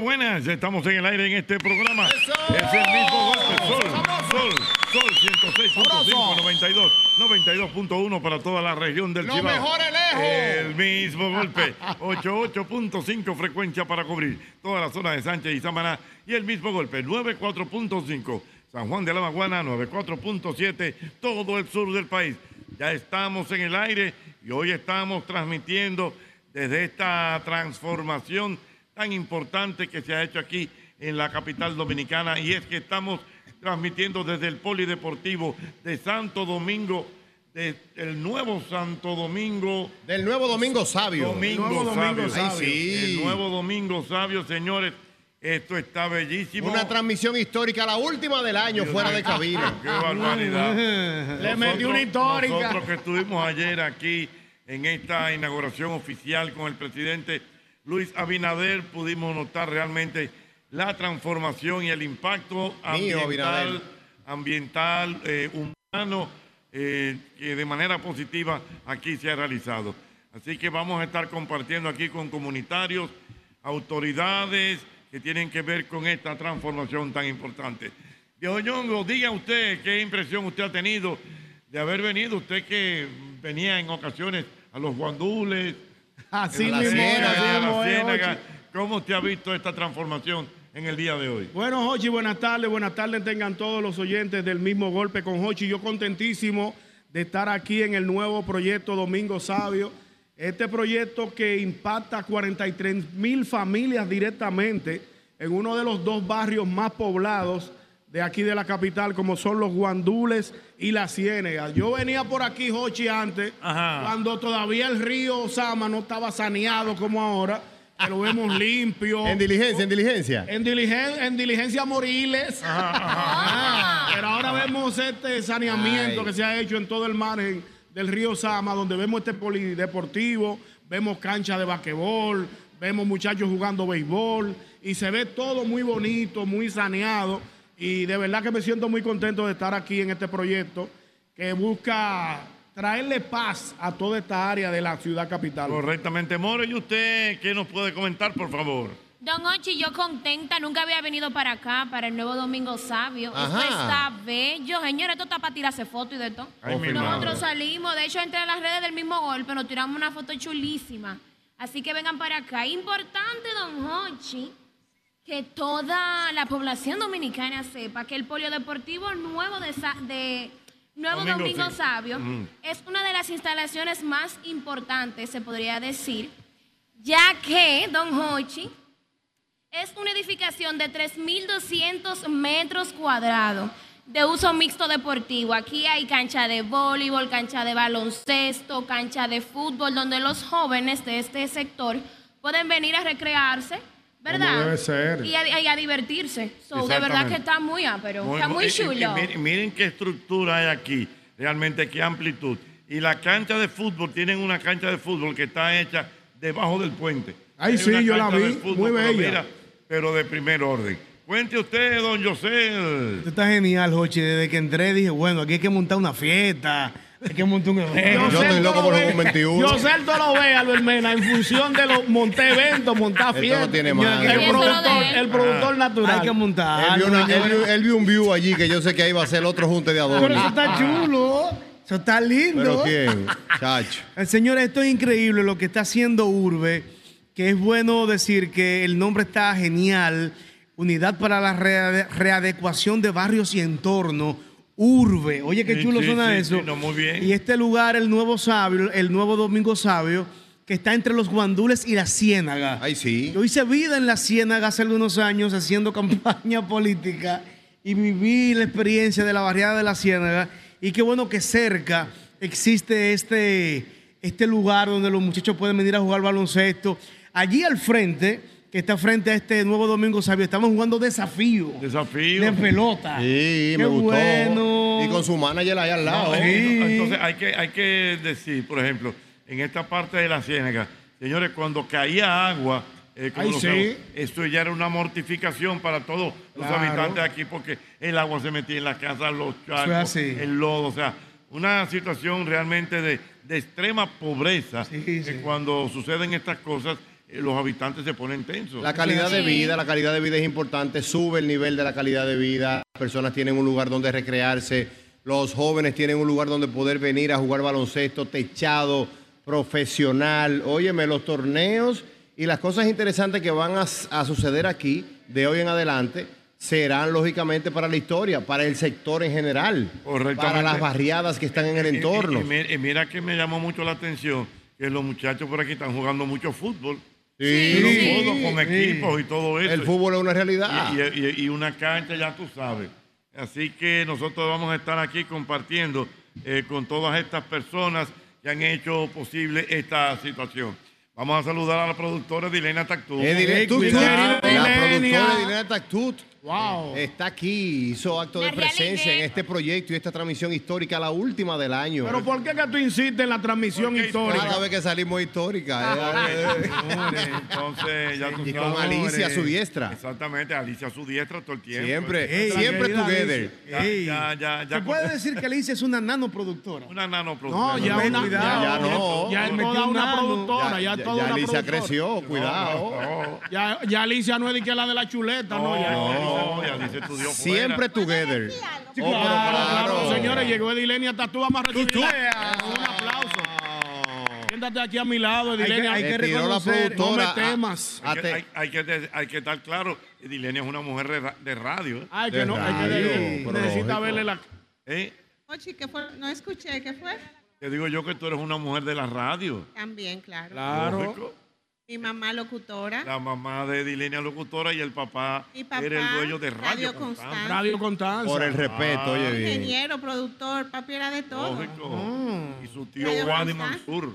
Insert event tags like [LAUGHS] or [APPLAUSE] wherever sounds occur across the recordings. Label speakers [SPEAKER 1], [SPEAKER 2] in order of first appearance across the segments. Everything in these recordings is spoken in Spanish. [SPEAKER 1] buenas. Estamos en el aire en este programa. Es el mismo golpe. Sol, sol, sol, 106.5, 92, 92.1 para toda la región del
[SPEAKER 2] Lo
[SPEAKER 1] Cibao.
[SPEAKER 2] mejor es lejos.
[SPEAKER 1] El mismo golpe. 88.5 frecuencia para cubrir toda la zona de Sánchez y Samaná. Y el mismo golpe, 94.5. San Juan de la Maguana, 94.7, todo el sur del país. Ya estamos en el aire y hoy estamos transmitiendo desde esta transformación tan importante que se ha hecho aquí en la capital dominicana y es que estamos transmitiendo desde el Polideportivo de Santo Domingo, de- del nuevo Santo Domingo.
[SPEAKER 3] Del nuevo Domingo Sabio.
[SPEAKER 1] Domingo Sabio.
[SPEAKER 3] Ay, sí.
[SPEAKER 1] El nuevo Domingo Sabio, señores. Esto está bellísimo.
[SPEAKER 3] Una transmisión histórica, la última del año, fuera de cabina.
[SPEAKER 1] [LAUGHS] Ah, Qué barbaridad.
[SPEAKER 2] Le
[SPEAKER 1] Nosotros-
[SPEAKER 2] metí una histórica.
[SPEAKER 1] Nosotros que estuvimos ayer aquí en esta inauguración oficial con el presidente Luis Abinader, pudimos notar realmente la transformación y el impacto ambiental,
[SPEAKER 3] Abinader.
[SPEAKER 1] ambiental eh, humano eh, que de manera positiva aquí se ha realizado. Así que vamos a estar compartiendo aquí con comunitarios, autoridades que tienen que ver con esta transformación tan importante. Viejo Ñongo, diga usted qué impresión usted ha tenido de haber venido, usted que venía en ocasiones a los guandules,
[SPEAKER 2] Así
[SPEAKER 3] A la
[SPEAKER 2] mismo, es,
[SPEAKER 3] ciénaga,
[SPEAKER 2] así
[SPEAKER 1] a
[SPEAKER 2] mismo
[SPEAKER 1] la
[SPEAKER 2] es,
[SPEAKER 1] ciénaga.
[SPEAKER 2] Jochi.
[SPEAKER 1] ¿Cómo te ha visto esta transformación en el día de hoy?
[SPEAKER 2] Bueno, Hochi, buenas tardes. Buenas tardes tengan todos los oyentes del mismo golpe con Hochi. Yo contentísimo de estar aquí en el nuevo proyecto Domingo Sabio. Este proyecto que impacta a 43 mil familias directamente en uno de los dos barrios más poblados de aquí de la capital, como son los Guandules y la Ciénega. Yo venía por aquí, Hochi, antes,
[SPEAKER 1] Ajá.
[SPEAKER 2] cuando todavía el río Sama no estaba saneado como ahora, que
[SPEAKER 3] [LAUGHS]
[SPEAKER 2] lo vemos limpio.
[SPEAKER 3] En diligencia, en diligencia.
[SPEAKER 2] En, diligen- en diligencia Moriles. Ah, Pero ahora vemos este saneamiento
[SPEAKER 3] Ay.
[SPEAKER 2] que se ha hecho en todo el margen del río Sama, donde vemos este polideportivo, vemos cancha de basquetbol, vemos muchachos jugando béisbol y se ve todo muy bonito, muy saneado. Y de verdad que me siento muy contento de estar aquí en este proyecto que busca traerle paz a toda esta área de la ciudad capital.
[SPEAKER 1] Correctamente, Moro, ¿y usted qué nos puede comentar, por favor?
[SPEAKER 4] Don Ochi, yo contenta, nunca había venido para acá, para el nuevo Domingo Sabio.
[SPEAKER 3] Ajá.
[SPEAKER 4] Esto está bello, señores, esto está para tirarse fotos y de todo.
[SPEAKER 1] Ay, mi
[SPEAKER 4] Nosotros
[SPEAKER 1] madre.
[SPEAKER 4] salimos, de hecho, entre las redes del mismo golpe, nos tiramos una foto chulísima. Así que vengan para acá. Importante, don Ochi, que toda la población dominicana sepa que el polideportivo nuevo de, Sa- de Nuevo
[SPEAKER 1] Domingo,
[SPEAKER 4] Domingo,
[SPEAKER 1] sí.
[SPEAKER 4] Sabio
[SPEAKER 1] Ujú.
[SPEAKER 4] es una de las instalaciones más importantes, se podría decir, ya que, don Hochi, es una edificación de 3.200 metros cuadrados de uso mixto deportivo. Aquí hay cancha de voleibol, cancha de baloncesto, cancha de fútbol, donde los jóvenes de este sector pueden venir a recrearse, ¿verdad?
[SPEAKER 2] Como debe ser.
[SPEAKER 4] Y a, y a divertirse. So, de verdad
[SPEAKER 1] Exactamente.
[SPEAKER 4] que está muy ápero,
[SPEAKER 1] Muy-
[SPEAKER 4] está muy
[SPEAKER 1] y- y-
[SPEAKER 4] chulo.
[SPEAKER 1] y miren, miren qué estructura hay aquí, realmente qué amplitud. Y la cancha de fútbol, tienen una cancha de fútbol que está hecha debajo del puente.
[SPEAKER 2] Ay,
[SPEAKER 1] Hay
[SPEAKER 2] sí,
[SPEAKER 1] una
[SPEAKER 2] yo la
[SPEAKER 1] cancha
[SPEAKER 2] vi,
[SPEAKER 1] de
[SPEAKER 2] muy
[SPEAKER 1] pero
[SPEAKER 2] bella.
[SPEAKER 1] pero de primer orden. Cuente usted, don José.
[SPEAKER 5] Esto está genial, Jochi. Desde que entré dije, bueno, aquí hay que montar una fiesta, hay que montar un evento.
[SPEAKER 3] Yo
[SPEAKER 2] sé ¿eh?
[SPEAKER 3] estoy
[SPEAKER 2] el
[SPEAKER 3] loco
[SPEAKER 2] Toro
[SPEAKER 3] por el
[SPEAKER 2] Eh, Ve-
[SPEAKER 3] Juan 21.
[SPEAKER 2] Yo sé el Toro ve, Albert Mena, en función de los monté eventos, montar
[SPEAKER 3] Esto no
[SPEAKER 2] fiestas.
[SPEAKER 3] tiene madre. Ah.
[SPEAKER 2] El
[SPEAKER 4] Eso lo
[SPEAKER 2] productor,
[SPEAKER 4] de él.
[SPEAKER 2] el
[SPEAKER 1] Ah.
[SPEAKER 2] productor natural.
[SPEAKER 5] Hay que montar.
[SPEAKER 3] Él vio, una-
[SPEAKER 5] señores.
[SPEAKER 3] él vio- él vio un view allí que yo sé que ahí va a ser otro junte de
[SPEAKER 5] Pero
[SPEAKER 3] adorno.
[SPEAKER 5] eso está chulo. Eso está
[SPEAKER 3] Pero
[SPEAKER 5] lindo.
[SPEAKER 3] quién, chacho.
[SPEAKER 5] Eh, Señores, esto es increíble lo que está haciendo Urbe, que es bueno decir que el nombre está genial. Unidad para la reade- readecuación de barrios y entorno. Urbe. Oye, qué
[SPEAKER 1] Sí,
[SPEAKER 5] chulo
[SPEAKER 1] sí,
[SPEAKER 5] suena
[SPEAKER 1] sí,
[SPEAKER 5] eso.
[SPEAKER 1] sí, no, muy bien.
[SPEAKER 5] Y este lugar, el nuevo sabio, el nuevo Domingo Sabio, que está entre los guandules y la ciénaga.
[SPEAKER 3] Ay, sí.
[SPEAKER 5] Yo hice vida en la Ciénaga hace algunos años haciendo [LAUGHS] campaña política y viví la experiencia de la barriada de la Ciénaga. Y qué bueno que cerca existe este, este lugar donde los muchachos pueden venir a jugar baloncesto. Allí al frente, que está frente a este nuevo Domingo Sabio, estamos jugando desafío.
[SPEAKER 1] Desafío.
[SPEAKER 5] De pelota.
[SPEAKER 3] Sí,
[SPEAKER 5] Qué
[SPEAKER 3] me gustó.
[SPEAKER 5] bueno.
[SPEAKER 3] Y con su manager ahí al lado.
[SPEAKER 1] No,
[SPEAKER 5] Sí.
[SPEAKER 1] eh, no, Entonces hay que, hay que decir, por ejemplo, en esta parte de la ciénaga, señores, cuando caía agua, eh, como
[SPEAKER 2] Ay,
[SPEAKER 1] lo
[SPEAKER 2] sí.
[SPEAKER 1] sabemos, esto ya era una mortificación para todos los
[SPEAKER 5] Claro.
[SPEAKER 1] habitantes de aquí porque el agua se metía en las casas, los charcos,
[SPEAKER 5] así.
[SPEAKER 1] el lodo, o sea, una situación realmente de, de extrema pobreza.
[SPEAKER 5] Sí,
[SPEAKER 1] que
[SPEAKER 5] sí.
[SPEAKER 1] cuando suceden estas cosas eh, los habitantes se ponen tensos.
[SPEAKER 3] La calidad de
[SPEAKER 4] Sí.
[SPEAKER 3] vida, la calidad de vida es importante, sube el nivel de la calidad de vida, las personas tienen un lugar donde recrearse, los jóvenes tienen un lugar donde poder venir a jugar baloncesto techado, profesional. Óyeme, los torneos y las cosas interesantes que van a, s- a suceder aquí de hoy en adelante serán lógicamente para la historia, para el sector en general,
[SPEAKER 1] Correctamente. Eh,
[SPEAKER 3] para las barriadas que están en el
[SPEAKER 1] Y- y-
[SPEAKER 3] entorno.
[SPEAKER 1] Y, mira- y mira que me llamó mucho la atención que los muchachos por aquí están jugando mucho fútbol.
[SPEAKER 3] Sí,
[SPEAKER 1] Pero
[SPEAKER 3] sí.
[SPEAKER 1] todo con equipos y todo eso.
[SPEAKER 3] el fútbol es una realidad.
[SPEAKER 1] Y, y- y- y una cancha, ya tú sabes. Así que nosotros vamos a estar aquí compartiendo eh, con todas estas personas que han hecho posible esta situación. Vamos a saludar a la productora Dilena Tactú.
[SPEAKER 3] Eh, Dilenia Tut,
[SPEAKER 2] cuidado,
[SPEAKER 3] la productora
[SPEAKER 2] Dilenia.
[SPEAKER 3] Dilenia Tactut
[SPEAKER 2] Wow.
[SPEAKER 3] Eh, está aquí, hizo acto
[SPEAKER 4] La
[SPEAKER 3] de presencia
[SPEAKER 4] realidad.
[SPEAKER 3] en este proyecto y esta transmisión histórica, la última del año.
[SPEAKER 2] Pero ¿por qué que tú insistes en la transmisión
[SPEAKER 1] Porque
[SPEAKER 2] histórica?
[SPEAKER 3] Cada vez que salimos
[SPEAKER 1] Ah,
[SPEAKER 3] histórica. eh, eh,
[SPEAKER 1] Señores, Entonces, ya tú
[SPEAKER 3] Y con
[SPEAKER 1] sabes.
[SPEAKER 3] Alicia a su diestra.
[SPEAKER 1] Exactamente, Alicia a su diestra todo el tiempo.
[SPEAKER 3] Siempre,
[SPEAKER 5] Ey,
[SPEAKER 3] siempre
[SPEAKER 5] la querida
[SPEAKER 3] together.
[SPEAKER 5] Alicia.
[SPEAKER 1] Ya,
[SPEAKER 5] Ey.
[SPEAKER 1] ya, ya, ya. [LAUGHS]
[SPEAKER 5] Se puede decir que Alicia es una nanoproductora.
[SPEAKER 1] Una nanoproductora.
[SPEAKER 2] No, ya
[SPEAKER 5] Ten
[SPEAKER 2] una,
[SPEAKER 3] Ya,
[SPEAKER 5] cuidado.
[SPEAKER 3] ya no.
[SPEAKER 2] Ya es
[SPEAKER 5] Metió
[SPEAKER 2] toda
[SPEAKER 5] un
[SPEAKER 2] una
[SPEAKER 5] nano.
[SPEAKER 2] productora, ya,
[SPEAKER 3] Ya,
[SPEAKER 2] es
[SPEAKER 3] ya-
[SPEAKER 2] toda
[SPEAKER 3] ya
[SPEAKER 2] una
[SPEAKER 3] Alicia
[SPEAKER 2] productora.
[SPEAKER 3] creció, cuidado.
[SPEAKER 1] No,
[SPEAKER 2] Ya, ya Alicia no es de que la de la chuleta, no, ya.
[SPEAKER 1] no, no, ya Alicia estudió fuera.
[SPEAKER 3] Siempre together.
[SPEAKER 2] Sí,
[SPEAKER 3] Oh, pero
[SPEAKER 2] claro, claro.
[SPEAKER 3] claro.
[SPEAKER 2] Señores, llegó Edilenia hasta tú vamos a recibirla con Un aplauso.
[SPEAKER 3] Ah.
[SPEAKER 2] Siéntate aquí a mi lado, Edilenia.
[SPEAKER 5] Hay que
[SPEAKER 3] Le tiró la
[SPEAKER 5] reconocer,
[SPEAKER 3] productora.
[SPEAKER 2] no me temas.
[SPEAKER 3] a- a
[SPEAKER 1] Hay, que-
[SPEAKER 3] te-
[SPEAKER 1] hay- hay que, de- hay que estar claro, Dilenia es una mujer de ra- de radio. ¿eh?
[SPEAKER 2] Ay, que
[SPEAKER 3] de
[SPEAKER 2] no, hay que
[SPEAKER 3] radio,
[SPEAKER 2] decir-
[SPEAKER 3] pero
[SPEAKER 2] necesita
[SPEAKER 3] lógico.
[SPEAKER 2] verle la.
[SPEAKER 1] ¿Eh?
[SPEAKER 6] Ochi, ¿qué fue? No escuché, ¿qué fue?
[SPEAKER 1] Te digo yo que tú eres una mujer de la radio.
[SPEAKER 6] También, claro.
[SPEAKER 2] Claro.
[SPEAKER 1] Lógico.
[SPEAKER 6] Mi mamá locutora.
[SPEAKER 1] La mamá de Dilenia locutora y el papá,
[SPEAKER 6] Mi papá,
[SPEAKER 1] era el dueño de Radio,
[SPEAKER 6] Radio
[SPEAKER 1] Constante.
[SPEAKER 2] Radio Constanza.
[SPEAKER 3] Por el respeto,
[SPEAKER 4] Ah,
[SPEAKER 3] oye bien.
[SPEAKER 6] Ingeniero, productor, papi era de todo.
[SPEAKER 1] Lógico.
[SPEAKER 2] Mm.
[SPEAKER 1] Y su tío
[SPEAKER 6] Radio
[SPEAKER 1] Wadi
[SPEAKER 6] Constante.
[SPEAKER 1] Mansur.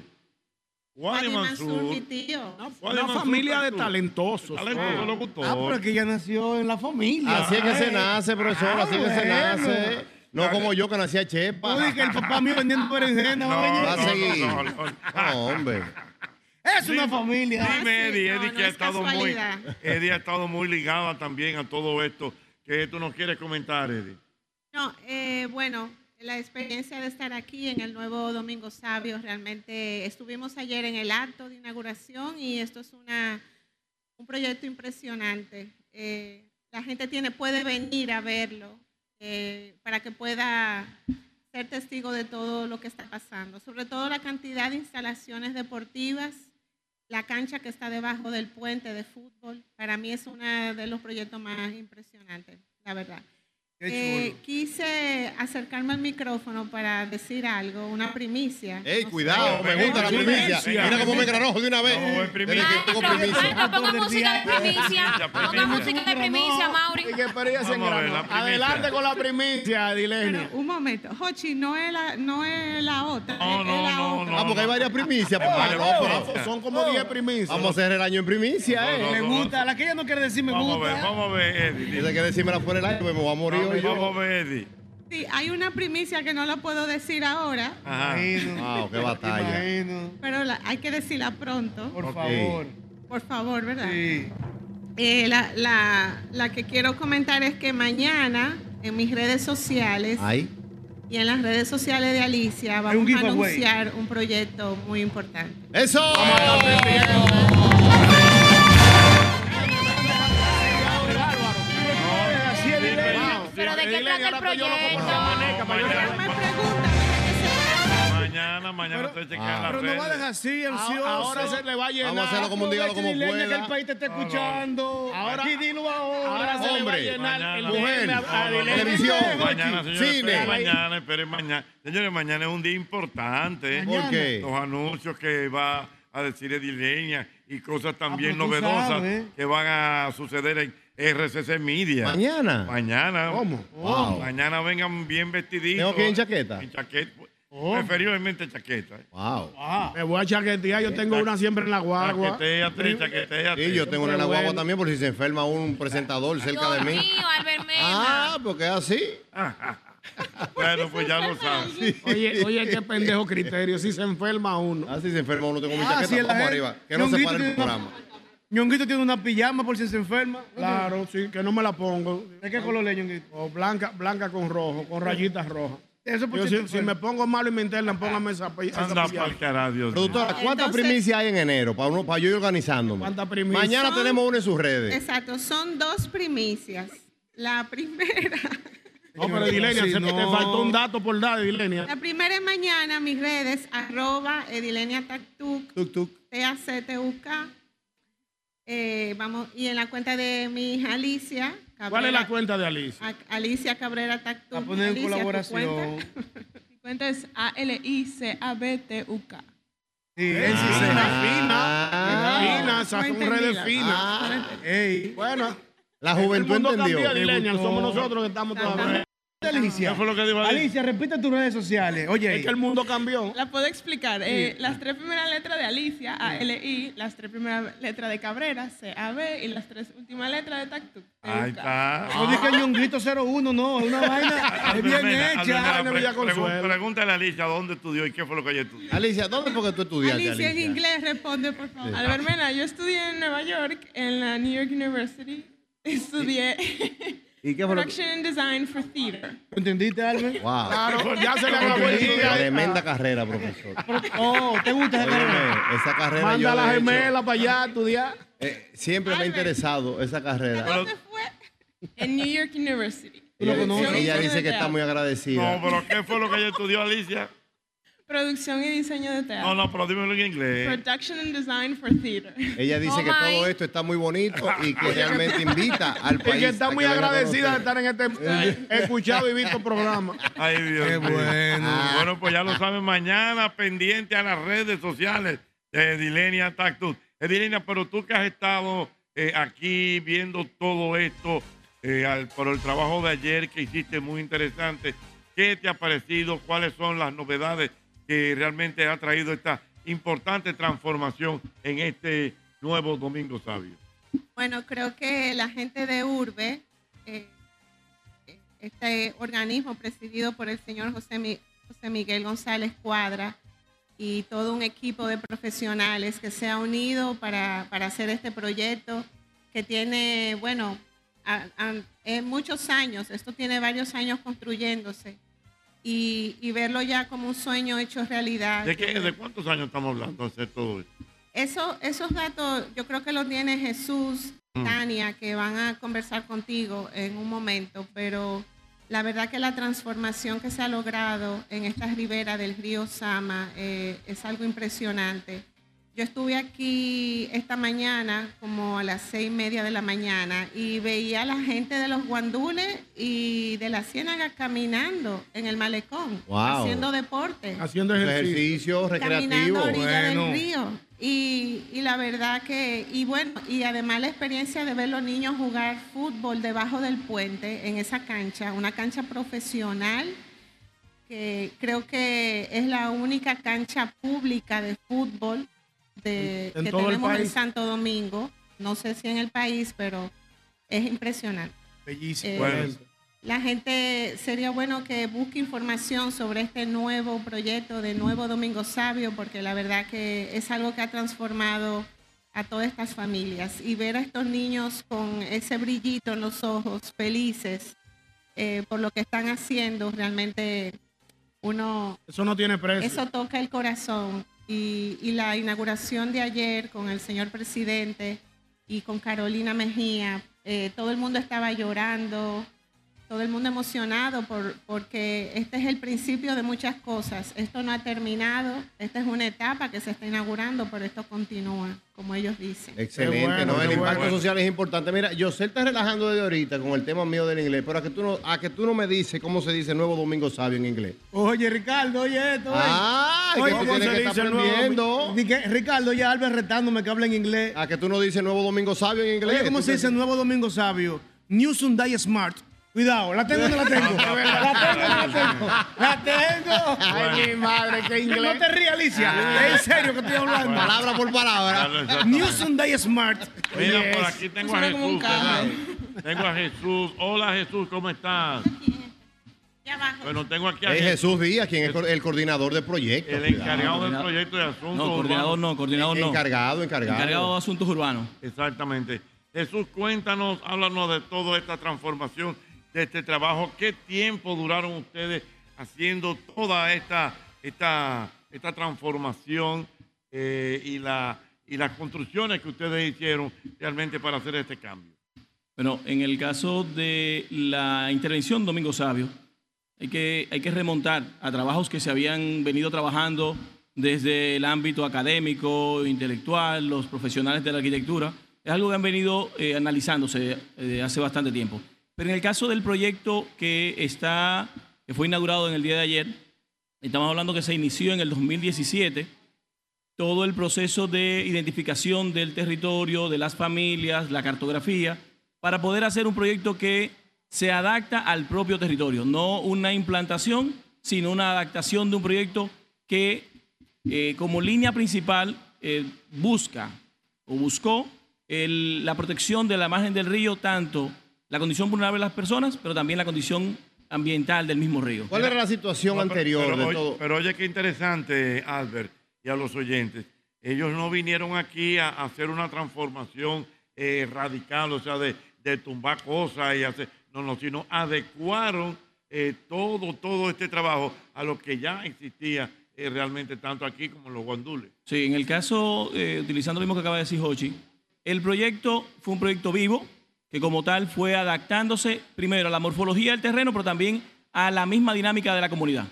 [SPEAKER 1] Wadi
[SPEAKER 6] Padre Mansur,
[SPEAKER 1] Mansur.
[SPEAKER 6] mi tío.
[SPEAKER 2] Una-
[SPEAKER 1] Wadi
[SPEAKER 2] Una
[SPEAKER 1] Mansur
[SPEAKER 2] familia de
[SPEAKER 1] Tactú.
[SPEAKER 2] talentosos.
[SPEAKER 1] Talentoso locutor.
[SPEAKER 5] Ah, pero es que ella nació en la familia.
[SPEAKER 3] Así es que se nace, profesor, así es que se
[SPEAKER 5] bueno.
[SPEAKER 3] nace. No como yo que nací a
[SPEAKER 5] Tú
[SPEAKER 3] Chepa.
[SPEAKER 5] dices que el papá mío vendiendo berenjena.
[SPEAKER 1] No,
[SPEAKER 5] oye.
[SPEAKER 3] Va a
[SPEAKER 1] no,
[SPEAKER 3] seguir.
[SPEAKER 1] no, no, no.
[SPEAKER 3] No, hombre.
[SPEAKER 5] Es una familia.
[SPEAKER 1] Dime,
[SPEAKER 6] Ah, sí,
[SPEAKER 1] Eddie,
[SPEAKER 6] no,
[SPEAKER 1] Eddie,
[SPEAKER 6] no
[SPEAKER 1] que ha
[SPEAKER 6] es
[SPEAKER 1] estado muy,
[SPEAKER 6] casualidad.
[SPEAKER 1] Eddie ha estado muy ligada también a todo esto. ¿Qué tú nos quieres comentar, Eddie?
[SPEAKER 6] No, eh, bueno, la experiencia de estar aquí en el nuevo Domingo Sabio, realmente estuvimos ayer en el acto de inauguración y esto es una, un proyecto impresionante. Eh, la gente tiene, puede venir a verlo eh, para que pueda ser testigo de todo lo que está pasando, sobre todo la cantidad de instalaciones deportivas, la cancha que está debajo del puente de fútbol, para mí es uno de los proyectos más impresionantes, la verdad.
[SPEAKER 5] Qué
[SPEAKER 6] Eh,
[SPEAKER 5] chulo.
[SPEAKER 6] quise acercarme al micrófono para decir algo, una primicia.
[SPEAKER 1] Eh,
[SPEAKER 3] Ey,
[SPEAKER 6] No sé.
[SPEAKER 3] cuidado, me gusta la primicia. Mira cómo me granojo de una vez.
[SPEAKER 1] No, es primicia.
[SPEAKER 3] Desde
[SPEAKER 4] Ay,
[SPEAKER 3] que tengo
[SPEAKER 4] pero-
[SPEAKER 3] primicia.
[SPEAKER 4] ay, no ponga
[SPEAKER 5] Todo el
[SPEAKER 4] música
[SPEAKER 1] Ya,
[SPEAKER 5] día.
[SPEAKER 4] de
[SPEAKER 6] pues,
[SPEAKER 1] pues,
[SPEAKER 3] pues,
[SPEAKER 4] primicia. Ponga
[SPEAKER 1] primicia.
[SPEAKER 4] música de primicia, Mauri.
[SPEAKER 2] Y que experiencia en
[SPEAKER 1] Vamos a ver,
[SPEAKER 2] grano.
[SPEAKER 1] la primicia.
[SPEAKER 2] Adelante con la primicia, Edilenia.
[SPEAKER 6] Pero, un momento, Hochi, no es la, no es la otra.
[SPEAKER 1] No,
[SPEAKER 6] es
[SPEAKER 1] no,
[SPEAKER 6] la
[SPEAKER 1] no,
[SPEAKER 6] otra.
[SPEAKER 1] no.
[SPEAKER 3] Ah, porque hay varias primicias, papá.
[SPEAKER 1] Vale,
[SPEAKER 3] No,
[SPEAKER 1] vamos.
[SPEAKER 3] pero
[SPEAKER 2] Son como 10 primicias.
[SPEAKER 3] Vamos a hacer el año en primicia,
[SPEAKER 1] No, no,
[SPEAKER 3] eh.
[SPEAKER 5] Me gusta. La que ella no quiere decir me
[SPEAKER 1] Vamos a ver,
[SPEAKER 5] gusta.
[SPEAKER 1] vamos a ver, Eddie.
[SPEAKER 3] Dice que decírmela por el año, pues me voy a morir hoy. yo.
[SPEAKER 1] Vamos a ver, Eddie.
[SPEAKER 6] Sí, hay una primicia que no la puedo decir ahora,
[SPEAKER 1] Ajá. Ah,
[SPEAKER 3] Wow, Ah, qué batalla.
[SPEAKER 5] Imagino.
[SPEAKER 6] pero la- hay que decirla pronto,
[SPEAKER 5] Por
[SPEAKER 3] Ok.
[SPEAKER 5] favor.
[SPEAKER 6] por favor, ¿verdad?
[SPEAKER 5] Sí.
[SPEAKER 6] Eh, la, la- la que quiero comentar es que mañana en mis redes sociales
[SPEAKER 3] Ahí.
[SPEAKER 6] y en las redes sociales de Alicia
[SPEAKER 5] Hay un
[SPEAKER 6] vamos a
[SPEAKER 5] giveaway.
[SPEAKER 6] anunciar un proyecto muy importante.
[SPEAKER 3] ¡Eso!
[SPEAKER 5] Así es, Dilenia.
[SPEAKER 4] Pero de qué trata el
[SPEAKER 1] ¿eh?
[SPEAKER 4] proyecto.
[SPEAKER 6] Pero me
[SPEAKER 1] Mañana, mañana,
[SPEAKER 6] preguntan,
[SPEAKER 1] mañana estoy
[SPEAKER 3] Ah.
[SPEAKER 1] chequeando la
[SPEAKER 5] Pero no va a dejar así, ansioso.
[SPEAKER 2] Ahora, ahora se le va a llenar.
[SPEAKER 3] Vamos a hacerlo como dígalo como
[SPEAKER 5] Aprovecha, Dilenia,
[SPEAKER 3] pueda.
[SPEAKER 5] que el país te está escuchando.
[SPEAKER 2] Ahora-
[SPEAKER 5] Aquí dilo ahora.
[SPEAKER 2] Ahora se le va a
[SPEAKER 3] Hombre,
[SPEAKER 2] llenar el
[SPEAKER 1] mañana,
[SPEAKER 2] DM a-
[SPEAKER 1] no,
[SPEAKER 2] a
[SPEAKER 1] no, no,
[SPEAKER 2] Adilene.
[SPEAKER 3] televisión.
[SPEAKER 1] Mañana, señores,
[SPEAKER 3] Cine.
[SPEAKER 1] esperen mañana, esperen mañana. Señores, mañana es un día importante.
[SPEAKER 5] Mañana.
[SPEAKER 3] ¿Por qué?
[SPEAKER 1] Los anuncios que va a decir Edileña y cosas también
[SPEAKER 5] pero tú
[SPEAKER 1] novedosas
[SPEAKER 5] sabes.
[SPEAKER 1] que van a suceder en RCC Media.
[SPEAKER 3] Mañana.
[SPEAKER 1] Mañana.
[SPEAKER 3] ¿Cómo? Wow.
[SPEAKER 1] Mañana vengan bien vestiditos.
[SPEAKER 3] ¿Tengo que ir en chaqueta?
[SPEAKER 1] En chaqueta. Preferiblemente chaqueta. ¿eh?
[SPEAKER 3] Wow.
[SPEAKER 2] Me voy a chaquetear, yo tengo una siempre en la guagua.
[SPEAKER 1] Chaqueteate, chaqueteate.
[SPEAKER 3] Sí, yo tengo una en la
[SPEAKER 2] Hombre,
[SPEAKER 3] guagua
[SPEAKER 2] bueno.
[SPEAKER 3] también por si se enferma un presentador cerca de
[SPEAKER 4] Dios
[SPEAKER 3] mí.
[SPEAKER 4] mío, Albert Mena.
[SPEAKER 3] Ah, porque es así.
[SPEAKER 1] Bueno, pues ya lo sabes.
[SPEAKER 2] Oye, oye, qué pendejo criterio, si se enferma uno.
[SPEAKER 3] Así se enferma uno, tengo mi
[SPEAKER 5] Ah,
[SPEAKER 3] chaqueta.
[SPEAKER 5] sí, es la
[SPEAKER 3] Vamos
[SPEAKER 5] gente.
[SPEAKER 3] arriba. Que no se
[SPEAKER 5] Ñonguito
[SPEAKER 3] pare el
[SPEAKER 5] tiene una-
[SPEAKER 3] programa.
[SPEAKER 5] Ñonguito tiene una pijama por si se enferma.
[SPEAKER 2] Claro, sí, que no me la pongo. Oh,
[SPEAKER 5] ¿De qué color le, Ñonguito?
[SPEAKER 2] O blanca, blanca con rojo, con rayitas rojas.
[SPEAKER 5] Eso por
[SPEAKER 2] Yo,
[SPEAKER 5] chiste
[SPEAKER 2] si, si
[SPEAKER 5] fue.
[SPEAKER 2] me pongo malo y me internan, póngame esa pi- esa
[SPEAKER 1] Anda
[SPEAKER 2] pillada.
[SPEAKER 1] pa'l carajo, Dios mío.
[SPEAKER 3] Productora, ¿cuántas
[SPEAKER 6] Entonces-
[SPEAKER 3] primicias hay en enero? Para, uno, para yo ir organizándome.
[SPEAKER 2] ¿Cuántas primicias?
[SPEAKER 3] Mañana
[SPEAKER 6] Son-
[SPEAKER 3] tenemos una en sus redes.
[SPEAKER 6] Exacto, son dos primicias. La primera, [LAUGHS]
[SPEAKER 2] No, pero Dilenia,
[SPEAKER 5] Sí,
[SPEAKER 2] se-
[SPEAKER 5] no.
[SPEAKER 2] te faltó un dato por dar, Dilenia.
[SPEAKER 6] la primera es mañana, mis redes, arroba Edilenia Tactuc,
[SPEAKER 3] Tuk, tuk.
[SPEAKER 6] T-A-C-T-U-K. Eh, vamos, y en la cuenta de mi hija Alicia. Cabrera,
[SPEAKER 2] ¿Cuál es la cuenta de Alicia?
[SPEAKER 6] A- Alicia Cabrera Tactuc.
[SPEAKER 5] A poner en
[SPEAKER 6] Alicia, ¿tu
[SPEAKER 5] colaboración.
[SPEAKER 6] cuenta?
[SPEAKER 7] Mi cuenta es A-L-I-C-A-B-t-u-k.
[SPEAKER 5] Sí, él sí se-
[SPEAKER 2] Fina,
[SPEAKER 3] Ah.
[SPEAKER 2] fina, esas
[SPEAKER 6] No
[SPEAKER 2] son
[SPEAKER 6] entendí
[SPEAKER 2] redes
[SPEAKER 6] la-
[SPEAKER 2] finas.
[SPEAKER 5] Ah. Ey.
[SPEAKER 2] Bueno,
[SPEAKER 3] La
[SPEAKER 5] Este
[SPEAKER 2] el
[SPEAKER 3] juventud
[SPEAKER 2] mundo
[SPEAKER 3] entendió.
[SPEAKER 2] cambió, Dilenia,
[SPEAKER 5] gustó.
[SPEAKER 2] somos nosotros que estamos todavía.
[SPEAKER 5] Alicia.
[SPEAKER 1] ¿Qué fue lo que dijo Alicia?
[SPEAKER 5] Alicia, repite tus redes sociales. Oye,
[SPEAKER 2] Es que el mundo cambió.
[SPEAKER 7] La puedo explicar. Eh, las tres primeras letras de Alicia, A-L-I, las tres primeras letras de Cabrera, C-A-B, y las tres últimas letras de Tactuc.
[SPEAKER 1] Ahí
[SPEAKER 7] T-U-K.
[SPEAKER 1] está.
[SPEAKER 5] no dije ñonguito 01, no, es una
[SPEAKER 1] [LAUGHS]
[SPEAKER 5] vaina es bien
[SPEAKER 1] Albermena,
[SPEAKER 5] hecha.
[SPEAKER 1] Albermena,
[SPEAKER 2] vaina
[SPEAKER 1] pre-
[SPEAKER 2] Villa Consuelo.
[SPEAKER 1] pregun- Pregúntale a Alicia dónde estudió y qué fue lo que ella estudió.
[SPEAKER 3] Alicia, ¿dónde fue que tú estudiaste,
[SPEAKER 6] Alicia
[SPEAKER 3] Alicia?
[SPEAKER 6] en inglés, responde por favor.
[SPEAKER 7] Albert Mena, yo estudié en Nueva York, en la New York University. Estudié
[SPEAKER 3] ¿Y qué fue lo que...?
[SPEAKER 7] Production and Design for Theater.
[SPEAKER 5] ¿Entendiste, Albert?
[SPEAKER 3] Wow.
[SPEAKER 2] Claro, ya se le acabó el día.
[SPEAKER 3] Ah. Tremenda carrera, profesor.
[SPEAKER 5] Oh, ¿te gusta esa carrera?
[SPEAKER 3] Óyeme, esa carrera yo,
[SPEAKER 2] Manda a la
[SPEAKER 3] de hecho,
[SPEAKER 2] gemela para allá a estudiar.
[SPEAKER 3] eh, siempre me ha interesado esa carrera.
[SPEAKER 1] Pero-
[SPEAKER 7] ¿Dónde fue? En New York University.
[SPEAKER 5] ¿Tú lo
[SPEAKER 3] Ella-
[SPEAKER 5] conoces?
[SPEAKER 3] Ella
[SPEAKER 7] Yo
[SPEAKER 3] dice
[SPEAKER 7] soy
[SPEAKER 3] que
[SPEAKER 7] de
[SPEAKER 3] está muy agradecida.
[SPEAKER 1] No, pero ¿qué fue lo que ella estudió, Alicia?
[SPEAKER 7] Producción y diseño de teatro.
[SPEAKER 1] No, no, pero dímelo en inglés.
[SPEAKER 7] Production and Design for Theater.
[SPEAKER 3] Ella dice
[SPEAKER 4] Oh,
[SPEAKER 3] que todo
[SPEAKER 4] my.
[SPEAKER 3] esto está muy bonito y que realmente invita al país.
[SPEAKER 2] Y que
[SPEAKER 3] a
[SPEAKER 2] está muy
[SPEAKER 3] venga a
[SPEAKER 2] agradecida de
[SPEAKER 3] conocer.
[SPEAKER 2] estar en este escuchado y visto programa.
[SPEAKER 1] Ay, Dios
[SPEAKER 5] Qué
[SPEAKER 1] mío.
[SPEAKER 5] bueno.
[SPEAKER 1] Bueno, pues ya lo saben, mañana pendiente a las redes sociales de Edilenia Tactus. Edilenia, pero tú que has estado eh, aquí viendo todo esto eh, al- por el trabajo de ayer que hiciste muy interesante, ¿qué te ha parecido? ¿Cuáles son las novedades que realmente ha traído esta importante transformación en este nuevo Domingo Sabio?
[SPEAKER 6] Bueno, creo que la gente de Urbe, eh, eh, este organismo presidido por el señor José, Mi- José Miguel González Cuadra y todo un equipo de profesionales que se ha unido para, para hacer este proyecto que tiene, bueno, a- a- eh, muchos años, esto tiene varios años construyéndose y, y verlo ya como un sueño hecho realidad.
[SPEAKER 1] ¿De, qué, ¿De cuántos años estamos hablando de hacer todo esto?
[SPEAKER 6] Eso, esos datos yo creo que los tiene Jesús, Tania, que van a conversar contigo en un momento, pero la verdad que la transformación que se ha logrado en esta ribera del río Sama eh, es algo impresionante. Yo estuve aquí esta mañana como a las seis y media de la mañana y veía a la gente de los guandules y de la ciénaga caminando en el malecón,
[SPEAKER 3] Wow.
[SPEAKER 6] haciendo deporte
[SPEAKER 2] Haciendo ejercicio.
[SPEAKER 3] Ejercicio
[SPEAKER 6] caminando
[SPEAKER 3] recreativo.
[SPEAKER 6] a orilla
[SPEAKER 5] Bueno.
[SPEAKER 6] del río. Y, y la verdad que, y bueno, y además la experiencia de ver los niños jugar fútbol debajo del puente en esa cancha, una cancha profesional, que creo que es la única cancha pública de fútbol de,
[SPEAKER 2] En
[SPEAKER 6] que
[SPEAKER 2] todo el
[SPEAKER 6] tenemos en
[SPEAKER 2] país.
[SPEAKER 6] Santo Domingo. No sé si en el país, pero es impresionante.
[SPEAKER 5] Bellísimo.
[SPEAKER 6] Eh,
[SPEAKER 1] Bueno,
[SPEAKER 6] La gente sería bueno que busque información sobre este nuevo proyecto de Nuevo Domingo Sabio, porque la verdad que es algo que ha transformado a todas estas familias. Y ver a estos niños con ese brillito en los ojos, felices eh, por lo que están haciendo, realmente uno,
[SPEAKER 2] Eso no tiene precio.
[SPEAKER 6] eso toca el corazón. Y, y la inauguración de ayer con el señor presidente y con Carolina Mejía, eh, todo el mundo estaba llorando, todo el mundo emocionado por, porque este es el principio de muchas cosas. Esto no ha terminado, esta es una etapa que se está inaugurando, pero esto continúa, como ellos dicen.
[SPEAKER 3] Excelente,
[SPEAKER 2] Qué bueno,
[SPEAKER 3] ¿no? El
[SPEAKER 2] qué
[SPEAKER 3] impacto
[SPEAKER 1] bueno.
[SPEAKER 3] social es importante. Mira, yo sé está relajando desde ahorita con el tema mío del inglés, pero a que tú no, a que tú no me dices cómo se dice Nuevo Domingo Sabio en inglés.
[SPEAKER 5] Oye, Ricardo, oye esto. ey.
[SPEAKER 3] Ah, que
[SPEAKER 5] Oye,
[SPEAKER 3] tú
[SPEAKER 5] ¿cómo
[SPEAKER 3] tienes
[SPEAKER 2] se
[SPEAKER 3] que
[SPEAKER 2] dice
[SPEAKER 3] estar
[SPEAKER 2] el Nuevo
[SPEAKER 3] aprendiendo.
[SPEAKER 5] Di que, Ricardo, ya Albert retándome que hable en inglés.
[SPEAKER 3] A que tú no dices Nuevo Domingo Sabio en inglés.
[SPEAKER 5] Oye, ¿cómo
[SPEAKER 3] Tú
[SPEAKER 5] se
[SPEAKER 3] te-
[SPEAKER 5] dice Nuevo Domingo Sabio? New Sunday Smart. Cuidado, ¿la tengo o no
[SPEAKER 3] [LAUGHS]
[SPEAKER 5] la tengo? ¿La tengo o no
[SPEAKER 3] Ah,
[SPEAKER 5] la tengo? ¡La tengo!
[SPEAKER 2] Ay, mi madre, qué
[SPEAKER 5] No
[SPEAKER 2] inglés.
[SPEAKER 5] te rías, Alicia. Es en serio que estoy hablando.
[SPEAKER 3] Ah. Palabra por palabra.
[SPEAKER 1] claro, exactamente.
[SPEAKER 5] New Sunday Smart.
[SPEAKER 1] Mira,
[SPEAKER 2] Oye,
[SPEAKER 1] por
[SPEAKER 2] es-
[SPEAKER 1] aquí tengo a
[SPEAKER 7] suena
[SPEAKER 1] Jesús,
[SPEAKER 7] como un
[SPEAKER 1] ¿verdad? Tengo a Jesús. Hola, Jesús, ¿cómo estás?
[SPEAKER 6] Ya abajo.
[SPEAKER 1] Bueno, tengo aquí a
[SPEAKER 3] Es
[SPEAKER 1] Jesús,
[SPEAKER 3] Jesús Díaz, quien es co- el coordinador del proyecto.
[SPEAKER 1] el
[SPEAKER 3] cuidado.
[SPEAKER 1] encargado del proyecto de asuntos
[SPEAKER 8] No, coordinador
[SPEAKER 1] urbanos.
[SPEAKER 8] no, coordinador no.
[SPEAKER 3] Encargado, encargado.
[SPEAKER 8] Encargado de asuntos urbanos.
[SPEAKER 1] Exactamente. Jesús, cuéntanos, háblanos de toda esta transformación, de este trabajo. ¿Qué tiempo duraron ustedes haciendo toda esta, esta, esta transformación eh, y, la, y las construcciones que ustedes hicieron realmente para hacer este cambio.
[SPEAKER 8] Bueno, en el caso de la intervención Domingo Sabio, hay que, hay que remontar a trabajos que se habían venido trabajando desde el ámbito académico, intelectual, los profesionales de la arquitectura. Es algo que han venido eh, analizándose eh, hace bastante tiempo. Pero en el caso del proyecto que, está, que fue inaugurado en el día de ayer, estamos hablando que se inició en el 2017 todo el proceso de identificación del territorio, de las familias, la cartografía, para poder hacer un proyecto que se adapta al propio territorio, no una implantación, sino una adaptación de un proyecto que eh, como línea principal eh, busca o buscó el- la protección de la margen del río, tanto la condición vulnerable de las personas, pero también la condición ambiental del mismo río.
[SPEAKER 3] ¿Cuál era la situación
[SPEAKER 1] No, pero-
[SPEAKER 3] anterior
[SPEAKER 1] pero,
[SPEAKER 3] de
[SPEAKER 1] oye,
[SPEAKER 3] todo?
[SPEAKER 1] pero oye, qué interesante, Albert, y a los oyentes. Ellos no vinieron aquí a, a hacer una transformación eh, radical, o sea, de, de tumbar cosas y hacer. No, no, sino adecuaron eh, todo, todo este trabajo a lo que ya existía eh, realmente, tanto aquí como en los guandules.
[SPEAKER 8] Sí, en el caso, eh, utilizando lo mismo que acaba de decir Hochi, el proyecto fue un proyecto vivo que como tal fue adaptándose primero a la morfología del terreno, pero también a la misma dinámica de la comunidad.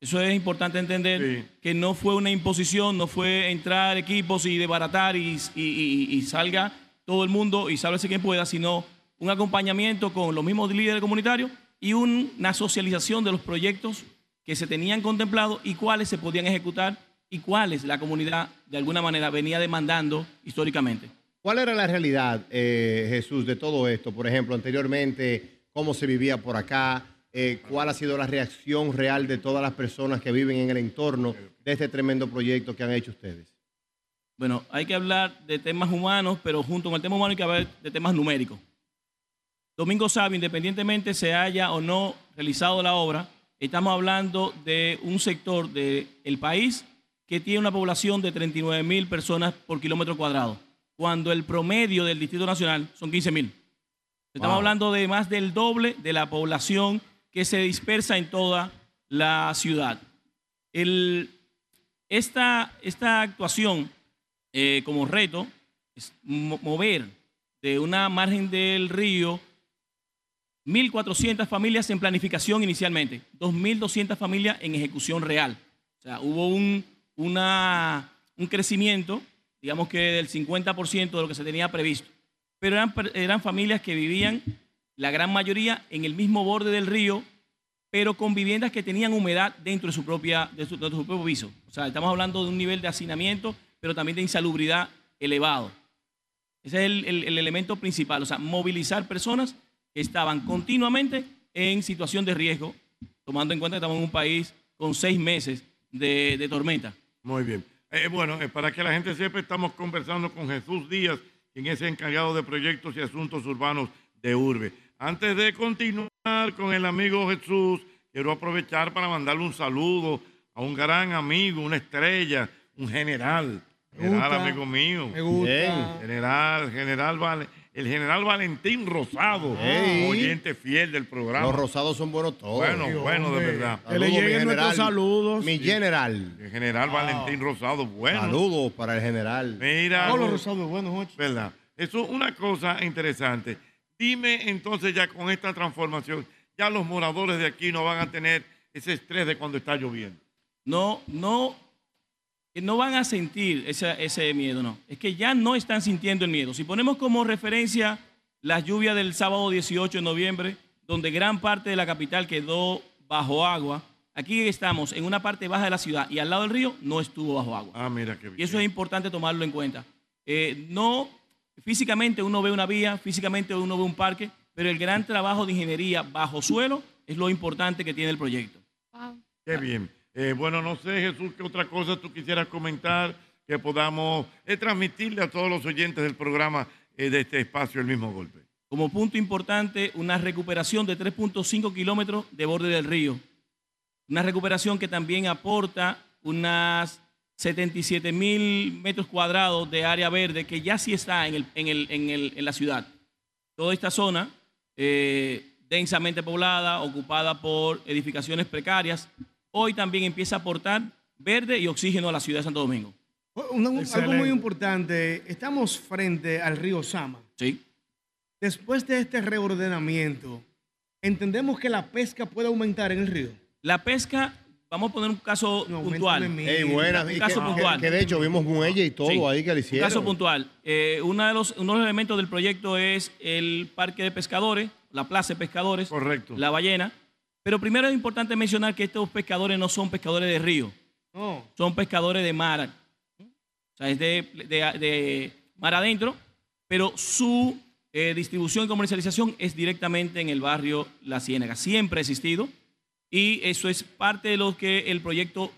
[SPEAKER 8] Eso es importante entender
[SPEAKER 1] Sí.
[SPEAKER 8] que no fue una imposición, no fue entrar equipos y desbaratar y, y- y- y salga todo el mundo y sálvese quien pueda, sino un acompañamiento con los mismos líderes comunitarios y un- una socialización de los proyectos que se tenían contemplados y cuáles se podían ejecutar y cuáles la comunidad de alguna manera venía demandando históricamente.
[SPEAKER 3] ¿Cuál era la realidad, eh, Jesús, de todo esto? Por ejemplo, anteriormente, ¿cómo se vivía por acá? Eh, ¿Cuál ha sido la reacción real de todas las personas que viven en el entorno de este tremendo proyecto que han hecho ustedes?
[SPEAKER 8] Bueno, hay que hablar de temas humanos, pero junto con el tema humano hay que hablar de temas numéricos. Domingo Sabio, independientemente se haya o no realizado la obra, estamos hablando de un sector del país que tiene una población de 39 mil personas por kilómetro cuadrado, cuando el promedio del Distrito Nacional son 15 mil. Estamos
[SPEAKER 3] Wow.
[SPEAKER 8] hablando de más del doble de la población que se dispersa en toda la ciudad. El, esta, esta actuación eh, como reto es mo- mover de una margen del río 1.400 familias en planificación inicialmente, 2.200 familias en ejecución real. O sea, hubo un, una- un crecimiento, digamos que del 50% de lo que se tenía previsto. Pero eran, per- eran familias que vivían, la gran mayoría, en el mismo borde del río, pero con viviendas que tenían humedad dentro de su, propia, de su, de su propio piso. O sea, estamos hablando de un nivel de hacinamiento, pero también de insalubridad elevado. Ese es el, el- el elemento principal, o sea, movilizar personas que estaban continuamente en situación de riesgo, tomando en cuenta que estamos en un país con seis meses de, de tormenta.
[SPEAKER 1] Muy bien. Eh, bueno, eh, para que la gente sepa, estamos conversando con Jesús Díaz, quien es encargado de proyectos y asuntos urbanos de Urbe. Antes de continuar con el amigo Jesús, quiero aprovechar para mandarle un saludo a un gran amigo, una estrella, un general.
[SPEAKER 5] Me
[SPEAKER 1] General,
[SPEAKER 5] gusta.
[SPEAKER 1] amigo mío.
[SPEAKER 5] Me gusta.
[SPEAKER 3] Bien.
[SPEAKER 1] General, general, Vale- el general Valentín Rosado,
[SPEAKER 3] Ey.
[SPEAKER 1] oyente fiel del programa.
[SPEAKER 3] Los rosados son buenos todos.
[SPEAKER 1] bueno, bueno, de
[SPEAKER 5] hombre.
[SPEAKER 1] verdad.
[SPEAKER 2] Que le
[SPEAKER 3] mi
[SPEAKER 2] lleguen nuestros saludos.
[SPEAKER 3] Mi general.
[SPEAKER 1] El
[SPEAKER 5] Ah.
[SPEAKER 1] general Valentín Rosado, bueno.
[SPEAKER 3] Saludos para el general.
[SPEAKER 1] Mira.
[SPEAKER 5] Oh, los rosados, bueno, Jochi.
[SPEAKER 1] ¿Verdad? Eso es una cosa interesante. Dime entonces ya con esta transformación, ya los moradores de aquí no van a tener ese estrés de cuando está lloviendo.
[SPEAKER 8] No, no, que no van a sentir esa- ese miedo, no. Es que ya no están sintiendo el miedo. Si ponemos como referencia las lluvias del sábado 18 de noviembre, donde gran parte de la capital quedó bajo agua, aquí estamos en una parte baja de la ciudad y al lado del río no estuvo bajo agua.
[SPEAKER 1] Ah, mira qué bien.
[SPEAKER 8] Y eso es importante tomarlo en cuenta. Eh, no, físicamente uno ve una vía, físicamente uno ve un parque, pero el gran trabajo de ingeniería bajo suelo es lo importante que tiene el proyecto.
[SPEAKER 1] Qué bien. Eh, bueno, no sé, Jesús, qué otra cosa tú quisieras comentar que podamos eh, transmitirle a todos los oyentes del programa eh, de este espacio el mismo golpe.
[SPEAKER 8] Como punto importante, una recuperación de 3.5 kilómetros de borde del río. Una recuperación que también aporta unas 77 mil metros cuadrados de área verde que ya sí está en, el- en el- en el- en la ciudad. Toda esta zona eh, densamente poblada, ocupada por edificaciones precarias, hoy también empieza a aportar verde y oxígeno a la ciudad de Santo Domingo.
[SPEAKER 5] Una- Oh, un- algo
[SPEAKER 2] Excelente.
[SPEAKER 5] muy importante, estamos frente al río Sama.
[SPEAKER 8] Sí.
[SPEAKER 5] Después de este reordenamiento, ¿entendemos que la pesca puede aumentar en el río?
[SPEAKER 8] La pesca, vamos a poner un caso
[SPEAKER 5] No,
[SPEAKER 8] puntual.
[SPEAKER 5] aumentame
[SPEAKER 3] Ey,
[SPEAKER 5] mil.
[SPEAKER 3] buena.
[SPEAKER 8] Un
[SPEAKER 3] Y que,
[SPEAKER 8] caso
[SPEAKER 3] que-
[SPEAKER 8] puntual.
[SPEAKER 3] que de hecho vimos muelle y todo
[SPEAKER 8] Sí.
[SPEAKER 3] ahí que
[SPEAKER 8] Un
[SPEAKER 3] le hicieron.
[SPEAKER 8] caso puntual. Eh, una de los, uno de los elementos del proyecto es el parque de pescadores, la plaza de pescadores,
[SPEAKER 1] Correcto.
[SPEAKER 8] la ballena. Pero primero es importante mencionar que estos pescadores no son pescadores de río,
[SPEAKER 9] Oh.
[SPEAKER 5] No.
[SPEAKER 8] son pescadores de mar. O sea, es de, de- de mar adentro, pero su eh, distribución y comercialización es directamente en el barrio La Ciénaga. Siempre ha existido y eso es parte de lo que el proyecto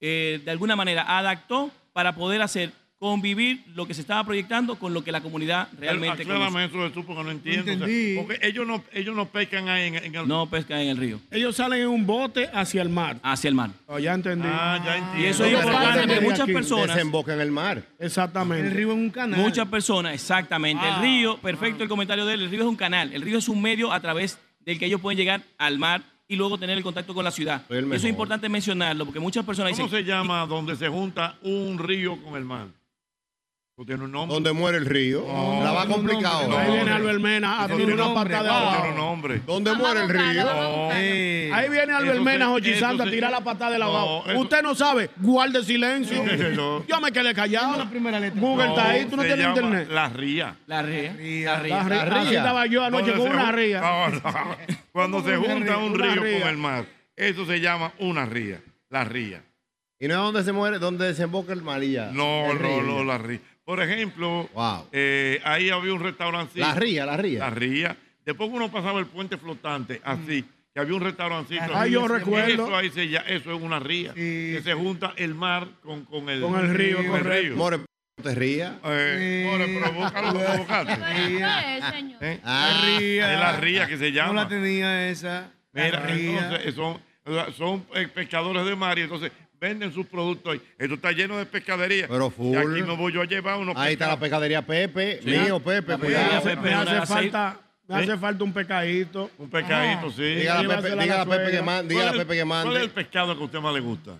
[SPEAKER 8] eh, de alguna manera adaptó para poder hacer convivir lo que se estaba proyectando con lo que la comunidad realmente conoce.
[SPEAKER 1] Aclárame eso Jesús, porque no entiendo. o sea,
[SPEAKER 5] entendí.
[SPEAKER 1] porque ellos no, ellos no pescan ahí en, en el...
[SPEAKER 8] No pesca en el río,
[SPEAKER 2] Ellos salen en un bote hacia el mar.
[SPEAKER 8] hacia el mar.
[SPEAKER 2] Oh, ya entendí.
[SPEAKER 1] Ah, ya entiendo.
[SPEAKER 8] Y eso es
[SPEAKER 3] Lo que pasa
[SPEAKER 8] importante
[SPEAKER 3] es
[SPEAKER 8] porque
[SPEAKER 3] que
[SPEAKER 8] muchas
[SPEAKER 2] aquí
[SPEAKER 8] personas
[SPEAKER 3] Desemboca en el mar.
[SPEAKER 2] Exactamente.
[SPEAKER 5] El río es un canal.
[SPEAKER 8] Muchas personas, exactamente.
[SPEAKER 1] Ah,
[SPEAKER 8] el río, perfecto el comentario de él, el río es un canal, el río es un medio a través del que ellos pueden llegar al mar y luego tener el contacto con la ciudad.
[SPEAKER 3] Soy el
[SPEAKER 8] Eso es
[SPEAKER 3] mejor.
[SPEAKER 8] importante mencionarlo porque muchas personas
[SPEAKER 1] ¿Cómo
[SPEAKER 8] dicen,
[SPEAKER 1] se llama donde se junta un río con el mar? ¿Tú tienes un nombre?
[SPEAKER 3] Donde muere el río. la va
[SPEAKER 5] no,
[SPEAKER 3] complicado.
[SPEAKER 1] no,
[SPEAKER 2] Ahí viene
[SPEAKER 1] no,
[SPEAKER 2] Albert Mena a
[SPEAKER 1] Eso
[SPEAKER 2] darle
[SPEAKER 1] tiene
[SPEAKER 2] una
[SPEAKER 5] nombre,
[SPEAKER 2] patada.
[SPEAKER 1] No
[SPEAKER 5] wow.
[SPEAKER 1] tiene un
[SPEAKER 2] abajo.
[SPEAKER 1] nombre.
[SPEAKER 3] Donde
[SPEAKER 4] Vamos
[SPEAKER 3] muere
[SPEAKER 4] a
[SPEAKER 3] el
[SPEAKER 4] buscarlo,
[SPEAKER 3] río.
[SPEAKER 4] vamos a buscarlo.
[SPEAKER 5] Eh,
[SPEAKER 2] Ahí viene Albert
[SPEAKER 1] Eso
[SPEAKER 2] Mena,
[SPEAKER 1] sí,
[SPEAKER 2] Jochi
[SPEAKER 1] eso
[SPEAKER 2] Santos, a
[SPEAKER 1] sí.
[SPEAKER 2] tirar la patada de la
[SPEAKER 1] No, eso-
[SPEAKER 2] Usted no sabe, guarde silencio.
[SPEAKER 1] No.
[SPEAKER 2] Yo me quedé callado.
[SPEAKER 5] la primera letra.
[SPEAKER 2] Google está ahí,
[SPEAKER 1] No,
[SPEAKER 2] tú no
[SPEAKER 1] se
[SPEAKER 2] tienes
[SPEAKER 1] llama
[SPEAKER 2] internet.
[SPEAKER 1] La ría.
[SPEAKER 8] la ría, la
[SPEAKER 5] ría,
[SPEAKER 8] ría.
[SPEAKER 2] La ría.
[SPEAKER 3] La
[SPEAKER 2] Así
[SPEAKER 3] ría.
[SPEAKER 2] estaba yo anoche
[SPEAKER 1] Cuando
[SPEAKER 2] con
[SPEAKER 1] se
[SPEAKER 2] una
[SPEAKER 1] ju-
[SPEAKER 2] ría.
[SPEAKER 1] No, no. Cuando se
[SPEAKER 5] Una
[SPEAKER 1] junta
[SPEAKER 5] ría,
[SPEAKER 1] un
[SPEAKER 2] una
[SPEAKER 1] río
[SPEAKER 2] ría.
[SPEAKER 1] con el mar, eso se llama una ría. La ría.
[SPEAKER 3] Y no es donde se muere, donde desemboca el mar y ya.
[SPEAKER 1] No,
[SPEAKER 3] El río.
[SPEAKER 1] no, no, la ría. Por ejemplo,
[SPEAKER 3] Wow.
[SPEAKER 1] eh, ahí había un restaurancito.
[SPEAKER 3] La ría, la ría. Mm.
[SPEAKER 1] La ría. Después uno pasaba el puente flotante, así, que había un restaurancito.
[SPEAKER 5] La
[SPEAKER 1] así.
[SPEAKER 2] Ah, yo
[SPEAKER 5] Eso
[SPEAKER 2] recuerdo.
[SPEAKER 1] Eso, ahí se ya- eso es una ría.
[SPEAKER 5] Sí.
[SPEAKER 1] Que se junta el mar con, con el,
[SPEAKER 2] Con el río,
[SPEAKER 1] con el
[SPEAKER 2] correcto.
[SPEAKER 1] río.
[SPEAKER 3] More, no te rías.
[SPEAKER 1] Eh, more, pero búscalo, lo
[SPEAKER 2] [LAUGHS]
[SPEAKER 4] Pero
[SPEAKER 1] buscaste.
[SPEAKER 4] eso es, señor.
[SPEAKER 1] ¿Eh?
[SPEAKER 3] Ah,
[SPEAKER 5] La ría.
[SPEAKER 1] Es la ría que se
[SPEAKER 5] No
[SPEAKER 1] llama.
[SPEAKER 5] la tenía esa. La
[SPEAKER 1] Mira,
[SPEAKER 5] ría.
[SPEAKER 1] entonces, son, o sea, son eh, pescadores de mar y entonces venden sus productos ahí. Esto está lleno de pescadería.
[SPEAKER 3] Pero full.
[SPEAKER 1] Y aquí me voy yo a llevar unos
[SPEAKER 3] ahí está la
[SPEAKER 1] pescados.
[SPEAKER 3] pescadería Pepe.
[SPEAKER 8] Sí.
[SPEAKER 3] Mío, Pepe.
[SPEAKER 8] La
[SPEAKER 3] Cuidado.
[SPEAKER 8] pescadería
[SPEAKER 2] Me
[SPEAKER 8] Pepe.
[SPEAKER 2] me
[SPEAKER 8] una de
[SPEAKER 2] hace
[SPEAKER 8] las seis.
[SPEAKER 2] falta, me
[SPEAKER 1] ¿Eh?
[SPEAKER 2] hace falta un pecadito.
[SPEAKER 1] Un pescadito, sí.
[SPEAKER 3] Dígale a Pepe,
[SPEAKER 2] Llévasela
[SPEAKER 3] dígale
[SPEAKER 2] a
[SPEAKER 3] a
[SPEAKER 2] la
[SPEAKER 3] Pepe que
[SPEAKER 2] suegra.
[SPEAKER 3] mande.
[SPEAKER 1] ¿Cuál
[SPEAKER 3] Dígale
[SPEAKER 1] es
[SPEAKER 3] a
[SPEAKER 1] el-
[SPEAKER 3] Pepe que
[SPEAKER 1] ¿Cuál es el
[SPEAKER 3] mande.
[SPEAKER 1] pescado que a usted más le gusta?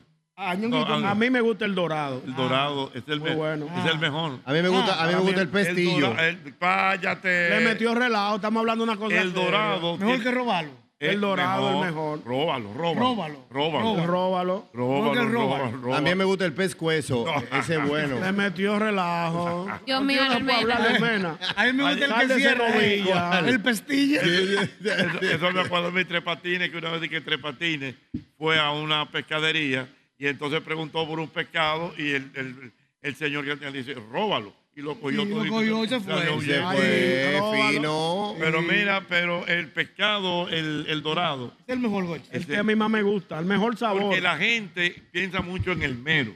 [SPEAKER 1] No,
[SPEAKER 2] A mí me gusta el dorado.
[SPEAKER 1] El dorado. Es el,
[SPEAKER 2] Ah, Muy
[SPEAKER 1] me-
[SPEAKER 2] bueno.
[SPEAKER 1] es el mejor.
[SPEAKER 3] A mí me gusta, a mí me gusta el pestillo.
[SPEAKER 1] dora- el- cállate.
[SPEAKER 2] Le metió relajo, estamos hablando de una cosa.
[SPEAKER 1] el
[SPEAKER 2] seria.
[SPEAKER 1] dorado.
[SPEAKER 5] Mejor
[SPEAKER 1] tiene-
[SPEAKER 5] que robarlo.
[SPEAKER 1] es
[SPEAKER 2] el dorado, el mejor.
[SPEAKER 1] Róbalo, róbalo.
[SPEAKER 5] Róbalo.
[SPEAKER 1] Róbalo.
[SPEAKER 5] Róbalo.
[SPEAKER 2] Róbalo.
[SPEAKER 1] Róbalo,
[SPEAKER 5] Mejor que róbalo.
[SPEAKER 1] róbalo, róbalo.
[SPEAKER 3] También me gusta el pez cueso. Ese es
[SPEAKER 2] [LAUGHS]
[SPEAKER 3] bueno.
[SPEAKER 2] Le metió relajo.
[SPEAKER 4] Dios
[SPEAKER 2] No
[SPEAKER 4] mío,
[SPEAKER 2] tiene
[SPEAKER 4] Albert
[SPEAKER 2] que
[SPEAKER 4] Mena.
[SPEAKER 2] hablar de Mena.
[SPEAKER 5] A mí me gusta el
[SPEAKER 2] Sal de
[SPEAKER 5] que cierra.
[SPEAKER 2] Cerrovilla.
[SPEAKER 5] El pestillo.
[SPEAKER 1] Eso, eso me acuerdo de mis tres patines, que una vez que tres patines fue a una pescadería y entonces preguntó por un pescado y el, el- el señor que tenía le dice, róbalo. Y lo cogió
[SPEAKER 5] Y lo
[SPEAKER 1] todito.
[SPEAKER 5] cogió pues, y se fue.
[SPEAKER 1] Salió
[SPEAKER 3] Se
[SPEAKER 1] huyendo.
[SPEAKER 3] fue
[SPEAKER 2] róbalo.
[SPEAKER 3] Pues, fino.
[SPEAKER 1] Pero mira, pero el pescado, el, el dorado,
[SPEAKER 5] Es el mejor gocho.
[SPEAKER 2] El
[SPEAKER 1] Ese-
[SPEAKER 2] que a mí más me gusta, el mejor sabor.
[SPEAKER 1] porque la gente piensa mucho en el mero.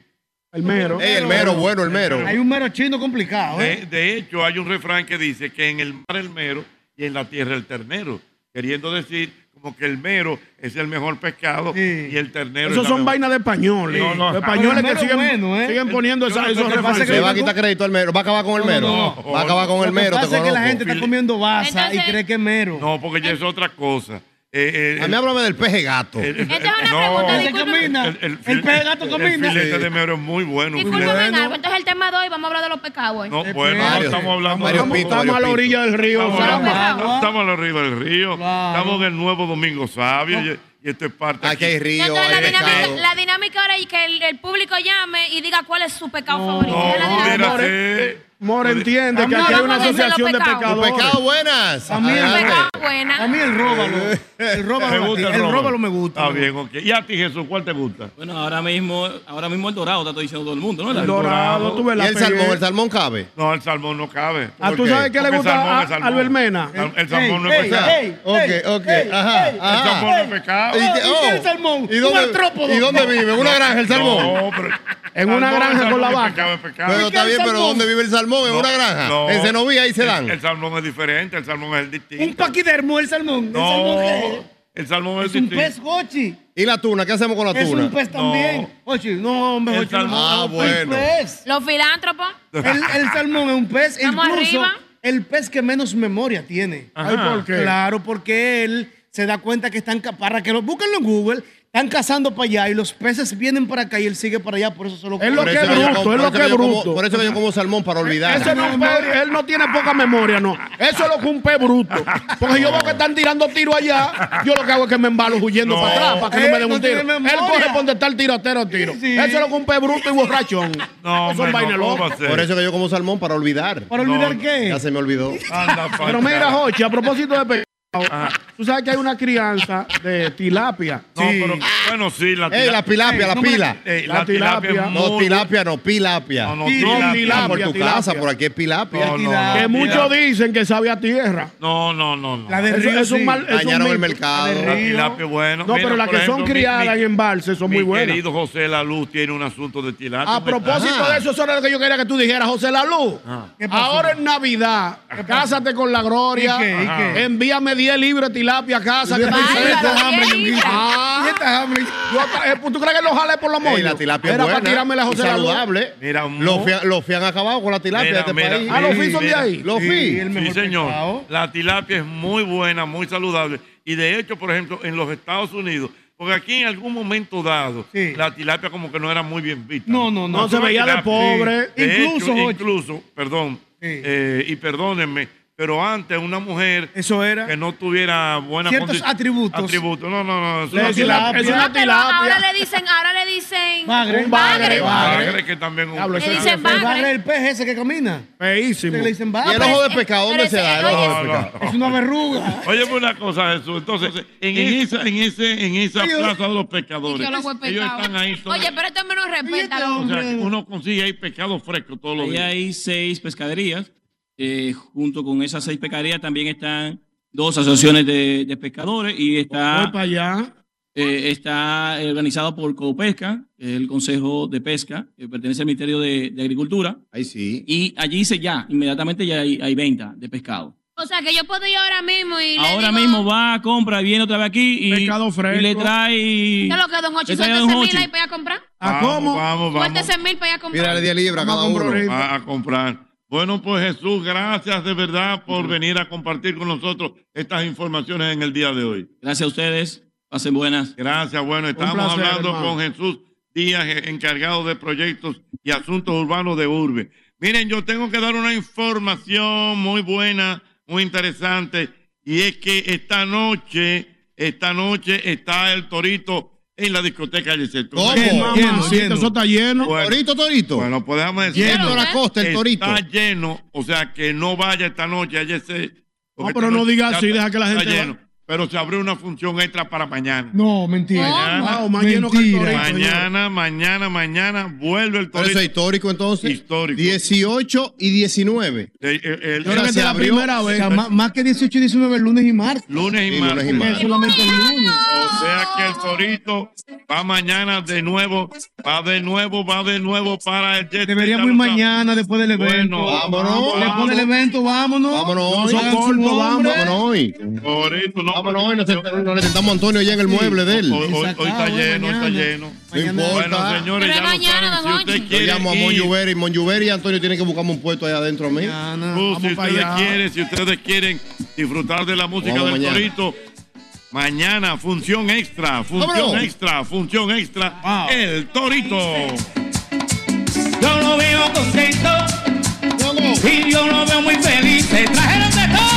[SPEAKER 2] El mero.
[SPEAKER 3] Ey, el mero, bueno, el mero.
[SPEAKER 5] Hay un mero chino complicado, ¿eh?
[SPEAKER 1] De, de hecho, hay un refrán que dice que en el mar el mero y en la tierra el ternero, queriendo decir como que el mero es el mejor pescado
[SPEAKER 5] Sí.
[SPEAKER 1] y el ternero
[SPEAKER 2] Esos
[SPEAKER 1] es la
[SPEAKER 2] son
[SPEAKER 1] mejor-
[SPEAKER 2] vainas de españoles.
[SPEAKER 1] No, no.
[SPEAKER 2] Los españoles
[SPEAKER 5] Pero el
[SPEAKER 2] que
[SPEAKER 5] mero
[SPEAKER 2] siguen,
[SPEAKER 5] bueno, ¿eh?
[SPEAKER 2] siguen poniendo esa-
[SPEAKER 1] Yo- lo
[SPEAKER 2] esos
[SPEAKER 1] que pasa
[SPEAKER 2] referentes.
[SPEAKER 1] es que
[SPEAKER 3] Le va a quitar crédito al mero. Va a acabar con el
[SPEAKER 5] No, no,
[SPEAKER 3] mero.
[SPEAKER 1] no.
[SPEAKER 3] Va a acabar con el
[SPEAKER 5] Lo que
[SPEAKER 3] mero. Te
[SPEAKER 5] pasa es que la gente
[SPEAKER 3] conozco.
[SPEAKER 5] está comiendo baza y
[SPEAKER 4] Entonces-
[SPEAKER 5] cree que es mero.
[SPEAKER 1] No, porque ya es otra cosa. Eh, eh,
[SPEAKER 3] A mí háblame del peje gato.
[SPEAKER 1] el- el-
[SPEAKER 4] Esta es una
[SPEAKER 1] no,
[SPEAKER 4] pregunta,
[SPEAKER 5] Ese
[SPEAKER 4] discúlpame.
[SPEAKER 5] camina. El, pez de gato
[SPEAKER 1] El
[SPEAKER 5] camina.
[SPEAKER 1] filete de mero es muy bueno. un
[SPEAKER 4] Discúlpame
[SPEAKER 1] filete-
[SPEAKER 4] en algo. ah, Entonces el tema de hoy, vamos a hablar de los pecados.
[SPEAKER 1] No,
[SPEAKER 3] Este
[SPEAKER 5] Qué
[SPEAKER 1] bueno,
[SPEAKER 5] pena.
[SPEAKER 1] no estamos hablando
[SPEAKER 3] Varios
[SPEAKER 2] Estamos,
[SPEAKER 1] de
[SPEAKER 3] pintos,
[SPEAKER 2] estamos a la
[SPEAKER 3] varios
[SPEAKER 2] orilla del río.
[SPEAKER 1] Estamos,
[SPEAKER 4] Claro,
[SPEAKER 2] Sama.
[SPEAKER 4] claro.
[SPEAKER 1] hablando- estamos a la arriba del río.
[SPEAKER 5] Claro.
[SPEAKER 1] Estamos en el nuevo Domingo Sabio. y- Y, esto es parte.
[SPEAKER 3] Aquí hay
[SPEAKER 4] Y
[SPEAKER 3] río,
[SPEAKER 4] entonces la
[SPEAKER 3] hay
[SPEAKER 4] dinámica,
[SPEAKER 3] pescado.
[SPEAKER 4] la dinámica ahora es que el, el público llame y diga cuál es su pecado favorito.
[SPEAKER 1] No,
[SPEAKER 4] Esa es la dinámica.
[SPEAKER 1] mira,
[SPEAKER 2] More-
[SPEAKER 1] sí.
[SPEAKER 2] More entiende que
[SPEAKER 4] Vamos,
[SPEAKER 2] aquí hay una
[SPEAKER 4] vamos a decir los
[SPEAKER 2] asociación de
[SPEAKER 4] pecados.
[SPEAKER 3] Un
[SPEAKER 2] pecadores.
[SPEAKER 3] pescado buenas. Ah,
[SPEAKER 5] A mí el
[SPEAKER 4] Un
[SPEAKER 3] Adelante.
[SPEAKER 4] pecado buena.
[SPEAKER 5] A mí el róbalo.
[SPEAKER 3] [LAUGHS]
[SPEAKER 5] El róbalo
[SPEAKER 1] Me
[SPEAKER 5] me
[SPEAKER 1] gusta
[SPEAKER 5] gusta. El róbalo me gusta.
[SPEAKER 1] Está bien, ok. ¿Y a ti, Jesús, cuál te gusta?
[SPEAKER 8] Bueno, ahora mismo, ahora mismo el dorado está diciendo todo el mundo, ¿no?
[SPEAKER 2] El
[SPEAKER 8] La-
[SPEAKER 2] dorado, tú ves
[SPEAKER 3] Y
[SPEAKER 2] la
[SPEAKER 3] el salmón,
[SPEAKER 2] pegué.
[SPEAKER 3] el salmón cabe.
[SPEAKER 1] No, el salmón no cabe.
[SPEAKER 2] Ah, ¿tú
[SPEAKER 3] ¿Por qué?
[SPEAKER 2] sabes qué le
[SPEAKER 1] Porque
[SPEAKER 2] gusta
[SPEAKER 1] salmón
[SPEAKER 2] a
[SPEAKER 1] es salmón.
[SPEAKER 2] Albert Mena?
[SPEAKER 1] El, el salmón no es
[SPEAKER 5] Ey,
[SPEAKER 1] pescado.
[SPEAKER 5] ey,
[SPEAKER 3] Ok,
[SPEAKER 5] ey,
[SPEAKER 3] ok.
[SPEAKER 5] ey,
[SPEAKER 3] Ajá,
[SPEAKER 5] ey.
[SPEAKER 1] El
[SPEAKER 3] ajá.
[SPEAKER 1] salmón no es pescado.
[SPEAKER 3] ¿Y qué-
[SPEAKER 5] ¿Y qué es el salmón?
[SPEAKER 3] ¿Y
[SPEAKER 5] Un
[SPEAKER 3] dónde,
[SPEAKER 5] artrópodo.
[SPEAKER 3] ¿Y dónde vive? ¿En una granja el salmón?
[SPEAKER 1] No, pero.
[SPEAKER 2] En una
[SPEAKER 1] Salmón,
[SPEAKER 2] granja
[SPEAKER 1] el
[SPEAKER 2] con la
[SPEAKER 1] salmón es
[SPEAKER 2] vaca.
[SPEAKER 1] pescado, es pescado.
[SPEAKER 3] Pero está
[SPEAKER 5] el
[SPEAKER 3] bien, pero
[SPEAKER 5] salmón?
[SPEAKER 3] ¿dónde vive el salmón? ¿En
[SPEAKER 1] No,
[SPEAKER 3] una granja?
[SPEAKER 1] no.
[SPEAKER 3] En Cenovía ahí se
[SPEAKER 1] El-
[SPEAKER 3] dan.
[SPEAKER 1] El, salmón es diferente, el salmón es distinto.
[SPEAKER 5] Un paquidermo el salmón. el salmón
[SPEAKER 1] No,
[SPEAKER 5] qué es?
[SPEAKER 1] el salmón es,
[SPEAKER 5] Es un
[SPEAKER 1] distinto.
[SPEAKER 5] pez gochi.
[SPEAKER 3] ¿Y la tuna? ¿Qué hacemos con la
[SPEAKER 5] Es
[SPEAKER 3] tuna?
[SPEAKER 5] un pez también. Ochi, no, hombre,
[SPEAKER 1] El
[SPEAKER 5] Ochi, no.
[SPEAKER 1] salmón-
[SPEAKER 3] Ah,
[SPEAKER 5] Es un
[SPEAKER 3] bueno.
[SPEAKER 5] pez.
[SPEAKER 4] Los filántropos.
[SPEAKER 5] El, [LAUGHS] el salmón es un pez.
[SPEAKER 4] Vamos
[SPEAKER 5] Incluso
[SPEAKER 4] arriba.
[SPEAKER 5] el pez que menos memoria tiene.
[SPEAKER 1] Ajá.
[SPEAKER 2] Ay, ¿por qué?
[SPEAKER 5] Claro, porque él se da cuenta que están, ca- para que lo búsquenlo en Google, están cazando para allá y los peces vienen para acá y él sigue para allá, por eso se lo
[SPEAKER 2] Es lo
[SPEAKER 3] Por
[SPEAKER 2] que
[SPEAKER 3] eso
[SPEAKER 2] es
[SPEAKER 3] que yo
[SPEAKER 2] bruto,
[SPEAKER 3] como-
[SPEAKER 2] es lo
[SPEAKER 3] por eso
[SPEAKER 2] que es
[SPEAKER 3] yo como-
[SPEAKER 2] bruto.
[SPEAKER 3] Por eso que yo como salmón para olvidar.
[SPEAKER 2] Ese no es un pe- él no tiene poca memoria, no. Eso es lo que un pe bruto. Porque yo veo que están tirando tiros allá, yo lo que hago es que me embalo huyendo
[SPEAKER 1] No.
[SPEAKER 2] para atrás para que no
[SPEAKER 5] Él
[SPEAKER 2] me den
[SPEAKER 5] no
[SPEAKER 2] un tiro.
[SPEAKER 5] tiene
[SPEAKER 2] Él
[SPEAKER 5] memoria.
[SPEAKER 2] coge por donde está el tirotero, tiro.
[SPEAKER 5] Sí.
[SPEAKER 2] Eso es lo que un pe bruto y borrachón.
[SPEAKER 1] No,
[SPEAKER 2] Eso
[SPEAKER 1] hombre,
[SPEAKER 2] es vaina
[SPEAKER 1] no, ¿cómo
[SPEAKER 2] loca.
[SPEAKER 1] va a ser?
[SPEAKER 3] Por eso que yo como salmón para olvidar.
[SPEAKER 5] ¿Para olvidar
[SPEAKER 1] No,
[SPEAKER 5] qué?
[SPEAKER 3] Ya se me olvidó.
[SPEAKER 1] Anda,
[SPEAKER 2] Pero
[SPEAKER 1] falta.
[SPEAKER 2] mira, Jochi, a propósito de pescado, tú sabes que hay una crianza de tilapia.
[SPEAKER 1] No, pero, bueno, sí, la
[SPEAKER 3] ¡Ey,
[SPEAKER 1] tilapia.
[SPEAKER 3] la pilapia, la pila!
[SPEAKER 1] eh,
[SPEAKER 2] la
[SPEAKER 1] la tilapia
[SPEAKER 2] tilapia.
[SPEAKER 1] es
[SPEAKER 3] No,
[SPEAKER 1] muy-
[SPEAKER 3] tilapia no, pilapia.
[SPEAKER 1] No, no,
[SPEAKER 5] Sí,
[SPEAKER 1] tilapia.
[SPEAKER 3] Ah, por
[SPEAKER 2] tilapia,
[SPEAKER 3] tu
[SPEAKER 2] tilapia.
[SPEAKER 3] casa, por aquí es pilapia.
[SPEAKER 1] No, no,
[SPEAKER 5] tilapia.
[SPEAKER 2] Que
[SPEAKER 1] no,
[SPEAKER 2] muchos dicen que sabe a tierra.
[SPEAKER 1] No, no, no, no.
[SPEAKER 5] La de
[SPEAKER 2] Eso-
[SPEAKER 5] río
[SPEAKER 2] eso es
[SPEAKER 5] sí.
[SPEAKER 2] un mal- eso es un
[SPEAKER 3] Dañaron el
[SPEAKER 2] mito.
[SPEAKER 3] mercado.
[SPEAKER 1] La tilapia, bueno.
[SPEAKER 2] No,
[SPEAKER 1] Mira,
[SPEAKER 2] pero las
[SPEAKER 1] por
[SPEAKER 2] que son
[SPEAKER 1] ejemplo, mi-
[SPEAKER 2] criadas
[SPEAKER 1] mi-
[SPEAKER 2] en embalse son
[SPEAKER 1] mi
[SPEAKER 2] muy buenas.
[SPEAKER 1] querido José La Luz tiene un asunto de tilapia.
[SPEAKER 2] A propósito
[SPEAKER 3] Ajá.
[SPEAKER 2] de eso, eso era lo que yo quería que tú dijeras, José La Luz.
[SPEAKER 1] Ah.
[SPEAKER 5] ¿Qué pasó?
[SPEAKER 2] Ahora en Navidad, cásate con la gloria.
[SPEAKER 5] ¿Y qué? ¿Y qué?
[SPEAKER 2] Envíame 10 libras de tilapia a casa. Que estoy
[SPEAKER 4] Válgame,
[SPEAKER 2] seco.
[SPEAKER 4] Dios. hambre, Ñonguito.
[SPEAKER 2] Ah. Yo ta- eh, ¿Tú crees que lo jale por los moños?
[SPEAKER 3] Ey, la tilapia
[SPEAKER 2] Era
[SPEAKER 3] es buena.
[SPEAKER 2] para tirarme la
[SPEAKER 3] y
[SPEAKER 2] José La Luz.
[SPEAKER 3] saludable.
[SPEAKER 1] Mira, un
[SPEAKER 3] los
[SPEAKER 1] mo-
[SPEAKER 3] fian, los fian acabado con la tilapia
[SPEAKER 1] Mira,
[SPEAKER 3] de este
[SPEAKER 1] mira,
[SPEAKER 3] país.
[SPEAKER 2] Ah, los
[SPEAKER 1] Sí,
[SPEAKER 2] fios son de
[SPEAKER 1] mira.
[SPEAKER 2] ahí.
[SPEAKER 3] Los
[SPEAKER 5] Sí,
[SPEAKER 3] fios.
[SPEAKER 5] el
[SPEAKER 1] Sí,
[SPEAKER 5] mejor
[SPEAKER 1] señor.
[SPEAKER 5] pescado.
[SPEAKER 1] La tilapia es muy buena, muy saludable. Y de hecho, por ejemplo, en los Estados Unidos, porque aquí en algún momento dado,
[SPEAKER 5] Sí.
[SPEAKER 1] la tilapia como que no era muy bien vista.
[SPEAKER 5] No, no, no.
[SPEAKER 2] No se veía de
[SPEAKER 1] Tilapia.
[SPEAKER 2] pobre.
[SPEAKER 5] Sí.
[SPEAKER 1] De
[SPEAKER 5] Incluso,
[SPEAKER 1] hecho,
[SPEAKER 5] Jochi.
[SPEAKER 1] incluso, perdón, eh, y perdónenme, pero antes una mujer
[SPEAKER 5] Eso era.
[SPEAKER 1] que no tuviera buena condi-
[SPEAKER 5] Ciertos atributos.
[SPEAKER 1] Atributos, no, no, no. Es
[SPEAKER 2] Le
[SPEAKER 1] una
[SPEAKER 2] decía
[SPEAKER 1] tilapia.
[SPEAKER 2] la- Es una
[SPEAKER 4] No, pero ahora
[SPEAKER 2] tilapia.
[SPEAKER 4] le dicen, ahora le dicen.
[SPEAKER 5] Bagre.
[SPEAKER 2] Un bagre, bagre.
[SPEAKER 1] Bagre, que también es un-
[SPEAKER 2] Diablo,
[SPEAKER 4] Le
[SPEAKER 2] ese
[SPEAKER 4] dicen
[SPEAKER 2] tío
[SPEAKER 5] El
[SPEAKER 4] bagre.
[SPEAKER 5] bagre, el pez ese que camina.
[SPEAKER 2] Feísimo.
[SPEAKER 5] Que le dicen
[SPEAKER 3] Y el
[SPEAKER 5] bagre.
[SPEAKER 3] ojo de
[SPEAKER 4] es-
[SPEAKER 3] pescado,
[SPEAKER 4] pero
[SPEAKER 3] ¿dónde se
[SPEAKER 4] ese-
[SPEAKER 3] da? El ojo
[SPEAKER 1] No,
[SPEAKER 3] de
[SPEAKER 1] no,
[SPEAKER 3] pescado.
[SPEAKER 1] no.
[SPEAKER 5] Es una verruga.
[SPEAKER 1] Oye, una cosa, Jesús. Entonces, en, esa, en, ese, en esa
[SPEAKER 5] Oye,
[SPEAKER 1] plaza de los pescadores,
[SPEAKER 10] yo los voy
[SPEAKER 1] ellos
[SPEAKER 10] pescado.
[SPEAKER 1] están ahí. todos-
[SPEAKER 4] Oye, pero esto menos respeta.
[SPEAKER 5] Oye,
[SPEAKER 1] o
[SPEAKER 4] loco.
[SPEAKER 1] sea, uno consigue ahí pescado fresco todos los
[SPEAKER 8] Ahí
[SPEAKER 1] días.
[SPEAKER 8] hay seis pescaderías. eh, junto con esas seis pescaderías también están dos asociaciones de, de pescadores y
[SPEAKER 2] Voy
[SPEAKER 8] está,
[SPEAKER 2] para allá.
[SPEAKER 8] eh, está organizado por Codopesca, el Consejo de Pesca, que pertenece al Ministerio de, de Agricultura.
[SPEAKER 3] Ahí sí.
[SPEAKER 8] Y allí se ya, inmediatamente ya hay, hay venta de pescado.
[SPEAKER 4] O sea, que yo puedo ir ahora mismo y. le
[SPEAKER 8] Ahora
[SPEAKER 4] digo,
[SPEAKER 8] mismo va, compra, viene otra vez aquí y,
[SPEAKER 2] Pescado
[SPEAKER 8] y le
[SPEAKER 2] fresco.
[SPEAKER 8] trae...
[SPEAKER 4] ¿Qué es lo que don Hochi?
[SPEAKER 8] le trae a
[SPEAKER 4] Suéltese
[SPEAKER 8] don
[SPEAKER 4] mil
[SPEAKER 8] Hochi.
[SPEAKER 4] ahí para ir a comprar.
[SPEAKER 2] ¿A
[SPEAKER 1] Vamos,
[SPEAKER 2] cómo?
[SPEAKER 1] Vamos, vamos.
[SPEAKER 4] Suéltese mil para ir a comprar.
[SPEAKER 3] Mírale 10 libras
[SPEAKER 2] Vamos
[SPEAKER 3] cada
[SPEAKER 2] a comprar
[SPEAKER 3] uno.
[SPEAKER 2] ahorita.
[SPEAKER 1] a, a comprar. Bueno, pues Jesús, gracias de verdad por venir a compartir con nosotros estas informaciones en el día de hoy.
[SPEAKER 8] Gracias a ustedes, pasen buenas.
[SPEAKER 1] Gracias, bueno, estamos
[SPEAKER 2] placer,
[SPEAKER 1] hablando
[SPEAKER 2] hermano.
[SPEAKER 1] con Jesús Díaz, eh, encargado de proyectos y asuntos urbanos de Urbe. Miren, yo tengo que dar una información muy buena, muy interesante, y es que esta noche, esta noche está el Torito en la discoteca del
[SPEAKER 3] ¿Cómo?
[SPEAKER 2] Mamacita,
[SPEAKER 5] Enciendo.
[SPEAKER 2] Eso está lleno.
[SPEAKER 3] Torito, torito.
[SPEAKER 1] Bueno, pues déjame decir.
[SPEAKER 3] Yendo a la costa, el torito.
[SPEAKER 1] Está lleno, o sea que no vaya esta noche, ayer se. porque
[SPEAKER 2] pero
[SPEAKER 1] esta
[SPEAKER 2] no
[SPEAKER 1] noche
[SPEAKER 2] diga
[SPEAKER 1] ya
[SPEAKER 2] así,
[SPEAKER 1] está-
[SPEAKER 2] deja que la
[SPEAKER 1] está
[SPEAKER 2] gente va-
[SPEAKER 1] lleno. Pero se abrió una función extra para mañana.
[SPEAKER 5] No, mentira.
[SPEAKER 1] Mañana,
[SPEAKER 2] Wow, más lleno que
[SPEAKER 1] ¿eh?
[SPEAKER 2] el
[SPEAKER 5] Mentira.
[SPEAKER 2] torito, señor.
[SPEAKER 1] mañana, mañana, mañana, vuelve el
[SPEAKER 3] Pero eso
[SPEAKER 1] torito.
[SPEAKER 3] es histórico entonces.
[SPEAKER 1] Histórico.
[SPEAKER 3] 18 y 19.
[SPEAKER 1] Eh, eh, el-
[SPEAKER 2] Yo creo que
[SPEAKER 3] se
[SPEAKER 2] es la
[SPEAKER 3] abrió.
[SPEAKER 2] primera
[SPEAKER 5] O
[SPEAKER 2] vez.
[SPEAKER 5] sea, má- más que 18 y 19 lunes y martes.
[SPEAKER 1] lunes y
[SPEAKER 3] Sí, lunes y
[SPEAKER 1] martes.
[SPEAKER 3] martes.
[SPEAKER 5] Solamente el lunes.
[SPEAKER 1] O sea que el torito va mañana de nuevo, va de nuevo, va de nuevo para el jet.
[SPEAKER 5] Deberíamos
[SPEAKER 1] Ya
[SPEAKER 5] ir
[SPEAKER 1] lo saben.
[SPEAKER 5] mañana después del evento.
[SPEAKER 1] Bueno,
[SPEAKER 3] vámonos,
[SPEAKER 5] Después del evento, vámonos.
[SPEAKER 3] Vámonos
[SPEAKER 5] No
[SPEAKER 3] hoy.
[SPEAKER 5] son cortos,
[SPEAKER 3] Vámonos
[SPEAKER 5] vámonos.
[SPEAKER 3] hoy.
[SPEAKER 1] Torito, no.
[SPEAKER 3] Vámonos hoy. Nos sent- nos le sentamos a Antonio allá en el mueble de
[SPEAKER 1] Hoy,
[SPEAKER 3] él.
[SPEAKER 1] hoy- hoy está
[SPEAKER 5] Sacado, eh,
[SPEAKER 1] lleno, hoy está
[SPEAKER 5] mañana.
[SPEAKER 1] lleno.
[SPEAKER 3] No importa.
[SPEAKER 1] Bueno, señores,
[SPEAKER 4] Pero
[SPEAKER 1] ya lo
[SPEAKER 4] mañana,
[SPEAKER 1] saben.
[SPEAKER 4] don
[SPEAKER 1] Si usted
[SPEAKER 4] Jochi.
[SPEAKER 3] Yo
[SPEAKER 1] quiere
[SPEAKER 3] llamo a
[SPEAKER 1] ir,
[SPEAKER 3] Monjuveri. Monjuveri y Antonio tiene que buscarme un puesto allá adentro a mí.
[SPEAKER 5] Mañana.
[SPEAKER 1] Jesús, si
[SPEAKER 2] Vamos para
[SPEAKER 1] ustedes
[SPEAKER 2] allá.
[SPEAKER 1] quieren, si ustedes quieren disfrutar de la música
[SPEAKER 3] Vamos
[SPEAKER 1] del
[SPEAKER 3] mañana.
[SPEAKER 1] Torito, mañana función extra, función
[SPEAKER 3] Vámonos.
[SPEAKER 1] extra, función extra, el Torito.
[SPEAKER 11] Yo lo veo contento y yo lo veo muy feliz. Se trajeron de todo.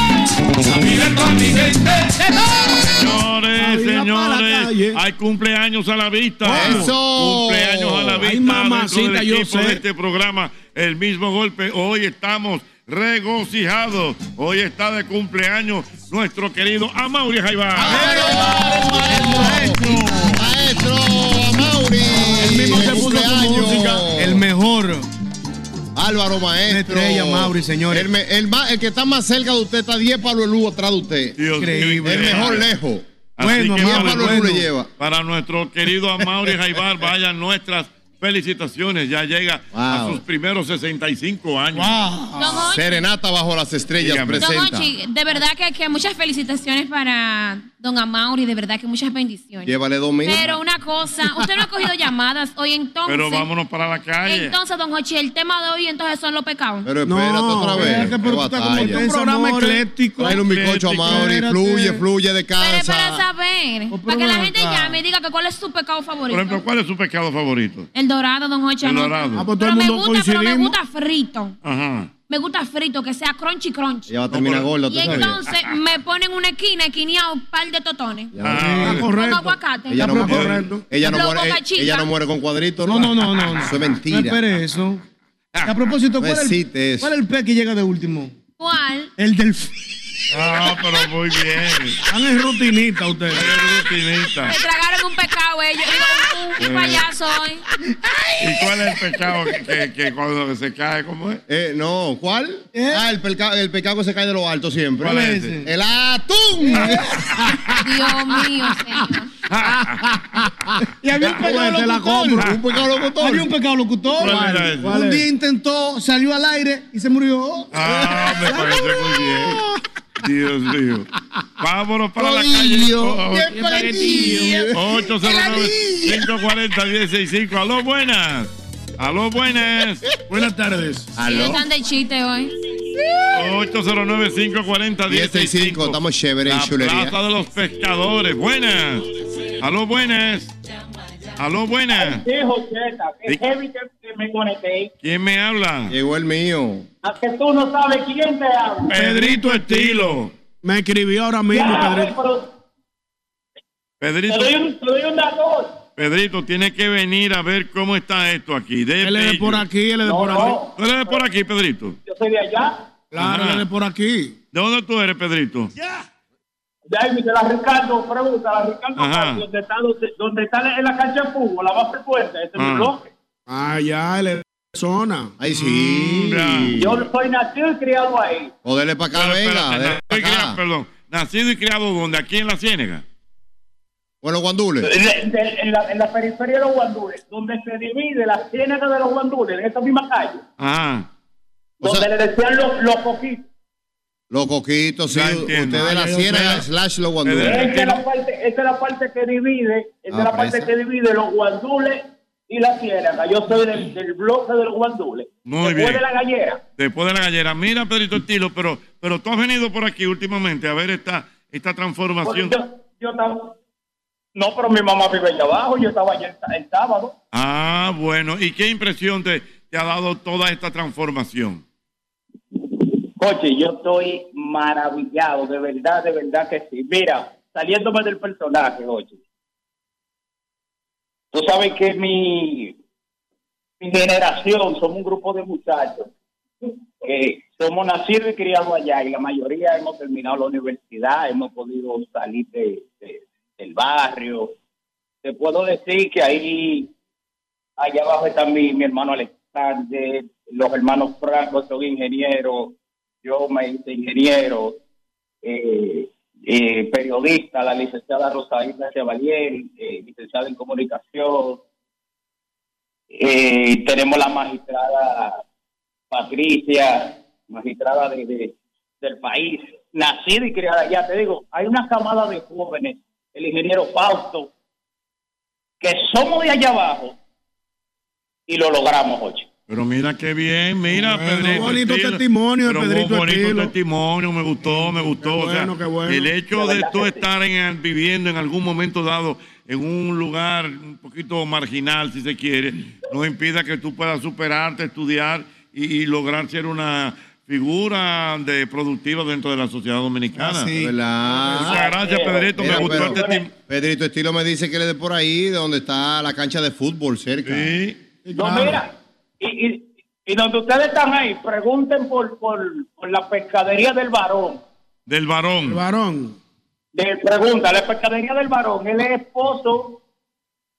[SPEAKER 11] A mí me convivente de todo.
[SPEAKER 1] Señores,
[SPEAKER 2] Navidad para la
[SPEAKER 1] señores,
[SPEAKER 2] calle.
[SPEAKER 1] hay cumpleaños a la vista.
[SPEAKER 3] Vamos. Eso.
[SPEAKER 1] Cumpleaños a la
[SPEAKER 2] Ay,
[SPEAKER 1] vista.
[SPEAKER 2] mamacita,
[SPEAKER 1] dentro del
[SPEAKER 2] yo
[SPEAKER 1] equipo de
[SPEAKER 2] sé.
[SPEAKER 1] este programa, el mismo golpe. Hoy estamos regocijados. Hoy está de cumpleaños nuestro querido Amaury Jaivá.
[SPEAKER 3] Maestro, maestro Amauri. El
[SPEAKER 2] mismo se puso su música.
[SPEAKER 5] El mejor.
[SPEAKER 3] Álvaro Maestro.
[SPEAKER 5] estrella, Mauri, señores.
[SPEAKER 3] El, me- el ma- el que está más cerca de usted está 10 palos de luz atrás de usted.
[SPEAKER 1] Dios mío,
[SPEAKER 5] Increíble.
[SPEAKER 3] El mejor lejos.
[SPEAKER 1] Así
[SPEAKER 5] Bueno,
[SPEAKER 1] que
[SPEAKER 5] Amaury,
[SPEAKER 1] para,
[SPEAKER 3] Pablo Luz le lleva. [LAUGHS]
[SPEAKER 1] para nuestro querido Amaury Jaibar, vayan nuestras Felicitaciones, ya llega a
[SPEAKER 3] Wow.
[SPEAKER 1] sus primeros 65 años.
[SPEAKER 4] Don Hochi.
[SPEAKER 3] Serenata bajo las estrellas
[SPEAKER 1] Dígame.
[SPEAKER 4] Don
[SPEAKER 3] presenta.
[SPEAKER 4] Hochi, de verdad que, que muchas felicitaciones para Don Amauri, de verdad que muchas bendiciones.
[SPEAKER 3] Llévale dos minutos.
[SPEAKER 4] Pero una cosa, usted no ha cogido llamadas hoy entonces.
[SPEAKER 1] Pero vámonos para la calle.
[SPEAKER 4] Entonces, Don Hochi, el tema de hoy entonces son los pecados.
[SPEAKER 3] Pero
[SPEAKER 5] No,
[SPEAKER 3] espérate otra vez.
[SPEAKER 5] espérate,
[SPEAKER 3] qué
[SPEAKER 5] pero tú estás como
[SPEAKER 3] batalla.
[SPEAKER 5] un programa ecléctico.
[SPEAKER 3] Tráele un bizcocho a Mauri,
[SPEAKER 5] Espérate.
[SPEAKER 3] fluye, fluye,
[SPEAKER 4] Pero es para
[SPEAKER 3] descansa.
[SPEAKER 4] saber,
[SPEAKER 5] Oh, pero
[SPEAKER 4] para que la
[SPEAKER 5] ven
[SPEAKER 4] gente
[SPEAKER 5] acá.
[SPEAKER 4] llame y diga que cuál es su pecado
[SPEAKER 1] Por
[SPEAKER 4] favorito.
[SPEAKER 1] ejemplo, ¿cuál es su pecado favorito?
[SPEAKER 4] el dorado, Don Hochi.
[SPEAKER 1] El
[SPEAKER 4] anota.
[SPEAKER 1] dorado.
[SPEAKER 5] Ah, pues todo
[SPEAKER 4] Pero
[SPEAKER 5] el
[SPEAKER 4] me
[SPEAKER 5] mundo
[SPEAKER 4] gusta, pero me
[SPEAKER 5] coincidimos.
[SPEAKER 4] gusta frito.
[SPEAKER 1] Ajá.
[SPEAKER 4] Me gusta frito, que sea crunchy crunchy.
[SPEAKER 3] Ella va a terminar
[SPEAKER 1] No,
[SPEAKER 3] gorda,
[SPEAKER 4] Y
[SPEAKER 3] ¿tú sabes?
[SPEAKER 1] [LAUGHS]
[SPEAKER 4] entonces me ponen una esquina, esquinea un par de totones.
[SPEAKER 5] Está
[SPEAKER 1] Ah,
[SPEAKER 4] Con
[SPEAKER 5] correcto.
[SPEAKER 4] aguacate.
[SPEAKER 3] Ella no,
[SPEAKER 5] Está
[SPEAKER 3] muere,
[SPEAKER 5] correcto.
[SPEAKER 3] ella, no
[SPEAKER 4] Los
[SPEAKER 3] muere, eh,
[SPEAKER 4] Boca
[SPEAKER 3] ella-
[SPEAKER 4] Chica.
[SPEAKER 3] ella no muere con cuadritos.
[SPEAKER 5] No, no, no, no. no.
[SPEAKER 3] Eso es
[SPEAKER 5] No
[SPEAKER 3] mentira.
[SPEAKER 5] espere eso. A propósito, ¿cuál,
[SPEAKER 3] No
[SPEAKER 5] es el,
[SPEAKER 3] existe eso.
[SPEAKER 5] ¿cuál es el pez que llega de último?
[SPEAKER 4] ¿Cuál?
[SPEAKER 5] El delfín.
[SPEAKER 1] Ah, pero muy bien.
[SPEAKER 5] Están en rutinita ustedes.
[SPEAKER 1] Qué rutinita.
[SPEAKER 4] Me tragaron un pecado ellos. Digo, un, un payaso hoy.
[SPEAKER 1] ¿Y cuál es el pecado que, que- que cuando se cae, cómo es?
[SPEAKER 3] Eh, no, ¿cuál?
[SPEAKER 5] pues. ¿Eh?
[SPEAKER 3] Ah, el, peca- el pecado que se cae de lo alto siempre.
[SPEAKER 1] ¿Cuál es
[SPEAKER 5] ese?
[SPEAKER 1] ese?
[SPEAKER 3] El atún.
[SPEAKER 4] Dios mío, señor.
[SPEAKER 5] Y había un pecado
[SPEAKER 3] Pues te la
[SPEAKER 5] locutor.
[SPEAKER 3] compro. Un pecado locutor.
[SPEAKER 5] Había un pecado locutor.
[SPEAKER 1] ¿Cuál era ese?
[SPEAKER 5] Un día intentó, salió al aire y se murió.
[SPEAKER 1] Ah, me parece muy bien. Dios mío. Vámonos para la calle.
[SPEAKER 3] Corillo.
[SPEAKER 1] Oh,
[SPEAKER 3] Bien prendido.
[SPEAKER 1] 809-540-1065. Aló, buenas. Aló, buenas.
[SPEAKER 2] Buenas tardes.
[SPEAKER 4] Y
[SPEAKER 3] Aló.
[SPEAKER 4] están de chiste hoy.
[SPEAKER 3] 1065,
[SPEAKER 1] 809-540-1065.
[SPEAKER 3] estamos chévere en
[SPEAKER 1] La
[SPEAKER 3] chulería.
[SPEAKER 1] Plaza de los Pescadores. Buenas. Aló, buenas. Aló, buenas.
[SPEAKER 10] Dijo Cheta, que
[SPEAKER 1] Sí.
[SPEAKER 10] heavy que que me conecté.
[SPEAKER 1] ¿Quién me habla?
[SPEAKER 3] Llegó el mío.
[SPEAKER 10] A que tú no sabes quién te habla.
[SPEAKER 1] Pedrito Estilo.
[SPEAKER 2] Me escribió [LAUGHS] ahora mismo,
[SPEAKER 10] Ya,
[SPEAKER 2] Pedrito.
[SPEAKER 10] pero Te
[SPEAKER 1] Pedrito,
[SPEAKER 10] doy un, te doy un dato.
[SPEAKER 1] Pedrito, tiene que venir a ver cómo está esto aquí. De
[SPEAKER 2] Él es de
[SPEAKER 1] bello.
[SPEAKER 2] por aquí, él es de
[SPEAKER 10] No,
[SPEAKER 2] por aquí.
[SPEAKER 10] no,
[SPEAKER 1] ¿Tú eres de por aquí, Pedrito?
[SPEAKER 10] yo soy de allá.
[SPEAKER 2] Claro,
[SPEAKER 1] Ajá.
[SPEAKER 2] él es de por aquí.
[SPEAKER 1] ¿De dónde tú eres, Pedrito?
[SPEAKER 10] De ahí, mira, Ricardo, pregunta, la Ricardo,
[SPEAKER 1] Ajá.
[SPEAKER 10] Paz, ¿dónde está, donde, donde está la- en la cancha de fútbol, la base fuerte, este es
[SPEAKER 1] Ah.
[SPEAKER 10] mi bloque.
[SPEAKER 2] Ah, ya, él es de zona.
[SPEAKER 3] Ahí sí.
[SPEAKER 1] Mm,
[SPEAKER 10] Yo soy nacido y criado ahí.
[SPEAKER 3] O dele para acá, venga.
[SPEAKER 1] Espérate,
[SPEAKER 3] dele
[SPEAKER 1] nacido
[SPEAKER 3] pa'
[SPEAKER 1] y criado,
[SPEAKER 3] acá.
[SPEAKER 1] perdón. Nacido y criado, ¿dónde? Aquí en la Ciénega.
[SPEAKER 3] Bueno, Guandule.
[SPEAKER 10] De- de- en, la, en la periferia de los guandules, donde se divide la ciénaga de los guandules, en esa misma calle,
[SPEAKER 1] Ajá.
[SPEAKER 3] O
[SPEAKER 10] donde
[SPEAKER 3] sea-
[SPEAKER 10] le decían los, los coquitos.
[SPEAKER 3] Los coquitos, sí.
[SPEAKER 1] Ya
[SPEAKER 3] Usted
[SPEAKER 1] entiendo.
[SPEAKER 3] de la
[SPEAKER 1] Ay, o
[SPEAKER 3] sierra
[SPEAKER 1] sea,
[SPEAKER 3] slash los guandules.
[SPEAKER 1] Pedro.
[SPEAKER 10] Esta es la parte, esta es la parte que divide, esta es
[SPEAKER 3] Ah,
[SPEAKER 10] la parte
[SPEAKER 3] presa.
[SPEAKER 10] que divide los guandules y la ciénaga. Yo soy del, del bloque de los guandules.
[SPEAKER 1] Muy
[SPEAKER 10] Después
[SPEAKER 1] bien.
[SPEAKER 10] de la gallera.
[SPEAKER 1] Después de la gallera. Mira, Pedrito Estilo, pero, pero tú has venido por aquí últimamente a ver esta, esta
[SPEAKER 10] Porque
[SPEAKER 1] transformación.
[SPEAKER 10] yo, yo estaba, no, pero mi mamá vive allá abajo, yo estaba allá el, sá- el sábado.
[SPEAKER 1] Ah, bueno. ¿Y qué impresión te, te ha dado toda esta transformación?
[SPEAKER 10] Coche, yo estoy maravillado, de verdad, de verdad que sí. Mira, saliéndome del personaje, coche. Tú sabes que mi, mi generación somos un grupo de muchachos que somos nacidos y criados allá y la mayoría hemos terminado la universidad, hemos podido salir de,
[SPEAKER 12] É,
[SPEAKER 10] de- del barrio. Te puedo decir que ahí, allá abajo está mi, mi hermano Alexander, los hermanos Franco son ingenieros, yo me hice ingeniero, eh, eh, periodista, la licenciada Rosalina Chevalier, eh, licenciada en comunicación. Eh, tenemos la magistrada Patricia, magistrada de, de- del país, nacida y criada allá. Te digo, hay una camada de jóvenes, el ingeniero Fausto, que somos de allá abajo y lo logramos, Ocho.
[SPEAKER 1] Pero mira qué bien, mira,
[SPEAKER 2] Bueno,
[SPEAKER 1] Pedrito.
[SPEAKER 2] bonito testimonio de
[SPEAKER 1] Pero muy
[SPEAKER 2] Pedrito
[SPEAKER 1] bonito
[SPEAKER 2] Estilo.
[SPEAKER 1] testimonio, me gustó, me gustó.
[SPEAKER 2] Qué
[SPEAKER 1] o sea,
[SPEAKER 2] bueno, qué bueno.
[SPEAKER 1] El hecho
[SPEAKER 10] De
[SPEAKER 1] de
[SPEAKER 10] verdad
[SPEAKER 1] tú
[SPEAKER 10] que sí.
[SPEAKER 1] estar en- viviendo en algún momento dado en un lugar un poquito marginal, si se quiere, no impida que tú puedas superarte, estudiar y, y lograr ser una figura de productiva dentro de la sociedad dominicana.
[SPEAKER 5] Ah, sí.
[SPEAKER 1] Muchas
[SPEAKER 2] Ah,
[SPEAKER 3] ¿Verdad?
[SPEAKER 1] gracias, Pedrito.
[SPEAKER 3] Ah, Mira,
[SPEAKER 1] me gustó este
[SPEAKER 3] pero-
[SPEAKER 1] el testimonio.
[SPEAKER 3] Pedrito Estilo me dice que él es de por ahí, de donde está la cancha de fútbol cerca.
[SPEAKER 1] Sí.
[SPEAKER 10] No, mira, y, y, y donde ustedes están ahí, pregunten por, por, por la pescadería del varón.
[SPEAKER 1] Del varón.
[SPEAKER 2] El varón.
[SPEAKER 10] De, pregunta, la pescadería del varón, él es esposo.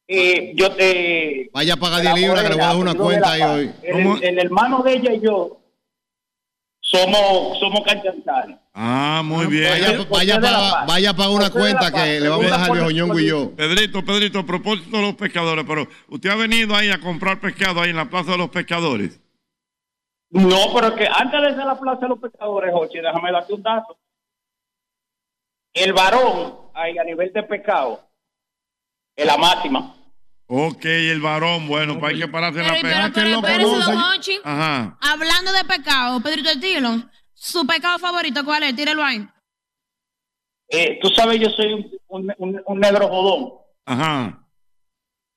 [SPEAKER 10] eh, yo te.
[SPEAKER 3] Vaya a pagar 10 libras que le voy a dar una
[SPEAKER 10] Apellido de
[SPEAKER 3] cuenta
[SPEAKER 10] la
[SPEAKER 3] ahí
[SPEAKER 10] Paz.
[SPEAKER 3] hoy.
[SPEAKER 10] El,
[SPEAKER 1] ¿Cómo?
[SPEAKER 10] el hermano de ella y yo Somos, somos canchazares.
[SPEAKER 1] Ah, muy bien.
[SPEAKER 10] pues,
[SPEAKER 3] Vaya, vaya para, vaya para una cuenta que le vamos a dejar al viejo Ñongo y yo.
[SPEAKER 1] Pedrito, Pedrito, a propósito de los pescadores, pero usted ha venido ahí a comprar pescado ahí en la Plaza de los Pescadores.
[SPEAKER 10] No, pero que ah, antes de hacer la Plaza de los Pescadores, Jochi, déjame darte un dato. El varón, ahí a nivel de pescado, es la máxima.
[SPEAKER 1] Ok, el varón, bueno, pues hay que pararse
[SPEAKER 4] Pero,
[SPEAKER 1] la pena.
[SPEAKER 4] pero, pero, espérese, don Hochi.
[SPEAKER 1] Ajá.
[SPEAKER 4] Hablando de pecado, Pedrito el Tilo, ¿su pecado favorito cuál es? Tírelo ahí.
[SPEAKER 10] Eh, tú sabes, yo soy un, un- un- un negro jodón.
[SPEAKER 1] Ajá.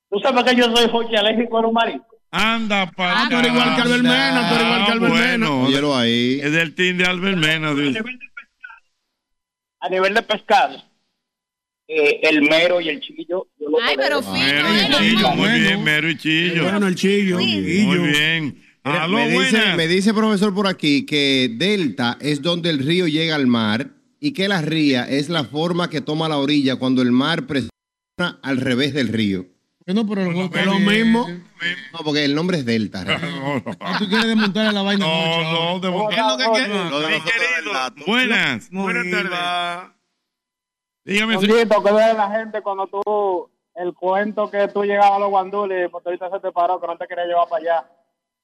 [SPEAKER 10] Tú sabes que yo soy Jochi alérgico a los mariscos.
[SPEAKER 1] Anda, Ah, para.
[SPEAKER 2] Ah, tú eres igual que Albert Mena, tú eres igual que Albert Mena.
[SPEAKER 3] Míralo ahí.
[SPEAKER 1] Es del team de Albert Mena, dice.
[SPEAKER 10] A nivel de pescado, eh, el mero y el chillo. yo lo
[SPEAKER 4] Ay, pero
[SPEAKER 10] tolero.
[SPEAKER 1] Mero
[SPEAKER 4] fino,
[SPEAKER 2] eh,
[SPEAKER 1] y
[SPEAKER 4] oiga,
[SPEAKER 1] Chillo, muy
[SPEAKER 2] Bueno.
[SPEAKER 1] bien, Mero y Chillo.
[SPEAKER 2] Bueno, el chillo.
[SPEAKER 1] Muy bien.
[SPEAKER 3] Mira,
[SPEAKER 1] Aló,
[SPEAKER 3] me, dice,
[SPEAKER 1] Ah, buenas.
[SPEAKER 3] me dice profesor por aquí que delta es donde el río llega al mar y que la ría es la forma que toma la orilla cuando el mar presiona al revés del río.
[SPEAKER 13] Bueno, pero el golpe
[SPEAKER 2] Es lo mismo.
[SPEAKER 3] No, porque el nombre
[SPEAKER 1] [LAUGHS]
[SPEAKER 3] es delta. realmente.
[SPEAKER 1] No, no,
[SPEAKER 13] Ah, Tú quieres desmontar la vaina.
[SPEAKER 1] no,
[SPEAKER 13] mucho.
[SPEAKER 1] no, de
[SPEAKER 10] Hola, hola.
[SPEAKER 3] Lo de
[SPEAKER 1] Mi
[SPEAKER 3] nosotros era el dato.
[SPEAKER 1] querido, buenas. Buenas tardes. Dígame, si-
[SPEAKER 10] Condito, que ve la gente cuando tú, el cuento que tú llegabas a los guandules y el motorista se te paró, que no te quería llevar para allá.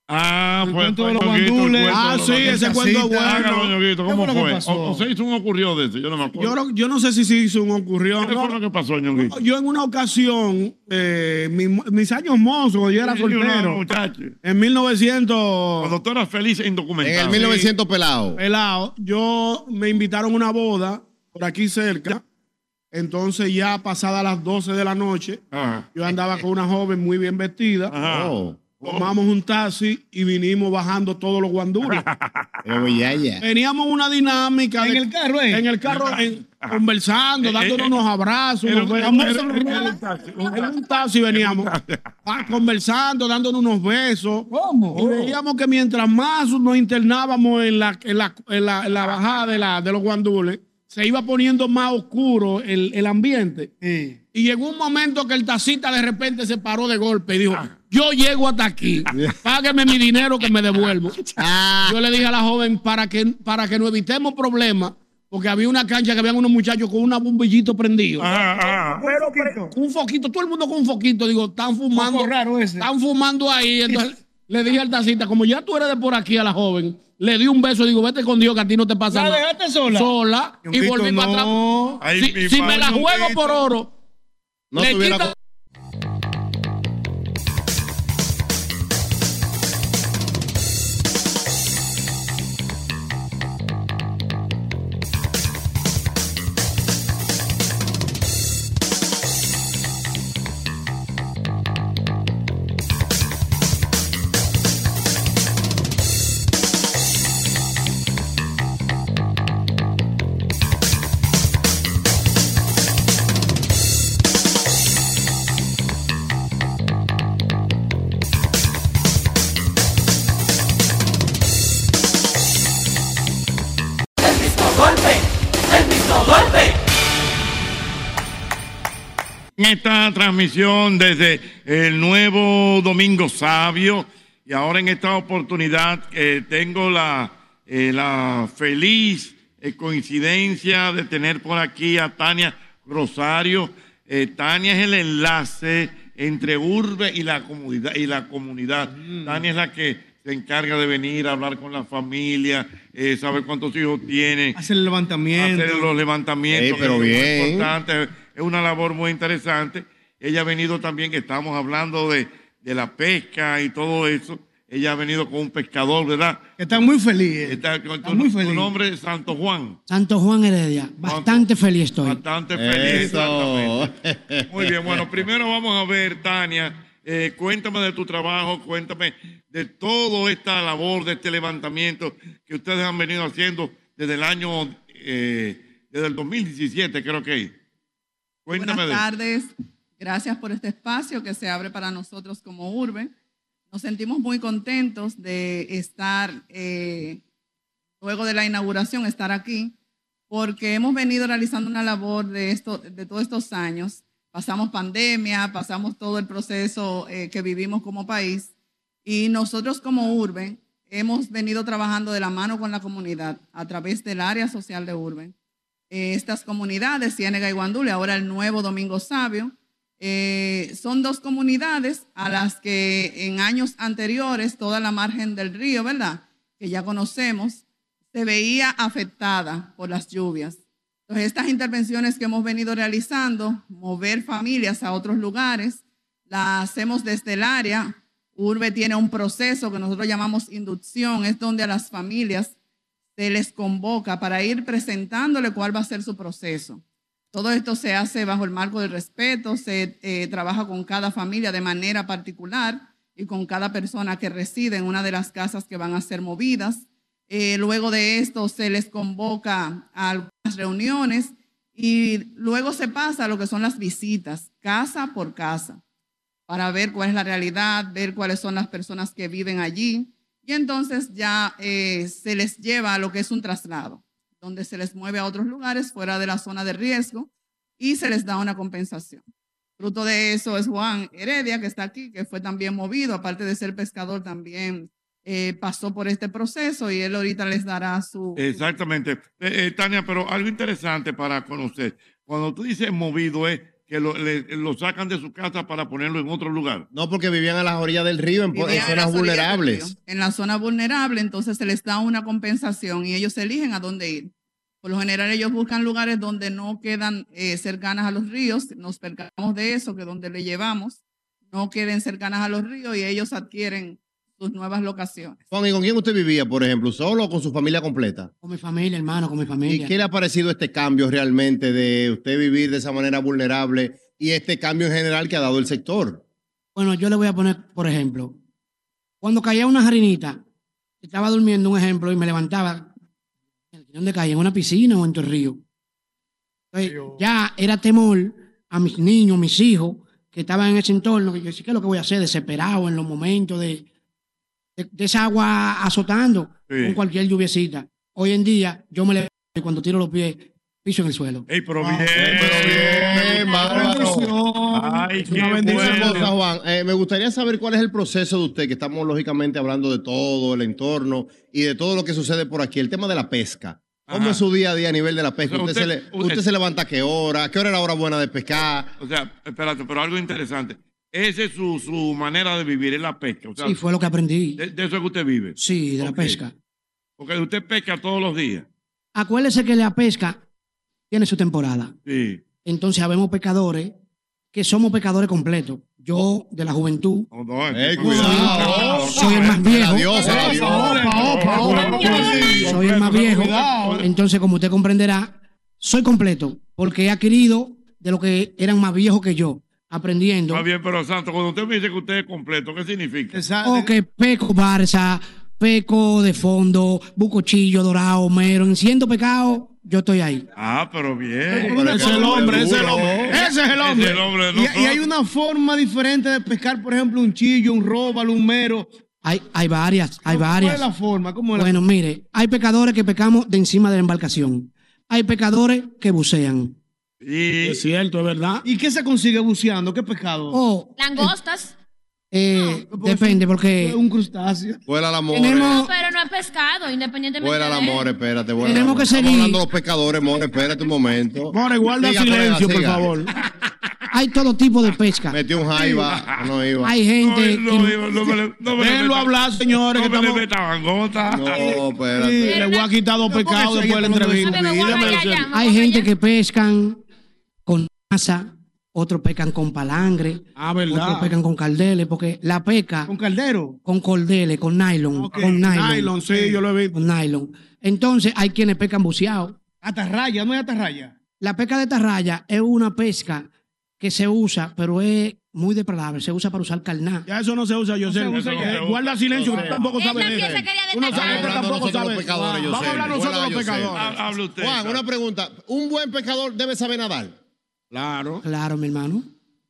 [SPEAKER 1] Ah,
[SPEAKER 13] El
[SPEAKER 1] pues.
[SPEAKER 13] cuento de los
[SPEAKER 1] Ñonguito, el
[SPEAKER 13] guandules.
[SPEAKER 1] cuento de
[SPEAKER 2] Ah,
[SPEAKER 1] los
[SPEAKER 2] sí,
[SPEAKER 1] guandules.
[SPEAKER 2] ese cuento es
[SPEAKER 13] Casita.
[SPEAKER 1] Hágalo,
[SPEAKER 2] bueno.
[SPEAKER 1] Ñonguito, ¿cómo
[SPEAKER 13] ¿Qué fue lo que
[SPEAKER 1] fue?
[SPEAKER 13] pasó?
[SPEAKER 1] O, o se hizo un ocurrió de eso, yo no me acuerdo.
[SPEAKER 2] Yo, no- yo no sé si se hizo un ocurrió.
[SPEAKER 1] ¿Qué fue lo que pasó, Ñonguito?
[SPEAKER 2] Yo en una ocasión, eh, mi- mis años mozos, cuando yo era
[SPEAKER 1] Sí, una
[SPEAKER 2] soltero,
[SPEAKER 1] muchacha.
[SPEAKER 2] en 1900...
[SPEAKER 1] Cuando tú eras feliz e
[SPEAKER 3] En el
[SPEAKER 1] indocumentado.
[SPEAKER 3] 1900 pelado.
[SPEAKER 2] pelado, yo me invitaron a una boda por aquí cerca. Entonces ya pasadas las 12 de la noche,
[SPEAKER 1] Ajá.
[SPEAKER 2] yo andaba con una joven muy bien vestida.
[SPEAKER 1] Ajá.
[SPEAKER 3] Oh,
[SPEAKER 2] Tomamos un taxi y vinimos bajando todos los
[SPEAKER 1] [LAUGHS]
[SPEAKER 2] guandules.
[SPEAKER 3] pero ya, ya.
[SPEAKER 2] Teníamos una dinámica
[SPEAKER 13] En
[SPEAKER 2] de-
[SPEAKER 13] el carro, ¿eh?
[SPEAKER 2] en el carro en- conversando, dándonos unos abrazos.
[SPEAKER 1] Era
[SPEAKER 2] unos
[SPEAKER 1] un-
[SPEAKER 2] besos.
[SPEAKER 1] era- era un taxi, un
[SPEAKER 2] En un taxi veníamos ah, conversando, dándonos unos besos.
[SPEAKER 13] ¿Cómo?
[SPEAKER 2] Y veíamos que mientras más nos internábamos en la, en la, en la- en la bajada de, la, de los guandules, se iba poniendo más oscuro el, el ambiente.
[SPEAKER 13] Sí.
[SPEAKER 2] Y llegó un momento que el tacita de repente se paró de golpe y dijo,
[SPEAKER 13] Ah.
[SPEAKER 2] yo llego hasta aquí, págueme mi dinero que
[SPEAKER 13] [LAUGHS]
[SPEAKER 2] me devuelvo.
[SPEAKER 13] Ah.
[SPEAKER 2] Yo le dije a la joven, para que, para que no evitemos problemas, porque había una cancha que habían unos muchachos con un bombillito prendido.
[SPEAKER 13] Ah,
[SPEAKER 1] Ajá, ajá.
[SPEAKER 2] Un foquito, todo el mundo con un foquito, digo, están fumando.
[SPEAKER 13] Foco raro ese.
[SPEAKER 2] Están fumando ahí.
[SPEAKER 13] [LAUGHS]
[SPEAKER 2] Entonces le dije al tacita, como ya tú eres de por aquí a la joven, le di un beso, digo, vete con Dios que a ti no te pasa
[SPEAKER 13] ¿La
[SPEAKER 2] nada.
[SPEAKER 13] dejaste sola?
[SPEAKER 2] Sola. Y
[SPEAKER 5] Ñonguito,
[SPEAKER 2] volví para atrás.
[SPEAKER 5] no.
[SPEAKER 1] Ay,
[SPEAKER 2] Si-
[SPEAKER 1] mi
[SPEAKER 2] si me la
[SPEAKER 1] padre,
[SPEAKER 2] juego
[SPEAKER 1] Ñonguito.
[SPEAKER 2] por oro,
[SPEAKER 3] No
[SPEAKER 2] le
[SPEAKER 3] tuviera
[SPEAKER 2] quita-
[SPEAKER 3] co-
[SPEAKER 1] En esta transmisión desde el nuevo Domingo Sabio y ahora en esta oportunidad eh, tengo la, eh, la feliz eh, coincidencia de tener por aquí a Tania Rosario. Eh, Tania es el enlace entre Urbe y la comunidad. Y la comunidad.
[SPEAKER 5] Mm.
[SPEAKER 1] Tania es la que se encarga de venir a hablar con la familia, eh, saber cuántos hijos tiene,
[SPEAKER 5] Hace el levantamiento.
[SPEAKER 1] hacer los levantamientos.
[SPEAKER 3] Ey,
[SPEAKER 5] Eh,
[SPEAKER 1] que es
[SPEAKER 3] pero
[SPEAKER 1] muy
[SPEAKER 3] bien.
[SPEAKER 1] importante, es una labor muy interesante. Ella ha venido también, que estamos hablando de, de la pesca y todo eso. Ella ha venido con un pescador, ¿verdad?
[SPEAKER 5] Están muy felices.
[SPEAKER 1] Está, con
[SPEAKER 5] Está
[SPEAKER 1] tu,
[SPEAKER 5] muy
[SPEAKER 1] tu
[SPEAKER 5] feliz.
[SPEAKER 1] nombre es Santo Juan.
[SPEAKER 14] Santo Juan Heredia, bastante feliz estoy.
[SPEAKER 1] Bastante feliz.
[SPEAKER 3] Eso.
[SPEAKER 1] exactamente. Muy bien, bueno, primero vamos a ver, Tania, eh, cuéntame de tu trabajo, cuéntame de toda esta labor, de este levantamiento que ustedes han venido haciendo desde el año, eh, desde el 2017, creo que. es. Cuéntame
[SPEAKER 15] Buenas
[SPEAKER 1] de
[SPEAKER 15] tardes. Gracias por este espacio que se abre para nosotros como Urbe. Nos sentimos muy contentos de estar, eh, luego de la inauguración, estar aquí, porque hemos venido realizando una labor de, esto, de todos estos años. Pasamos pandemia, pasamos todo el proceso eh, que vivimos como país y nosotros como Urbe hemos venido trabajando de la mano con la comunidad a través del área social de Urbe. Eh, estas comunidades, Ciénega y Guandule, ahora el nuevo Domingo Sabio, eh, son dos comunidades a las que en años anteriores toda la margen del río, ¿verdad? Que ya conocemos, se veía afectada por las lluvias. Entonces, estas intervenciones que hemos venido realizando, mover familias a otros lugares, las hacemos desde el área. Urbe tiene un proceso que nosotros llamamos inducción, es donde a las familias se les convoca para ir presentándole cuál va a ser su proceso. Todo esto se hace bajo el marco del respeto, se eh, trabaja con cada familia de manera particular y con cada persona que reside en una de las casas que van a ser movidas. Eh, luego de esto se les convoca a algunas reuniones y luego se pasa a lo que son las visitas, casa por casa, para ver cuál es la realidad, ver cuáles son las personas que viven allí. Y entonces ya eh, se les lleva a lo que es un traslado, donde se les mueve a otros lugares fuera de la zona de riesgo y se les da una compensación. Fruto de eso es Juan Heredia, que está aquí, que fue también movido, aparte de ser pescador, también eh, pasó por este proceso y él ahorita les dará su...
[SPEAKER 1] Exactamente. Eh, eh, Tania, pero algo interesante para conocer. Cuando tú dices movido es que lo, le- lo sacan de su casa para ponerlo en otro lugar.
[SPEAKER 3] No, porque vivían a las orillas del río, Eh, en, po- en
[SPEAKER 15] Vivían en
[SPEAKER 3] zonas
[SPEAKER 15] las orillas del
[SPEAKER 3] vulnerables.
[SPEAKER 15] río. En la zona vulnerable, entonces se les da una compensación y ellos eligen a dónde ir. Por lo general ellos buscan lugares donde no quedan eh, cercanas a los ríos, nos percatamos de eso, que donde le llevamos no queden cercanas a los ríos y ellos adquieren sus nuevas locaciones.
[SPEAKER 3] Juan, ¿y con quién usted vivía, por ejemplo? ¿Solo o con su familia completa?
[SPEAKER 14] Con mi familia, hermano, con mi
[SPEAKER 3] ¿Y
[SPEAKER 14] familia.
[SPEAKER 3] qué le ha parecido este cambio realmente de usted vivir de esa manera vulnerable y este cambio en general que ha dado el sector?
[SPEAKER 14] Bueno, yo le voy a poner, por ejemplo, cuando caía una jarinita, estaba durmiendo, un ejemplo, y me levantaba, ¿dónde caía? En una piscina o en el río. Entonces, ya era temor a mis niños, mis hijos, que estaban en ese entorno, que yo decía, ¿qué es lo que voy a hacer? Desesperado en los momentos de, de, de esa agua azotando
[SPEAKER 1] Sí.
[SPEAKER 14] con cualquier lluviecita. Hoy en día, yo me levanto y cuando tiro los pies, piso en el suelo.
[SPEAKER 1] Ey, pero bien, Ah, pero bien, Ay, qué
[SPEAKER 3] Una
[SPEAKER 1] bueno.
[SPEAKER 3] cosa, Juan. Eh, me gustaría saber cuál es el proceso de usted, que estamos lógicamente hablando de todo el entorno y de todo lo que sucede por aquí, el tema de la pesca. ¿Cómo
[SPEAKER 1] Ajá.
[SPEAKER 3] es su día a día a nivel de la pesca?
[SPEAKER 1] O sea,
[SPEAKER 3] usted, se
[SPEAKER 1] usted-
[SPEAKER 3] le- usted se levanta a qué hora? ¿A ¿Qué hora es la hora buena de pescar?
[SPEAKER 1] O sea, espérate, pero algo interesante. Esa es su, su manera de vivir, es la pesca. O sea,
[SPEAKER 14] Sí, fue lo que aprendí.
[SPEAKER 1] de, de eso es que usted vive.
[SPEAKER 14] Sí, de la pesca.
[SPEAKER 1] Porque usted pesca todos los días.
[SPEAKER 14] Acuérdese que la pesca tiene su temporada.
[SPEAKER 1] Sí.
[SPEAKER 14] Entonces, habemos pecadores que somos pecadores completos. Yo, de la juventud,
[SPEAKER 1] Ey,
[SPEAKER 14] Oh, cuidado. soy el más viejo.
[SPEAKER 11] diosa, la diosa.
[SPEAKER 14] Opa, opa, opa. Soy el más viejo. Entonces, como usted comprenderá, soy completo porque he adquirido de lo que eran más viejos que yo, aprendiendo.
[SPEAKER 1] Está bien, pero Santo, cuando usted me dice que usted es completo, ¿qué significa?
[SPEAKER 14] O que peco Barça, peco de fondo, bucochillo, dorado, mero, en ciento pecados, yo estoy ahí.
[SPEAKER 1] Ah, pero bien.
[SPEAKER 5] Pero es el hombre, es el hombre. Ese es el hombre.
[SPEAKER 1] Es el hombre de
[SPEAKER 5] Y- y, hay
[SPEAKER 1] nosotros.
[SPEAKER 5] una forma diferente de pescar, por ejemplo, un chillo, un róbalo, un mero.
[SPEAKER 14] Hay, hay varias, hay varias.
[SPEAKER 5] ¿Cuál es la forma? ¿Cómo es la
[SPEAKER 14] Bueno, mire, hay pecadores que pecamos de encima de la embarcación. Hay pecadores que bucean.
[SPEAKER 1] Es
[SPEAKER 14] cierto, es verdad.
[SPEAKER 5] ¿Y qué se consigue buceando? ¿Qué pescado?
[SPEAKER 14] Oh,
[SPEAKER 4] Langostas.
[SPEAKER 14] eh, depende, porque
[SPEAKER 5] pues, un crustáceo.
[SPEAKER 3] Vuela la amor.
[SPEAKER 4] No, pero no es pescado, independientemente
[SPEAKER 3] Vuela el
[SPEAKER 4] de
[SPEAKER 3] amor, espérate. Vuela
[SPEAKER 14] Tenemos
[SPEAKER 3] el amor.
[SPEAKER 14] que
[SPEAKER 3] Estamos
[SPEAKER 14] seguir.
[SPEAKER 3] hablando de los pescadores, more, espérate un momento. More,
[SPEAKER 14] guarda silencio, por favor. hay todo tipo de pesca.
[SPEAKER 3] Metió un jaiba, Ah, no iba.
[SPEAKER 14] Hay gente
[SPEAKER 1] No,
[SPEAKER 14] que-
[SPEAKER 1] no, no me le- no me le
[SPEAKER 5] Déjenlo
[SPEAKER 1] meta-
[SPEAKER 5] hablar, señores,
[SPEAKER 1] No
[SPEAKER 5] que
[SPEAKER 1] me
[SPEAKER 5] estamos-
[SPEAKER 1] le meta mangota. [LAUGHS]
[SPEAKER 3] No,
[SPEAKER 5] Sí,
[SPEAKER 3] espérate.
[SPEAKER 5] le voy a quitar dos pecados después de la entrevista.
[SPEAKER 14] Hay gente que pescan con masa, otros pescan con palangre,
[SPEAKER 5] Ah,
[SPEAKER 14] otros pescan con cardeles, porque la pesca... ¿Con
[SPEAKER 5] caldero?
[SPEAKER 14] Con cordeles, con nylon, con nylon.
[SPEAKER 5] Nylon, sí, yo lo he visto.
[SPEAKER 14] Con nylon. Entonces, hay quienes pescan buceado.
[SPEAKER 5] Atarraya, no hay atarraya.
[SPEAKER 14] La pesca de tarraya es una pesca que se usa, pero es muy depredable. Se usa para usar carná.
[SPEAKER 5] Ya eso no se usa, yo sé.
[SPEAKER 2] Eh,
[SPEAKER 5] Guarda silencio, usted tampoco sabe de eso. Uno sabe, usted tampoco sabe.
[SPEAKER 14] Ah,
[SPEAKER 5] Vamos a hablar nosotros de los pecadores.
[SPEAKER 3] Juan, una pregunta. ¿Un buen pescador debe saber nadar?
[SPEAKER 5] Claro.
[SPEAKER 14] Claro, mi hermano.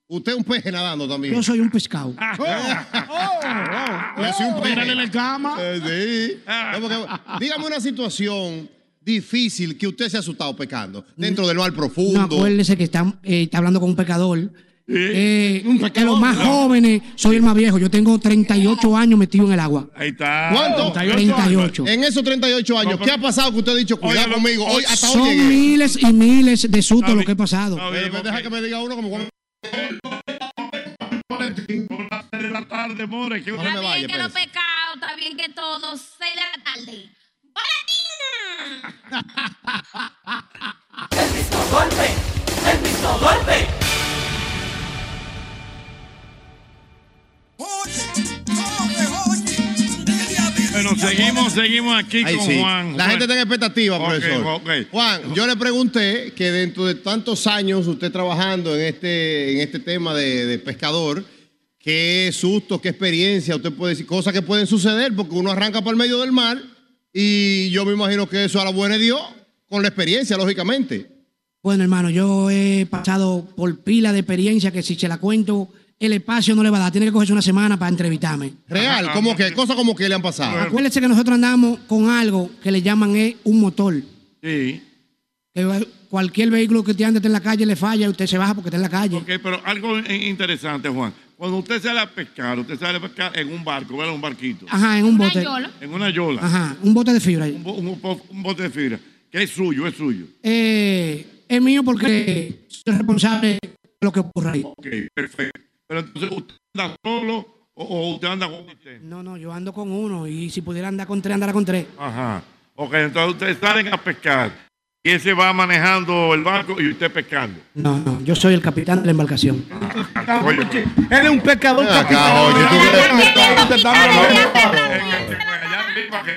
[SPEAKER 3] Usted es un peje nadando también.
[SPEAKER 14] Yo soy un
[SPEAKER 5] [LAUGHS]
[SPEAKER 14] pescado.
[SPEAKER 5] Oh,
[SPEAKER 3] Le hacía un peje.
[SPEAKER 5] Mírale oh. la cama. Ah.
[SPEAKER 3] Eh, sí. No, porque- dígame una situación difícil que usted se ha asustado pecando. Dentro del mar
[SPEAKER 14] No,
[SPEAKER 3] profundo.
[SPEAKER 14] acuérdese que está, eh, está hablando con un pecador. Eh,
[SPEAKER 1] Nunca
[SPEAKER 14] que los
[SPEAKER 1] quedó,
[SPEAKER 14] más
[SPEAKER 1] claro.
[SPEAKER 14] jóvenes, soy el más viejo. Yo tengo 38 años metido en el agua.
[SPEAKER 1] Ahí está.
[SPEAKER 3] ¿Cuánto?
[SPEAKER 14] 38.
[SPEAKER 3] En esos 38 años, ¿qué ha pasado que usted ha dicho, cuidado conmigo? Hoy, hasta hoy
[SPEAKER 14] Son
[SPEAKER 3] llegué.
[SPEAKER 14] miles y miles de sustos lo que he pasado.
[SPEAKER 3] Pero me deja que me diga uno como Juan.
[SPEAKER 1] de la tarde, more. Que
[SPEAKER 4] Está bien que
[SPEAKER 1] pues.
[SPEAKER 4] los
[SPEAKER 3] pues.
[SPEAKER 4] pecados, está bien que todos, seis de la tarde. ¡Boletina!
[SPEAKER 1] Bueno, seguimos, seguimos aquí
[SPEAKER 3] Ahí
[SPEAKER 1] con
[SPEAKER 3] sí.
[SPEAKER 1] Juan.
[SPEAKER 3] La
[SPEAKER 1] Juan.
[SPEAKER 3] gente está en expectativa,
[SPEAKER 1] Ok,
[SPEAKER 3] profesor.
[SPEAKER 1] ok.
[SPEAKER 3] Juan, yo le pregunté que dentro de tantos años usted trabajando en este, en este tema de, de pescador, qué susto, qué experiencia, usted puede decir, cosas que pueden suceder, porque uno arranca para el medio del mar y yo me imagino que eso a la buena dio con la experiencia, lógicamente.
[SPEAKER 14] Bueno, hermano, yo he pasado por pila de experiencia que si se la cuento, el espacio no le va a dar. Tiene que cogerse una semana para entrevistarme.
[SPEAKER 3] Real, como que, cosas como que le han pasado.
[SPEAKER 14] Acuérdense que nosotros andamos con algo que le llaman eh, un motor.
[SPEAKER 1] Sí.
[SPEAKER 14] Que va- cualquier vehículo que usted ande está en la calle le falla y usted se baja porque está en la calle.
[SPEAKER 1] Ok, pero algo in- interesante, Juan. Cuando usted sale a pescar, usted sale a pescar en un barco, ¿verdad? Un barquito.
[SPEAKER 14] Ajá, en un bote.
[SPEAKER 1] En una yola.
[SPEAKER 14] Ajá, un bote de fibra.
[SPEAKER 1] Un, bo- un bo- un bote de fibra. Que es suyo, es suyo.
[SPEAKER 14] Eh, es mío porque soy responsable de lo que ocurra ahí.
[SPEAKER 1] Ok, perfecto. Pero entonces, ¿usted anda solo o, o usted anda con usted?
[SPEAKER 14] No, no, yo ando con uno y si pudiera andar con tres, andara con tres.
[SPEAKER 1] Ajá. Ok, entonces ustedes salen a pescar. Y ese va manejando el barco y usted pescando.
[SPEAKER 14] No, no, yo soy el capitán de la embarcación.
[SPEAKER 5] Eres un pescador.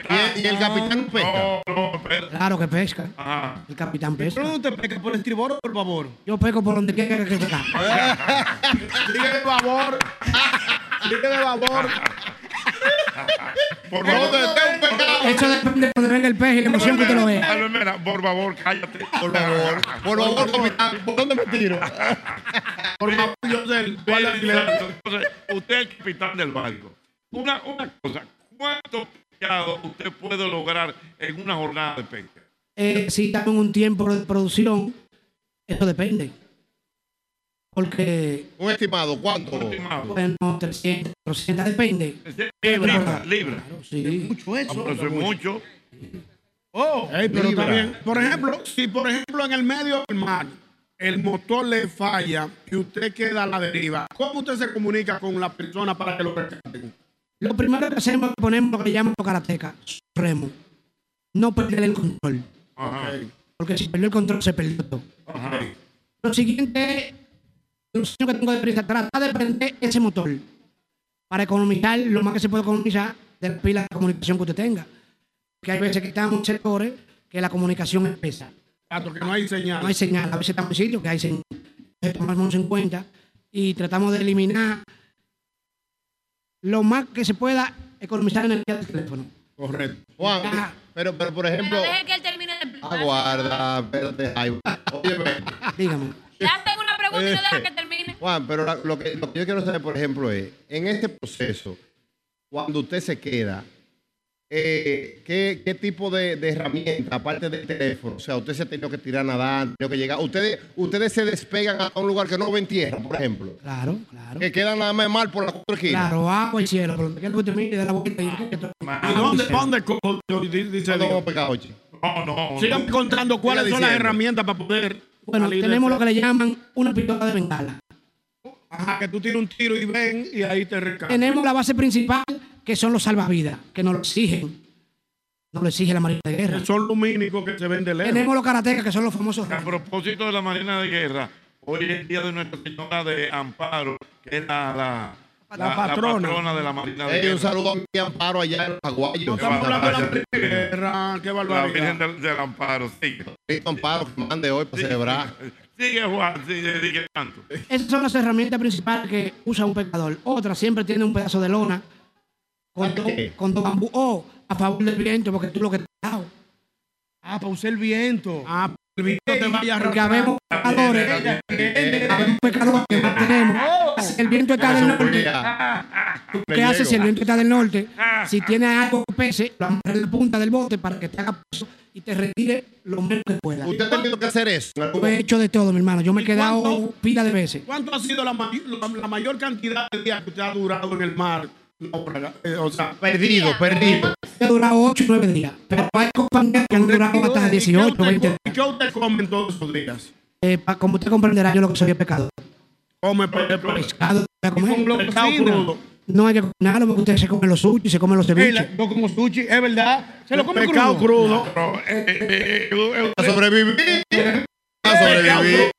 [SPEAKER 1] Eh,
[SPEAKER 3] Y el capitán pesca.
[SPEAKER 14] Claro que pesca.
[SPEAKER 5] Ah.
[SPEAKER 14] El capitán pesca.
[SPEAKER 5] Pero no te pesca por el estribor o por el favor.
[SPEAKER 14] Yo pesco por donde quiera que
[SPEAKER 1] [LAUGHS]
[SPEAKER 14] pesca.
[SPEAKER 1] Eh,
[SPEAKER 5] Dígame favor. Dígame favor.
[SPEAKER 1] Por favor, te un pecado.
[SPEAKER 14] Eso depende de donde venga el pez y la emoción que usted lo vea.
[SPEAKER 1] Alberto Mena, por favor, cállate.
[SPEAKER 3] Por favor, por favor, capitán, ¿por dónde me tiro?
[SPEAKER 1] Por favor, yo sé el- Entonces, usted es el capitán del barco. Una, una cosa, ¿cuántos pescados usted puede lograr en una jornada de pesca?
[SPEAKER 14] Eh, si estamos en un tiempo de producción, eso depende. Porque,
[SPEAKER 3] Un estimado, ¿cuánto?
[SPEAKER 14] bueno, 300, 400, depende.
[SPEAKER 1] Libra, libra.
[SPEAKER 14] Sí.
[SPEAKER 2] Mucho
[SPEAKER 5] Pues,
[SPEAKER 2] eso.
[SPEAKER 1] Pero eso es mucho.
[SPEAKER 2] Oh, pero
[SPEAKER 1] Libra.
[SPEAKER 2] está bien. Por ejemplo, si por ejemplo en el medio del mar el motor le falla y usted queda a la deriva, ¿cómo usted se comunica con la persona para que lo rescaten?
[SPEAKER 14] Lo primero que hacemos es ponemos lo que llaman los karatecas, remo. No perder el control.
[SPEAKER 1] Ajá.
[SPEAKER 14] Porque si perdió el control, se perdió todo.
[SPEAKER 1] Ajá.
[SPEAKER 14] Lo siguiente, lo que tengo de prisa, tratar de prender ese motor para economizar lo más que se puede economizar de la pila de comunicación que usted tenga. Que hay veces que estamos en sectores que la comunicación es pesa.
[SPEAKER 2] Claro, que no hay señal.
[SPEAKER 14] No hay señal. A veces estamos en sitios que hay señal. Entonces, Tomamos en cuenta y tratamos de eliminar lo más que se pueda economizar energía del teléfono.
[SPEAKER 2] Correcto.
[SPEAKER 3] Juan, pero, pero por ejemplo,
[SPEAKER 4] Deje que él termine de
[SPEAKER 3] Ah,
[SPEAKER 4] explicar.
[SPEAKER 3] aguarda, espérate, ay, óyeme.
[SPEAKER 14] Dígame.
[SPEAKER 4] Le hacen una pregunta y no deja que termine.
[SPEAKER 3] Juan, pero la- lo, que, lo que yo quiero saber, por ejemplo, es, en este proceso, cuando usted se queda, eh, ¿qué, qué tipo de, de herramienta, aparte del teléfono? O sea, usted se ha tenido que tirar nadando, ha tenido que llegar. Ustedes, ustedes se despegan a un lugar que no ven tierra, por ejemplo.
[SPEAKER 14] Claro, claro.
[SPEAKER 3] Que quedan nada más mal por la cuatro esquinas.
[SPEAKER 14] Claro, agua y cielo. Pero que usted mire de la boquita y que esto-
[SPEAKER 2] ¿Y Ah, dónde, dónde co- dice
[SPEAKER 3] No,
[SPEAKER 2] Dios?
[SPEAKER 3] pecado, Ochi.
[SPEAKER 1] No, no.
[SPEAKER 2] Sigan
[SPEAKER 1] no.
[SPEAKER 2] encontrando cuáles
[SPEAKER 3] Siga
[SPEAKER 2] son las
[SPEAKER 3] diciendo.
[SPEAKER 2] herramientas para poder.
[SPEAKER 14] Bueno,
[SPEAKER 2] salir de
[SPEAKER 14] tenemos lo
[SPEAKER 2] esto.
[SPEAKER 14] que le llaman una pistola de bengala.
[SPEAKER 2] Ajá, que tú tiras un tiro y ven y ahí te rescatan.
[SPEAKER 14] Tenemos la base principal, que son los salvavidas, que nos lo exigen. Nos lo exige la Marina de Guerra.
[SPEAKER 2] Son lumínicos que se ven de lejos.
[SPEAKER 14] Tenemos los karatecas, que son los famosos.
[SPEAKER 1] A propósito de la Marina de Guerra, hoy es el día de Nuestra Señora de Amparo, que es la, la- la- la
[SPEAKER 2] patrona.
[SPEAKER 1] de la Marina de
[SPEAKER 3] Ey,
[SPEAKER 1] Guerra.
[SPEAKER 3] Eh, un saludo a mi amparo allá en los aguayos.
[SPEAKER 1] Estamos hablando de la
[SPEAKER 2] Guerra, qué
[SPEAKER 1] La Virgen
[SPEAKER 2] barbaridad.
[SPEAKER 1] del, del Amparo, sigue.
[SPEAKER 3] Cristo Amparo que mande hoy para celebrar.
[SPEAKER 1] Sigue, Juan, sigue, sigue tanto.
[SPEAKER 14] Esas son las herramientas principales que usa un pescador. Otra siempre tiene un pedazo de lona con dos con dos bambú. O a favor del viento, porque tú lo que estás.
[SPEAKER 5] Ah, para usar el viento.
[SPEAKER 2] Ah, el viento te vaya a
[SPEAKER 14] Porque habemos pescadores, habemos pescadores que no tenemos. Si el viento está del norte, ¿qué hace
[SPEAKER 5] Ah,
[SPEAKER 14] si el viento está del norte? Si tiene algo que pese, lo amarra en la punta del bote para que te haga peso y te retire lo menos que puedas.
[SPEAKER 3] ¿Usted ha tenido que hacer eso?
[SPEAKER 14] Yo he hecho de todo, mi hermano. Yo me he
[SPEAKER 2] ¿Y
[SPEAKER 14] quedado
[SPEAKER 2] cuánto?
[SPEAKER 14] pila de veces.
[SPEAKER 2] ¿Cuánto ha sido la, may- la- la mayor cantidad de días que usted ha durado en el mar? náufraga? Eh, o sea,
[SPEAKER 3] Perdido, perdido.
[SPEAKER 14] He durado 8 o 9 días. Pero hay compañías que han durado hasta 18, 20.
[SPEAKER 2] ¿Y qué usted come en todos esos días?
[SPEAKER 14] Eh, pa- como usted comprenderá, yo lo que soy es pecado.
[SPEAKER 2] Come pe- pe-
[SPEAKER 14] Pues, Pescado, voy a comer.
[SPEAKER 2] Con lo pescado crudo.
[SPEAKER 14] No hay que cocinarlo porque usted se come los sushi, se come los
[SPEAKER 5] Ey,
[SPEAKER 14] ceviches.
[SPEAKER 5] la- yo como sushi, es verdad. Se lo come
[SPEAKER 2] Pescado crudo.
[SPEAKER 1] eh,
[SPEAKER 3] sobrevivir.
[SPEAKER 5] A
[SPEAKER 1] eh,
[SPEAKER 3] sobrevivir.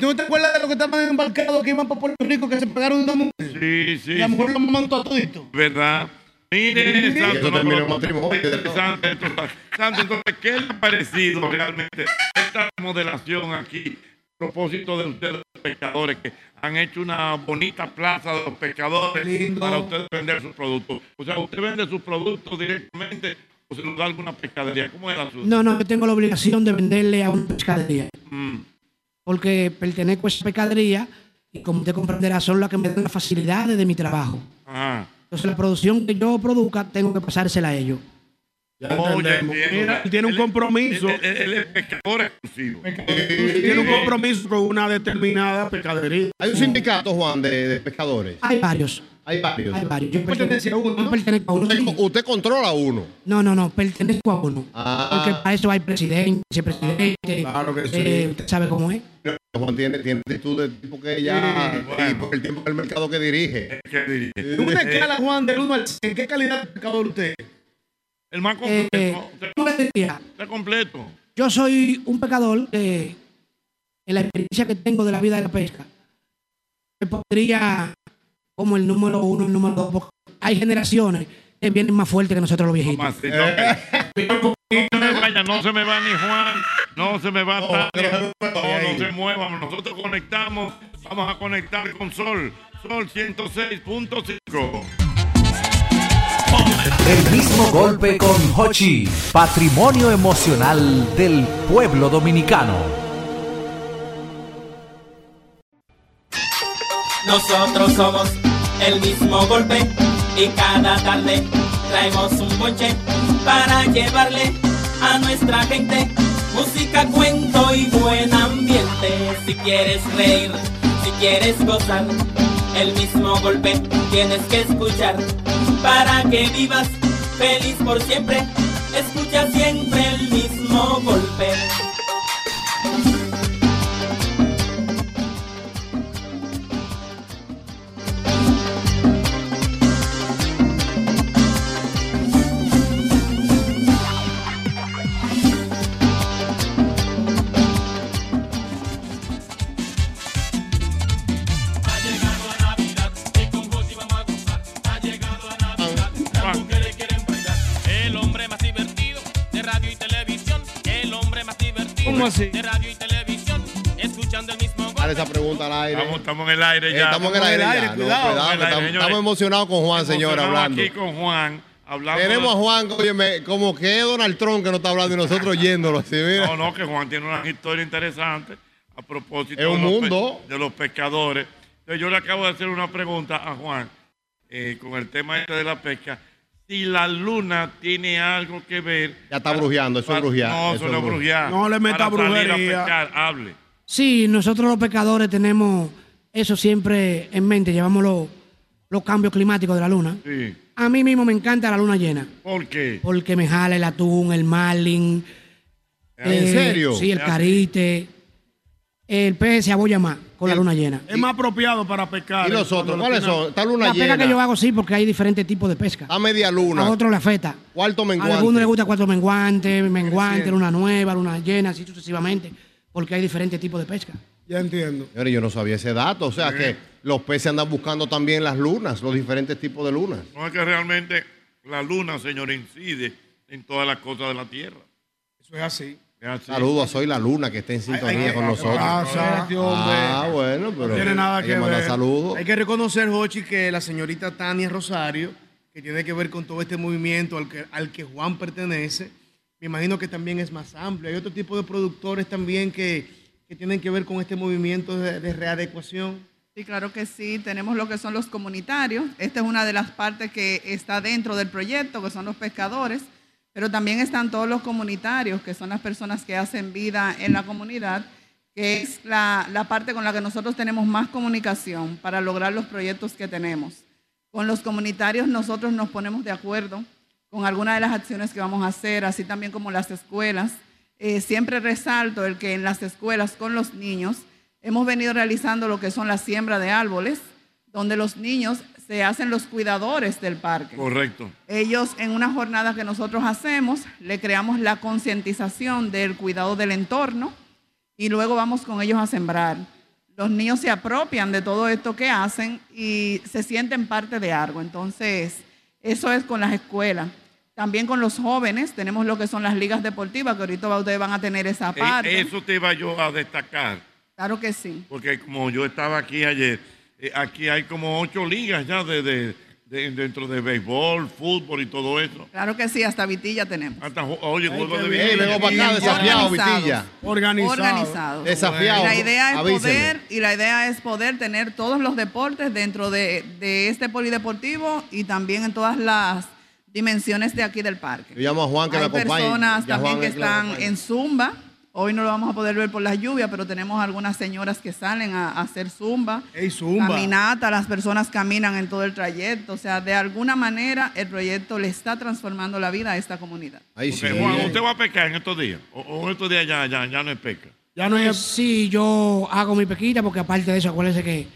[SPEAKER 5] ¿Tú te acuerdas de los que estaban embarcados que iban para Puerto Rico que se pegaron una mujer?
[SPEAKER 1] Sí, sí.
[SPEAKER 5] La mujer lo mamó todito.
[SPEAKER 1] ¿Verdad? Mire, Santo,
[SPEAKER 3] eso
[SPEAKER 1] no,
[SPEAKER 3] termina
[SPEAKER 1] pero-
[SPEAKER 3] en matrimonio.
[SPEAKER 1] Santo, esto está- Santo, entonces, ¿qué le ha parecido realmente esta modelación aquí? A propósito de ustedes, los pescadores, que han hecho una bonita plaza de los pescadores para ustedes vender sus productos. O sea, usted vende sus productos directamente o se los da alguna pescadería. ¿Cómo es el asunto?
[SPEAKER 14] No, no, yo tengo la obligación de venderle a una pescadería.
[SPEAKER 1] Mm.
[SPEAKER 14] Porque pertenezco a esa pescadería y como usted comprenderá, son las que me dan las facilidades de mi trabajo.
[SPEAKER 1] Ajá.
[SPEAKER 14] Entonces la producción que yo produzca, tengo que pasársela a ellos.
[SPEAKER 1] Oye,
[SPEAKER 2] Mira, él tiene un compromiso.
[SPEAKER 1] Él, él es pescador exclusivo.
[SPEAKER 2] Tiene un compromiso con una determinada pescadería.
[SPEAKER 3] Hay un sindicato, Juan, de, de pescadores.
[SPEAKER 14] Hay varios.
[SPEAKER 3] Hay varios.
[SPEAKER 14] Hay varios. Yo pertenezco a uno. pertenezco a uno.
[SPEAKER 3] Usted, usted controla uno.
[SPEAKER 14] No, no, no, pertenezco a uno.
[SPEAKER 3] Ah.
[SPEAKER 14] Porque para eso hay presidente, vicepresidente.
[SPEAKER 3] Claro que sí.
[SPEAKER 14] eh, usted sabe cómo es.
[SPEAKER 3] Juan tiene, tiene actitud de tipo que ya. Y por el tiempo del mercado que dirige.
[SPEAKER 1] ¿Qué dirige? Eh,
[SPEAKER 5] En una escala, Juan, del 1 al 100, ¿qué calidad de pescador usted? es?
[SPEAKER 1] El más
[SPEAKER 14] Eh,
[SPEAKER 1] completo. usted-
[SPEAKER 14] ¿cómo le diría?
[SPEAKER 1] Está completo.
[SPEAKER 14] Yo soy un pecador que, en la experiencia que tengo de la vida de la pesca, me pondría como el número uno, el número dos. porque Hay generaciones que vienen más fuertes que nosotros los viejitos.
[SPEAKER 1] Así, no,
[SPEAKER 3] Eh.
[SPEAKER 1] que- no se me vaya, no se me va ni Juan, no se me va Tania, no, no se muevan, nosotros conectamos, vamos a conectar con Sol, Sol 106.5.
[SPEAKER 16] El mismo golpe con Hochi, patrimonio emocional del pueblo dominicano.
[SPEAKER 17] Nosotros somos el mismo golpe y cada tarde traemos un bonche para llevarle a nuestra gente música, cuento y buen ambiente. Si quieres reír, si quieres gozar, el mismo golpe tienes que escuchar para que vivas feliz por siempre. Escucha siempre el mismo golpe. Las mujeres quieren bailar. El hombre más divertido de radio y televisión. El hombre más divertido
[SPEAKER 3] ¿Cómo así?
[SPEAKER 17] de radio y televisión. Escuchando el mismo
[SPEAKER 3] Dale esa pregunta al aire.
[SPEAKER 1] Estamos, estamos en el aire
[SPEAKER 3] Eh,
[SPEAKER 1] ya.
[SPEAKER 3] estamos en el aire, ya. No, cuidado,
[SPEAKER 1] Estamos en el aire,
[SPEAKER 3] estamos,
[SPEAKER 1] señores.
[SPEAKER 3] estamos emocionados con Juan, señor,
[SPEAKER 1] Emocionado
[SPEAKER 3] hablando.
[SPEAKER 1] Aquí con Juan, hablando
[SPEAKER 3] Tenemos a
[SPEAKER 1] de-
[SPEAKER 3] Juan, óyeme, como que es Donald Trump que no está hablando y nosotros yéndolo. así, mira.
[SPEAKER 1] No, no, que Juan tiene una historia interesante a propósito
[SPEAKER 3] Es un
[SPEAKER 1] de, los
[SPEAKER 3] mundo.
[SPEAKER 1] pe- de los pescadores. Entonces, yo le acabo de hacer una pregunta a Juan eh, con el tema este de la pesca. Si la luna tiene algo que ver.
[SPEAKER 3] Ya está brujeando, eso es brujear.
[SPEAKER 1] No, eso, no es brujear.
[SPEAKER 2] No le meta
[SPEAKER 1] Para salir
[SPEAKER 2] brujería.
[SPEAKER 1] A pescar, hable.
[SPEAKER 14] Sí, nosotros los pecadores tenemos eso siempre en mente. Llevamos los, los cambios climáticos de la luna.
[SPEAKER 1] Sí.
[SPEAKER 14] A mí mismo me encanta la luna llena.
[SPEAKER 1] ¿Por qué?
[SPEAKER 14] Porque me jala el atún, el marlin. eh,
[SPEAKER 1] ¿En serio?
[SPEAKER 14] Sí, el
[SPEAKER 1] Ya.
[SPEAKER 14] carite. El pez se abolla más con la luna llena.
[SPEAKER 2] Es más apropiado para pescar.
[SPEAKER 3] ¿Y los otros? ¿Cuáles son? Está luna
[SPEAKER 14] La pesca que yo
[SPEAKER 3] llena.
[SPEAKER 14] hago sí, porque hay diferentes tipos de pesca.
[SPEAKER 3] A media luna.
[SPEAKER 14] A otro le afecta. A
[SPEAKER 3] Cuarto
[SPEAKER 14] algunos
[SPEAKER 3] menguante.
[SPEAKER 14] les gusta cuatro menguantes, menguante, luna nueva, luna llena, así sucesivamente, porque hay diferentes tipos de pesca.
[SPEAKER 2] Ya entiendo.
[SPEAKER 3] Señores, yo no sabía ese dato. O sea que los peces andan buscando también las lunas, los diferentes tipos de lunas.
[SPEAKER 1] No es que realmente la luna, señor, incide en todas las cosas de la tierra.
[SPEAKER 5] Eso es así.
[SPEAKER 1] Es así.
[SPEAKER 3] Saludos, soy la luna que está en sintonía con nosotros.
[SPEAKER 5] pasa?
[SPEAKER 3] Ah, bueno, pero.
[SPEAKER 5] No tiene nada
[SPEAKER 3] hay
[SPEAKER 5] que
[SPEAKER 3] mandar
[SPEAKER 5] ver.
[SPEAKER 3] saludos.
[SPEAKER 5] Hay que reconocer, Jochi, que la señorita Tania Rosario, que tiene que ver con todo este movimiento al que, al que Juan pertenece, me imagino que también es más amplio. Hay otro tipo de productores también que, que tienen que ver con este movimiento de,
[SPEAKER 3] [LAUGHS]
[SPEAKER 5] de readecuación.
[SPEAKER 15] Sí, claro que sí. Tenemos lo que son los comunitarios. Esta es una de las partes que está dentro del proyecto, que son los pescadores. Pero también están todos los comunitarios, que son las personas que hacen vida en la comunidad, que es la, la parte con la que nosotros tenemos más comunicación para lograr los proyectos que tenemos. Con los comunitarios nosotros nos ponemos de acuerdo con algunas de las acciones que vamos a hacer, así también como las escuelas. Eh, siempre resalto el que en las escuelas con los niños hemos venido realizando lo que son la siembra de árboles, donde los niños se hacen los cuidadores del parque.
[SPEAKER 1] Correcto.
[SPEAKER 15] Ellos en una jornada que nosotros hacemos, le creamos la concientización del cuidado del entorno y luego vamos con ellos a sembrar. Los niños se apropian de todo esto que hacen y se sienten parte de algo. Entonces, eso es con las escuelas. También con los jóvenes tenemos lo que son las ligas deportivas, que ahorita ustedes van a tener esa
[SPEAKER 1] Eh,
[SPEAKER 15] parte.
[SPEAKER 1] eso te iba yo a destacar,
[SPEAKER 15] Claro que sí.
[SPEAKER 1] porque como yo estaba aquí ayer, eh, aquí hay como ocho ligas ya de, de- de- dentro de béisbol, fútbol y todo eso.
[SPEAKER 15] Claro que sí, hasta Vitilla tenemos.
[SPEAKER 1] Hasta, ju- oye, juego de
[SPEAKER 3] bien. Ey, vengo para acá, desafiado,
[SPEAKER 15] Organizados.
[SPEAKER 3] Vitilla.
[SPEAKER 15] Organizados.
[SPEAKER 3] Desafiado.
[SPEAKER 15] La idea es
[SPEAKER 3] Avísenme.
[SPEAKER 15] poder y la idea es poder tener todos los deportes dentro de, de este polideportivo y también en todas las dimensiones de aquí del parque.
[SPEAKER 3] Yo llamo a Juan que
[SPEAKER 15] Hay
[SPEAKER 3] me acompañe.
[SPEAKER 15] personas
[SPEAKER 3] Ya
[SPEAKER 15] también
[SPEAKER 3] Juan
[SPEAKER 15] que
[SPEAKER 3] es me
[SPEAKER 15] están
[SPEAKER 3] acompaña.
[SPEAKER 15] en zumba. Hoy no lo vamos a poder ver por las lluvias, pero tenemos algunas señoras que salen a, a hacer zumba.
[SPEAKER 5] Zumba.
[SPEAKER 15] Caminata, las personas caminan en todo el trayecto. O sea, de alguna manera el proyecto le está transformando la vida a esta comunidad.
[SPEAKER 3] Ahí
[SPEAKER 1] sí. usted va a pescar en estos días. O, o en estos días ya, ya, ya no es pesca.
[SPEAKER 14] Ya no Sí, yo hago mi pequita porque aparte de eso, acuérdense que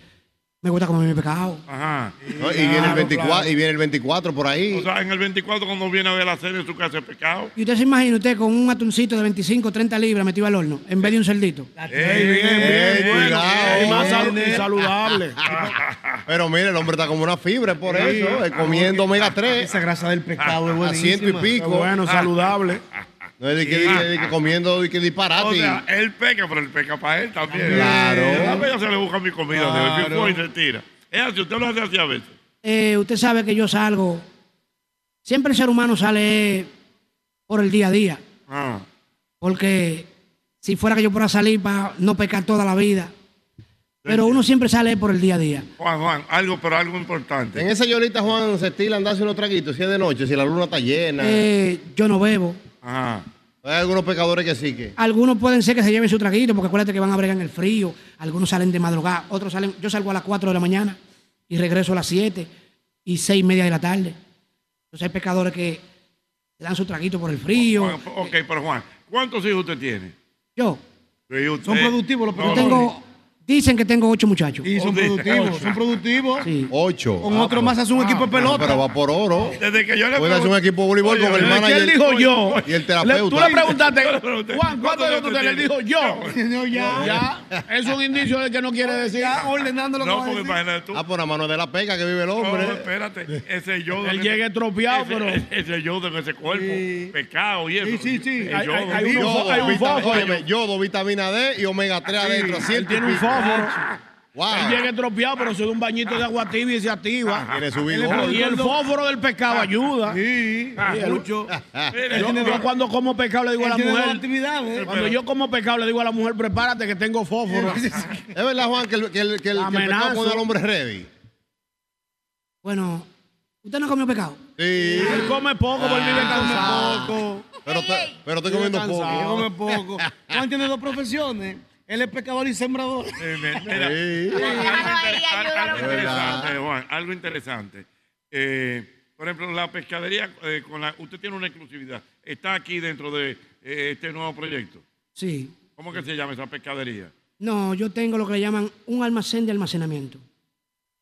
[SPEAKER 14] me gusta comer mi pecado.
[SPEAKER 1] Ajá.
[SPEAKER 3] No, y, viene el 24, y viene el 24 por ahí.
[SPEAKER 1] Ah. O sea, en el 24 cuando viene a ver la serie en su casa de pescado.
[SPEAKER 14] Y usted se imagina usted con un atuncito de 25, 30 libras metido al horno, en vez de un cerdito.
[SPEAKER 1] Ey, bien,
[SPEAKER 3] Ey,
[SPEAKER 1] bien, bueno.
[SPEAKER 3] cuidado. eh.
[SPEAKER 1] Y más
[SPEAKER 2] salu-
[SPEAKER 3] Viene.
[SPEAKER 2] y saludable.
[SPEAKER 1] [LAUGHS]
[SPEAKER 3] Pero mire, el hombre está como una fibra, es por
[SPEAKER 2] Sí.
[SPEAKER 3] eso, es comiendo omega 3. Esa
[SPEAKER 5] grasa del pescado
[SPEAKER 3] A ciento y pico.
[SPEAKER 2] Bueno, saludable.
[SPEAKER 3] No es de que,
[SPEAKER 1] Sí.
[SPEAKER 3] de que- de que comiendo de que disparate.
[SPEAKER 1] O sea, él peca, pero él peca para él también.
[SPEAKER 3] Claro.
[SPEAKER 1] A veces se le busca mi comida, se le
[SPEAKER 3] Claro.
[SPEAKER 1] fue y se tira. Es así, usted lo hace así a veces.
[SPEAKER 14] Eh, usted sabe que yo salgo. Siempre el ser humano sale por el día a día.
[SPEAKER 1] Ah.
[SPEAKER 14] Porque si fuera que yo pudiera salir para no pecar toda la vida. Pero uno siempre sale por el día a día.
[SPEAKER 1] Juan, Juan, algo, pero algo importante.
[SPEAKER 3] En esa llorita, Juan, se estila andarse unos traguitos si es de noche, si la luna está llena.
[SPEAKER 14] Eh, yo no bebo.
[SPEAKER 1] Ajá.
[SPEAKER 3] Hay algunos pecadores que sí que.
[SPEAKER 14] Algunos pueden ser que se lleven su traguito, porque acuérdate que van a bregar en el frío. Algunos salen de madrugada, otros salen. Yo salgo a las 4 de la mañana y regreso a las 7 y 6 y media de la tarde. Entonces hay pecadores que se dan su traguito por el frío.
[SPEAKER 1] Juan, ok, pero Juan, ¿cuántos hijos usted tiene?
[SPEAKER 14] Yo,
[SPEAKER 1] Sí, usted-
[SPEAKER 14] Son productivos los
[SPEAKER 1] No,
[SPEAKER 14] yo
[SPEAKER 1] no,
[SPEAKER 14] tengo, dicen que tengo ocho muchachos.
[SPEAKER 1] Y son productivos, son
[SPEAKER 14] productivos.
[SPEAKER 3] Ocho.
[SPEAKER 14] Con otro más hace un equipo de pelota.
[SPEAKER 3] Pero va por oro.
[SPEAKER 1] Ah, Desde que yo le
[SPEAKER 3] Puede hacer un equipo de voleibol
[SPEAKER 2] Oye,
[SPEAKER 3] con el
[SPEAKER 2] ¿de quién
[SPEAKER 3] manager.
[SPEAKER 2] dijo yo?
[SPEAKER 3] Y el
[SPEAKER 2] Le- tú
[SPEAKER 3] terapeuta.
[SPEAKER 1] [LAUGHS]
[SPEAKER 2] le
[SPEAKER 3] [LAUGHS]
[SPEAKER 2] preguntaste, Juan, ¿cuánto
[SPEAKER 1] ¿Cuántos
[SPEAKER 2] de tú te le
[SPEAKER 1] tiene?
[SPEAKER 2] dijo yo?
[SPEAKER 1] No,
[SPEAKER 2] ya. Es un indicio de que no quiere decir.
[SPEAKER 5] ordenando
[SPEAKER 1] No, porque imagínate tú.
[SPEAKER 3] Ah, por la mano de la pega que vive el
[SPEAKER 1] No,
[SPEAKER 3] hombre.
[SPEAKER 1] espérate, ese yo.
[SPEAKER 2] Él llega estropeado, pero-
[SPEAKER 1] Ese yo de ese cuerpo, pecado y eso. Sí, sí, sí.
[SPEAKER 2] Hay- hay- hay unos
[SPEAKER 3] Yodo,
[SPEAKER 2] hay un
[SPEAKER 3] vitamina-
[SPEAKER 2] fósforo.
[SPEAKER 3] óyeme, yodo, vitamina D y omega 3 adentro.
[SPEAKER 2] Él
[SPEAKER 3] ciento y
[SPEAKER 2] tiene un
[SPEAKER 3] pico.
[SPEAKER 2] fósforo.
[SPEAKER 3] Wow. Ah,
[SPEAKER 2] Él llega estropeado, pero se da un bañito de agua tibia y se activa.
[SPEAKER 3] Tiene su Ah. vigor.
[SPEAKER 2] Y el fósforo del pescado ayuda. Ah.
[SPEAKER 5] Sí, mucho.
[SPEAKER 2] Yo, yo cuando como pescado le digo a la
[SPEAKER 5] Él tiene dos
[SPEAKER 2] mujer.
[SPEAKER 3] ¿eh?
[SPEAKER 5] actividades.
[SPEAKER 2] Cuando yo como pescado le digo a la mujer, prepárate que tengo fósforo.
[SPEAKER 3] [LAUGHS] Es verdad, Juan, que el, que el, que el, que el
[SPEAKER 2] Amenazo.
[SPEAKER 3] pecado pone al hombre ready.
[SPEAKER 14] Bueno, ¿usted no comió pecado?
[SPEAKER 3] Sí. Ah,
[SPEAKER 2] Él come poco, porque él vive cansado.
[SPEAKER 5] Poco.
[SPEAKER 3] Pero, te- pero estoy comiendo
[SPEAKER 5] Cansado,
[SPEAKER 3] poco.
[SPEAKER 5] Come poco. Juan tiene dos profesiones. Él es pescador
[SPEAKER 3] [LAUGHS]
[SPEAKER 5] y sembrador.
[SPEAKER 1] Algo interesante, Juan, algo interesante. Eh, por ejemplo, la pescadería, eh, con la, usted tiene una exclusividad. Está aquí dentro de eh, este nuevo proyecto.
[SPEAKER 14] Sí.
[SPEAKER 1] ¿Cómo que se llama esa pescadería?
[SPEAKER 14] No, yo tengo lo que le llaman un almacén de almacenamiento.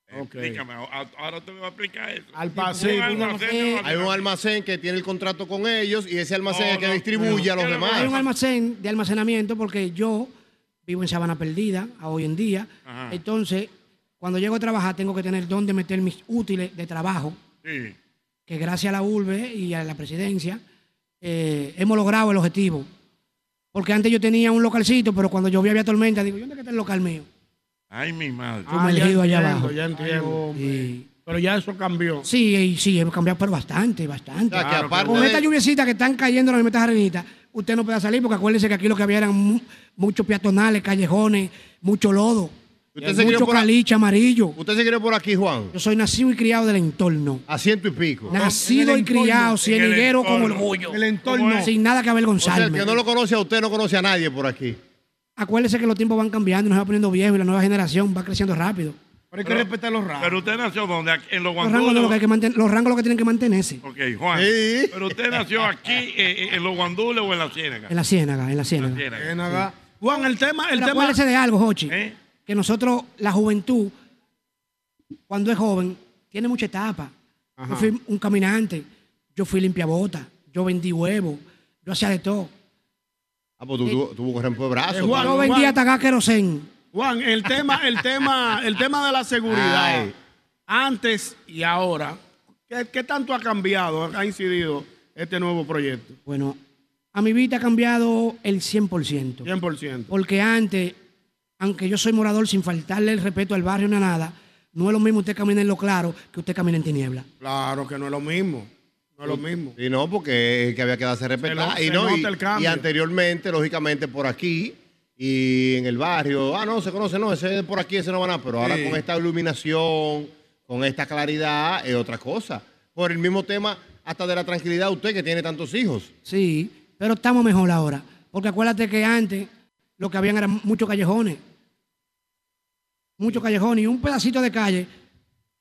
[SPEAKER 1] Explícame, Eh, a- ahora usted me va a explicar eso.
[SPEAKER 2] Al
[SPEAKER 1] paseo. Un almacén, un
[SPEAKER 3] Hay un almacén que tiene el contrato con ellos y ese almacén es el que distribuye a los
[SPEAKER 14] Hay un
[SPEAKER 3] demás.
[SPEAKER 14] almacén de almacenamiento porque yo vivo en Sabana Perdida a hoy en día.
[SPEAKER 1] Ajá.
[SPEAKER 14] Entonces, cuando llego a trabajar, tengo que tener dónde meter mis útiles de trabajo.
[SPEAKER 1] Sí.
[SPEAKER 14] que gracias a la urbe y a la presidencia eh, hemos logrado el objetivo. Porque antes yo tenía un localcito, pero cuando llovía había tormenta, digo, "¿Y ¿dónde que está el local mío?
[SPEAKER 1] Ay, mi madre.
[SPEAKER 14] Yo
[SPEAKER 3] Ah,
[SPEAKER 14] me elegido allá
[SPEAKER 2] entiendo,
[SPEAKER 14] abajo.
[SPEAKER 2] Ya entiendo.
[SPEAKER 14] Sí.
[SPEAKER 2] Pero ya eso cambió.
[SPEAKER 14] Sí, y sí, hemos cambiado, pero bastante, bastante.
[SPEAKER 3] O sea, que Claro, aparte
[SPEAKER 14] Con
[SPEAKER 3] de-
[SPEAKER 14] estas lluviecitas que están cayendo en las metas arenitas, usted no puede salir porque acuérdense que aquí lo que había eran mu- muchos peatonales, callejones, mucho lodo. Hay mucho caliche amarillo.
[SPEAKER 3] ¿Usted se crió por aquí, Juan?
[SPEAKER 14] Yo soy nacido y criado del entorno.
[SPEAKER 3] A ciento y pico.
[SPEAKER 14] Nacido y criado, cieniguero con orgullo.
[SPEAKER 3] El entorno.
[SPEAKER 14] Sin nada que
[SPEAKER 3] O sea, el
[SPEAKER 14] avergonzarme.
[SPEAKER 3] que no lo conoce a usted no conoce a nadie por aquí.
[SPEAKER 14] Acuérdese que los tiempos van cambiando, nos va poniendo viejo y la nueva generación va creciendo rápido.
[SPEAKER 1] Pero hay que respetar los rangos. Pero usted nació donde? Aquí, En los
[SPEAKER 14] Los rangos, no,
[SPEAKER 1] guandules.
[SPEAKER 14] lo que hay que manten- los rangos lo que tienen que mantenerse.
[SPEAKER 1] Ok, Juan. Pero usted nació aquí eh, eh, en los guandules o en la ciénaga.
[SPEAKER 14] En la ciénaga, en la ciénaga.
[SPEAKER 1] Ciénaga.
[SPEAKER 2] Juan, el tema, ¿Eh? el
[SPEAKER 14] Pero
[SPEAKER 2] tema.
[SPEAKER 14] acuérdese de algo, Jochi. Que nosotros, la juventud, cuando es joven, tiene mucha etapa.
[SPEAKER 2] Ajá.
[SPEAKER 14] Yo fui un caminante, yo fui limpiabota, yo vendí huevos, yo hacía de todo.
[SPEAKER 3] Ah, pues tú,
[SPEAKER 14] Eh,
[SPEAKER 3] tú, tú corren por
[SPEAKER 2] Ah,
[SPEAKER 3] brazos.
[SPEAKER 14] yo vendí hasta acá querosén.
[SPEAKER 2] Juan, el tema, el tema, el tema de la seguridad.
[SPEAKER 3] Ay.
[SPEAKER 2] Antes y ahora, ¿qué, qué tanto ha cambiado, ha incidido este nuevo proyecto?
[SPEAKER 14] Bueno, a mi vida ha cambiado el 100%.
[SPEAKER 2] 100%.
[SPEAKER 14] Porque antes, aunque yo soy morador, sin faltarle el respeto al barrio ni a nada, no es lo mismo usted caminar en lo claro que usted camina en tiniebla.
[SPEAKER 2] Claro que no es lo mismo. No es lo mismo.
[SPEAKER 3] Y no, porque es el que había que darse respetar.
[SPEAKER 2] Se
[SPEAKER 3] y,
[SPEAKER 2] no-
[SPEAKER 3] no,
[SPEAKER 2] se
[SPEAKER 3] y,
[SPEAKER 2] nota el cambio.
[SPEAKER 3] y anteriormente, lógicamente, por aquí y en el barrio, ah, no, se conoce, no, ese es por aquí, ese no van a. Pero ahora
[SPEAKER 2] Sí.
[SPEAKER 3] con esta iluminación, con esta claridad, es otra cosa. Por el mismo tema, hasta de la tranquilidad, usted que tiene tantos hijos.
[SPEAKER 14] Sí, pero estamos mejor ahora. Porque acuérdate que antes lo que habían eran muchos callejones. Muchos callejones y un pedacito de calle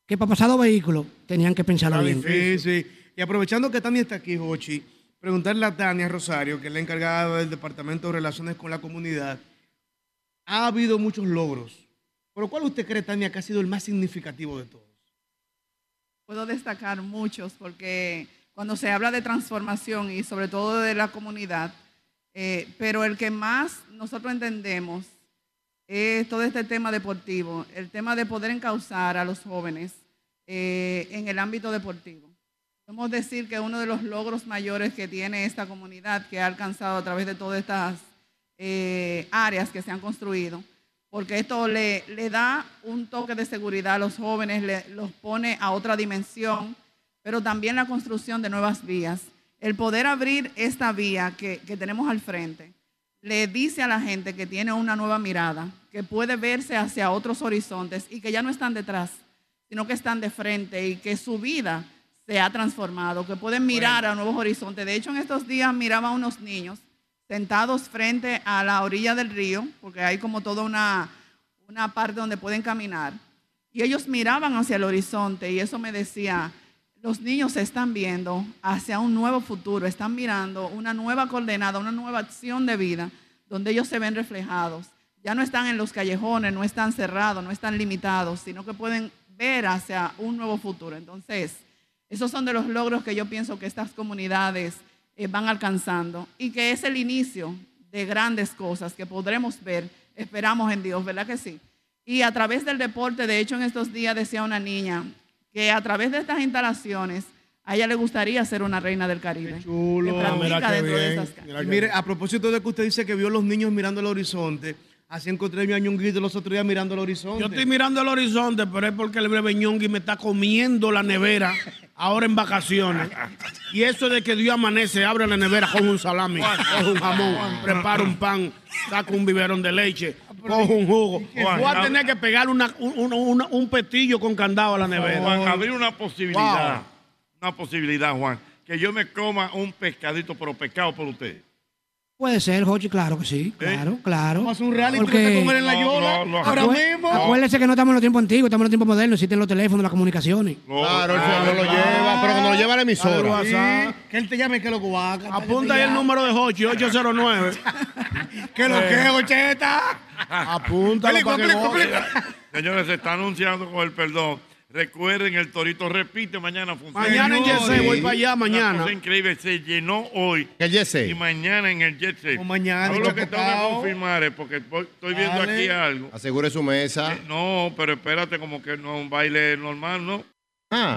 [SPEAKER 14] que para pasar dos vehículos tenían que
[SPEAKER 5] Ah,
[SPEAKER 14] pensarlo bien.
[SPEAKER 5] Sí, sí. Y aprovechando que Tania está aquí, Jochi, preguntarle a Tania Rosario, que es la encargada del Departamento de Relaciones con la Comunidad, ha habido muchos logros. ¿Pero cuál usted cree, Tania, que ha sido el más significativo de todos?
[SPEAKER 15] puedo destacar muchos porque cuando se habla de transformación y sobre todo de la comunidad, eh, pero el que más nosotros entendemos es todo este tema deportivo, el tema de poder encauzar a los jóvenes eh, en el ámbito deportivo. Podemos decir que uno de los logros mayores que tiene esta comunidad, que ha alcanzado a través de todas estas eh, áreas que se han construido, porque esto le, le da un toque de seguridad a los jóvenes, le- los pone a otra dimensión, pero también la construcción de nuevas vías. El poder abrir esta vía que, que tenemos al frente le dice a la gente que tiene una nueva mirada, que puede verse hacia otros horizontes y que ya no están detrás, sino que están de frente y que su vida se ha transformado, que pueden mirar a nuevos horizontes. De hecho, en estos días miraba a unos niños sentados frente a la orilla del río, porque hay como toda una, una parte donde pueden caminar, y ellos miraban hacia el horizonte y eso me decía, los niños se están viendo hacia un nuevo futuro, están mirando una nueva coordenada, una nueva acción de vida, donde ellos se ven reflejados. Ya no están en los callejones, no están cerrados, no están limitados, sino que pueden ver hacia un nuevo futuro. Entonces, esos son de los logros que yo pienso que estas comunidades eh, van alcanzando y que es el inicio de grandes cosas que podremos ver, esperamos en Dios, ¿verdad que sí? Y a través del deporte, de hecho en estos días decía una niña que a través de estas instalaciones a ella le gustaría ser una reina del Caribe. Que practica dentro de esas canchas.
[SPEAKER 5] Y Mire, a propósito de que usted dice que vio los niños mirando el horizonte, así encontré yo a Ñonguito los otros días mirando el horizonte.
[SPEAKER 2] Yo estoy mirando el horizonte, pero es porque el breve Ñongui me está comiendo la nevera ahora en vacaciones. Y eso de que Dios amanece, abre la nevera, coge un salami, coge un jamón, prepara un pan, saca un biberón de leche,
[SPEAKER 5] Ah,
[SPEAKER 2] coge un jugo.
[SPEAKER 1] Juan,
[SPEAKER 2] Voy a tener que pegar una- un, un- un pestillo con candado a la nevera.
[SPEAKER 1] Juan, abrir una posibilidad.
[SPEAKER 2] Wow.
[SPEAKER 1] Una posibilidad, Juan. Que yo me coma un pescadito, pero pescado por usted.
[SPEAKER 14] Puede ser, Jochi, claro que sí, claro, claro.
[SPEAKER 5] ¿Eh? Vamos a hacer un reality,
[SPEAKER 14] Porque-
[SPEAKER 5] usted comer en la
[SPEAKER 1] No,
[SPEAKER 5] yola,
[SPEAKER 1] no, no.
[SPEAKER 5] ahora
[SPEAKER 1] Acué-
[SPEAKER 5] mismo.
[SPEAKER 14] Acuérdese que no estamos en los tiempos antiguos, estamos en los tiempos modernos, existen los teléfonos, las comunicaciones.
[SPEAKER 3] Claro,
[SPEAKER 2] Ah,
[SPEAKER 3] el fondo lo lleva, ah, pero cuando lo lleva a la emisora.
[SPEAKER 5] que él te llame que lo cubaca.
[SPEAKER 2] Apunta ahí el número de Hochi,
[SPEAKER 5] [LAUGHS]
[SPEAKER 2] 809.
[SPEAKER 5] Que lo que, Jocheta.
[SPEAKER 2] [LAUGHS] Apúntalo para que goce.
[SPEAKER 1] Señores, se está anunciando con el perdón. Recuerden, el Torito repite, mañana funciona.
[SPEAKER 2] Mañana en Yese, voy para allá,
[SPEAKER 1] Una
[SPEAKER 2] mañana.
[SPEAKER 1] cosa increíble, se llenó hoy.
[SPEAKER 3] ¿El Yese?
[SPEAKER 1] Y mañana en el Jet Set.
[SPEAKER 3] O mañana,
[SPEAKER 1] Ahora lo que tengo que
[SPEAKER 3] Chacopao.
[SPEAKER 1] confirmar es porque voy- estoy viendo
[SPEAKER 3] Dale.
[SPEAKER 1] aquí algo.
[SPEAKER 3] Asegure su mesa.
[SPEAKER 2] Eh,
[SPEAKER 1] No, pero espérate, como que no es un baile normal, ¿no?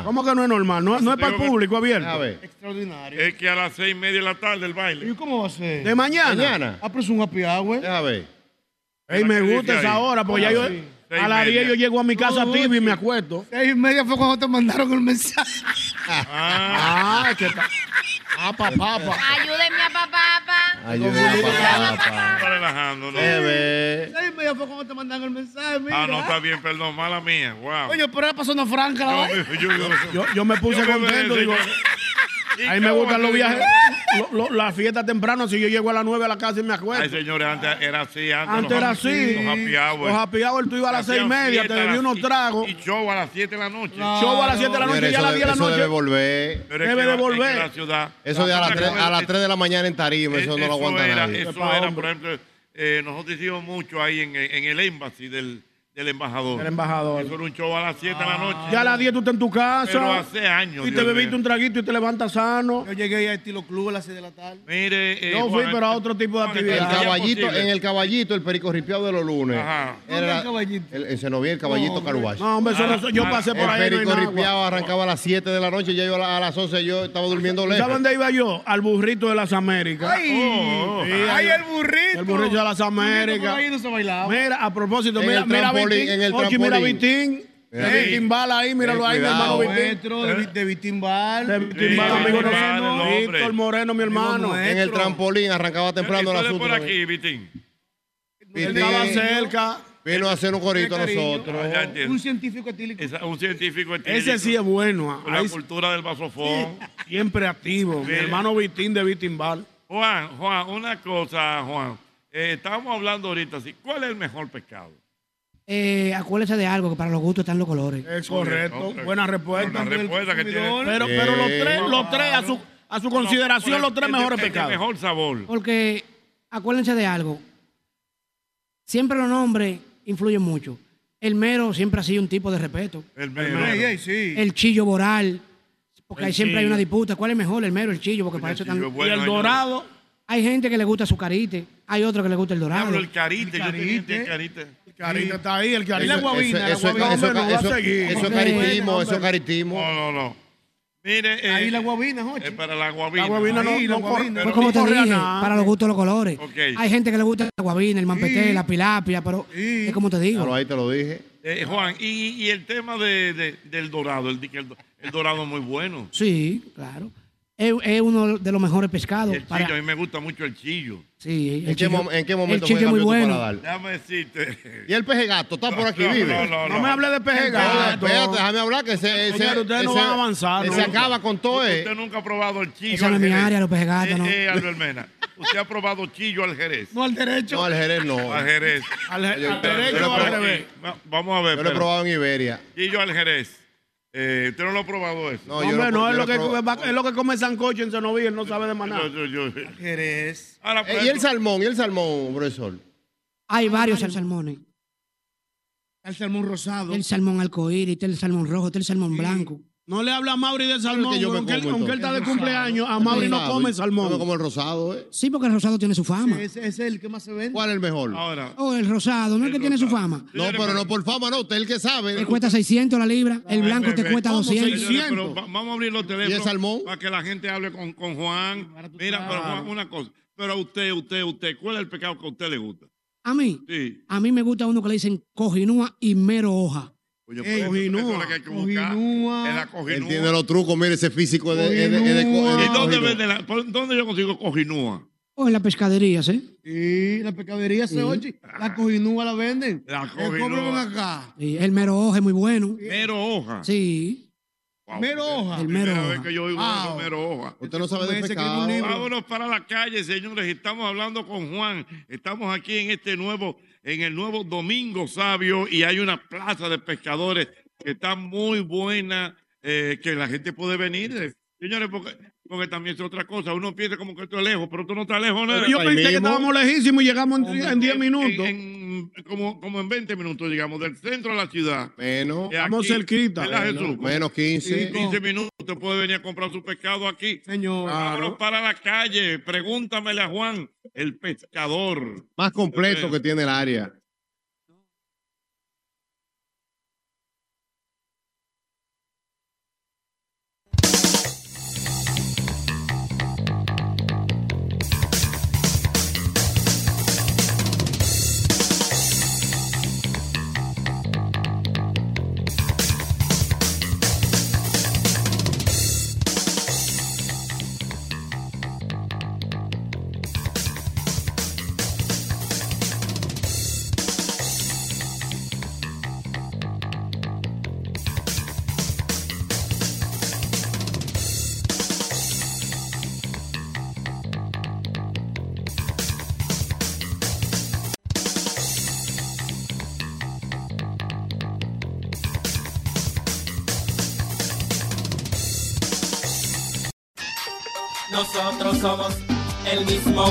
[SPEAKER 2] ¿Cómo que no es normal? No, no es para el
[SPEAKER 1] Digo que-
[SPEAKER 2] público
[SPEAKER 1] A ver.
[SPEAKER 2] abierto.
[SPEAKER 5] Extraordinario.
[SPEAKER 1] Es que a las seis y media de la tarde el baile.
[SPEAKER 5] ¿Y cómo va a ser?
[SPEAKER 2] ¿De mañana? Mañana.
[SPEAKER 5] Ah, pero es un happy hour.
[SPEAKER 3] Deja ver.
[SPEAKER 2] Ey, me gusta
[SPEAKER 5] dice
[SPEAKER 2] esa
[SPEAKER 5] ahí?
[SPEAKER 2] hora,
[SPEAKER 1] Ah,
[SPEAKER 2] porque ya yo,
[SPEAKER 5] Sí.
[SPEAKER 2] a las 10 yo llego a mi casa
[SPEAKER 5] No,
[SPEAKER 2] tibio y me acuesto.
[SPEAKER 5] [LAUGHS] Seis y media fue cuando te mandaron el mensaje.
[SPEAKER 1] Ah,
[SPEAKER 2] que ta- Apa, papa.
[SPEAKER 4] Ayúdenme a papá, papá.
[SPEAKER 1] Está relajando, ¿no?
[SPEAKER 5] Ay, mira, fue como te mandaron el mensaje, mira.
[SPEAKER 1] Ah, no, está bien, perdón, mala mía. Wow.
[SPEAKER 5] Oye, pero era persona franca la vaina.
[SPEAKER 1] Yo, yo- yo-
[SPEAKER 2] Yo, yo me puse
[SPEAKER 1] Yo me
[SPEAKER 2] contento,
[SPEAKER 1] veo,
[SPEAKER 2] digo.
[SPEAKER 1] [LAUGHS] ¿Y
[SPEAKER 2] Ahí me
[SPEAKER 1] cómo
[SPEAKER 2] gustan
[SPEAKER 1] te
[SPEAKER 2] los
[SPEAKER 1] digo?
[SPEAKER 2] viajes. [LAUGHS] lo- lo- la fiesta temprano, si yo llego a las 9 a la casa y me acuerdo.
[SPEAKER 1] Ay, señores, antes era así. Antes,
[SPEAKER 2] Antes
[SPEAKER 1] los
[SPEAKER 2] era
[SPEAKER 1] happy-
[SPEAKER 2] así.
[SPEAKER 1] Los happy hours.
[SPEAKER 2] Los happy hours, tú ibas a las
[SPEAKER 1] Hacían
[SPEAKER 2] seis y media, te
[SPEAKER 1] fiesta a
[SPEAKER 2] bebí
[SPEAKER 1] las-
[SPEAKER 2] unos tragos.
[SPEAKER 1] Y show a las 7 de la noche.
[SPEAKER 2] Show a las 7 de la noche,
[SPEAKER 3] Señores,
[SPEAKER 2] ya a las
[SPEAKER 3] eso
[SPEAKER 2] 10 de
[SPEAKER 3] debe-
[SPEAKER 2] la
[SPEAKER 3] eso
[SPEAKER 2] noche.
[SPEAKER 3] debe volver.
[SPEAKER 1] Pero es
[SPEAKER 2] Debe
[SPEAKER 1] que la-
[SPEAKER 2] de volver.
[SPEAKER 1] es que la ciudad-
[SPEAKER 3] Eso de a las
[SPEAKER 1] la-
[SPEAKER 3] 3, a las tres de la mañana en tarima, eso no lo aguanta
[SPEAKER 1] era,
[SPEAKER 3] nadie.
[SPEAKER 1] Eh, Eso era, por ejemplo, eh, nosotros hicimos mucho ahí en, en el embassy del, del embajador.
[SPEAKER 2] Del embajador. Ah.
[SPEAKER 1] Eso era un show a las 7 de la noche.
[SPEAKER 2] Ya a las 10 tú estás en tu casa.
[SPEAKER 1] Pero hace años,
[SPEAKER 2] Y te
[SPEAKER 1] Dios
[SPEAKER 2] bebiste
[SPEAKER 1] mío.
[SPEAKER 2] un traguito y te levantas sano.
[SPEAKER 5] Yo llegué a estilo club a las 6 de la tarde.
[SPEAKER 1] Mire, eh,
[SPEAKER 2] Yo fui,
[SPEAKER 1] Juan,
[SPEAKER 2] pero a otro tipo de
[SPEAKER 3] El
[SPEAKER 2] actividad.
[SPEAKER 3] caballito, en el caballito, el perico ripiado de los lunes.
[SPEAKER 1] Ajá.
[SPEAKER 3] Era
[SPEAKER 2] ¿Dónde el
[SPEAKER 3] caballito? El, en Senoví, el caballito
[SPEAKER 2] No, hombre.
[SPEAKER 3] Carhuacho.
[SPEAKER 2] No, hombre, eso no-
[SPEAKER 1] Ah,
[SPEAKER 2] yo
[SPEAKER 3] Ah,
[SPEAKER 2] pasé por ahí, no
[SPEAKER 3] El
[SPEAKER 2] hay
[SPEAKER 3] perico
[SPEAKER 2] nada.
[SPEAKER 3] ripiado arrancaba a las 7 de la noche, ya yo a, la- a las 11 yo estaba durmiendo lejos.
[SPEAKER 2] ¿Sabes dónde iba yo? Al burrito de las Américas.
[SPEAKER 3] Oh, oh.
[SPEAKER 2] Sí,
[SPEAKER 3] Ay,
[SPEAKER 2] ahí-
[SPEAKER 3] el
[SPEAKER 5] burrito.
[SPEAKER 2] El burrito de las
[SPEAKER 5] Burrito,
[SPEAKER 2] Américas.
[SPEAKER 5] por ahí no se bailaba.
[SPEAKER 2] Mira, a propósito,
[SPEAKER 3] En
[SPEAKER 2] mira,
[SPEAKER 3] el
[SPEAKER 2] mira
[SPEAKER 3] trampolín,
[SPEAKER 2] Vitín.
[SPEAKER 3] en el
[SPEAKER 2] Ochi, mira
[SPEAKER 3] trampolín.
[SPEAKER 2] Vitín.
[SPEAKER 3] Mira.
[SPEAKER 2] Eh, Vitín Bala ahí, míralo ahí, mi hermano
[SPEAKER 5] Cuidado,
[SPEAKER 2] Vitín.
[SPEAKER 5] maestro, de, de Vitín Val.
[SPEAKER 2] De Vitín Bala,
[SPEAKER 5] Vitín
[SPEAKER 2] amigo
[SPEAKER 5] Bala,
[SPEAKER 2] Moreno.
[SPEAKER 5] el hombre.
[SPEAKER 2] Víctor Moreno, mi hermano.
[SPEAKER 3] En el trampolín arrancaba temprano a las
[SPEAKER 1] Eso de
[SPEAKER 3] 11.
[SPEAKER 1] por aquí, Vitín.
[SPEAKER 2] Él estaba cerca.
[SPEAKER 3] Vino a hacer un corito a nosotros.
[SPEAKER 1] Ah, ya entiendo.
[SPEAKER 5] Un científico etílico.
[SPEAKER 1] Esa- un científico etílico.
[SPEAKER 2] Ese sí es bueno. ah.
[SPEAKER 1] Con la
[SPEAKER 2] ahí
[SPEAKER 1] cultura del vasofón.
[SPEAKER 2] siempre activo. Mi
[SPEAKER 1] Mira.
[SPEAKER 2] hermano Vitín de Vitín Bala.
[SPEAKER 1] Juan, Juan, una cosa, Juan. Eh, estábamos hablando ahorita, así, ¿cuál es el mejor pescado?
[SPEAKER 14] Eh, acuérdese de algo, que para los gustos están los colores.
[SPEAKER 2] Es correcto. Buena respuesta.
[SPEAKER 1] eh, Buena respuesta que tiene.
[SPEAKER 2] Pero, pero los tres, los tres a su, a su consideración, los tres
[SPEAKER 1] El de-
[SPEAKER 2] mejores
[SPEAKER 1] el de
[SPEAKER 2] pecados.
[SPEAKER 1] mejor sabor.
[SPEAKER 14] Porque acuérdense de algo. Siempre los nombres influyen mucho. El mero siempre ha sido un tipo de respeto.
[SPEAKER 1] El
[SPEAKER 5] Ey, ey, sí.
[SPEAKER 14] El chillo boral. Porque
[SPEAKER 5] El
[SPEAKER 14] ahí siempre hay
[SPEAKER 5] chillo.
[SPEAKER 14] una disputa. ¿Cuál es mejor? El mero, el chillo. Porque para eso
[SPEAKER 1] chillo
[SPEAKER 14] están.
[SPEAKER 1] es bueno, Y el señor. dorado.
[SPEAKER 14] Hay gente que le gusta su carite. Hay otro que le gusta el dorado.
[SPEAKER 1] Diablo, el carite, yo tenía el carite.
[SPEAKER 2] El carita está ahí, el carita.
[SPEAKER 1] Eso-
[SPEAKER 2] la
[SPEAKER 1] eso-
[SPEAKER 2] guavina, la
[SPEAKER 1] eso-
[SPEAKER 2] guavina.
[SPEAKER 1] eso-
[SPEAKER 2] hombre, no va
[SPEAKER 1] eso-
[SPEAKER 2] a seguir.
[SPEAKER 1] eso es
[SPEAKER 3] caritismo, eso es caritismo.
[SPEAKER 1] No, no, no. Mire, eh,
[SPEAKER 5] Ahí la guabina, Jochi.
[SPEAKER 1] eh, para la guabina.
[SPEAKER 5] La guabina no-
[SPEAKER 1] Ahí,
[SPEAKER 5] no
[SPEAKER 1] la guabina.
[SPEAKER 14] Pues como te
[SPEAKER 1] Pero-
[SPEAKER 14] dije, para los gustos los colores.
[SPEAKER 1] Ok.
[SPEAKER 14] Hay gente que le gusta la guabina, el mampete, la pilapia, pero es como te digo.
[SPEAKER 3] Claro, ahí te lo dije.
[SPEAKER 1] Eh, Juan, y, y el tema de, de- del dorado, el, di- que el, do- el dorado es muy bueno.
[SPEAKER 14] Sí, claro. Es, es uno de los mejores pescados.
[SPEAKER 1] El
[SPEAKER 14] para-
[SPEAKER 1] chillo, a mí me gusta mucho el chillo.
[SPEAKER 14] sí, el
[SPEAKER 3] ¿En qué,
[SPEAKER 14] chillo-
[SPEAKER 3] mom- en qué
[SPEAKER 14] el
[SPEAKER 3] momento
[SPEAKER 14] chillo
[SPEAKER 3] fue que
[SPEAKER 14] es muy
[SPEAKER 3] cambió tu
[SPEAKER 14] bueno.
[SPEAKER 3] paladar?
[SPEAKER 1] Déjame decirte.
[SPEAKER 3] Y el peje gato está por aquí,
[SPEAKER 1] No,
[SPEAKER 3] vive.
[SPEAKER 1] no, no, no.
[SPEAKER 2] No me hable de peje gato.
[SPEAKER 3] Espérate, déjame hablar que se,
[SPEAKER 2] Señores, ustedes no van a avanzar,
[SPEAKER 3] Se
[SPEAKER 2] nunca.
[SPEAKER 3] acaba con todo. eh.
[SPEAKER 1] Usted nunca ha probado el chillo.
[SPEAKER 14] Esa no
[SPEAKER 1] al
[SPEAKER 14] es mi
[SPEAKER 1] Jerez.
[SPEAKER 14] área, López Gato,
[SPEAKER 1] Eh,
[SPEAKER 14] no.
[SPEAKER 1] eh, Aldo Hermena, usted ha probado chillo al Jerez.
[SPEAKER 5] No al derecho.
[SPEAKER 3] No, al Jerez no.
[SPEAKER 1] Al Jerez.
[SPEAKER 2] Al, al
[SPEAKER 3] Yo- yo-
[SPEAKER 2] derecho
[SPEAKER 3] yo-
[SPEAKER 2] o al
[SPEAKER 1] Pero,
[SPEAKER 2] revés.
[SPEAKER 1] eh, va- Vamos a ver.
[SPEAKER 3] Yo lo he
[SPEAKER 1] espera.
[SPEAKER 3] probado en Iberia.
[SPEAKER 1] Chillo al Jerez. Eh, usted no lo ha probado eso.
[SPEAKER 3] No, yo
[SPEAKER 2] Hombre, no,
[SPEAKER 3] yo
[SPEAKER 2] es lo, que,
[SPEAKER 3] he probado.
[SPEAKER 2] es lo que come sancocho en Senoví, él no sabe de maná.
[SPEAKER 1] Yo- yo- yo-
[SPEAKER 5] Jerez.
[SPEAKER 1] Ahora, por
[SPEAKER 3] Eh, y el
[SPEAKER 1] ejemplo,
[SPEAKER 3] salmón, y el salmón, profesor.
[SPEAKER 14] Hay varios salmones.
[SPEAKER 5] El salmón rosado.
[SPEAKER 14] El salmón arcoíris, está el salmón rojo, está el salmón blanco.
[SPEAKER 2] No le habla a Mauri del salmón,
[SPEAKER 3] que yo me
[SPEAKER 2] aunque, él,
[SPEAKER 3] como,
[SPEAKER 2] aunque él está de cumpleaños, a
[SPEAKER 3] El
[SPEAKER 2] Mauri no
[SPEAKER 3] rosado,
[SPEAKER 2] come
[SPEAKER 3] Yo me
[SPEAKER 2] salmón.
[SPEAKER 3] como el rosado, ¿eh?
[SPEAKER 14] Sí, porque el rosado tiene su fama.
[SPEAKER 5] Ese, ese es el que más se vende.
[SPEAKER 3] ¿Cuál es el mejor?
[SPEAKER 1] ahora,
[SPEAKER 14] Oh, el rosado, no es que tiene su fama.
[SPEAKER 3] No, pero no por fama, no. Usted es el que sabe.
[SPEAKER 14] Te cuesta 600 la libra, el blanco te
[SPEAKER 1] Ve, ve,
[SPEAKER 14] cuesta
[SPEAKER 1] ¿cómo,
[SPEAKER 14] 200.
[SPEAKER 1] señores? Pero va- vamos a abrir los teléfonos.
[SPEAKER 3] ¿Y el salmón?
[SPEAKER 1] Para que la gente hable con, con Juan. Mira, pero Juan, una cosa. Pero a usted, usted, usted, ¿cuál es el pecado que a usted le gusta?
[SPEAKER 14] A mí,
[SPEAKER 1] Sí.
[SPEAKER 14] a mí me gusta uno que le dicen cojinúa y mero hoja.
[SPEAKER 1] Oye,
[SPEAKER 5] Ey,
[SPEAKER 1] pues, eso, eso es lo que hay que buscar.
[SPEAKER 5] cojinúa.
[SPEAKER 1] Es la cojinúa.
[SPEAKER 3] Él tiene los trucos, mire ese físico de, es de, es de, co- es de
[SPEAKER 1] ¿Y dónde
[SPEAKER 3] cogido.
[SPEAKER 1] vende la, por- dónde yo consigo cojinúa?
[SPEAKER 14] O Oh, en las pescaderías, ¿eh?
[SPEAKER 5] Sí, la pescadería se oye. La cojinúa la venden.
[SPEAKER 1] La
[SPEAKER 5] El
[SPEAKER 1] cojinúa.
[SPEAKER 5] cobro con acá.
[SPEAKER 14] Sí, el mero hoja es muy bueno.
[SPEAKER 1] Mero hoja.
[SPEAKER 14] Sí,
[SPEAKER 1] Wow,
[SPEAKER 5] Mero hoja.
[SPEAKER 14] el mero
[SPEAKER 1] Primera vez
[SPEAKER 14] hoja.
[SPEAKER 1] que yo oigo
[SPEAKER 5] Wow.
[SPEAKER 1] eso, mero hoja.
[SPEAKER 3] Usted no sabe
[SPEAKER 5] Ese
[SPEAKER 3] de
[SPEAKER 5] que tiene
[SPEAKER 3] pecado.
[SPEAKER 5] un libro.
[SPEAKER 1] Vámonos para la calle, señores. Estamos hablando con Juan. Estamos aquí en este nuevo, en el nuevo Domingo Sabio y hay una plaza de pescadores que está muy buena, eh, que la gente puede venir. Señores, porque, porque también es otra cosa. Uno piensa como que esto es lejos, pero esto no está lejos. ¿no?
[SPEAKER 2] Yo pensé que
[SPEAKER 3] mismo.
[SPEAKER 2] estábamos lejísimos y llegamos en- en 10
[SPEAKER 1] En-
[SPEAKER 2] minutos.
[SPEAKER 1] en- en- Mm, como, como en 20 minutos, digamos, del centro de la ciudad.
[SPEAKER 3] Menos,
[SPEAKER 1] Eh,
[SPEAKER 2] Estamos
[SPEAKER 1] aquí,
[SPEAKER 2] cerquita. Eh,
[SPEAKER 1] ¿verdad, Jesús?
[SPEAKER 3] menos 15.
[SPEAKER 1] 15 minutos usted puede venir a comprar su pescado aquí.
[SPEAKER 5] Señor.
[SPEAKER 1] Vámonos para la calle. Pregúntamele a Juan, el pescador. Eh,
[SPEAKER 3] Más completo que tiene el área.
[SPEAKER 17] Nosotros somos el mismo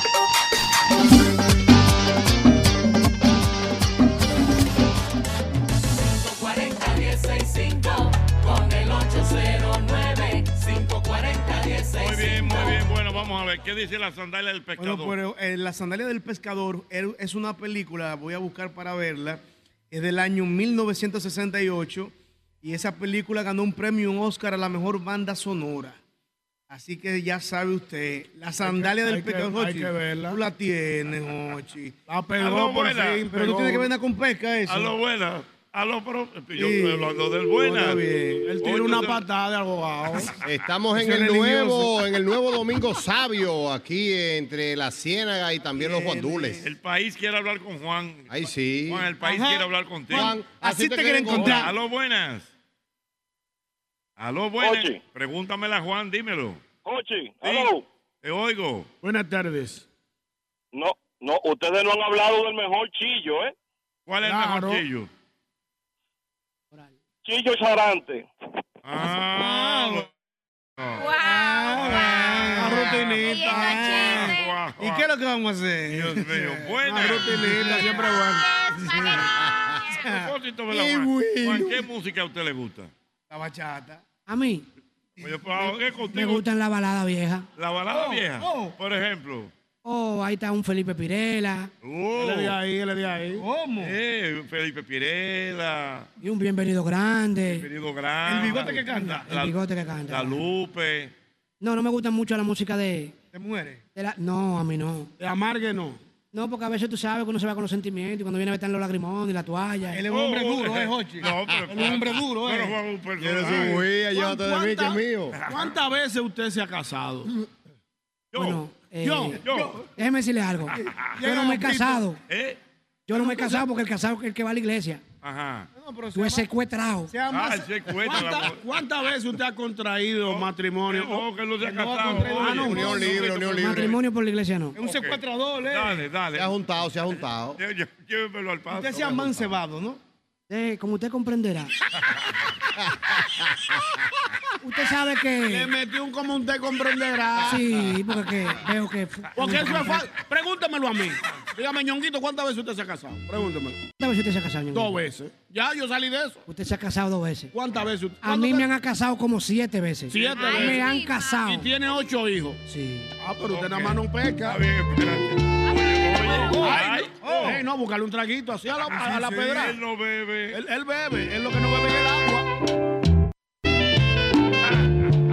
[SPEAKER 11] con el 809 540
[SPEAKER 1] Muy bien, muy bien. Bueno, vamos a ver. ¿Qué dice la sandalia del pescador?
[SPEAKER 5] Bueno, pero eh, La sandalia del pescador er- es una película, voy a buscar para verla, es del año 1968 y esa película ganó un premio, un Oscar a la mejor banda sonora. Así que ya sabe usted, la sandalia
[SPEAKER 2] hay
[SPEAKER 5] del
[SPEAKER 2] que-
[SPEAKER 5] pescador, Ah,
[SPEAKER 2] hay
[SPEAKER 5] Jochi,
[SPEAKER 2] que verla.
[SPEAKER 5] Tú la tienes, Jochi. La
[SPEAKER 2] pegó por fin,
[SPEAKER 5] Pero tú
[SPEAKER 2] pegó.
[SPEAKER 5] tienes que venir con pesca eso.
[SPEAKER 1] A lo buena. A lo pro. Yo
[SPEAKER 5] Sí.
[SPEAKER 1] estoy hablando del buena.
[SPEAKER 5] Está bien.
[SPEAKER 2] Él tira una
[SPEAKER 1] patada.
[SPEAKER 2] patada de abogado.
[SPEAKER 3] Estamos en
[SPEAKER 2] Eso es
[SPEAKER 3] el
[SPEAKER 2] religioso.
[SPEAKER 3] nuevo, en el nuevo Domingo Sabio, aquí entre la Ciénaga y también los Guandules.
[SPEAKER 1] El país quiere hablar con Juan.
[SPEAKER 3] Ahí sí.
[SPEAKER 1] Juan, el país
[SPEAKER 3] Ajá.
[SPEAKER 1] quiere hablar contigo.
[SPEAKER 3] Juan, así Así te te quiere quiere encontrar. encontrar.
[SPEAKER 1] A lo buenas. A lo buenas. Pregúntamela, Juan, dímelo.
[SPEAKER 18] Cochi,
[SPEAKER 1] Sí, Te oigo.
[SPEAKER 2] Buenas tardes.
[SPEAKER 18] No, no, ustedes no han hablado del mejor chillo, ¿eh?
[SPEAKER 1] ¿Cuál
[SPEAKER 18] es
[SPEAKER 2] mejor Claro.
[SPEAKER 1] chillo?
[SPEAKER 18] Chillo Charante.
[SPEAKER 5] Ah, rutinita.
[SPEAKER 1] Ah,
[SPEAKER 5] ¿Y qué es lo que vamos a hacer? Dios
[SPEAKER 1] mío, buena.
[SPEAKER 5] rutinita, siempre buena.
[SPEAKER 1] A propósito, ¿verdad,
[SPEAKER 5] Qué
[SPEAKER 1] Juan?
[SPEAKER 5] bueno.
[SPEAKER 1] Juan, ¿qué música a usted le gusta?
[SPEAKER 5] La bachata.
[SPEAKER 14] A mí
[SPEAKER 1] Oye, pues,
[SPEAKER 2] Ah,
[SPEAKER 1] ¿a qué
[SPEAKER 14] me
[SPEAKER 1] contigo?
[SPEAKER 14] gustan la balada vieja.
[SPEAKER 1] La balada
[SPEAKER 14] Oh,
[SPEAKER 1] vieja,
[SPEAKER 14] oh.
[SPEAKER 1] por ejemplo.
[SPEAKER 14] Oh, ahí está un Felipe Pirela
[SPEAKER 1] Oh.
[SPEAKER 14] Él es de
[SPEAKER 2] ahí, él de ahí.
[SPEAKER 1] ¿Cómo? Eh, Felipe Pirela,
[SPEAKER 14] y un bienvenido grande.
[SPEAKER 1] querido Gran.
[SPEAKER 14] El bigote que canta. El bigote que canta.
[SPEAKER 1] La Lupe.
[SPEAKER 14] No, no me gusta mucho la música de,
[SPEAKER 2] ¿Te muere?
[SPEAKER 14] de la- No, a mí no.
[SPEAKER 2] ¿Te amargue no?
[SPEAKER 14] No, porque a veces tú sabes que uno se va con los sentimientos y cuando viene a estar los lagrimones y la toalla.
[SPEAKER 2] Él es un Oh, hombre duro, ¿eh, Jochi?
[SPEAKER 1] No, pero.
[SPEAKER 2] Él es un hombre duro, ¿eh?
[SPEAKER 1] Pero Juan es un
[SPEAKER 3] [LAUGHS] Quiere su
[SPEAKER 1] personaje.
[SPEAKER 3] bulla, llévate de mí, que es mío.
[SPEAKER 2] ¿Cuántas veces usted se ha casado?
[SPEAKER 14] Bueno, eh,
[SPEAKER 2] Yo, Ah, yo.
[SPEAKER 14] Déjeme decirle algo. Yo no me he casado.
[SPEAKER 1] ¿Eh?
[SPEAKER 14] Yo no me he casado porque el casado es el que va a la iglesia.
[SPEAKER 1] Ajá.
[SPEAKER 14] Tú es secuestrado.
[SPEAKER 2] Se llama-
[SPEAKER 1] Ah, sí, cuenta,
[SPEAKER 2] ¿Cuánta-
[SPEAKER 1] la-
[SPEAKER 2] ¿Cuántas veces usted ha contraído matrimonio?
[SPEAKER 1] No, Oh, que no se ha
[SPEAKER 2] No ha
[SPEAKER 1] casado.
[SPEAKER 2] contraído
[SPEAKER 1] Oye,
[SPEAKER 2] matrimonio.
[SPEAKER 3] Ah, Unión libre, unión libre.
[SPEAKER 14] Matrimonio por la iglesia no.
[SPEAKER 2] Un secuestrador, ¿eh?
[SPEAKER 1] Dale, dale.
[SPEAKER 3] Se ha juntado, se ha juntado.
[SPEAKER 1] Yo- yo- Llévemelo al paso.
[SPEAKER 2] Usted se ha mancebado, ¿no?
[SPEAKER 14] Eh, como usted comprenderá. usted sabe que.
[SPEAKER 2] Le metí un como usted comprenderá.
[SPEAKER 14] Sí, porque que veo que.
[SPEAKER 2] Porque eso es fácil. Pregúntemelo a mí. Dígame, ñonguito, ¿cuántas veces usted se ha casado? Pregúntemelo.
[SPEAKER 14] ¿Cuántas veces usted se ha casado, ñonguito?
[SPEAKER 2] Dos veces. Ya, yo salí de eso.
[SPEAKER 14] Usted se ha casado dos veces.
[SPEAKER 2] ¿Cuántas veces usted?
[SPEAKER 14] A mí me han casado como siete veces.
[SPEAKER 2] Siete veces.
[SPEAKER 14] Ah, Me han
[SPEAKER 2] Y
[SPEAKER 14] casado.
[SPEAKER 2] tiene ocho hijos.
[SPEAKER 14] Sí.
[SPEAKER 2] Ah, pero usted nada más no pesca.
[SPEAKER 1] Está bien, espérate.
[SPEAKER 2] Oh,
[SPEAKER 1] Ay,
[SPEAKER 2] ay, Ey, no, buscarle un traguito así a la, a la
[SPEAKER 1] sí,
[SPEAKER 2] pedra.
[SPEAKER 1] Él no bebe.
[SPEAKER 2] Él, él bebe, él lo que no bebe es el agua.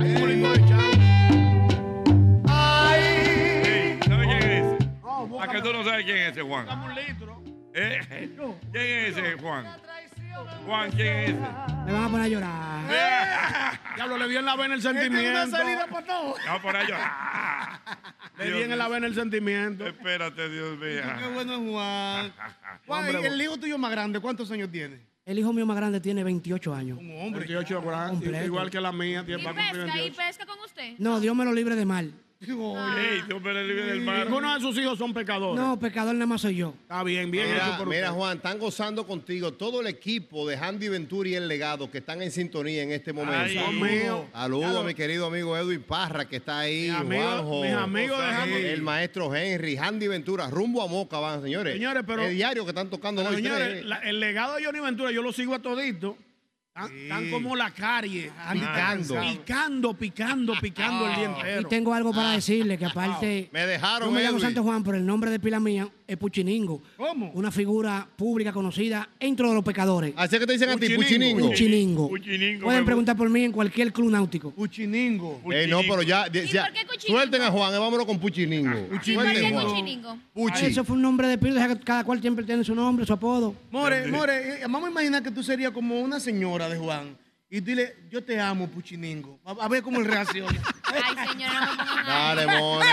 [SPEAKER 2] Ay, un bolito de chavo.
[SPEAKER 1] Ey, ¿Sabe quién es ese?
[SPEAKER 2] Oh,
[SPEAKER 1] ¿A que
[SPEAKER 2] búscame-
[SPEAKER 1] tú no sabes quién es ese, Juan?
[SPEAKER 2] búscame un litro.
[SPEAKER 1] ¿Eh? ¿Quién es ese, Juan? Juan, ¿quién es ese?
[SPEAKER 14] Me van a poner a llorar.
[SPEAKER 2] Diablo, le di en la vena el
[SPEAKER 1] Este
[SPEAKER 2] sentimiento.
[SPEAKER 5] para todo.
[SPEAKER 1] No, por allá.
[SPEAKER 2] Le di en la vena el sentimiento.
[SPEAKER 1] Espérate, Dios
[SPEAKER 5] Qué
[SPEAKER 1] mío.
[SPEAKER 5] bueno es Juan. Juan,
[SPEAKER 1] [LAUGHS]
[SPEAKER 2] Hombre,
[SPEAKER 5] y el hijo tuyo más grande, ¿cuántos años tiene?
[SPEAKER 14] El hijo mío más grande tiene 28 años.
[SPEAKER 5] Un hombre.
[SPEAKER 2] 28 grandes,
[SPEAKER 14] Completo.
[SPEAKER 2] igual que la mía, tiene
[SPEAKER 4] Y
[SPEAKER 2] para cumplir
[SPEAKER 4] pesca, y
[SPEAKER 2] 28.
[SPEAKER 4] pesca con usted.
[SPEAKER 14] No, Dios me lo libre de mal.
[SPEAKER 1] Ey, Dios me le libre del mar.
[SPEAKER 2] Ninguno de sus hijos son pecadores.
[SPEAKER 14] No, pecador nada más soy yo.
[SPEAKER 2] Está bien, bien hecho
[SPEAKER 3] Mira,
[SPEAKER 2] por
[SPEAKER 3] mira,
[SPEAKER 2] usted.
[SPEAKER 3] Juan, están gozando contigo todo el equipo de Handy Ventura y el legado que están en sintonía en este momento.
[SPEAKER 1] Ay, Dios
[SPEAKER 2] mío.
[SPEAKER 3] Saludos a mi querido amigo Edwin Parra que está ahí,
[SPEAKER 2] Mis amigos-
[SPEAKER 3] Juanjo,
[SPEAKER 2] mis amigos de Handy.
[SPEAKER 3] el maestro Henry, Handy Ventura, rumbo a Moca van, señores.
[SPEAKER 2] Señores, pero-
[SPEAKER 3] el diario que están tocando hoy,
[SPEAKER 2] Señores,
[SPEAKER 3] tres.
[SPEAKER 2] la- el legado de Johnny Ventura, yo lo sigo a todito. Tan, tan como la carie.
[SPEAKER 3] Picando.
[SPEAKER 2] Picando, picando, picando el día
[SPEAKER 1] Ah.
[SPEAKER 2] entero.
[SPEAKER 14] Y tengo algo para decirle que aparte.
[SPEAKER 3] me dejaron,
[SPEAKER 14] Yo me llamo
[SPEAKER 3] Edwin.
[SPEAKER 14] Santo Juan, pero el nombre de pila mía es Puchiningo.
[SPEAKER 2] ¿Cómo?
[SPEAKER 14] Una figura pública conocida dentro de los pecadores.
[SPEAKER 3] Así es que te dicen a ti,
[SPEAKER 1] Puchiningo.
[SPEAKER 3] Puchiningo.
[SPEAKER 14] Puchiningo.
[SPEAKER 1] Puchiningo, me
[SPEAKER 14] Pueden
[SPEAKER 1] gusta.
[SPEAKER 14] preguntar por mí en cualquier club náutico.
[SPEAKER 2] Puchiningo.
[SPEAKER 3] Ey, Eh, no, pero ya, de- ya-
[SPEAKER 4] por qué Cuchiningo?
[SPEAKER 3] suelten a Juan, eh, vámonos con Puchiningo.
[SPEAKER 4] ¿Y por
[SPEAKER 3] Suelten,
[SPEAKER 4] qué
[SPEAKER 3] Juan.
[SPEAKER 4] cochiningo?
[SPEAKER 3] Puchi.
[SPEAKER 14] Ah, Eso fue un nombre de pila, deja que cada cual siempre tiene su nombre, su apodo.
[SPEAKER 5] More, More, eh, vamos a imaginar que tú serías como una señora de Juan. Y dile, yo te amo, Puchiningo. A, a ver cómo él reacciona.
[SPEAKER 4] Ah. [LAUGHS] Ay, señora, no me pongan ahí.
[SPEAKER 3] Dale, more.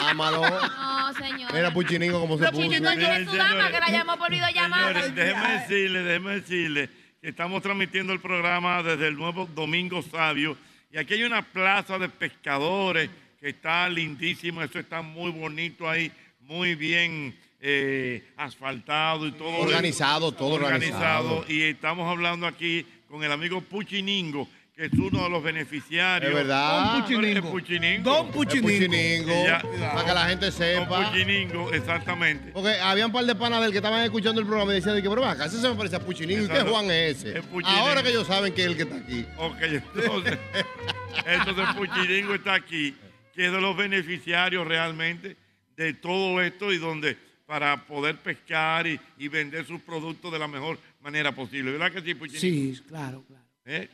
[SPEAKER 3] Ámalo.
[SPEAKER 4] No, Señor.
[SPEAKER 3] Mira Puchiningo como se
[SPEAKER 4] Pero
[SPEAKER 3] puso.
[SPEAKER 4] Puchiningo tiene su dama que la llamó por videollamada.
[SPEAKER 1] Señores, déjeme decirle, déjeme decirle que estamos transmitiendo el programa desde el nuevo Domingo Sabio. Y aquí hay una plaza de pescadores que está lindísima. Eso está muy bonito ahí, muy bien eh, asfaltado y todo.
[SPEAKER 3] Organizado, todo organizado.
[SPEAKER 1] Y estamos hablando aquí con el amigo Puchiningo, que es uno de los beneficiarios.
[SPEAKER 3] Es verdad. Don Puchiningo.
[SPEAKER 1] Es Puchiningo. Don
[SPEAKER 3] Puchiningo, para que la gente sepa.
[SPEAKER 1] Don Puchiningo, exactamente.
[SPEAKER 3] Porque había un par de panas del que estaban escuchando el programa y decían de que, pero acá ese se me parece a Puchiningo. ¿Y qué
[SPEAKER 1] Exacto.
[SPEAKER 3] Juan es ese?
[SPEAKER 1] Es Puchiningo.
[SPEAKER 3] Ahora que ellos saben que es el que está aquí.
[SPEAKER 1] Ok, entonces, [LAUGHS] entonces Puchiringo está aquí, que es de los beneficiarios realmente de todo esto y donde para poder pescar y, y vender sus productos de la mejor manera posible. ¿Verdad que sí, Puchiringo?
[SPEAKER 14] Sí, claro, claro.
[SPEAKER 1] ¿Eh?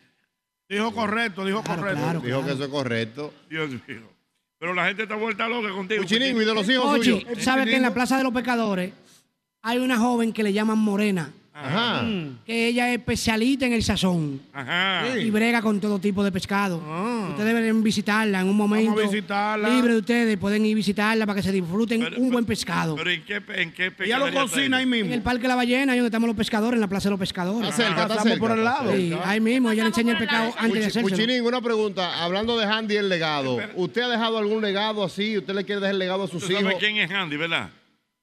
[SPEAKER 2] Dijo correcto, dijo correcto.
[SPEAKER 3] Dijo que eso es correcto.
[SPEAKER 1] Dios mío. Pero la gente está vuelta loca contigo.
[SPEAKER 3] Puchiringo, y de los hijos
[SPEAKER 14] Ochi, tú sabes que en la Plaza de los Pescadores hay una joven que le llaman Morena.
[SPEAKER 1] Ajá.
[SPEAKER 14] Mm, Que ella es especialista en el sazón.
[SPEAKER 1] Ajá.
[SPEAKER 14] Y brega con todo tipo de pescado.
[SPEAKER 3] Ah.
[SPEAKER 14] Ustedes deben visitarla en un momento.
[SPEAKER 2] visitarla.
[SPEAKER 14] Libre de ustedes, pueden ir a visitarla para que se disfruten un buen pescado.
[SPEAKER 1] Pero ¿en qué, en qué
[SPEAKER 2] Ella lo
[SPEAKER 1] pescadería está
[SPEAKER 2] cocina ahí mismo.
[SPEAKER 14] En el Parque de la Ballena, ahí donde estamos los pescadores, en la Plaza de los Pescadores.
[SPEAKER 3] Está cerca, está Pasamos cerca, por el está lado.
[SPEAKER 14] Sí,
[SPEAKER 3] cerca.
[SPEAKER 14] ahí mismo, ella le enseña el pescado antes de
[SPEAKER 3] Puchi-
[SPEAKER 14] hacerse.
[SPEAKER 3] Puchiningo, una pregunta. Hablando de Handy, el legado. ¿Usted ha dejado algún legado así? ¿Usted le quiere dejar el legado a
[SPEAKER 1] ¿Tú
[SPEAKER 3] sus hijos?
[SPEAKER 1] sabes quién es Andy, verdad?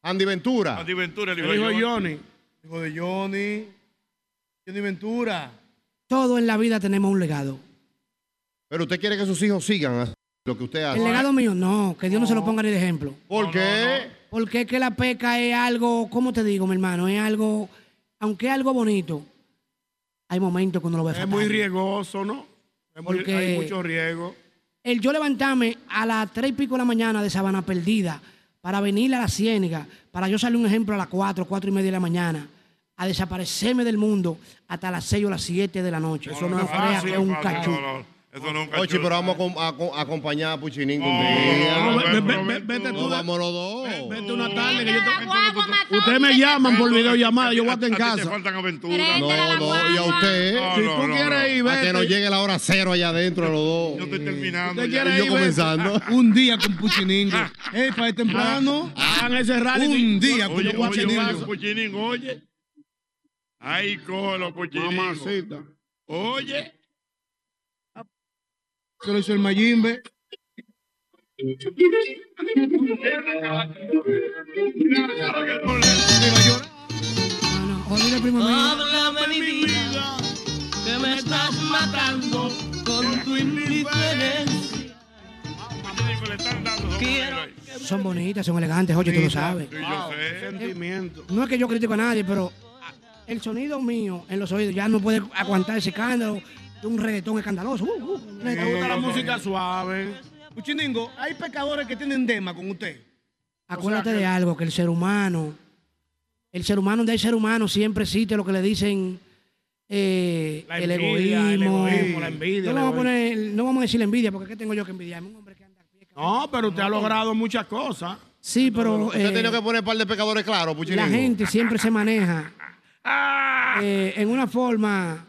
[SPEAKER 3] Andy Ventura.
[SPEAKER 1] Andy Ventura, el hijo
[SPEAKER 5] El hijo de
[SPEAKER 1] de
[SPEAKER 5] Johnny. Hijo de Johnny. Johnny Ventura.
[SPEAKER 14] Todo en la vida tenemos un legado.
[SPEAKER 3] Pero usted quiere que sus hijos sigan así, lo que usted hace.
[SPEAKER 14] El legado mío, no, que Dios no, se lo ponga ni de ejemplo.
[SPEAKER 3] ¿Por qué?
[SPEAKER 14] Porque es que la pesca es algo, ¿cómo te digo, mi hermano? Es algo, aunque es algo bonito, hay momentos cuando lo ves
[SPEAKER 2] Es muy riegoso, ¿no? Es muy-
[SPEAKER 14] Pues, Porque-
[SPEAKER 2] hay mucho riego.
[SPEAKER 14] El yo levantarme a las tres y pico de la mañana de Sabana Perdida para venir a la Ciénaga, para yo salir un ejemplo a las 4, cuatro y media de la mañana, a desaparecerme del mundo hasta las 6 o las 7 de la noche. Eso no, es tarea que es un cachú.
[SPEAKER 1] Eso no es un
[SPEAKER 3] Ochi,
[SPEAKER 1] cachú.
[SPEAKER 3] pero vamos a, com- a com- a acompañar a Puchiningo un
[SPEAKER 2] No,
[SPEAKER 3] día.
[SPEAKER 2] ve- ve- ve- vete tú.
[SPEAKER 3] Vámonos los dos.
[SPEAKER 2] Vete una
[SPEAKER 3] Ah,
[SPEAKER 2] tarde que yo tengo Ustedes me llaman por videollamada, yo voy a estar en
[SPEAKER 1] Te
[SPEAKER 2] casa.
[SPEAKER 1] faltan aventuras.
[SPEAKER 3] No, no, y a usted.
[SPEAKER 1] No,
[SPEAKER 3] Si
[SPEAKER 1] no,
[SPEAKER 3] tú
[SPEAKER 1] no,
[SPEAKER 3] quieres
[SPEAKER 1] no.
[SPEAKER 3] ir,
[SPEAKER 1] A
[SPEAKER 3] vete.
[SPEAKER 1] que nos
[SPEAKER 3] Que nos
[SPEAKER 1] llegue
[SPEAKER 3] llegue la hora cero allá adentro a los dos. Yo estoy
[SPEAKER 1] terminando.
[SPEAKER 3] Y yo comenzando.
[SPEAKER 13] Un día con Puchiningo.
[SPEAKER 5] Eh,
[SPEAKER 13] Ey, para el
[SPEAKER 1] Ah,
[SPEAKER 13] temprano.
[SPEAKER 2] Hagan ese rally.
[SPEAKER 13] Un día con los
[SPEAKER 1] Oye, oye, Max
[SPEAKER 13] Puchiningo.
[SPEAKER 1] Puchiningo, oye. Ahí colo, Puchiningo.
[SPEAKER 13] Mamacita.
[SPEAKER 1] Oye.
[SPEAKER 13] Se lo hizo el Mayimbe.
[SPEAKER 11] Háblame mi vida, que me estás matando con tu indiferencia. Quiero
[SPEAKER 14] Son bonitas, son elegantes, oye, tú lo sabes.
[SPEAKER 2] Wow, sentimiento.
[SPEAKER 14] No es que yo critico a nadie, pero el sonido mío en los oídos ya no puede aguantar ese escándalo de un reggaetón escandaloso. Uh, uh,
[SPEAKER 5] Me
[SPEAKER 14] reggaetón.
[SPEAKER 5] gusta la música suave. Puchiningo, hay pecadores que tienen dema con usted.
[SPEAKER 14] Acuérdate de algo, que el ser humano, el ser humano del ser humano siempre existe lo que le dicen eh,
[SPEAKER 2] La
[SPEAKER 14] el,
[SPEAKER 2] envidia, el
[SPEAKER 14] egoísmo.
[SPEAKER 2] egoísmo, la envidia,
[SPEAKER 14] No,
[SPEAKER 2] la
[SPEAKER 14] vamos a
[SPEAKER 2] egoísmo.
[SPEAKER 14] poner- no vamos a decir la envidia, porque ¿qué tengo yo que envidiarme? Un hombre que-
[SPEAKER 2] No, pero usted ha logrado muchas cosas.
[SPEAKER 14] Sí, pero
[SPEAKER 3] Usted
[SPEAKER 14] eh,
[SPEAKER 3] ha tenido que poner un par de pecadores claros, Puchiningo.
[SPEAKER 14] la gente siempre se
[SPEAKER 2] [LAUGHS]
[SPEAKER 14] maneja
[SPEAKER 2] Ah.
[SPEAKER 14] eh, en una forma,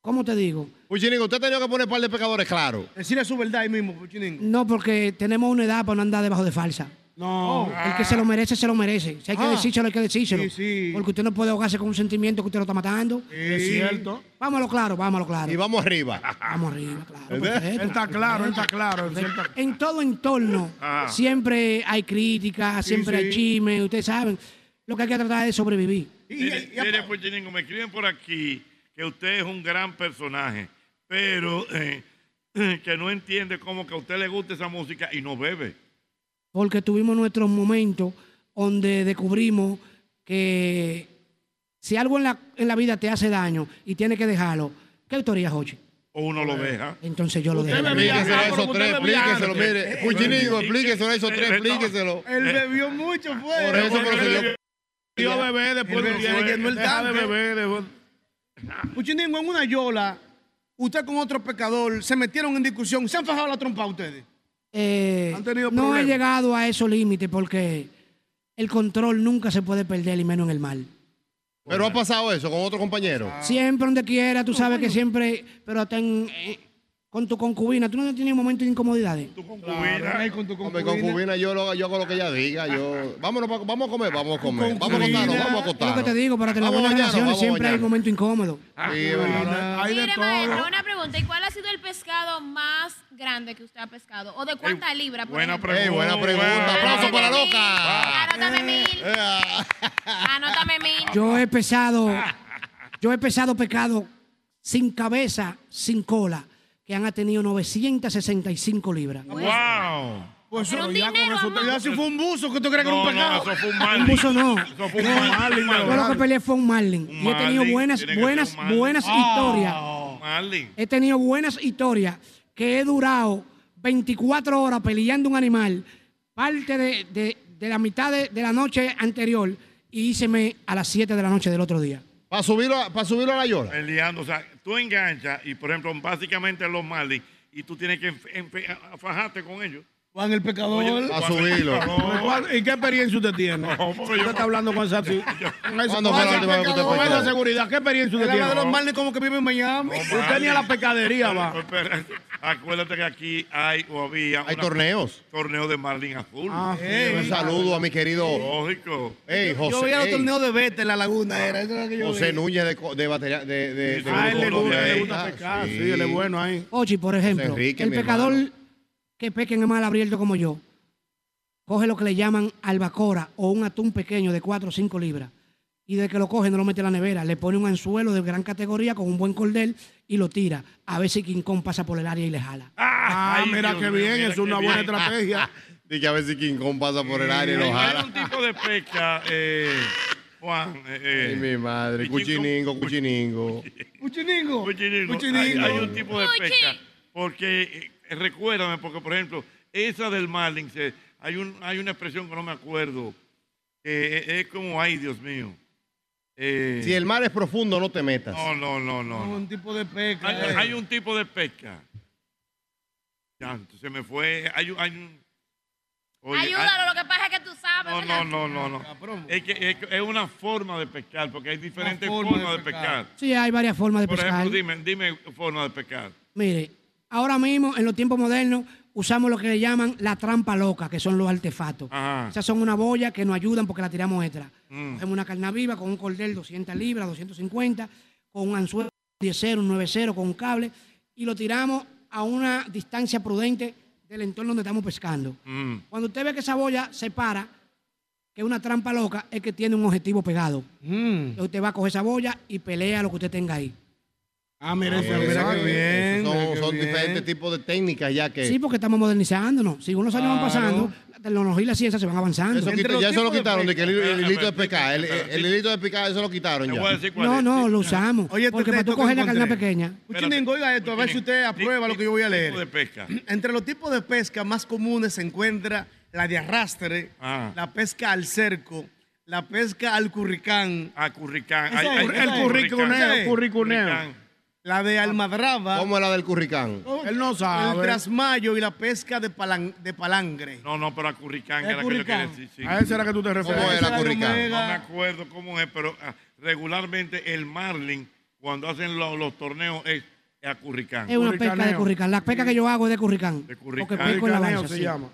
[SPEAKER 14] ¿cómo te digo?
[SPEAKER 3] Puchiningo, Pues, usted ha tenido que poner un par de pecadores claros.
[SPEAKER 5] Decirle su verdad ahí mismo, Puchiningo.
[SPEAKER 14] No, porque tenemos una edad para no andar debajo de falsa.
[SPEAKER 5] No.
[SPEAKER 14] El que se lo merece, se lo merece. Si hay que
[SPEAKER 5] Ah.
[SPEAKER 14] decírselo, hay que decírselo.
[SPEAKER 5] Sí, sí.
[SPEAKER 14] Porque usted no puede ahogarse con un sentimiento que usted lo está matando.
[SPEAKER 2] Es cierto.
[SPEAKER 14] Vámonos claro, vámonos claro.
[SPEAKER 3] Y vamos arriba.
[SPEAKER 14] Vamos arriba, claro.
[SPEAKER 2] Él
[SPEAKER 14] perfecto.
[SPEAKER 2] está claro, él está claro. él
[SPEAKER 14] Perfecto.
[SPEAKER 2] siempre-
[SPEAKER 14] En todo entorno
[SPEAKER 3] Ah.
[SPEAKER 2] Ajá.
[SPEAKER 14] siempre hay críticas,
[SPEAKER 2] Sí,
[SPEAKER 14] siempre hay
[SPEAKER 2] sí.
[SPEAKER 14] chismes, ustedes saben. Lo que hay que tratar es de sobrevivir.
[SPEAKER 1] Mire, mire, Puchiningo, me escriben por aquí que usted es un gran personaje, pero eh, [CLEARS THROAT] que no entiende cómo que a usted le gusta esa música y no bebe.
[SPEAKER 14] Porque tuvimos nuestros momentos donde descubrimos que si algo en la, en la vida te hace daño y tienes que dejarlo, ¿qué autoría, Jochi?
[SPEAKER 1] O uno lo deja.
[SPEAKER 14] Entonces yo lo dejo.
[SPEAKER 3] Explíqueselo a esos tres, explíqueselo, mire. Puchiningo, explíqueselo a esos tres, explíqueselo.
[SPEAKER 5] Él
[SPEAKER 1] Eh.
[SPEAKER 5] bebió mucho, fue.
[SPEAKER 3] Por eso, pero se dio-
[SPEAKER 2] Yo bebé después de
[SPEAKER 5] Él
[SPEAKER 2] un
[SPEAKER 5] se
[SPEAKER 1] eh,
[SPEAKER 2] tiempo,
[SPEAKER 5] llenó el
[SPEAKER 2] deja de
[SPEAKER 5] tanque.
[SPEAKER 2] beber, dejó-
[SPEAKER 5] Puchiningo, en una yola, usted con otro pecador, se metieron en discusión, se han fajado la trompa ustedes.
[SPEAKER 14] Eh,
[SPEAKER 5] ¿Han tenido
[SPEAKER 14] no he
[SPEAKER 5] problemas?
[SPEAKER 14] llegado a esos límites porque el control nunca se puede perder y menos en el mal.
[SPEAKER 3] Pero ha
[SPEAKER 2] Ah,
[SPEAKER 3] pasado eso con otro compañero.
[SPEAKER 14] Siempre donde quiera, tú sabes que siempre, pero hasta en- eh, con tu concubina, tú no tienes momentos de incomodidades.
[SPEAKER 3] Hombre, con concubina yo, lo- yo hago lo que ella diga. Yo, vámonos, pa- vamos a comer, vamos a comer. Vamos a acostarnos, vamos a
[SPEAKER 14] Es lo que
[SPEAKER 3] acostarnos.
[SPEAKER 14] te digo, para tener
[SPEAKER 3] Ah, Vamos
[SPEAKER 14] buenas
[SPEAKER 3] mañana,
[SPEAKER 14] relaciones
[SPEAKER 3] vamos
[SPEAKER 14] siempre hay un
[SPEAKER 3] mañana.
[SPEAKER 14] momento incómodo.
[SPEAKER 3] Sí, es verdad.
[SPEAKER 4] Mire, maestro, una pregunta. ¿Y cuál ha sido el pescado más grande que usted ha pescado? ¿O de cuánta libra? por
[SPEAKER 3] buena
[SPEAKER 4] ejemplo?
[SPEAKER 3] pregunta, Ey, buena pregunta. buena Aplauso
[SPEAKER 4] Anótame
[SPEAKER 3] para la
[SPEAKER 4] mil,
[SPEAKER 3] loca.
[SPEAKER 4] Anótame mil. Anótame mil.
[SPEAKER 14] Yo he pesado, yo he pesado pecado sin cabeza, sin cola, que han tenido 965 libras.
[SPEAKER 1] ¡Wow!
[SPEAKER 13] Pues
[SPEAKER 14] Pero
[SPEAKER 13] eso,
[SPEAKER 14] un
[SPEAKER 13] ya con
[SPEAKER 14] dinero,
[SPEAKER 13] eso,
[SPEAKER 14] amor.
[SPEAKER 13] ya si fue un buzo, ¿qué tú crees que era un
[SPEAKER 14] No, no,
[SPEAKER 13] pecado?
[SPEAKER 1] eso fue un
[SPEAKER 14] Un buzo no.
[SPEAKER 1] Eso
[SPEAKER 13] fue un marlin,
[SPEAKER 14] Yo lo que peleé fue un marlin. y he tenido
[SPEAKER 1] marlin,
[SPEAKER 14] buenas,
[SPEAKER 1] tiene que ser
[SPEAKER 14] buenas,
[SPEAKER 1] un marlin.
[SPEAKER 14] buenas
[SPEAKER 1] Ah.
[SPEAKER 14] historias.
[SPEAKER 1] Marlin.
[SPEAKER 14] He tenido buenas historias que he durado 24 horas peleando un animal, parte de, de- de la mitad de, de la noche anterior y híceme a las 7 de la noche del otro día.
[SPEAKER 3] Para subirlo, a- para subirlo a la llora.
[SPEAKER 1] Peleando, o sea, tú enganchas y, por ejemplo, básicamente los Marlin, y tú tienes que enf- enf- a- a- fajarte con ellos.
[SPEAKER 2] Juan el pecador.
[SPEAKER 1] Oye, A Juan el subirlo. pecador.
[SPEAKER 2] Juan, ¿Y qué experiencia usted tiene? usted está hablando con esa, con ese-
[SPEAKER 13] ¿Cuándo fue
[SPEAKER 2] con
[SPEAKER 13] la
[SPEAKER 2] esa-
[SPEAKER 13] última vez que usted
[SPEAKER 2] con esa
[SPEAKER 13] pecó?
[SPEAKER 2] seguridad. ¿Qué experiencia
[SPEAKER 13] El
[SPEAKER 2] usted tiene?
[SPEAKER 13] alma de los
[SPEAKER 2] males como que vive en Miami. usted ni
[SPEAKER 1] Marlin.
[SPEAKER 2] a la pecadería va.
[SPEAKER 1] Espera, acuérdate que aquí hay o había.
[SPEAKER 3] Hay
[SPEAKER 1] una-
[SPEAKER 3] torneos.
[SPEAKER 1] Torneo de Marlin Azul.
[SPEAKER 3] Ah, sí, Un es verdad. saludo a mi querido-
[SPEAKER 1] Lógico.
[SPEAKER 3] Ey, José,
[SPEAKER 5] yo veía los
[SPEAKER 3] ey. Ah,
[SPEAKER 5] torneos de Vete en la laguna, era. Eso era lo que yo
[SPEAKER 3] José
[SPEAKER 5] veía.
[SPEAKER 3] Núñez de, co- de batería. De, de, de-
[SPEAKER 2] Ah, él le
[SPEAKER 3] de-
[SPEAKER 2] gusta,
[SPEAKER 3] de-
[SPEAKER 2] le gusta pecar. Sí, él es bueno ahí.
[SPEAKER 14] Ochi, por ejemplo,
[SPEAKER 3] Enrique,
[SPEAKER 14] el
[SPEAKER 3] mi
[SPEAKER 14] pecador que peque en el mar abierto como yo, coge lo que le llaman albacora o un atún pequeño de 4 o 5 libras. Y de que lo coge, no lo mete en la nevera. Le pone un anzuelo de gran categoría con un buen cordel y lo tira. A ver si King Kong pasa por el área y le jala.
[SPEAKER 2] Ah, mira qué bien, es una
[SPEAKER 3] [LAUGHS]
[SPEAKER 2] buena estrategia.
[SPEAKER 3] Y que a ver si King Kong pasa por el área y lo
[SPEAKER 1] Hay
[SPEAKER 3] jala.
[SPEAKER 1] un tipo de pesca, eh, Juan. eh, eh,
[SPEAKER 3] Ay, mi madre. Cuchiningo, cuchiningo.
[SPEAKER 1] Cuchiningo. Cuchiningo.
[SPEAKER 13] Cuchiningo.
[SPEAKER 1] Hay, hay un tipo de pesca. Porque, eh, recuérdame, porque por ejemplo, esa del Marlin, se- hay, un, hay una expresión que no me acuerdo. que eh, es- es como, ay, Dios mío. Eh,
[SPEAKER 3] Si el mar es profundo, no te metas.
[SPEAKER 1] No, no, no, no.
[SPEAKER 5] Un tipo de pesca.
[SPEAKER 1] Hay,
[SPEAKER 5] eh.
[SPEAKER 1] hay un tipo de pesca. Ya, se me fue. Hay, un- hay un. Oye,
[SPEAKER 4] Ayúdalo, lo que pasa es que tú sabes.
[SPEAKER 1] hay-
[SPEAKER 4] ¿verdad?
[SPEAKER 1] no, no, no, no, no. Es, que, es, que- es una forma de pescar, porque hay diferentes
[SPEAKER 14] forma
[SPEAKER 1] formas
[SPEAKER 14] de
[SPEAKER 1] de pescar.
[SPEAKER 14] Sí, hay varias formas de
[SPEAKER 1] Por
[SPEAKER 14] pescar.
[SPEAKER 1] ejemplo, dime, dime forma de pescar.
[SPEAKER 14] Mire, ahora mismo en los tiempos modernos usamos lo que le llaman la trampa loca, que son los artefactos.
[SPEAKER 1] Ajá.
[SPEAKER 14] Esas son una boya que nos ayudan porque la tiramos extra. Cogemos una carne viva con un cordel 200 libras, 250, con un anzuelo 10 un 9 con un cable y lo tiramos a una distancia prudente del entorno donde estamos pescando.
[SPEAKER 1] Mm.
[SPEAKER 14] Cuando usted ve que esa boya se para, que es una trampa loca, es que tiene un objetivo pegado.
[SPEAKER 3] Mm.
[SPEAKER 14] Entonces Usted va a coger esa boya y pelea lo que usted tenga ahí.
[SPEAKER 2] Ah, mira, eso,
[SPEAKER 3] Exacto.
[SPEAKER 2] mira qué bien.
[SPEAKER 3] Esos
[SPEAKER 2] mira
[SPEAKER 3] Son,
[SPEAKER 2] qué
[SPEAKER 3] son
[SPEAKER 2] bien.
[SPEAKER 3] diferentes tipos de técnicas ya que.
[SPEAKER 14] Sí, porque estamos modernizándonos. Según los años van pasando, la tecnología y la ciencia se van avanzando.
[SPEAKER 3] Eso quita- ya eso lo quitaron, de que el, el hilito de pescar, el, el- el hilito de pescar, eso lo quitaron ya.
[SPEAKER 14] No, no, lo usamos.
[SPEAKER 2] Oye,
[SPEAKER 14] porque
[SPEAKER 2] este
[SPEAKER 14] para tú
[SPEAKER 2] texto que
[SPEAKER 14] coger la carne
[SPEAKER 2] encontré.
[SPEAKER 14] pequeña.
[SPEAKER 5] Cuchiningo, oiga esto, a ver si usted aprueba lo que yo voy a leer.
[SPEAKER 1] Tipo de pesca.
[SPEAKER 5] Entre los tipos de pesca más comunes se encuentra la de arrastre,
[SPEAKER 1] Ah.
[SPEAKER 5] la pesca al cerco, la pesca al curricán.
[SPEAKER 3] Ah,
[SPEAKER 1] A curricán.
[SPEAKER 5] Esa es,
[SPEAKER 1] Hay- hay-
[SPEAKER 5] el
[SPEAKER 1] hay
[SPEAKER 5] curricuneo,
[SPEAKER 1] Curricán.
[SPEAKER 5] curricuneo. La de almadraba.
[SPEAKER 3] ¿Cómo es la del curricán?
[SPEAKER 5] Él no
[SPEAKER 3] sabe.
[SPEAKER 5] El trasmayo y la pesca de, palan- de palangre.
[SPEAKER 1] No, no, pero a curricán
[SPEAKER 5] El
[SPEAKER 1] era que yo quería
[SPEAKER 5] curricán.
[SPEAKER 1] decir. sí.
[SPEAKER 5] A ese era que tú te referías. ¿Cómo era
[SPEAKER 1] Ese
[SPEAKER 5] curricán?
[SPEAKER 1] Omega. No me acuerdo cómo es, pero ah, regularmente el marlin, cuando hacen lo- los torneos, es a curricán.
[SPEAKER 14] Es una pesca de curricán. La pesca que yo hago es de curricán. Porque pesco en la
[SPEAKER 1] Curricaneo
[SPEAKER 14] balsa.
[SPEAKER 1] se
[SPEAKER 14] sí.
[SPEAKER 1] llama.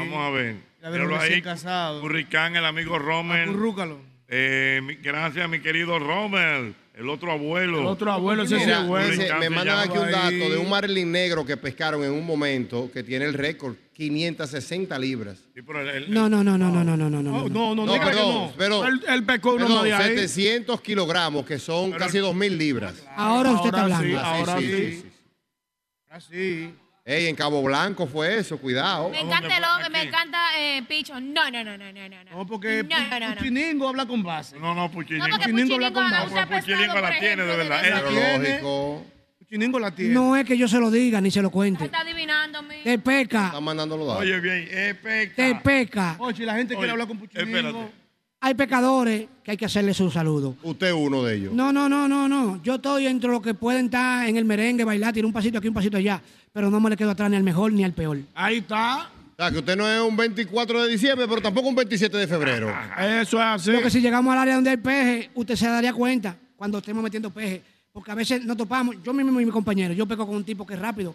[SPEAKER 1] Vamos a ver.
[SPEAKER 5] la de los
[SPEAKER 1] Míralo ahí.
[SPEAKER 5] recién casados.
[SPEAKER 1] Curricán, el amigo Rommel.
[SPEAKER 5] Acurrúcalo.
[SPEAKER 1] Eh, mi- gracias, mi querido Rommel. El otro abuelo.
[SPEAKER 2] El otro abuelo, ese sí
[SPEAKER 3] Mira,
[SPEAKER 2] es bueno.
[SPEAKER 3] dice, me mandan aquí un dato de
[SPEAKER 1] marlin.
[SPEAKER 3] un marlin negro que pescaron en un momento que tiene el récord, 560 libras.
[SPEAKER 14] No, no, no, no, no, no, no, no, no.
[SPEAKER 2] No, no,
[SPEAKER 3] Oh, No,
[SPEAKER 2] diga que
[SPEAKER 3] perdón,
[SPEAKER 2] no.
[SPEAKER 3] pero-
[SPEAKER 2] Él- él pecó uno
[SPEAKER 3] Perdón,
[SPEAKER 2] más de ahí.
[SPEAKER 3] 700 kilogramos, que son casi 2.000 libras.
[SPEAKER 14] Ahora usted está
[SPEAKER 3] Ahora
[SPEAKER 14] hablando.
[SPEAKER 3] sí, ahora sí.
[SPEAKER 5] Así.
[SPEAKER 3] Ey, en Cabo Blanco fue eso, cuidado.
[SPEAKER 4] Me encanta el hombre, me encanta eh, Picho. No, no, no, no, no, no. No,
[SPEAKER 5] porque
[SPEAKER 4] No, no, no, no.
[SPEAKER 5] Puchiningo habla con base.
[SPEAKER 1] No, no, Puchiningo.
[SPEAKER 4] No, porque Puchiningo habla con Puchiningo base. usa pescado,
[SPEAKER 1] la
[SPEAKER 4] por
[SPEAKER 1] tiene, de
[SPEAKER 4] ejemplo,
[SPEAKER 1] verdad.
[SPEAKER 4] de-
[SPEAKER 1] Él-
[SPEAKER 4] Pero
[SPEAKER 3] lógico.
[SPEAKER 5] Puchiningo la tiene.
[SPEAKER 14] No es que yo se lo diga ni se lo
[SPEAKER 4] Usted
[SPEAKER 14] cuente.
[SPEAKER 4] está adivinándome.
[SPEAKER 14] Te peca,
[SPEAKER 3] Están mandando los datos.
[SPEAKER 1] Oye, bien, es pesca.
[SPEAKER 14] te peca.
[SPEAKER 5] Oye, la gente
[SPEAKER 1] Oye,
[SPEAKER 5] quiere hablar con Puchiningo.
[SPEAKER 1] Espérate.
[SPEAKER 14] Hay pecadores que hay que hacerle su saludo.
[SPEAKER 3] Usted es uno de ellos.
[SPEAKER 14] No, no, no, no, no. Yo estoy entre los que pueden estar en el merengue, bailar, tirar un pasito aquí, un pasito allá. Pero no me le quedo atrás ni al mejor ni al peor.
[SPEAKER 2] Ahí está.
[SPEAKER 3] O sea, que usted no es un 24 de diciembre, pero tampoco un 27 de febrero.
[SPEAKER 1] [LAUGHS]
[SPEAKER 2] Eso es así.
[SPEAKER 14] Lo que si llegamos al área donde hay peje, usted se daría cuenta cuando estemos metiendo peje. Porque a veces nos topamos, yo mismo y mi compañero, yo peco con un tipo que es rápido,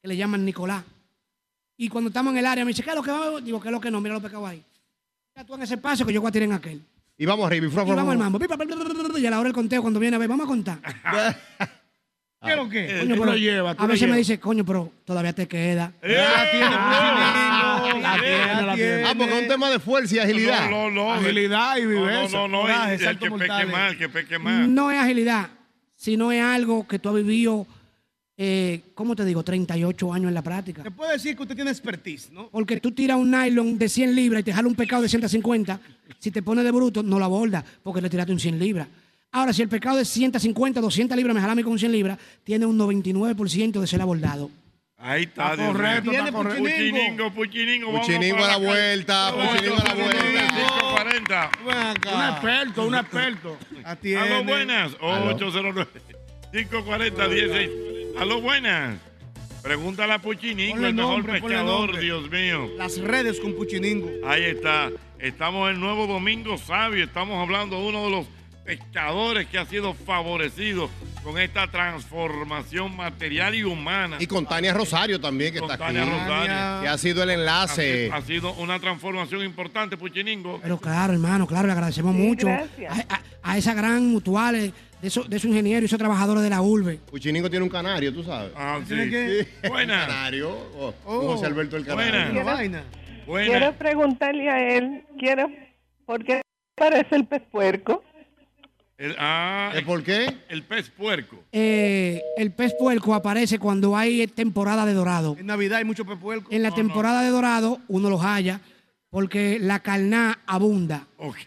[SPEAKER 14] que le llaman Nicolás. Y cuando estamos en el área, me dice, ¿qué es lo que va? Digo, ¿qué es lo que no? Mira lo pecado ahí. Mira tú en ese espacio que yo voy a tirar en aquel.
[SPEAKER 3] Y vamos arriba. Y,
[SPEAKER 14] Y vamos al
[SPEAKER 3] [LAUGHS]
[SPEAKER 14] mambo. Pi, pa, pa, pa, pa, pa, Y a la hora del conteo, cuando viene a ver, vamos a contar.
[SPEAKER 3] Ah.
[SPEAKER 2] ¿Qué es lo que?
[SPEAKER 14] Coño, pero a veces me dice, coño, pero todavía te queda.
[SPEAKER 2] La tiene, la tiene.
[SPEAKER 3] Ah, porque es un tema de fuerza y agilidad.
[SPEAKER 1] No, no, no.
[SPEAKER 2] Agilidad y vivencia,
[SPEAKER 1] No, no, no.
[SPEAKER 2] coraje, eh.
[SPEAKER 1] el- el
[SPEAKER 2] saltos
[SPEAKER 1] que peque
[SPEAKER 2] mortales.
[SPEAKER 1] más, el que peque más.
[SPEAKER 14] No es agilidad, sino es algo que tú has vivido, eh, ¿cómo te digo? 38 años en la práctica.
[SPEAKER 13] Te puedo decir que usted tiene expertise, ¿no?
[SPEAKER 14] Porque tú tiras un nylon de 100 libras y te jala un pecado de 150. Si te pones de bruto, no lo abordas porque le tiraste un 100 libras. Ahora, si el pecado de 150, 200 libras me jala a mí con 100 libras, tiene un 99% de ser abordado.
[SPEAKER 1] Ahí está.
[SPEAKER 2] Está correcto, está correcto.
[SPEAKER 1] Puchiningo, Puchiningo.
[SPEAKER 3] Puchiningo
[SPEAKER 1] vamos
[SPEAKER 3] a la
[SPEAKER 1] para
[SPEAKER 3] vuelta,
[SPEAKER 1] calle.
[SPEAKER 3] Puchiningo a la vuelta.
[SPEAKER 1] 5.40.
[SPEAKER 2] Un experto, un experto.
[SPEAKER 1] A
[SPEAKER 2] Atiende.
[SPEAKER 1] los buenas. 809-540-16. A los buenas. Pregúntale a Puchiningo,
[SPEAKER 13] Ponle
[SPEAKER 1] el mejor
[SPEAKER 13] nombre, ponle
[SPEAKER 1] pescador,
[SPEAKER 13] nombre.
[SPEAKER 1] Dios mío.
[SPEAKER 13] Las redes con Puchiningo.
[SPEAKER 1] Ahí está. Estamos en Nuevo Domingo Sabio. Estamos hablando de uno de los pescadores que ha sido favorecido con esta transformación material y humana.
[SPEAKER 3] Y con Tania Rosario también, que está aquí.
[SPEAKER 1] Tania Rosario.
[SPEAKER 3] Que ha sido el enlace.
[SPEAKER 1] Ha, ha sido una transformación importante, Puchiningo.
[SPEAKER 14] Pero claro, hermano, claro, le agradecemos mucho a,
[SPEAKER 1] gracias.
[SPEAKER 14] a- a esa gran mutual eh, de esos de esos ingenieros y esos trabajadores de la urbe.
[SPEAKER 3] Puchiningo tiene un canario, tú sabes.
[SPEAKER 1] Ah,
[SPEAKER 14] ¿Tiene sí. qué?
[SPEAKER 1] Buena.
[SPEAKER 3] canario. Oh, José Alberto el canario.
[SPEAKER 19] Quiero-
[SPEAKER 1] Buena.
[SPEAKER 19] Quiero preguntarle a él, quiero, ¿por qué parece el pez puerco?
[SPEAKER 1] El- ah,
[SPEAKER 3] ¿Por qué?
[SPEAKER 1] El pez puerco.
[SPEAKER 14] Eh, el pez puerco aparece cuando hay temporada de dorado.
[SPEAKER 13] En Navidad hay mucho pepuelco.
[SPEAKER 14] En la temporada de dorado uno los halla porque la carná abunda.
[SPEAKER 1] Ok.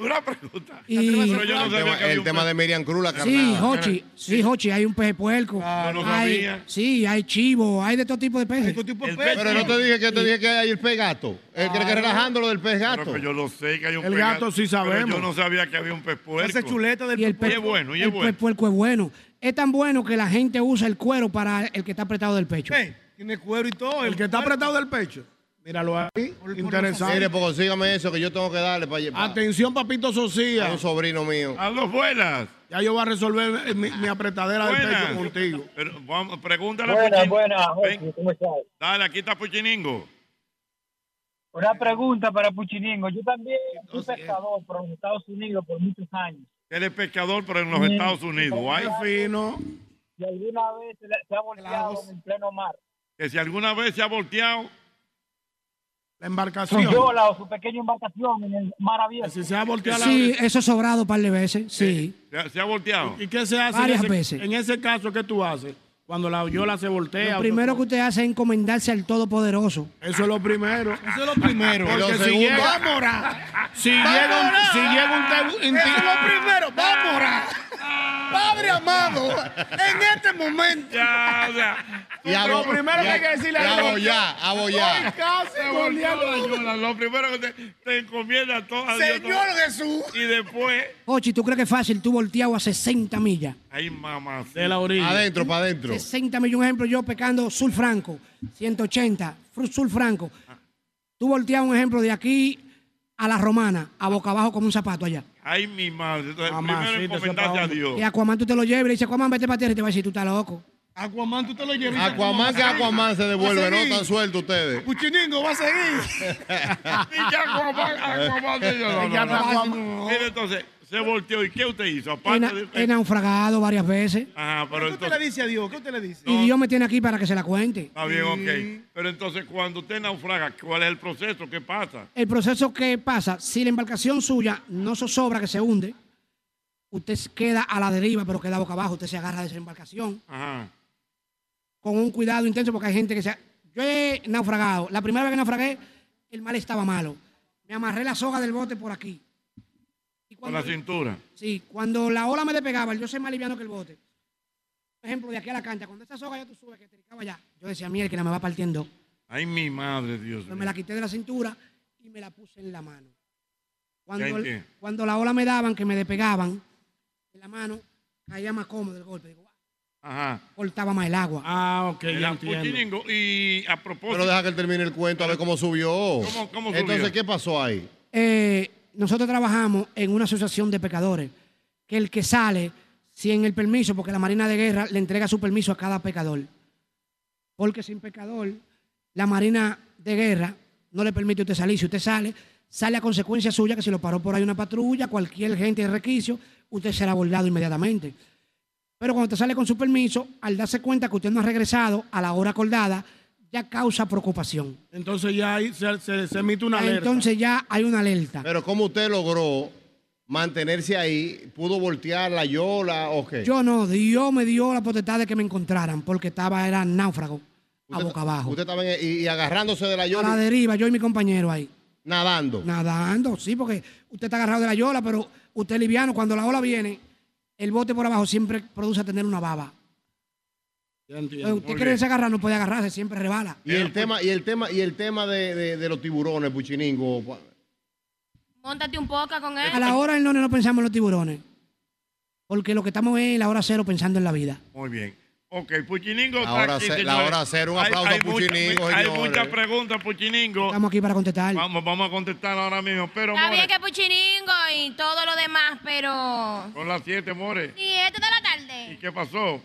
[SPEAKER 1] Una pregunta.
[SPEAKER 14] Y-
[SPEAKER 1] Pero yo no
[SPEAKER 3] el
[SPEAKER 1] sabía
[SPEAKER 3] tema,
[SPEAKER 1] que había
[SPEAKER 3] el
[SPEAKER 1] un
[SPEAKER 3] tema
[SPEAKER 1] pez.
[SPEAKER 3] de Miriam Cruz, la
[SPEAKER 14] Sí,
[SPEAKER 3] carnada.
[SPEAKER 14] Hochi, sí, Hochi, hay un pez puerco.
[SPEAKER 1] no
[SPEAKER 14] hay,
[SPEAKER 1] sabía.
[SPEAKER 14] Sí, hay chivo, hay de todo tipo Ah, de peces.
[SPEAKER 3] Pero no te dije que te dije que hay el pez gato. Él cree que relajando lo del pez gato.
[SPEAKER 1] Pero que yo lo sé que hay un
[SPEAKER 3] El
[SPEAKER 1] pez
[SPEAKER 3] gato sí
[SPEAKER 1] pero
[SPEAKER 3] sabemos.
[SPEAKER 1] yo no sabía que había un pez puerco.
[SPEAKER 14] Esa chuleta
[SPEAKER 1] del pez puerco. Y es bueno, y es
[SPEAKER 14] el pez
[SPEAKER 1] bueno.
[SPEAKER 14] puerco es bueno. Es tan bueno que la gente usa el cuero para el que está apretado del pecho.
[SPEAKER 2] Tiene cuero y todo. El que está apretado del pecho. Míralo ahí. Interesante.
[SPEAKER 3] Mire, pues consígame eso que yo tengo que darle para llevar.
[SPEAKER 2] Atención, papito Socía.
[SPEAKER 3] A un sobrino mío.
[SPEAKER 1] A los buenas.
[SPEAKER 2] Ya yo voy a resolver mi, mi apretadera del
[SPEAKER 1] Buenas.
[SPEAKER 2] pecho contigo.
[SPEAKER 1] Pero vamos, pregúntale a
[SPEAKER 10] Buenas,
[SPEAKER 1] Puchiningo.
[SPEAKER 10] buenas,
[SPEAKER 1] Ven,
[SPEAKER 10] Jorge, ¿cómo estás?
[SPEAKER 1] dale, aquí está Puchiningo.
[SPEAKER 10] Una pregunta para Puchiningo. Yo también fui pescador, pero en Estados Unidos por muchos años.
[SPEAKER 1] Él es pescador, pero en los
[SPEAKER 10] Sí.
[SPEAKER 1] Estados Unidos. Ay,
[SPEAKER 2] fino.
[SPEAKER 10] Y Mm. alguna vez se, le- se ha volteado en pleno mar.
[SPEAKER 1] Que si alguna vez se ha volteado,
[SPEAKER 2] La embarcación.
[SPEAKER 10] Yo, la, su pequeña embarcación en el mar abierto.
[SPEAKER 2] Si se ha volteado
[SPEAKER 14] Sí, eh, eso sobrado un par de veces, sí.
[SPEAKER 1] la- se, se ha volteado.
[SPEAKER 2] ¿Y qué se hace?
[SPEAKER 14] Varias
[SPEAKER 2] en ese,
[SPEAKER 14] veces.
[SPEAKER 2] En ese caso, ¿qué tú haces? Cuando la yola se voltea.
[SPEAKER 14] Lo
[SPEAKER 2] o
[SPEAKER 14] primero que
[SPEAKER 2] tú-
[SPEAKER 14] usted hace es encomendarse al Todopoderoso.
[SPEAKER 2] Eso es lo primero. Eso es lo primero.
[SPEAKER 14] Y lo
[SPEAKER 2] Porque si
[SPEAKER 14] segundo-
[SPEAKER 2] llega,
[SPEAKER 14] ¡Va a
[SPEAKER 2] Si
[SPEAKER 14] ¡Va a
[SPEAKER 2] llega un,
[SPEAKER 14] morar!
[SPEAKER 2] si llega un tebu- un
[SPEAKER 13] Eso
[SPEAKER 2] ti-
[SPEAKER 13] es lo primero, vamos a orar. Padre amado, en este momento.
[SPEAKER 1] Ya, ya.
[SPEAKER 13] Y a Lo vos, primero que ya. hay que decirle a
[SPEAKER 3] Ya
[SPEAKER 13] la
[SPEAKER 3] voy
[SPEAKER 13] gente-
[SPEAKER 3] ya, ya voy ya.
[SPEAKER 13] Ay, casi,
[SPEAKER 1] Se
[SPEAKER 13] volteó
[SPEAKER 1] volteó
[SPEAKER 13] la
[SPEAKER 1] la yola. Lo primero que te, te encomienda a todo. a Dios,
[SPEAKER 13] Señor
[SPEAKER 1] todo.
[SPEAKER 13] Jesús.
[SPEAKER 1] Y después,
[SPEAKER 14] Ochi, ¿tú crees que es fácil? Tú volteado a 60 millas.
[SPEAKER 1] ay, mamá. sí.
[SPEAKER 3] Adentro, para adentro.
[SPEAKER 14] 60 millas, un ejemplo, yo pecando sur franco, 180, fru- sur franco. Tú volteas un ejemplo de aquí a la romana, a boca abajo como un zapato allá.
[SPEAKER 1] Ay, mi madre. Entonces, primero
[SPEAKER 2] Mamacita,
[SPEAKER 1] encomendarse
[SPEAKER 2] sepa
[SPEAKER 1] a
[SPEAKER 2] dónde.
[SPEAKER 1] Dios.
[SPEAKER 14] Y Aquaman tú te lo llevas y le dices, Aquaman, vete para tierra y te va a decir, tú estás loco.
[SPEAKER 13] Aquaman, tú te lo llevas.
[SPEAKER 3] Aquaman que Aquaman se devuelve, no tan suelto ustedes.
[SPEAKER 13] Puchiningo va a
[SPEAKER 2] [LAUGHS]
[SPEAKER 13] seguir.
[SPEAKER 1] Y [LAUGHS] ya Aquaman, Aquaman, yo, no,
[SPEAKER 13] Y ya
[SPEAKER 1] no, no.
[SPEAKER 13] Aquaman.
[SPEAKER 1] Mira, entonces, se volteó. ¿Y qué usted hizo?
[SPEAKER 14] He,
[SPEAKER 1] Aparte
[SPEAKER 14] na-
[SPEAKER 1] de...
[SPEAKER 14] he naufragado varias veces.
[SPEAKER 1] Ajá, pero
[SPEAKER 13] ¿Qué usted le
[SPEAKER 1] entonces...
[SPEAKER 13] dice a Dios? ¿Qué usted le dice?
[SPEAKER 14] Y Dios me tiene aquí para que se la cuente.
[SPEAKER 1] Está bien, ok. Pero entonces, cuando usted naufraga, ¿cuál es el proceso? ¿Qué pasa?
[SPEAKER 14] El proceso que pasa, si la embarcación suya no zozobra que se hunde, usted queda a la deriva, pero queda boca abajo, usted se agarra de esa embarcación
[SPEAKER 1] Ajá.
[SPEAKER 14] con un cuidado intenso porque hay gente que se... ha- Yo he naufragado. La primera vez que naufragué, el mal estaba malo. Me amarré la soga del bote por aquí.
[SPEAKER 1] Con la cintura.
[SPEAKER 14] Sí, cuando la ola me despegaba, el yo soy más liviano que el bote. Por ejemplo, de aquí a la cancha, cuando esa soga ya tú subes, que te picaba ya, yo decía, mierda, que la me va partiendo.
[SPEAKER 1] Ay, mi madre, Dios
[SPEAKER 14] Pero
[SPEAKER 1] mío.
[SPEAKER 14] pues me la quité de la cintura y me la puse en la mano.
[SPEAKER 1] Ya
[SPEAKER 14] Cuando,
[SPEAKER 1] entiendo.
[SPEAKER 14] cuando la ola me daban, que me despegaban, en la mano caía más cómodo el golpe. Digo,
[SPEAKER 1] Ajá.
[SPEAKER 14] cortaba más el agua.
[SPEAKER 2] Ah, ok,
[SPEAKER 1] Era Puchiningo. Y a propósito...
[SPEAKER 3] Pero deja que él termine el cuento a ver cómo subió.
[SPEAKER 1] cómo subió?
[SPEAKER 3] Entonces, ¿qué pasó ahí?
[SPEAKER 14] Eh, nosotros trabajamos en una asociación de pecadores, que el que sale sin el permiso, porque la Marina de Guerra le entrega su permiso a cada pecador. Porque sin pecador, la Marina de Guerra no le permite a usted salir. Si usted sale, sale a consecuencia suya que si lo paró por ahí una patrulla, cualquier gente de requisio, usted será abordado inmediatamente. Pero cuando usted sale con su permiso, al darse cuenta que usted no ha regresado a la hora acordada, ya causa preocupación.
[SPEAKER 2] Entonces ya ahí se, se- se emite una
[SPEAKER 14] Ah,
[SPEAKER 2] alerta.
[SPEAKER 14] Entonces ya hay una alerta.
[SPEAKER 3] Pero ¿cómo usted logró mantenerse ahí? ¿Pudo voltear la yola o qué?
[SPEAKER 14] Yo no, Dios me dio la potestad de que me encontraran, porque estaba, era náufrago, a boca abajo.
[SPEAKER 3] Usted estaba en- y, y agarrándose de la
[SPEAKER 14] a
[SPEAKER 3] yola.
[SPEAKER 14] la deriva, yo y mi compañero ahí.
[SPEAKER 3] Nadando.
[SPEAKER 14] Nadando, sí, porque usted está agarrado de la yola, pero usted es liviano, cuando la ola viene, el bote por abajo siempre produce tener una baba. Entonces, usted quiere desagarrar, no puede agarrarse, siempre rebala.
[SPEAKER 3] Y el tema, y el tema, y el tema de, de- de los tiburones, Puchiningo.
[SPEAKER 4] Móntate un poco con él.
[SPEAKER 14] A la hora del lunes no pensamos en los tiburones, porque lo que estamos es en la hora cero pensando en la vida.
[SPEAKER 1] Muy bien. Ok, Puchiningo.
[SPEAKER 3] La
[SPEAKER 1] está
[SPEAKER 3] hora
[SPEAKER 1] aquí,
[SPEAKER 3] ce- la
[SPEAKER 1] señores.
[SPEAKER 3] hora cero, un
[SPEAKER 1] Hay-
[SPEAKER 3] aplauso a
[SPEAKER 1] hay mucha-
[SPEAKER 3] Puchiningo,
[SPEAKER 1] Hay
[SPEAKER 3] señores.
[SPEAKER 1] muchas preguntas, Puchiningo.
[SPEAKER 14] Estamos aquí para contestar.
[SPEAKER 1] Vamos, vamos a contestar ahora mismo. Pero,
[SPEAKER 4] Está bien
[SPEAKER 1] More,
[SPEAKER 4] que Puchiningo y todo lo demás, pero.
[SPEAKER 1] son las 7, More.
[SPEAKER 4] Y esto de la tarde.
[SPEAKER 1] ¿Y qué pasó?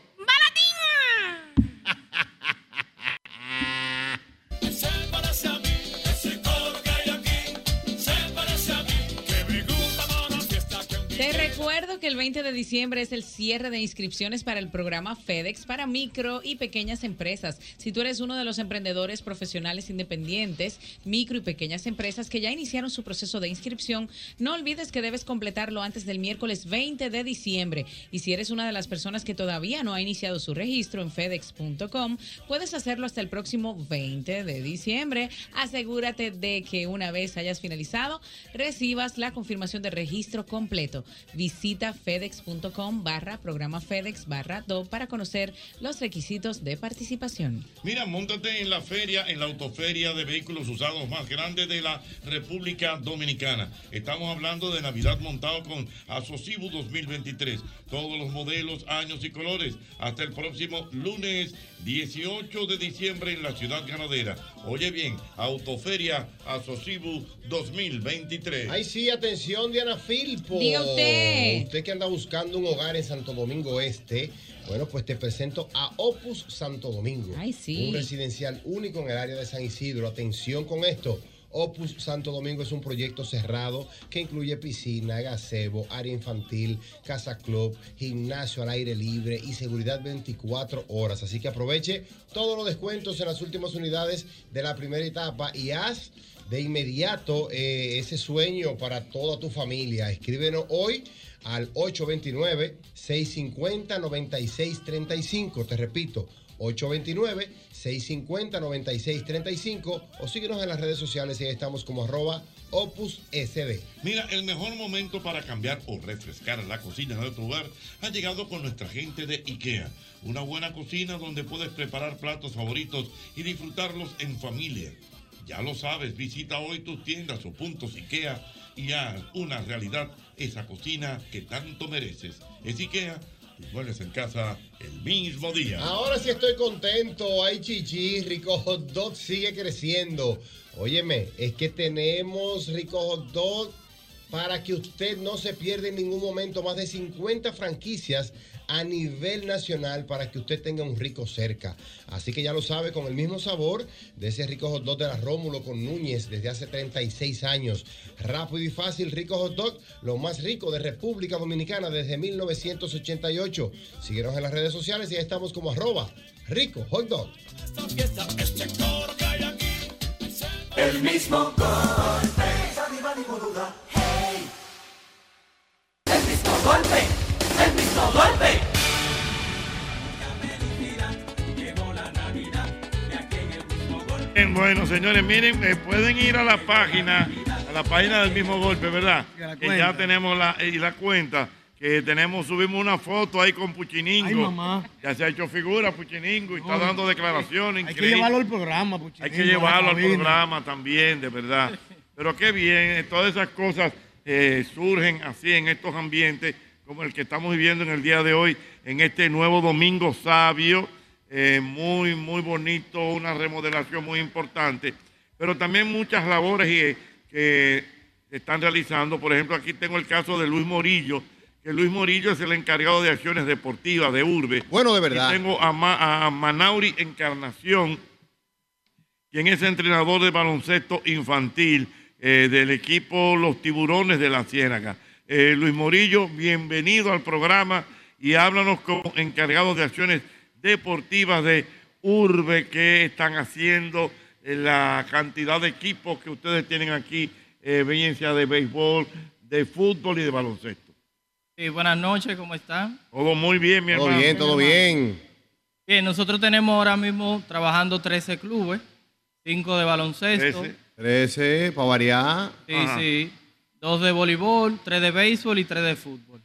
[SPEAKER 11] Se parece a mí, ese coro este que hay aquí. Se parece a mí, que me gusta más la fiesta que un
[SPEAKER 20] Te recuerdo que el 20 de diciembre es el cierre de inscripciones para el programa FedEx para micro y pequeñas empresas. Si tú eres uno de los emprendedores profesionales independientes, micro y pequeñas empresas que ya iniciaron su proceso de inscripción, no olvides que debes completarlo antes del miércoles 20 de diciembre. Y si eres una de las personas que todavía no ha iniciado su registro en fedex.com, puedes hacerlo hasta el próximo 20 de diciembre. Asegúrate de que una vez hayas finalizado, recibas la confirmación de registro completo. Visita fedex.com barra programa fedex barra do para conocer los requisitos de participación.
[SPEAKER 1] Mira, montate en la feria, en la autoferia de vehículos usados más grande de la República Dominicana. Estamos hablando de Navidad montado con Asocibu 2023. Todos los modelos, años y colores. Hasta el próximo lunes 18 de diciembre en la ciudad ganadera. Oye bien, autoferia Asocibu 2023.
[SPEAKER 3] Ay, sí, atención, Diana Filpo.
[SPEAKER 20] Diga usted.
[SPEAKER 3] Usted que anda buscando un hogar en Santo Domingo Este, bueno, pues te presento a Opus Santo Domingo.
[SPEAKER 20] Ay, sí.
[SPEAKER 3] Un residencial único en el área de San Isidro. Atención con esto. Opus Santo Domingo es un proyecto cerrado que incluye piscina, gazebo, área infantil, casa club, gimnasio al aire libre y seguridad 24 horas. Así que aproveche todos los descuentos en las últimas unidades de la primera etapa y haz de inmediato eh, ese sueño para toda tu familia. Escríbenos hoy al 829-650-9635. Te repito, 829-650-9635 o síguenos en las redes sociales y ahí estamos como arroba opus sd.
[SPEAKER 1] Mira, el mejor momento para cambiar o refrescar la cocina de tu hogar ha llegado con nuestra gente de IKEA. Una buena cocina donde puedes preparar platos favoritos y disfrutarlos en familia. Ya lo sabes, visita hoy tus tiendas o puntos IKEA y haz una realidad esa cocina que tanto mereces. Es IKEA, y vuelves en casa el mismo día.
[SPEAKER 3] Ahora sí estoy contento. Ay, chichi, Rico Hot Dog sigue creciendo. Óyeme, es que tenemos Rico Hot Dog para que usted no se pierda en ningún momento más de 50 franquicias a nivel nacional para que usted tenga un rico cerca. Así que ya lo sabe, con el mismo sabor de ese rico hot dog de la Rómulo con Núñez desde hace 36 años. Rápido y fácil, rico hot dog, lo más rico de República Dominicana desde 1988. Síguenos en las redes sociales y ahí estamos como arroba rico hot dog.
[SPEAKER 11] fiesta, este coro que hay aquí.
[SPEAKER 3] El mismo
[SPEAKER 11] golpe. Saliva ni boluda, hey. El mismo golpe, el mismo golpe.
[SPEAKER 1] Bien, bueno, señores, miren, eh, pueden ir a la página, a la página del mismo golpe, ¿verdad?
[SPEAKER 5] Y a la
[SPEAKER 1] Que
[SPEAKER 5] cuenta.
[SPEAKER 1] ya tenemos la, eh, y la cuenta, que tenemos, subimos una foto ahí con Puchiningo.
[SPEAKER 5] Ay, mamá.
[SPEAKER 1] Ya se ha hecho figura Puchiningo y está
[SPEAKER 5] No,
[SPEAKER 1] dando declaraciones.
[SPEAKER 5] Hay que
[SPEAKER 1] increíbles.
[SPEAKER 5] llevarlo al programa, Puchiningo,
[SPEAKER 1] Hay que
[SPEAKER 5] a la
[SPEAKER 1] llevarlo al
[SPEAKER 5] cabina.
[SPEAKER 1] programa también, de verdad. Pero qué bien, eh, todas esas cosas eh, surgen así en estos ambientes como el que estamos viviendo en el día de hoy, en este nuevo Domingo Sabio, eh, muy, muy bonito, una remodelación muy importante, pero también muchas labores y, eh, que se están realizando. Por ejemplo, aquí tengo el caso de Luis Morillo, que Luis Morillo es el encargado de acciones deportivas de Urbe.
[SPEAKER 3] Bueno, de verdad.
[SPEAKER 1] Y tengo a, Ma- a Manauri Encarnación, quien es entrenador de baloncesto infantil eh, del equipo Los Tiburones de la Ciénaga. Eh, Luis Morillo, bienvenido al programa y háblanos como encargado de acciones deportivas de Urbe, que están haciendo, eh, la cantidad de equipos que ustedes tienen aquí, eh, bien sea de béisbol, de fútbol y de baloncesto.
[SPEAKER 9] Sí, buenas noches, ¿cómo están?
[SPEAKER 1] Todo muy bien, mi
[SPEAKER 3] Todo
[SPEAKER 1] hermano.
[SPEAKER 3] bien, todo bien.
[SPEAKER 9] Bien, nosotros tenemos ahora mismo trabajando 13 clubes, 5 de baloncesto,
[SPEAKER 3] 13, para variar.
[SPEAKER 9] sí, sí, 2 de voleibol, 3 de béisbol y 3 de fútbol.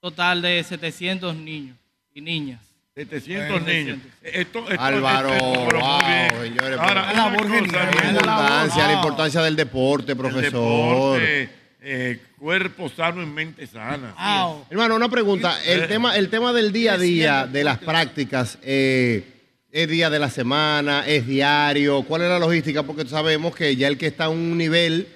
[SPEAKER 9] Total de 700 niños y niñas.
[SPEAKER 1] 700 niños. Esto, esto-
[SPEAKER 3] Álvaro,
[SPEAKER 1] esto- pero muy
[SPEAKER 3] wow,
[SPEAKER 1] bien.
[SPEAKER 3] señores.
[SPEAKER 1] Ahora,
[SPEAKER 3] pero-
[SPEAKER 1] una cosa,
[SPEAKER 3] Ah, La
[SPEAKER 1] hermano.
[SPEAKER 3] importancia, la importancia del deporte, profesor.
[SPEAKER 1] Deporte, eh, cuerpo sano en mente sana.
[SPEAKER 3] Hermano, una pregunta. El
[SPEAKER 1] Eh.
[SPEAKER 3] tema, el tema del día a día, de las prácticas, eh, es día de la semana, es diario. ¿Cuál es la logística? Porque sabemos que ya el que está a un nivel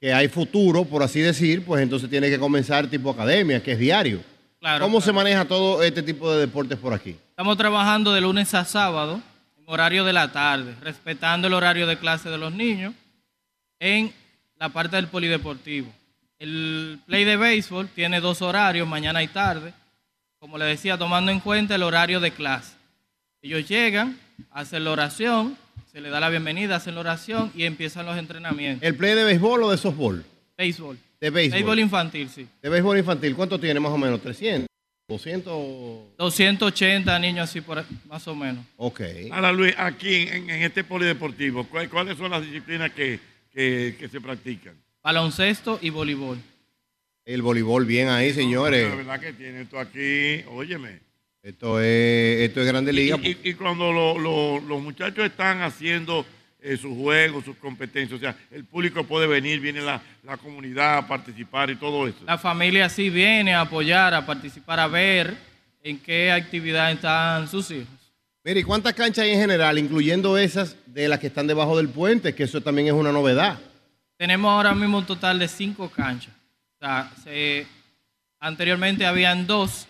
[SPEAKER 3] que hay futuro, por así decir, pues entonces tiene que comenzar tipo academia, que es diario.
[SPEAKER 9] Claro,
[SPEAKER 3] ¿Cómo se maneja todo este tipo de deportes por aquí?
[SPEAKER 9] Estamos trabajando de lunes a sábado en horario de la tarde, respetando el horario de clase de los niños en la parte del polideportivo. El play de béisbol tiene dos horarios, mañana y tarde, como le decía, tomando en cuenta el horario de clase. Ellos llegan, hacen la oración, se les da la bienvenida, hacen la oración y empiezan los entrenamientos.
[SPEAKER 3] ¿El play de béisbol o de softball?
[SPEAKER 9] Béisbol.
[SPEAKER 3] Eh, De béisbol.
[SPEAKER 9] Béisbol infantil, sí.
[SPEAKER 3] De béisbol infantil, ¿cuánto tiene más o menos? ¿300? ¿200?
[SPEAKER 9] 280 niños así por más o menos.
[SPEAKER 3] Ok.
[SPEAKER 1] Ahora, Luis, aquí en, en este polideportivo, ¿cuál- ¿cuáles son las disciplinas que, que- que se practican?
[SPEAKER 9] Baloncesto y voleibol.
[SPEAKER 3] El voleibol bien ahí, señores.
[SPEAKER 1] La verdad que tiene esto aquí, óyeme.
[SPEAKER 3] Esto es, esto es Grande Liga.
[SPEAKER 1] Y, y- y cuando lo- lo- los muchachos están haciendo eh, sus juegos, sus competencias, o sea, el público puede venir, viene la, la comunidad a participar y todo eso.
[SPEAKER 9] La familia sí viene a apoyar, a participar, a ver en qué actividad están sus hijos.
[SPEAKER 3] Mire, ¿y cuántas canchas hay en general, incluyendo esas de las que están debajo del puente? Que eso también es una novedad.
[SPEAKER 9] Tenemos ahora mismo un total de cinco canchas. O sea, se- anteriormente habían dos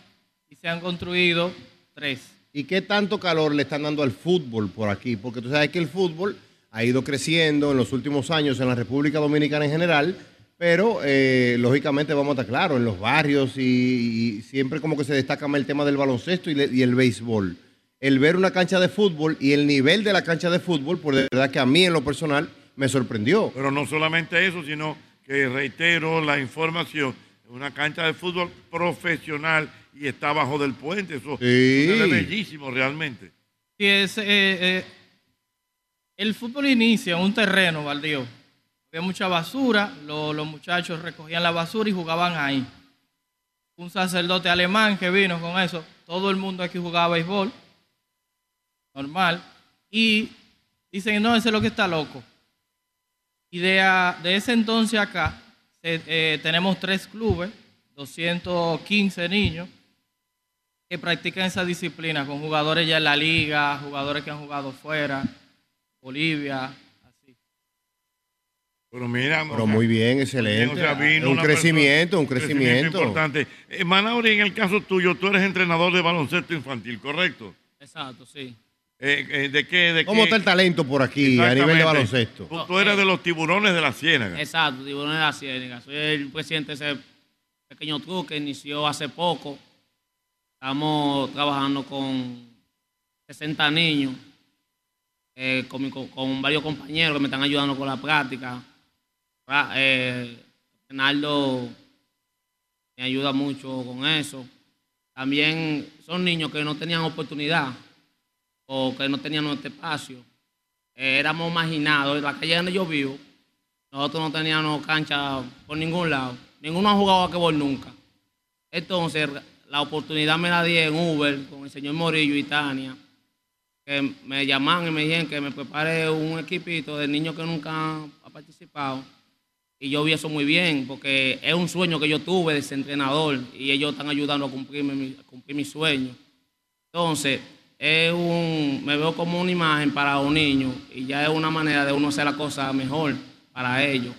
[SPEAKER 9] y se han construido tres.
[SPEAKER 3] ¿Y qué tanto calor le están dando al fútbol por aquí? Porque tú sabes que el fútbol ha ido creciendo en los últimos años en la República Dominicana en general, pero eh, lógicamente vamos a estar claros, en los barrios y, y siempre como que se destaca más el tema del baloncesto y, le- y el béisbol. El ver una cancha de fútbol y el nivel de la cancha de fútbol, por de verdad que a mí en lo personal me sorprendió.
[SPEAKER 1] Pero no solamente eso, sino que reitero la información, una cancha de fútbol profesional y está bajo del puente, eso,
[SPEAKER 3] Sí.
[SPEAKER 1] eso es bellísimo realmente.
[SPEAKER 9] Sí, es, eh, eh, el fútbol inicia en un terreno baldío. Había mucha basura, lo- los muchachos recogían la basura y jugaban ahí. Un sacerdote alemán que vino con eso, todo el mundo aquí jugaba béisbol, normal, y dicen, no, ese es lo que está loco. Y de, a- de ese entonces acá se- eh, tenemos tres clubes, 215 niños, que practican esa disciplina con jugadores ya en la liga, jugadores que han jugado fuera, Bolivia.
[SPEAKER 1] Pero mira,
[SPEAKER 3] Pero muy bien, excelente.
[SPEAKER 1] o sea, vino
[SPEAKER 3] un
[SPEAKER 1] una
[SPEAKER 3] crecimiento,
[SPEAKER 1] persona-
[SPEAKER 3] un crecimiento.
[SPEAKER 1] importante. Eh, Manauri, en el caso tuyo, tú eres entrenador de baloncesto infantil, ¿correcto?
[SPEAKER 9] Exacto, sí.
[SPEAKER 1] Eh, eh, ¿De qué? De
[SPEAKER 3] ¿Cómo
[SPEAKER 1] qué?
[SPEAKER 3] está el talento por aquí a nivel de
[SPEAKER 1] Exactamente.
[SPEAKER 3] baloncesto?
[SPEAKER 1] Tú,
[SPEAKER 12] então é
[SPEAKER 1] tú eres de los tiburones de la ciénaga.
[SPEAKER 12] Exacto, Tiburones de la Ciénaga. Soy el presidente de ese pequeño club que inició hace poco. Estamos trabajando con 60 niños, eh, con, mi co- con varios compañeros que me están ayudando con la práctica. Ra- Eh, Renaldo me ayuda mucho con eso. También son niños que no tenían oportunidad o que no tenían este espacio. Eh, éramos marginados. En la calle donde yo vivo, nosotros no teníamos cancha por ningún lado. Ninguno ha jugado basquetbol nunca. Entonces, la oportunidad me la di en Uber con el señor Morillo y Tania, que me llamaron y me dijeron que me prepare un equipito de niños que nunca han participado. Y yo vi eso muy bien, porque es un sueño que yo tuve de ser entrenador y ellos están ayudando a cumplirme mi- a cumplir mi sueño. Entonces, es un, me veo como una imagen para un niño y ya es una manera de uno hacer la cosa mejor para ellos.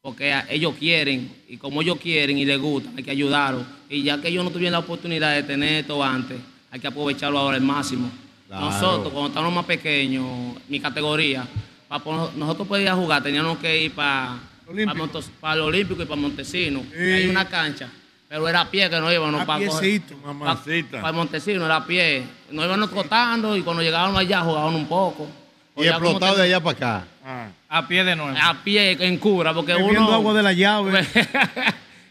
[SPEAKER 12] porque a- ellos quieren, y como ellos quieren y les gusta, hay que ayudarlos. Y ya que ellos no tuvieron la oportunidad de tener esto antes, hay que aprovecharlo ahora al máximo.
[SPEAKER 3] Claro.
[SPEAKER 12] Nosotros, cuando estábamos más pequeños, mi categoría, pa- po- nosotros podíamos jugar, teníamos que ir para el Olímpico y para Montesino. que Hay una cancha, pero era a pie que no íbamos
[SPEAKER 18] A
[SPEAKER 12] para
[SPEAKER 18] piecito,
[SPEAKER 12] Para Montesino, era a pie. Nos íbamos trotando y cuando llegábamos allá jugaban un poco.
[SPEAKER 3] Y
[SPEAKER 12] Ya como
[SPEAKER 3] explotado
[SPEAKER 12] que-
[SPEAKER 3] de allá para acá.
[SPEAKER 12] a pie de nuevo. A pie, en cura, porque
[SPEAKER 5] Bebiendo
[SPEAKER 12] uno.
[SPEAKER 5] agua de la llave.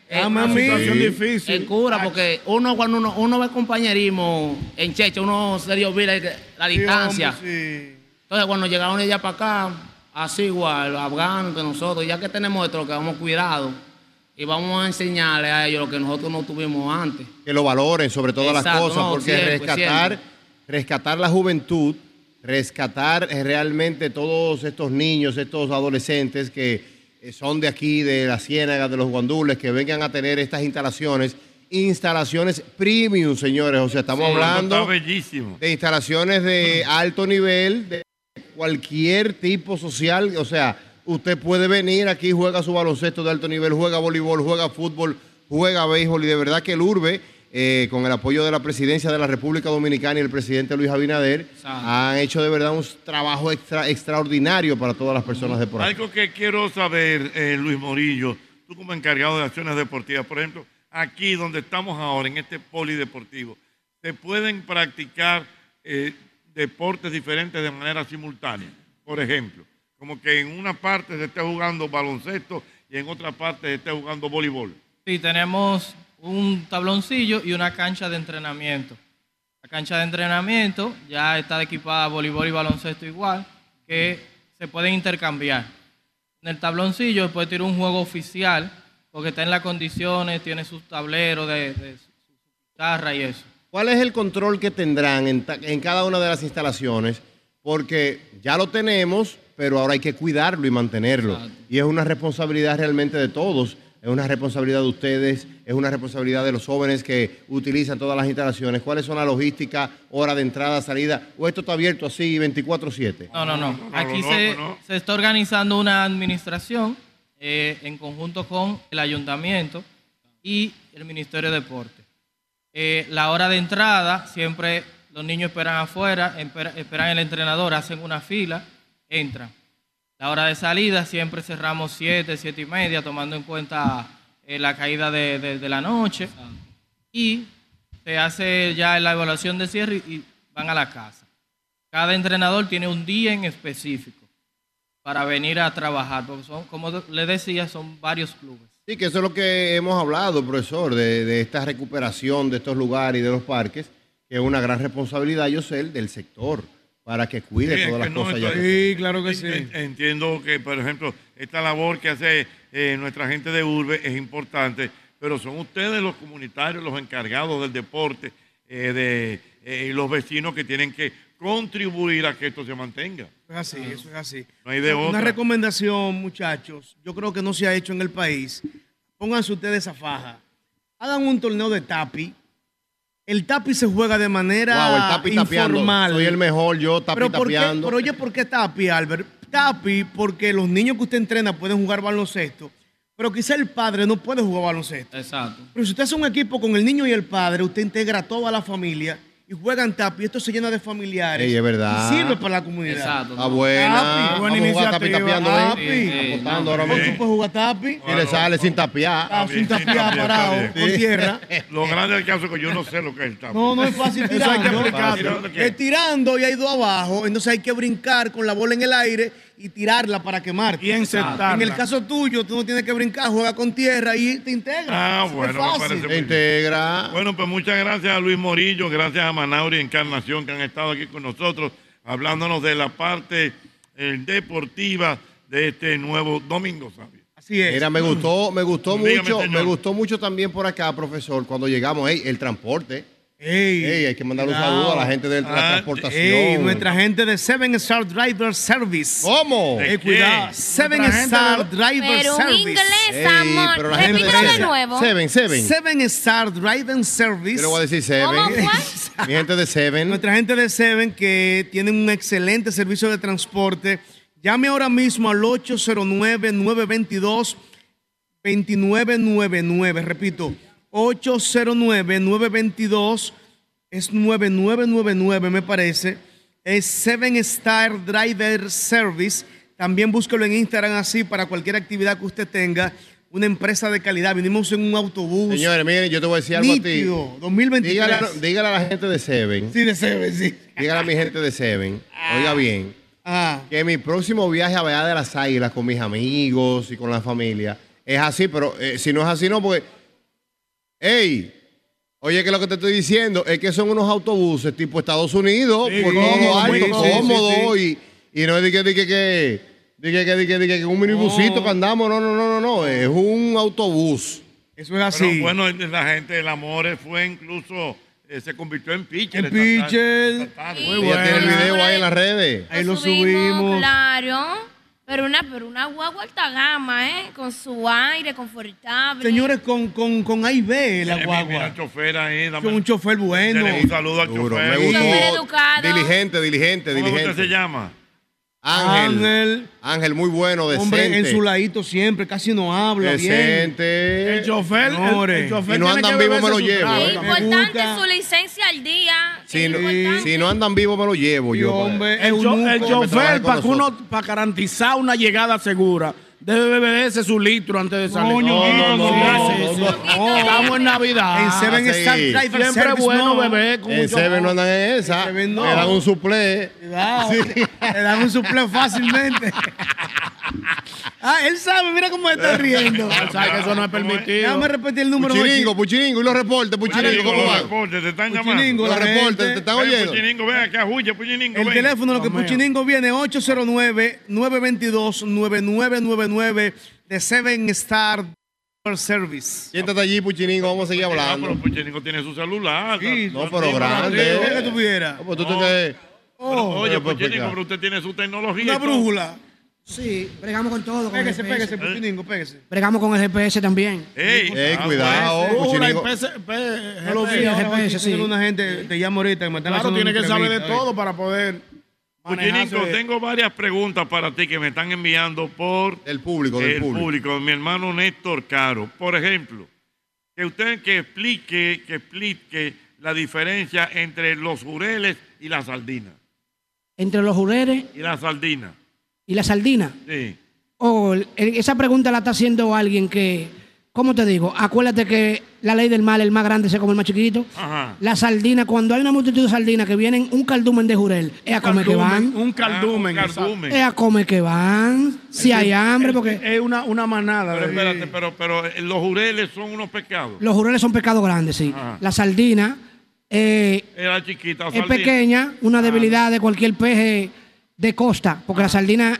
[SPEAKER 12] Eh,
[SPEAKER 5] Dame a
[SPEAKER 12] una
[SPEAKER 5] mí.
[SPEAKER 12] situación
[SPEAKER 5] Sí.
[SPEAKER 12] difícil. En cura, porque uno cuando uno, uno ve compañerismo en Cheche, uno se dio vida la distancia. Entonces, cuando llegaron ellas para acá, así igual, los afganos que nosotros, ya que tenemos esto, lo que vamos cuidado y vamos a enseñarles a ellos lo que nosotros no tuvimos antes.
[SPEAKER 3] que lo valoren sobre todas las
[SPEAKER 12] Exacto,
[SPEAKER 3] cosas,
[SPEAKER 12] no,
[SPEAKER 3] porque
[SPEAKER 12] siempre,
[SPEAKER 3] rescatar,
[SPEAKER 12] siempre.
[SPEAKER 3] rescatar la juventud, rescatar eh, realmente todos estos niños, estos adolescentes que eh, son de aquí, de la Ciénaga, de los Guandules, que vengan a tener estas instalaciones, instalaciones premium, señores. O sea, estamos
[SPEAKER 1] Sí,
[SPEAKER 3] hablando
[SPEAKER 1] Está bellísimo.
[SPEAKER 3] de instalaciones de alto nivel, de cualquier tipo social. O sea, usted puede venir aquí, juega su baloncesto de alto nivel, juega voleibol, juega fútbol, juega béisbol. Y de verdad que el Urbe, eh, con el apoyo de la presidencia de la República Dominicana y el presidente Luis Abinader, han hecho de verdad un trabajo extra- extraordinario para todas las personas de por aquí.
[SPEAKER 1] Algo que quiero saber, eh, Luis Morillo, tú como encargado de acciones deportivas, por ejemplo, aquí donde estamos ahora, en este polideportivo, ¿se pueden practicar eh, deportes diferentes de manera simultánea? Por ejemplo, como que en una parte se esté jugando baloncesto y en otra parte se esté jugando voleibol.
[SPEAKER 9] Sí, tenemos un tabloncillo y una cancha de entrenamiento. La cancha de entrenamiento ya está equipada a voleibol y baloncesto igual, que se pueden intercambiar. En el tabloncillo después tirar un juego oficial, porque está en las condiciones, tiene sus tableros de, de su, su guitarra y eso.
[SPEAKER 3] ¿Cuál es el control que tendrán en, ta- en cada una de las instalaciones? Porque ya lo tenemos, pero ahora hay que cuidarlo y mantenerlo. Y es una responsabilidad realmente de todos. Es una responsabilidad de ustedes, es una responsabilidad de los jóvenes que utilizan todas las instalaciones. ¿Cuáles son la logística, hora de entrada, salida? ¿O esto está abierto así 24/7?
[SPEAKER 9] No, no, no. Aquí se, se está organizando una administración eh, en conjunto con el ayuntamiento y el Ministerio de Deporte. Eh, la hora de entrada, siempre los niños esperan afuera, espera- esperan el entrenador, hacen una fila, entran. La hora de salida, siempre cerramos 7, 7 y media, tomando en cuenta eh, la caída de, de- de la noche. Y se hace ya la evaluación de cierre y- y van a la casa. Cada entrenador tiene un día en específico para venir a trabajar, porque son, como le decía, son varios clubes.
[SPEAKER 3] Sí, que eso es lo que hemos hablado, profesor, de, de esta recuperación de estos lugares y de los parques, que es una gran responsabilidad, yo sé, del sector, para que cuide
[SPEAKER 1] Sí, es
[SPEAKER 3] todas las
[SPEAKER 1] que no
[SPEAKER 3] cosas. ya
[SPEAKER 1] estoy-
[SPEAKER 3] que-
[SPEAKER 1] claro que sí. Entiendo que, por ejemplo, esta labor que hace eh, nuestra gente de Urbe es importante, pero son ustedes los comunitarios, los encargados del deporte, eh, de eh, y los vecinos que tienen que contribuir a que esto se mantenga.
[SPEAKER 5] Eso es así, eso es así.
[SPEAKER 1] No hay de
[SPEAKER 5] Una
[SPEAKER 1] otra.
[SPEAKER 5] recomendación, muchachos, yo creo que no se ha hecho en el país. Pónganse ustedes esa faja. Hagan un torneo de tapi. El tapi se juega de manera
[SPEAKER 3] Wow, el tapi tapeando.
[SPEAKER 5] informal.
[SPEAKER 3] Soy el mejor, yo tapi
[SPEAKER 5] pero, ¿por qué-
[SPEAKER 3] tapeando.
[SPEAKER 5] pero oye, ¿por qué tapi, Albert? Tapi, porque los niños que usted entrena pueden jugar baloncesto, pero quizá el padre no puede jugar baloncesto.
[SPEAKER 12] Exacto.
[SPEAKER 5] Pero si usted hace un equipo con el niño y el padre, usted integra a toda la familia y juegan tapi, esto se llena de familiares.
[SPEAKER 3] Ey, es verdad.
[SPEAKER 5] Y sirve para la comunidad.
[SPEAKER 3] Exacto, Está ¿no? Ah, buena. pues,
[SPEAKER 5] Tapi,
[SPEAKER 3] Vamos a jugar tapi tapeando, ¿eh?
[SPEAKER 5] Tapi.
[SPEAKER 3] Sí, sí, Apostando ahora mismo.
[SPEAKER 5] Tú puedes jugar tapi.
[SPEAKER 3] Y le sale sin tapiar.
[SPEAKER 5] Ah, sin tapiar, parado, con tierra.
[SPEAKER 1] Lo grande del caso es que yo no sé lo que es el tap.
[SPEAKER 5] No, no es fácil tirando.
[SPEAKER 1] Tirando que-
[SPEAKER 5] Estirando y hay dos abajo. Entonces hay que brincar con la bola en el aire y tirarla para quemarte. Y
[SPEAKER 2] encestarla.
[SPEAKER 5] En el caso tuyo, tú no tienes que brincar, juega con tierra y te integras.
[SPEAKER 1] Ah,
[SPEAKER 5] [LAUGHS] Es
[SPEAKER 1] bueno, me
[SPEAKER 5] fácil.
[SPEAKER 1] parece muy
[SPEAKER 3] Integra.
[SPEAKER 1] Bueno, pues muchas gracias a Luis Morillo, gracias a Manauri Encarnación que han estado aquí con nosotros, hablándonos de la parte eh, deportiva de este nuevo domingo, ¿sabes?
[SPEAKER 5] Así es.
[SPEAKER 3] Mira, me gustó, me gustó
[SPEAKER 1] Dígame,
[SPEAKER 3] mucho,
[SPEAKER 1] señor.
[SPEAKER 3] me gustó mucho también por acá, profesor, cuando llegamos, ey, el transporte. Ey, hay que mandar un
[SPEAKER 5] cuidado.
[SPEAKER 3] saludo a la gente de la
[SPEAKER 5] Ah,
[SPEAKER 3] transportación.
[SPEAKER 5] Ey, nuestra gente de Seven Star Driver Service.
[SPEAKER 3] ¿Cómo?
[SPEAKER 5] Eh,
[SPEAKER 3] ¿De
[SPEAKER 5] cuidado.
[SPEAKER 3] qué?
[SPEAKER 5] Seven
[SPEAKER 3] Nuestra gente
[SPEAKER 5] Star
[SPEAKER 3] de-
[SPEAKER 5] Driver
[SPEAKER 4] Pero en
[SPEAKER 5] Service.
[SPEAKER 4] inglés, Ey, amor. pero la gente Repítelo de de Seven. nuevo.
[SPEAKER 3] Seven, Seven.
[SPEAKER 5] Seven Star Driver Service.
[SPEAKER 3] Yo le voy a decir Seven. ¿Cómo [LAUGHS] Mi gente de Seven.
[SPEAKER 5] Nuestra gente de Seven que tienen un excelente servicio de transporte. Llame ahora mismo al 809-922 2999, repito, 809-922, es 9999 me parece, es Seven Star Driver Service, también búsquelo en Instagram así para cualquier actividad que usted tenga, una empresa de calidad, vinimos en un autobús.
[SPEAKER 3] Señores, miren, yo te voy a decir algo a ti.
[SPEAKER 5] Nítido, 2023.
[SPEAKER 3] Dígale, dígale a la gente de Seven.
[SPEAKER 5] Sí, de Seven, sí. Ah.
[SPEAKER 3] Dígale a mi gente de Seven. Oiga bien. Que mi próximo viaje a Bahía de las Águilas con mis amigos y con la familia es así, pero eh, si no es así, no, porque. ¡Ey! Oye, que lo que te estoy diciendo es que son unos autobuses tipo Estados Unidos,
[SPEAKER 5] Sí,
[SPEAKER 3] por
[SPEAKER 5] sí,
[SPEAKER 3] todo
[SPEAKER 5] sí,
[SPEAKER 3] alto,
[SPEAKER 5] sí,
[SPEAKER 3] cómodo,
[SPEAKER 5] sí,
[SPEAKER 3] Y, y no es de que, de que, que, de que, que, de que, de que un minibusito que andamos, no, no, no, no, no, es un autobús.
[SPEAKER 5] Eso es
[SPEAKER 3] así.
[SPEAKER 1] bueno, la gente del amor fue incluso, eh, se convirtió en pitcher.
[SPEAKER 5] En pitcher.
[SPEAKER 1] Muy
[SPEAKER 3] bueno. tiene el video ahí en las redes.
[SPEAKER 5] Ahí lo
[SPEAKER 4] Subimos,
[SPEAKER 5] subimos.
[SPEAKER 4] claro. Pero una, pero una guagua alta gama, ¿eh? Con su aire confortable.
[SPEAKER 5] Señores, con, con, con A y B la guagua.
[SPEAKER 1] chofer ahí, dame-
[SPEAKER 5] Con un chofer bueno.
[SPEAKER 1] Dale un saludo al
[SPEAKER 3] Duro,
[SPEAKER 1] chofer.
[SPEAKER 3] me gustó.
[SPEAKER 5] Chofer
[SPEAKER 4] educado.
[SPEAKER 3] Diligente, diligente,
[SPEAKER 1] ¿Cómo
[SPEAKER 3] diligente.
[SPEAKER 1] usted se llama?
[SPEAKER 3] Ángel.
[SPEAKER 5] Ángel.
[SPEAKER 3] Ángel, muy bueno, decente.
[SPEAKER 5] Hombre, en su ladito siempre, casi no habla bien.
[SPEAKER 3] Decente.
[SPEAKER 5] El chofer, el- el
[SPEAKER 3] Señores.
[SPEAKER 5] chofer
[SPEAKER 3] Si no
[SPEAKER 5] tiene
[SPEAKER 3] andan
[SPEAKER 5] que
[SPEAKER 3] vivos, me lo
[SPEAKER 5] beberse su
[SPEAKER 3] llevo.
[SPEAKER 5] trago
[SPEAKER 3] ¿eh?
[SPEAKER 4] Importante su licencia al día.
[SPEAKER 3] Si no, si no andan vivos, me lo llevo yo.
[SPEAKER 2] el, cho- el chofer, para que
[SPEAKER 3] uno
[SPEAKER 2] uno, para garantizar una llegada segura, debe beberse su litro antes de salir.
[SPEAKER 5] Coño, no, no, no,
[SPEAKER 2] sí,
[SPEAKER 5] no,
[SPEAKER 2] sí.
[SPEAKER 5] no.
[SPEAKER 2] Oh, Estamos en Navidad.
[SPEAKER 5] En Seven
[SPEAKER 2] Ah, Sí.
[SPEAKER 5] Star Driver
[SPEAKER 2] Siempre es
[SPEAKER 5] Service,
[SPEAKER 2] bueno
[SPEAKER 5] no.
[SPEAKER 2] beber con
[SPEAKER 3] Ah, En
[SPEAKER 2] mucho
[SPEAKER 3] Seven no
[SPEAKER 2] amor.
[SPEAKER 3] andan en esa.
[SPEAKER 2] En
[SPEAKER 3] Le
[SPEAKER 2] Seven no.
[SPEAKER 3] dan un suple.
[SPEAKER 5] Cuidado, Le dan un suple fácilmente. ah, él sabe, mira cómo está riendo.
[SPEAKER 2] Él sabe que eso no es permitido.
[SPEAKER 5] Déjame repetir el número.
[SPEAKER 3] Puchiringo,
[SPEAKER 5] Jochi.
[SPEAKER 3] puchiringo. Y los reportes, puchiringo. ¿Cómo
[SPEAKER 1] los
[SPEAKER 3] va?
[SPEAKER 1] reportes, te están llamando.
[SPEAKER 5] Puchiningo, la Los reportes,
[SPEAKER 1] te
[SPEAKER 5] gente. ¿te
[SPEAKER 1] están
[SPEAKER 5] están
[SPEAKER 1] oyendo.
[SPEAKER 5] oyendo?
[SPEAKER 1] Puchiningo, ven acá, huye, Puchiningo,
[SPEAKER 5] El
[SPEAKER 1] ven.
[SPEAKER 5] teléfono, lo que Puchiningo viene, 809-922-9999 de Seven Star Service.
[SPEAKER 3] Siéntate allí, Puchiningo, vamos a seguir hablando.
[SPEAKER 1] Pero Puchiningo tiene su celular.
[SPEAKER 3] No, pero grande.
[SPEAKER 5] Mira que tuviera.
[SPEAKER 3] No, pues tú te crees-
[SPEAKER 1] Oye,
[SPEAKER 3] Pero, pues,
[SPEAKER 1] Puchiningo,
[SPEAKER 3] peca.
[SPEAKER 1] pero usted tiene su tecnología. y
[SPEAKER 14] Una
[SPEAKER 1] todo.
[SPEAKER 14] brújula. Sí, bregamos con todo. con el
[SPEAKER 5] Pégase,
[SPEAKER 14] GPS.
[SPEAKER 5] pégase, Puchiningo, pégase.
[SPEAKER 14] Bregamos con el GPS también.
[SPEAKER 1] Ey,
[SPEAKER 2] Ah,
[SPEAKER 3] Ey,
[SPEAKER 2] pues,
[SPEAKER 3] cuidado, Puchiningo.
[SPEAKER 5] No lo vi,
[SPEAKER 14] Sí,
[SPEAKER 5] ahora
[SPEAKER 14] GPS,
[SPEAKER 5] estoy
[SPEAKER 14] sí.
[SPEAKER 5] con una gente, te llamo ahorita, que me están
[SPEAKER 2] Claro,
[SPEAKER 5] haciendo
[SPEAKER 2] tiene
[SPEAKER 5] una
[SPEAKER 2] que saber de
[SPEAKER 5] entrevista, a ver.
[SPEAKER 2] todo para poder.
[SPEAKER 1] Puchiningo,
[SPEAKER 2] manejarse.
[SPEAKER 1] tengo varias preguntas para ti que me están enviando por
[SPEAKER 3] El público, del
[SPEAKER 1] el
[SPEAKER 3] público.
[SPEAKER 1] público, mi hermano Néstor Caro. Por ejemplo, que usted que explique, que explique la diferencia entre los jureles y la sardina.
[SPEAKER 14] Entre los jureles
[SPEAKER 1] Y la sardina.
[SPEAKER 14] y la sardina.
[SPEAKER 1] Sí.
[SPEAKER 14] Oh, el- esa pregunta la está haciendo alguien que, ¿cómo te digo? Acuérdate que la ley del mal, el más grande se come el más chiquito.
[SPEAKER 1] Ajá.
[SPEAKER 14] La sardina, cuando hay una multitud de sardinas que vienen, un cardumen de jurel, es a comer que van.
[SPEAKER 2] Ah, Un cardumen. exacto.
[SPEAKER 14] Es a comer que van. Si hay hambre, porque
[SPEAKER 2] Es una, una manada.
[SPEAKER 1] Pero
[SPEAKER 2] de-
[SPEAKER 1] espérate, pero, pero eh, los jureles son unos pescados.
[SPEAKER 14] los jureles son pecados grandes, sí. La sardina eh,
[SPEAKER 1] Era chiquita,
[SPEAKER 14] es
[SPEAKER 1] sardina.
[SPEAKER 14] pequeña, una debilidad de cualquier peje de costa, porque la sardina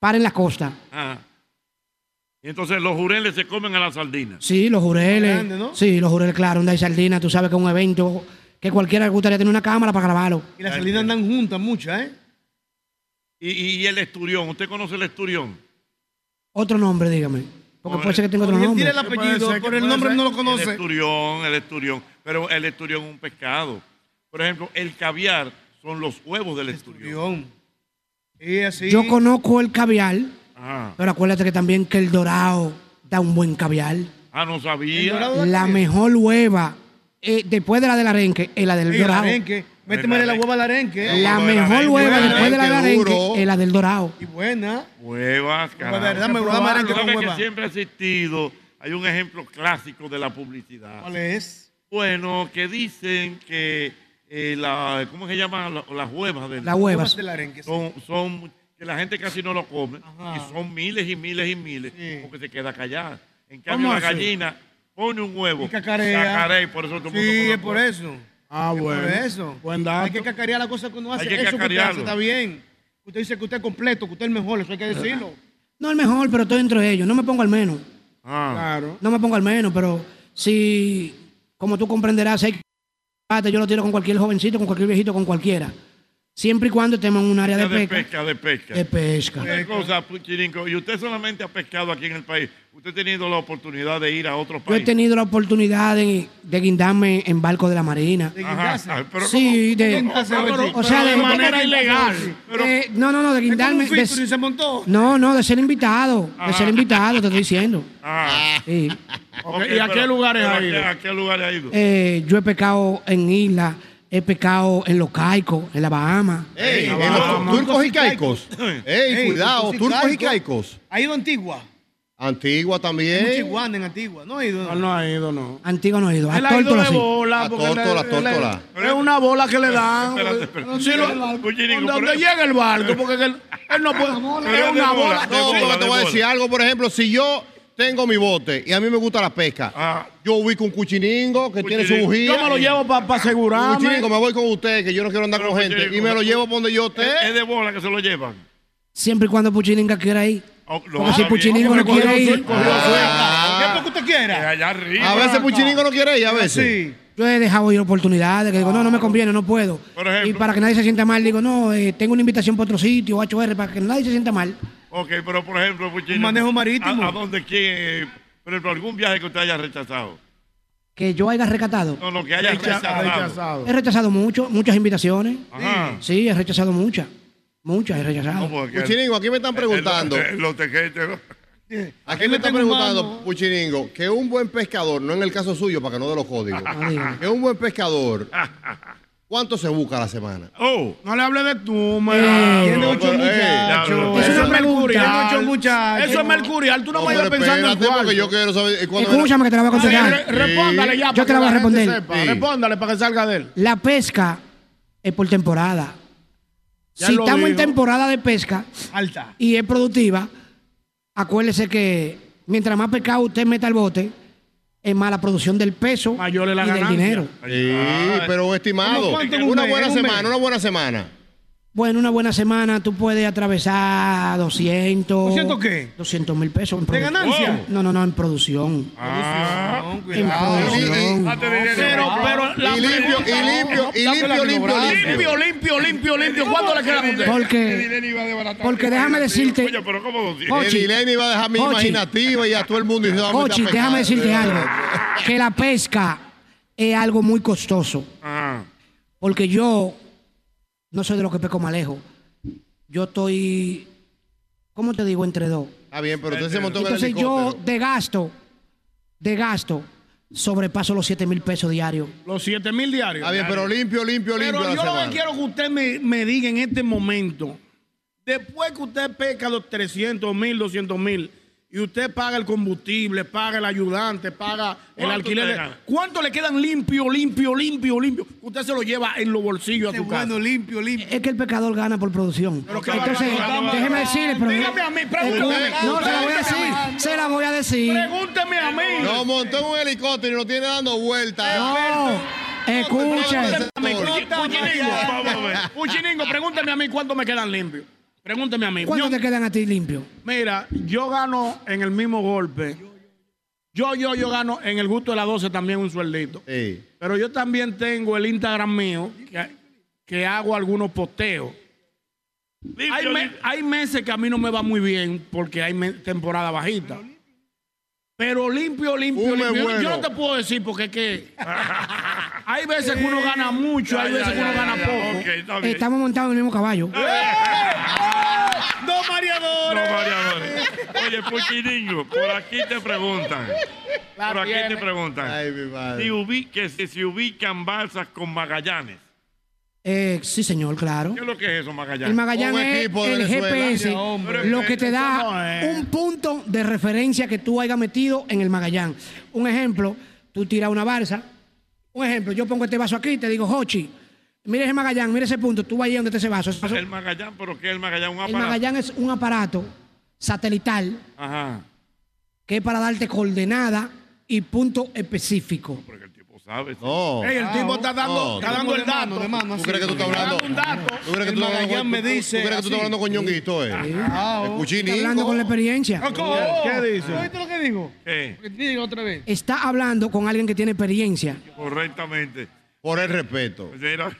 [SPEAKER 14] para en la costa.
[SPEAKER 1] Ajá. Ah. Y Entonces los jureles se comen a la sardina.
[SPEAKER 14] Sí, los jureles.
[SPEAKER 1] Grande, ¿no?
[SPEAKER 14] Sí, los jureles, claro, donde hay sardina. Tú sabes que es un evento que cualquiera le gustaría tener una cámara para grabarlo.
[SPEAKER 5] Y las salinas andan juntas muchas, ¿eh?
[SPEAKER 1] Y, y- y el esturión, ¿usted conoce el esturión?
[SPEAKER 14] Otro nombre, dígame. Porque puede ser que tenga otro
[SPEAKER 1] Oye,
[SPEAKER 14] nombre.
[SPEAKER 1] tiene el apellido,
[SPEAKER 5] Puede ser que- por el puede nombre ser. no lo conoce.
[SPEAKER 1] El esturión, el esturión. Pero el esturión es un pescado. Por ejemplo, el caviar son los huevos del esturión.
[SPEAKER 5] Y así.
[SPEAKER 14] Yo conozco el caviar,
[SPEAKER 1] Ajá.
[SPEAKER 14] pero acuérdate que también que el dorado da un buen caviar.
[SPEAKER 1] Ah, no sabía.
[SPEAKER 14] La mejor hueva, eh, después de la del arenque, es la del
[SPEAKER 5] Ey, el
[SPEAKER 14] dorado.
[SPEAKER 5] arenque. Méteme la hueva al arenque.
[SPEAKER 14] La mejor hueva después de la del arenque es la del dorado.
[SPEAKER 5] Y buena.
[SPEAKER 1] Huevas, carajo.
[SPEAKER 5] verdad, dame hueva,
[SPEAKER 1] Tú
[SPEAKER 5] arenque
[SPEAKER 1] sabes
[SPEAKER 5] con
[SPEAKER 1] que
[SPEAKER 5] hueva.
[SPEAKER 1] siempre ha existido. Hay un ejemplo clásico de la publicidad.
[SPEAKER 5] ¿Cuál es?
[SPEAKER 1] Bueno, que dicen que eh, la, ¿cómo se llaman la- las huevas? del-
[SPEAKER 14] Las huevas.
[SPEAKER 5] Del arenque, sí.
[SPEAKER 1] Son, son- que la gente casi no lo come y son miles y miles y miles porque se queda callada. En cambio,
[SPEAKER 5] ¿Cómo
[SPEAKER 1] la
[SPEAKER 5] hace?
[SPEAKER 1] gallina pone un huevo.
[SPEAKER 5] Y cacarea.
[SPEAKER 1] Cacarea y por eso todo el mundo
[SPEAKER 5] Sí,
[SPEAKER 1] come
[SPEAKER 5] es por
[SPEAKER 1] huevo.
[SPEAKER 5] eso.
[SPEAKER 2] Ah,
[SPEAKER 5] Es
[SPEAKER 2] bueno.
[SPEAKER 5] Por eso.
[SPEAKER 2] Buen dato.
[SPEAKER 5] Hay que cacarear la cosa que uno hace.
[SPEAKER 1] Hay que
[SPEAKER 5] eso que usted
[SPEAKER 1] cacarearlo.
[SPEAKER 5] hace está bien. Usted dice que usted es completo, que usted es el mejor, eso hay que decirlo.
[SPEAKER 14] No el mejor, pero estoy entre ellos. No me pongo al menos.
[SPEAKER 5] Claro.
[SPEAKER 14] No me pongo al menos, pero si, como tú comprenderás, hay que- yo lo tiro con cualquier jovencito, con cualquier viejito, con cualquiera. Siempre y cuando estemos en un área de
[SPEAKER 1] de
[SPEAKER 14] pesca.
[SPEAKER 1] pesca, de pesca.
[SPEAKER 14] De pesca.
[SPEAKER 1] Una cosa, Puchirinco, y usted solamente ha pescado aquí en el país. Usted ha tenido la oportunidad de ir a otros
[SPEAKER 14] Yo he
[SPEAKER 1] países.
[SPEAKER 14] tenido la oportunidad de, de guindarme en barco de la Marina.
[SPEAKER 1] guindarse? Ajá, pero
[SPEAKER 14] sí, de, o sea, de, Eh, no, no, no, de guindarme. de- No, no, de ser invitado. De ser invitado, te estoy diciendo.
[SPEAKER 1] Ah.
[SPEAKER 14] Sí.
[SPEAKER 1] Ok,
[SPEAKER 2] ¿Y a qué
[SPEAKER 1] pero-
[SPEAKER 2] lugares
[SPEAKER 1] pero
[SPEAKER 2] ha ido?
[SPEAKER 1] ¿A qué, a qué lugares ha ido?
[SPEAKER 14] Eh, yo he pecado en isla, he pecado en los caicos, en la Bahama.
[SPEAKER 3] Ey, en los turcos y caicos. Ey, cuidado, turcos y caicos.
[SPEAKER 5] ¿Ha ido a Antigua?
[SPEAKER 3] Antigua
[SPEAKER 5] En
[SPEAKER 3] también.
[SPEAKER 5] Muchiguana, en Antigua. No ha ido.
[SPEAKER 2] ¿Eh? No, no ha ido, no.
[SPEAKER 14] Antiguo no ha ido. A
[SPEAKER 2] Él ha ido
[SPEAKER 14] Tórtola
[SPEAKER 2] de
[SPEAKER 14] sí.
[SPEAKER 2] bola.
[SPEAKER 3] A
[SPEAKER 2] porque él-
[SPEAKER 3] tórtola,
[SPEAKER 2] él-
[SPEAKER 3] tórtola.
[SPEAKER 2] Es una bola que le dan.
[SPEAKER 3] Espérate,
[SPEAKER 1] espérate.
[SPEAKER 2] Sí, lo-
[SPEAKER 1] Llega el barco.
[SPEAKER 2] Donde
[SPEAKER 1] por
[SPEAKER 2] donde
[SPEAKER 1] ahí.
[SPEAKER 2] llega el barco, porque él, él no puede. Es una bola.
[SPEAKER 3] No, porque te voy a decir algo, por ejemplo, si yo tengo mi bote y a mí me gusta la pesca, yo ubico un cuchiningo que tiene su
[SPEAKER 2] Cuchiringo.
[SPEAKER 3] bujía.
[SPEAKER 2] Yo me lo llevo para asegurarme.
[SPEAKER 3] Un Cuchiningo, me voy con usted, que yo no quiero andar con gente. Y me lo llevo por donde yo esté.
[SPEAKER 1] Es, es de bola que se lo llevan. Oh,
[SPEAKER 14] Siempre y cuando Puchininga quiera ir.
[SPEAKER 1] lo
[SPEAKER 14] Porque si
[SPEAKER 1] haga bien.
[SPEAKER 14] Puchiningo no
[SPEAKER 1] Porque
[SPEAKER 14] quiere
[SPEAKER 1] cogió
[SPEAKER 14] ir.
[SPEAKER 1] su- cogió su- Ah.
[SPEAKER 2] ¿Qué es porque usted quiere?
[SPEAKER 1] allá arriba.
[SPEAKER 3] A veces Puchiningo no quiere ir, a veces.
[SPEAKER 14] Yo he dejado ir oportunidades que digo, no, no me conviene, no puedo. y para que nadie se sienta mal, digo, no, eh, tengo una invitación para otro sitio, HR, para que nadie se sienta mal.
[SPEAKER 1] Ok, pero por ejemplo, Puchiringo.
[SPEAKER 14] manejo marítimo.
[SPEAKER 1] ¿A, a dónde quiere? Por ejemplo, algún viaje que usted haya rechazado.
[SPEAKER 14] Que yo haya rescatado.
[SPEAKER 1] No, no, que haya
[SPEAKER 2] Recha-
[SPEAKER 1] rechazado.
[SPEAKER 14] He rechazado mucho, muchas invitaciones.
[SPEAKER 1] Ajá.
[SPEAKER 14] Sí, he rechazado muchas. Muchas he rechazado.
[SPEAKER 3] Puchiningo, aquí me están preguntando.
[SPEAKER 1] El- el- los tequetes, ¿no?
[SPEAKER 3] Aquí me están preguntando, Puchiningo, que un buen pescador, no en el caso suyo, para que no de los códigos,
[SPEAKER 14] Ah,
[SPEAKER 3] que un buen pescador, ¿cuánto se busca a la semana?
[SPEAKER 1] Oh.
[SPEAKER 2] No le hable de tú,
[SPEAKER 3] Eh,
[SPEAKER 2] Tiene ocho
[SPEAKER 3] pero, eh,
[SPEAKER 2] muchachos.
[SPEAKER 3] diablo. Eso es una
[SPEAKER 2] mercurial.
[SPEAKER 3] pregunta.
[SPEAKER 2] Tiene ocho muchachos. Eso es mercurial. Tú no,
[SPEAKER 3] No,
[SPEAKER 2] vayas
[SPEAKER 3] pero
[SPEAKER 2] pensando en
[SPEAKER 3] espérate,
[SPEAKER 2] cuarto.
[SPEAKER 3] porque yo quiero saber, eh, cuándo
[SPEAKER 14] Escúchame que te la voy a contestar.
[SPEAKER 2] Ay, re- Respóndale ya.
[SPEAKER 14] Yo
[SPEAKER 2] para
[SPEAKER 14] te la
[SPEAKER 2] que
[SPEAKER 14] voy a
[SPEAKER 2] gente
[SPEAKER 14] responder.
[SPEAKER 2] sepa.
[SPEAKER 14] Sí.
[SPEAKER 2] Respóndale para que salga de él.
[SPEAKER 14] La pesca es por temporada.
[SPEAKER 2] Ya
[SPEAKER 14] si
[SPEAKER 2] lo
[SPEAKER 14] estamos en
[SPEAKER 2] dijo.
[SPEAKER 14] temporada de pesca
[SPEAKER 2] Alta.
[SPEAKER 14] y es productiva, acuérdese que mientras más pescado usted meta al bote, es más la producción del peso y del dinero.
[SPEAKER 3] Sí, pero un estimado.
[SPEAKER 14] ¿Cómo cuánto en un
[SPEAKER 3] Una
[SPEAKER 14] mes?
[SPEAKER 3] buena
[SPEAKER 14] En un mes.
[SPEAKER 3] semana, una buena semana.
[SPEAKER 14] Bueno, una buena semana tú puedes atravesar 200.
[SPEAKER 3] ¿200
[SPEAKER 14] qué? 200 mil pesos. En
[SPEAKER 3] ¿De
[SPEAKER 14] produ-
[SPEAKER 3] ganancia?
[SPEAKER 14] No, no, no, en producción.
[SPEAKER 1] Ah,
[SPEAKER 14] cuidado. Ah,
[SPEAKER 3] Y- y-
[SPEAKER 2] Pero, pero la
[SPEAKER 3] Y limpio, y
[SPEAKER 2] pregunta-
[SPEAKER 3] limpio, y
[SPEAKER 2] No,
[SPEAKER 3] limpio, limpio,
[SPEAKER 2] limpio, limpio, limpio, limpio. ¿Cuánto le queda a usted?
[SPEAKER 14] Porque, porque déjame decirte.
[SPEAKER 1] Oye, pero ¿cómo lo
[SPEAKER 3] El Ileni va a dejar mi imaginativa y a todo el mundo. Y se va a meter a
[SPEAKER 14] Ochi,
[SPEAKER 3] pescar.
[SPEAKER 14] déjame decirte algo. Que la pesca es algo muy costoso.
[SPEAKER 3] Ah,
[SPEAKER 14] Porque yo no soy de los que peco más lejos. Yo estoy, ¿cómo te digo? Entre dos.
[SPEAKER 3] Está bien, pero usted se montó en el
[SPEAKER 14] Entonces yo
[SPEAKER 3] helicóptero.
[SPEAKER 14] de gasto, de gasto, sobrepaso los 7 mil pesos diarios.
[SPEAKER 2] Los 7 mil diarios.
[SPEAKER 3] Está bien, pero limpio, limpio, limpio
[SPEAKER 2] Pero
[SPEAKER 3] la
[SPEAKER 2] yo lo
[SPEAKER 3] semana.
[SPEAKER 2] que quiero que usted me, me diga en este momento, después que usted pesca los 300 mil, 200 mil, y usted paga el combustible, paga el ayudante, paga el
[SPEAKER 1] ¿Cuánto
[SPEAKER 2] alquiler,
[SPEAKER 1] usted gana?
[SPEAKER 2] ¿cuánto le quedan limpio, limpio, limpio, limpio? Usted se lo lleva en los bolsillos a su casa.
[SPEAKER 14] Este limpio, limpio. Es que el pecador gana por producción. Entonces, déjeme decirle, pero.
[SPEAKER 2] Dígame a mí, pregúntame.
[SPEAKER 14] No, se la voy a decir. Se la voy a decir.
[SPEAKER 2] Pregúnteme a mí.
[SPEAKER 3] Lo montó en un helicóptero y lo tiene dando vueltas.
[SPEAKER 14] No, escuchen.
[SPEAKER 2] Puchiningo, Puchiningo, pregúntame a mí cuánto me quedan limpios. Pregúnteme a mí.
[SPEAKER 14] ¿Cuánto
[SPEAKER 2] Yo-
[SPEAKER 14] te quedan a ti limpio?
[SPEAKER 2] Mira, yo gano en el mismo golpe. Yo, yo, yo gano en el gusto de las 12 también un sueldito. Pero yo también tengo el Instagram mío que, que hago algunos posteos. Hay, me- hay meses que a mí no me va muy bien porque hay me- temporada bajita. Pero limpio, limpio,
[SPEAKER 3] Un mes
[SPEAKER 2] limpio. Yo- Yo
[SPEAKER 3] bueno.
[SPEAKER 2] no te puedo decir porque es que hay veces que uno gana mucho, hay veces que uno gana poco.
[SPEAKER 14] Estamos montados en el mismo caballo.
[SPEAKER 2] ¡No mareadores!
[SPEAKER 1] No mareadores. Oye, Puchiringo, por aquí te preguntan.
[SPEAKER 2] La
[SPEAKER 1] por aquí
[SPEAKER 2] tiene.
[SPEAKER 1] te preguntan. si ubi- que si se ubican balsas con Magallanes.
[SPEAKER 14] Eh, sí, señor, claro.
[SPEAKER 1] ¿Qué es lo que es eso, Magallanes?
[SPEAKER 14] El Magallanes es el GPS, lo que te da un punto de referencia que tú hayas metido en el Magallanes. Un ejemplo, tú tiras una balsa. Un ejemplo, yo pongo este vaso aquí y te digo, Hochi, mira ese Magallanes, mira ese punto, tú vas ahí donde está ese vaso. Ese vaso-
[SPEAKER 1] El Magallanes, pero ¿qué es el Magallanes? Un
[SPEAKER 14] El
[SPEAKER 1] aparato.
[SPEAKER 14] Magallanes es un aparato satelital
[SPEAKER 1] Ajá.
[SPEAKER 14] que es para darte coordenada y punto específico.
[SPEAKER 1] ¿Tú sabes?
[SPEAKER 3] No.
[SPEAKER 2] Ey, el tipo está dando,
[SPEAKER 3] No,
[SPEAKER 2] está
[SPEAKER 3] tú-
[SPEAKER 2] dando el dato.
[SPEAKER 3] ¿Tú crees que tú estás hablando?
[SPEAKER 2] Está dando un dato.
[SPEAKER 3] ¿Tú crees que
[SPEAKER 2] El
[SPEAKER 3] tú estás hablando
[SPEAKER 2] Magallanes
[SPEAKER 3] con-
[SPEAKER 2] me
[SPEAKER 3] tú- tú
[SPEAKER 2] dice
[SPEAKER 3] crees que tú estás
[SPEAKER 2] así.
[SPEAKER 3] hablando con Ñonguito, eh? Ah,
[SPEAKER 14] Ah,
[SPEAKER 3] El
[SPEAKER 14] oh.
[SPEAKER 3] Cuchiningo.
[SPEAKER 14] Está hablando con la experiencia.
[SPEAKER 2] ¿Qué dice?
[SPEAKER 5] ¿Oíste lo que digo?
[SPEAKER 1] Eh,
[SPEAKER 5] Digo otra vez.
[SPEAKER 14] Está hablando con alguien que tiene experiencia.
[SPEAKER 1] correctamente. Pues
[SPEAKER 3] Por el respeto.
[SPEAKER 1] Mira,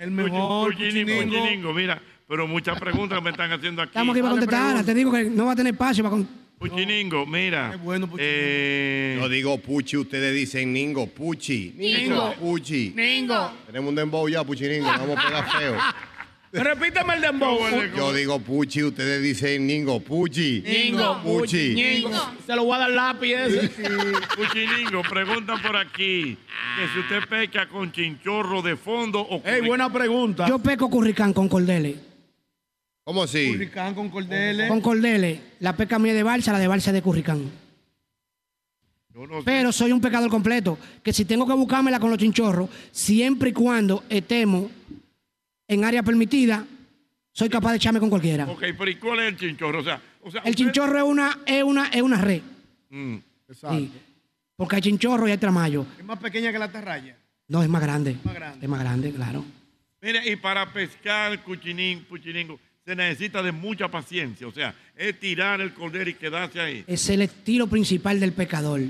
[SPEAKER 5] El mejor
[SPEAKER 1] Cuchiningo,
[SPEAKER 5] Cuchiningo.
[SPEAKER 1] Cuchiningo, mira, pero muchas preguntas me están haciendo aquí.
[SPEAKER 14] Estamos aquí para contestar. Te digo que no va a tener espacio para con-
[SPEAKER 1] Puchiningo, mira. eh,
[SPEAKER 3] Yo digo Puchi, ustedes dicen Ningo, Puchi.
[SPEAKER 2] Ningo.
[SPEAKER 3] Puchi.
[SPEAKER 2] Ningo.
[SPEAKER 3] Tenemos un dembow ya, Puchiningo, nos vamos a pegar
[SPEAKER 2] [LAUGHS]
[SPEAKER 3] feo.
[SPEAKER 2] Repítame el dembow.
[SPEAKER 3] Yo digo Puchi, ustedes dicen Ningo, Puchi. Puchi.
[SPEAKER 2] Se lo voy a dar lápiz ese.
[SPEAKER 1] Puchiningo, preguntan por aquí que si usted pesca con chinchorro de fondo o
[SPEAKER 2] Ey, buena pregunta.
[SPEAKER 14] Yo pesco curricán con cordeles.
[SPEAKER 3] ¿Cómo así?
[SPEAKER 5] Curricán con cordeles.
[SPEAKER 14] Con eh. cordeles. La pesca mía es de balsa, la de balsa es de curricán. Pero soy un pecador completo. Que si tengo que buscármela con los chinchorros, siempre y cuando estemos en área permitida, soy capaz de echarme con cualquiera.
[SPEAKER 1] Ok, pero ¿y cuál es el chinchorro? O sea, o sea Mm.
[SPEAKER 14] El chinchorro es una, es una, es una red. Sí. Porque hay chinchorro y hay tramayo.
[SPEAKER 5] Es más pequeña que la atarraya.
[SPEAKER 14] No, es más grande.
[SPEAKER 5] Más grande.
[SPEAKER 14] Es más grande, claro.
[SPEAKER 1] Mira, y para pescar cuchinín, puchiningo, se necesita de mucha paciencia. O sea, es tirar el cordero y quedarse ahí.
[SPEAKER 14] Es el estilo principal del pecador.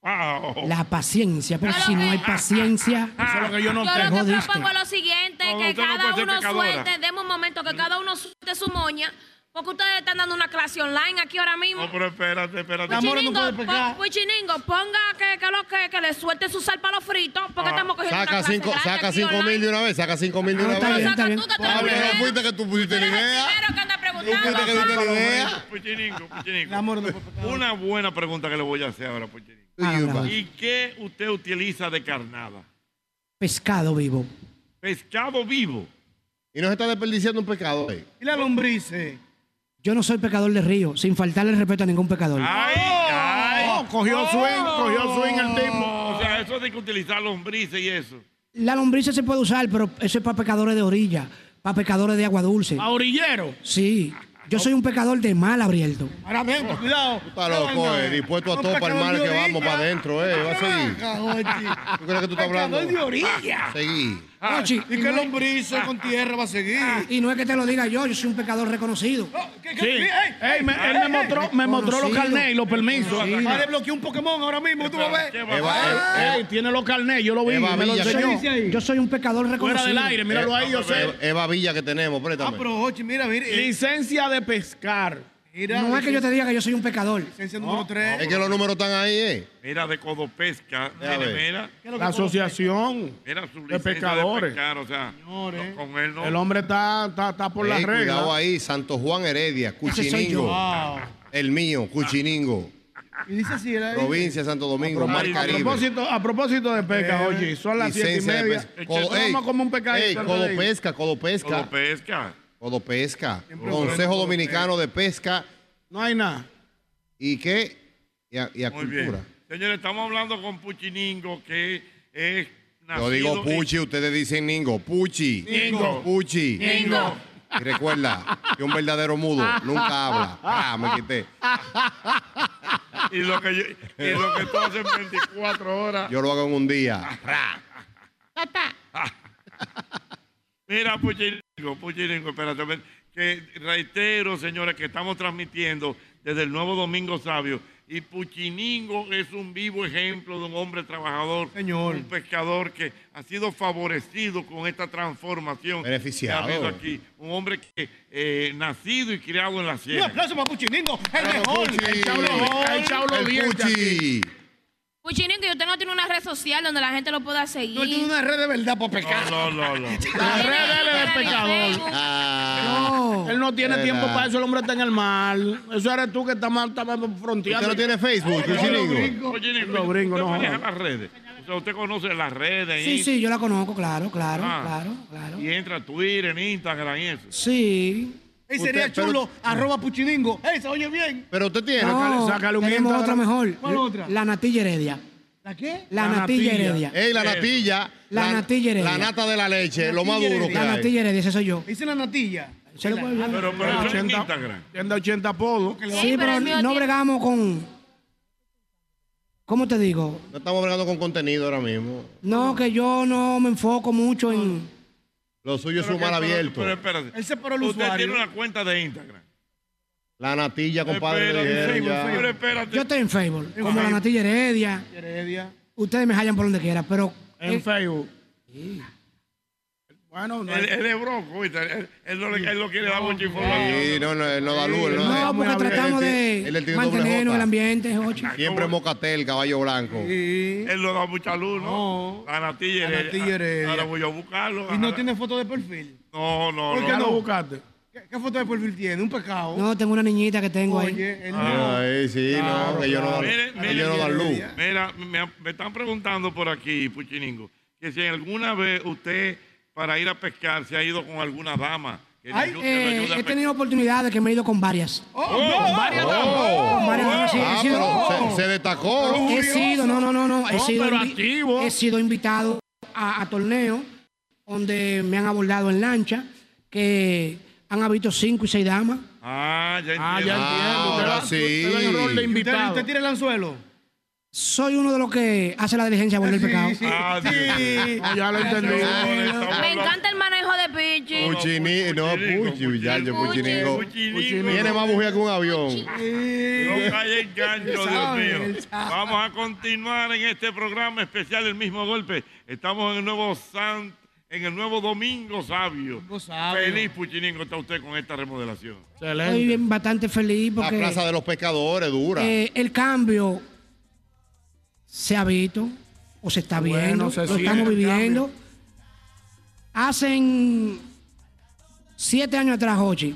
[SPEAKER 1] ¡Wow!
[SPEAKER 14] La paciencia. Porque si no hay paciencia,
[SPEAKER 1] Oh. Eso es lo que yo no
[SPEAKER 4] Yo lo
[SPEAKER 14] tengo.
[SPEAKER 4] que
[SPEAKER 14] Jodiste.
[SPEAKER 4] propongo es lo siguiente,
[SPEAKER 14] No,
[SPEAKER 4] que
[SPEAKER 14] usted no
[SPEAKER 4] cada
[SPEAKER 14] puede ser
[SPEAKER 4] uno
[SPEAKER 14] pecadora.
[SPEAKER 4] suelte, deme un momento, que cada uno suelte su moña, porque ustedes están dando una clase online aquí ahora mismo.
[SPEAKER 1] No, pero espérate, espérate.
[SPEAKER 4] Puchiningo, pon- Puchiningo, ponga que, que lo que, que le suelte su sal para los fritos, porque estamos cogiendo
[SPEAKER 3] Ah, Saca
[SPEAKER 4] una clase
[SPEAKER 3] cinco,
[SPEAKER 4] grande
[SPEAKER 3] saca
[SPEAKER 4] aquí
[SPEAKER 3] cinco
[SPEAKER 4] online. Ah,
[SPEAKER 3] mil de una vez, saca cinco mil de una
[SPEAKER 14] está
[SPEAKER 3] vez.
[SPEAKER 14] bien, está bien.
[SPEAKER 3] Pablo, no fuiste que tú pusiste la
[SPEAKER 4] eh.
[SPEAKER 3] idea.
[SPEAKER 4] Preguntando,
[SPEAKER 3] fuiste que
[SPEAKER 4] ¿no?
[SPEAKER 3] viste la idea.
[SPEAKER 1] Puchiningo,
[SPEAKER 2] [LAUGHS]
[SPEAKER 1] puchiningo. Una buena pregunta que le voy a hacer ahora, puchiningo.
[SPEAKER 2] Ah,
[SPEAKER 14] Hágamela.
[SPEAKER 1] ¿Y qué usted utiliza de carnada?
[SPEAKER 14] Pescado vivo.
[SPEAKER 1] Pescado vivo.
[SPEAKER 3] Y nos está desperdiciando un pecado. eh.
[SPEAKER 5] Y la lombrice.
[SPEAKER 14] Yo no soy pecador de río, sin faltarle el respeto a ningún pecador.
[SPEAKER 2] Oh, cogió swing, cogió swing el
[SPEAKER 1] tipo. O sea, eso de que utilizar lombrices y eso.
[SPEAKER 14] La lombriz se puede usar, pero eso es para pecadores de orilla, para pecadores de agua dulce.
[SPEAKER 2] ¿A orillero?
[SPEAKER 14] Sí. Yo soy un pecador de mal abierto.
[SPEAKER 2] Ahora ven, pues, cuidado.
[SPEAKER 3] Está loco, eh. Dispuesto a todo para el mar que vamos para adentro, eh. Va a seguir. ¿Tú crees que tú estás hablando?
[SPEAKER 14] Pecador de orilla.
[SPEAKER 3] Seguí.
[SPEAKER 14] Ochi,
[SPEAKER 5] Ah, ¿Y qué lombrices con tierra va a seguir?
[SPEAKER 14] Ah,
[SPEAKER 5] Oh,
[SPEAKER 14] Y no es que te lo diga yo, yo soy un pecador reconocido.
[SPEAKER 2] Sí. Ey, me- él me mostró, me mostró los
[SPEAKER 14] Conocido.
[SPEAKER 2] carnés y los permisos.
[SPEAKER 14] Conocido.
[SPEAKER 2] Va a desbloquear un Pokémon ahora mismo, tú vas a ver.
[SPEAKER 3] Eva,
[SPEAKER 2] Ey, tiene los carnés, yo lo vi,
[SPEAKER 3] Eva
[SPEAKER 2] me lo
[SPEAKER 3] Villa, ¿qué
[SPEAKER 2] enseñó.
[SPEAKER 3] dice
[SPEAKER 14] Yo soy un pecador reconocido.
[SPEAKER 3] Eva- Eh, Eva Villa que tenemos,
[SPEAKER 2] Ah,
[SPEAKER 3] préstame.
[SPEAKER 5] Pero, Ochi, mira, mira. eh.
[SPEAKER 2] Licencia de pescar.
[SPEAKER 14] no es que yo te diga que yo soy un pecador.
[SPEAKER 1] Oh,
[SPEAKER 3] Es que los números están ahí, eh.
[SPEAKER 1] Mira, de codopesca. Mira,
[SPEAKER 3] ver.
[SPEAKER 1] mira.
[SPEAKER 2] La asociación.
[SPEAKER 1] Era su
[SPEAKER 2] de
[SPEAKER 1] licencia
[SPEAKER 2] pescadores.
[SPEAKER 1] De pescar, o sea, no, con él no.
[SPEAKER 2] El hombre está, está, está por la
[SPEAKER 3] Ey,
[SPEAKER 2] regla.
[SPEAKER 3] Eh, Cuidado ahí, Santo Juan Heredia,
[SPEAKER 2] Ese soy
[SPEAKER 3] Cuchiningo.
[SPEAKER 2] yo. Wow. Ah.
[SPEAKER 3] El mío, Cuchiningo.
[SPEAKER 5] Y dice así, era ahí.
[SPEAKER 3] Provincia de Santo Domingo,
[SPEAKER 2] A
[SPEAKER 3] Mar Caribe.
[SPEAKER 2] propósito, a propósito de pesca, oye, son las siete y
[SPEAKER 3] Eh, Licencia de
[SPEAKER 2] media.
[SPEAKER 3] pesca.
[SPEAKER 2] Nosotros
[SPEAKER 3] Ey,
[SPEAKER 2] vamos a comer un pescadito
[SPEAKER 3] ey,
[SPEAKER 2] antes de
[SPEAKER 3] Codo
[SPEAKER 2] ir.
[SPEAKER 3] Pesca, Codo Pesca.
[SPEAKER 1] Codo Pesca.
[SPEAKER 3] Codo Pesca.
[SPEAKER 2] Siempre
[SPEAKER 3] Consejo
[SPEAKER 2] ofrecen
[SPEAKER 3] Dominicano de Pesca.
[SPEAKER 2] No hay nada.
[SPEAKER 3] ¿Y qué? Y, a- y
[SPEAKER 1] Muy bien.
[SPEAKER 3] acultura.
[SPEAKER 1] Señores, estamos hablando con Puchiningo, que es
[SPEAKER 3] Yo
[SPEAKER 1] nacido
[SPEAKER 3] digo
[SPEAKER 1] en-
[SPEAKER 3] Puchi, ustedes dicen Ningo. Puchi.
[SPEAKER 1] Ningo.
[SPEAKER 3] Puchi.
[SPEAKER 1] Ningo.
[SPEAKER 3] Y recuerda que un verdadero mudo nunca
[SPEAKER 1] [LAUGHS]
[SPEAKER 3] habla. Ah, me quité.
[SPEAKER 1] y lo que, yo- y lo que tú haces en 24 horas.
[SPEAKER 3] Yo lo hago en un día.
[SPEAKER 1] Mira, Puchiringo, Puchiringo, espérate. ven, Que reitero, señores, que estamos transmitiendo desde el nuevo Domingo Sabio. Y Puchiningo es un vivo ejemplo de un hombre trabajador,
[SPEAKER 5] Señor.
[SPEAKER 1] un pescador que ha sido favorecido con esta transformación. que ha
[SPEAKER 3] Beneficiado.
[SPEAKER 1] habido aquí. Un hombre que eh, nacido y criado en la
[SPEAKER 2] Un
[SPEAKER 1] sierra.
[SPEAKER 2] aplauso para Puchiningo, el
[SPEAKER 1] Bravo,
[SPEAKER 2] mejor.
[SPEAKER 1] Puchi.
[SPEAKER 2] El chablo, el chablo
[SPEAKER 1] El
[SPEAKER 2] diente aquí.
[SPEAKER 4] Puchiningo, y usted no tiene una red social donde la gente lo pueda seguir.
[SPEAKER 2] No tiene una red de verdad para pescar.
[SPEAKER 1] No, no, no.
[SPEAKER 2] La red de él es de pescador. Ah. No, él no tiene
[SPEAKER 3] Era.
[SPEAKER 2] tiempo para eso, el hombre está en el mar. Eso eres tú que estás más, está más fronteando.
[SPEAKER 3] ¿Usted no tiene Facebook, Puchiningo?
[SPEAKER 1] Puchiningo,
[SPEAKER 2] Los gringos, no
[SPEAKER 1] usted maneja
[SPEAKER 2] jodan.
[SPEAKER 1] las redes. O sea, usted conoce las redes.
[SPEAKER 14] Sí, sí, yo la conozco, claro, claro,
[SPEAKER 1] Ah.
[SPEAKER 14] claro.
[SPEAKER 1] Y entra a Twitter, en Instagram y eso.
[SPEAKER 14] Sí.
[SPEAKER 5] Ey, sería
[SPEAKER 1] Usted, pero-
[SPEAKER 5] chulo, arroba puchiningo. Ey, se oye bien.
[SPEAKER 3] Pero usted tiene.
[SPEAKER 14] No, tenemos otra mejor.
[SPEAKER 5] ¿Cuál otra?
[SPEAKER 14] La natilla heredia.
[SPEAKER 5] ¿La qué?
[SPEAKER 14] La, natilla, heredia.
[SPEAKER 3] Ey, la natilla.
[SPEAKER 14] La natilla heredia.
[SPEAKER 3] La nata de la leche, lo más
[SPEAKER 14] Natilla
[SPEAKER 3] duro que
[SPEAKER 14] heredia. La
[SPEAKER 3] hay.
[SPEAKER 14] natilla heredia, ese soy yo.
[SPEAKER 5] Dice la natilla.
[SPEAKER 14] Se lo puedo hablar.
[SPEAKER 1] Pero, pero eso es en Instagram.
[SPEAKER 2] Tiene 80 podos.
[SPEAKER 14] Sí, pero no bregamos con. ¿Cómo te digo?
[SPEAKER 3] No estamos hablando con contenido ahora mismo.
[SPEAKER 14] No, que yo no me enfoco mucho en.
[SPEAKER 3] Lo suyo es
[SPEAKER 1] Pero
[SPEAKER 3] un mar
[SPEAKER 1] que- pero-
[SPEAKER 3] abierto.
[SPEAKER 1] Pero espérate.
[SPEAKER 5] Él separó el
[SPEAKER 1] Usted
[SPEAKER 5] usuario.
[SPEAKER 1] tiene una cuenta de Instagram.
[SPEAKER 3] La natilla, compadre. le
[SPEAKER 1] Espérate,
[SPEAKER 3] dijeron ya.
[SPEAKER 1] Pero espérate.
[SPEAKER 14] Yo estoy en Facebook, como la natilla heredia. Eh,
[SPEAKER 2] Heredia.
[SPEAKER 14] Ustedes me hallan por donde quieran, pero.
[SPEAKER 2] En Facebook. Bueno, no
[SPEAKER 1] él,
[SPEAKER 2] hay-
[SPEAKER 1] él es broco, ¿viste? Él, él no, le- él no quiere dar mucha información.
[SPEAKER 3] Sí, no, no, él no da luz. él
[SPEAKER 14] No, porque tratamos de
[SPEAKER 3] Él le tiene doble
[SPEAKER 14] mantenernos el
[SPEAKER 3] jota.
[SPEAKER 14] ambiente, Jochi.
[SPEAKER 3] Siempre mocatel, caballo blanco.
[SPEAKER 1] Él no da mucha luz, ¿no? A Natilla
[SPEAKER 5] Ana
[SPEAKER 1] Heredia.
[SPEAKER 5] Tilla Heredia.
[SPEAKER 1] Ahora voy a buscarlo.
[SPEAKER 5] Y no
[SPEAKER 1] Ana-
[SPEAKER 5] tiene foto de perfil.
[SPEAKER 1] No, no,
[SPEAKER 5] ¿Por qué no
[SPEAKER 1] Claro.
[SPEAKER 5] buscaste? ¿Qué, qué foto de perfil tiene? Un pecado.
[SPEAKER 14] No, tengo una niñita que tengo ahí.
[SPEAKER 5] Oye, él
[SPEAKER 3] Ah, ahí sí, no,
[SPEAKER 5] Claro,
[SPEAKER 3] que yo no,
[SPEAKER 5] claro.
[SPEAKER 1] Mire,
[SPEAKER 3] que yo no dan luz.
[SPEAKER 1] Mira, me, me están preguntando por aquí, Puchiningo, que si alguna vez usted para ir a pescar se ha ido con alguna dama. Que le
[SPEAKER 14] Ay,
[SPEAKER 1] ayude- le
[SPEAKER 14] eh,
[SPEAKER 1] ayude a
[SPEAKER 14] he
[SPEAKER 1] pescar.
[SPEAKER 14] tenido oportunidades que me he ido con varias.
[SPEAKER 1] Oh,
[SPEAKER 14] varias
[SPEAKER 1] oh,
[SPEAKER 14] Con varias
[SPEAKER 1] oh,
[SPEAKER 14] damas, sí,
[SPEAKER 1] ah,
[SPEAKER 14] he sido-
[SPEAKER 1] pero
[SPEAKER 3] se- se destacó.
[SPEAKER 14] He
[SPEAKER 3] Curioso.
[SPEAKER 14] sido, no, no, no, no. He,
[SPEAKER 3] No,
[SPEAKER 14] sido,
[SPEAKER 3] pero
[SPEAKER 14] invi-
[SPEAKER 3] activo.
[SPEAKER 14] he sido invitado a, a torneos donde me han abordado en lancha, que han habido cinco y seis damas.
[SPEAKER 1] Ah, ya entiendo.
[SPEAKER 14] Ah, ya entiendo. Usted va- usted va en el rol de
[SPEAKER 5] ¿Usted-
[SPEAKER 14] invitado.
[SPEAKER 5] ¿Usted tira el anzuelo?
[SPEAKER 14] Soy uno de los que hace la diligencia por el pecado.
[SPEAKER 3] Ah,
[SPEAKER 5] No, ya lo
[SPEAKER 14] entendí.
[SPEAKER 4] Me encanta el manejo de Pichi.
[SPEAKER 3] Puchini, no, Puchi, ya, yo Puchiningo. Tiene más bujía que un avión.
[SPEAKER 1] No cae en gancho,
[SPEAKER 3] Él
[SPEAKER 1] Dios
[SPEAKER 3] sabe,
[SPEAKER 1] mío.
[SPEAKER 3] él sabe.
[SPEAKER 1] Vamos a continuar en este programa especial El mismo golpe. Estamos en el nuevo San, en el nuevo Domingo Sabio.
[SPEAKER 5] Sabio.
[SPEAKER 1] Feliz Puchiningo está usted con esta remodelación.
[SPEAKER 14] Estoy bien, bastante feliz
[SPEAKER 3] La
[SPEAKER 14] porque
[SPEAKER 3] plaza de los pescadores dura.
[SPEAKER 14] eh, el cambio se ha visto o se está
[SPEAKER 3] Bueno,
[SPEAKER 14] viendo,
[SPEAKER 3] se
[SPEAKER 14] lo
[SPEAKER 3] siente
[SPEAKER 14] estamos
[SPEAKER 3] el
[SPEAKER 14] viviendo. Hacen siete años atrás, Jochi,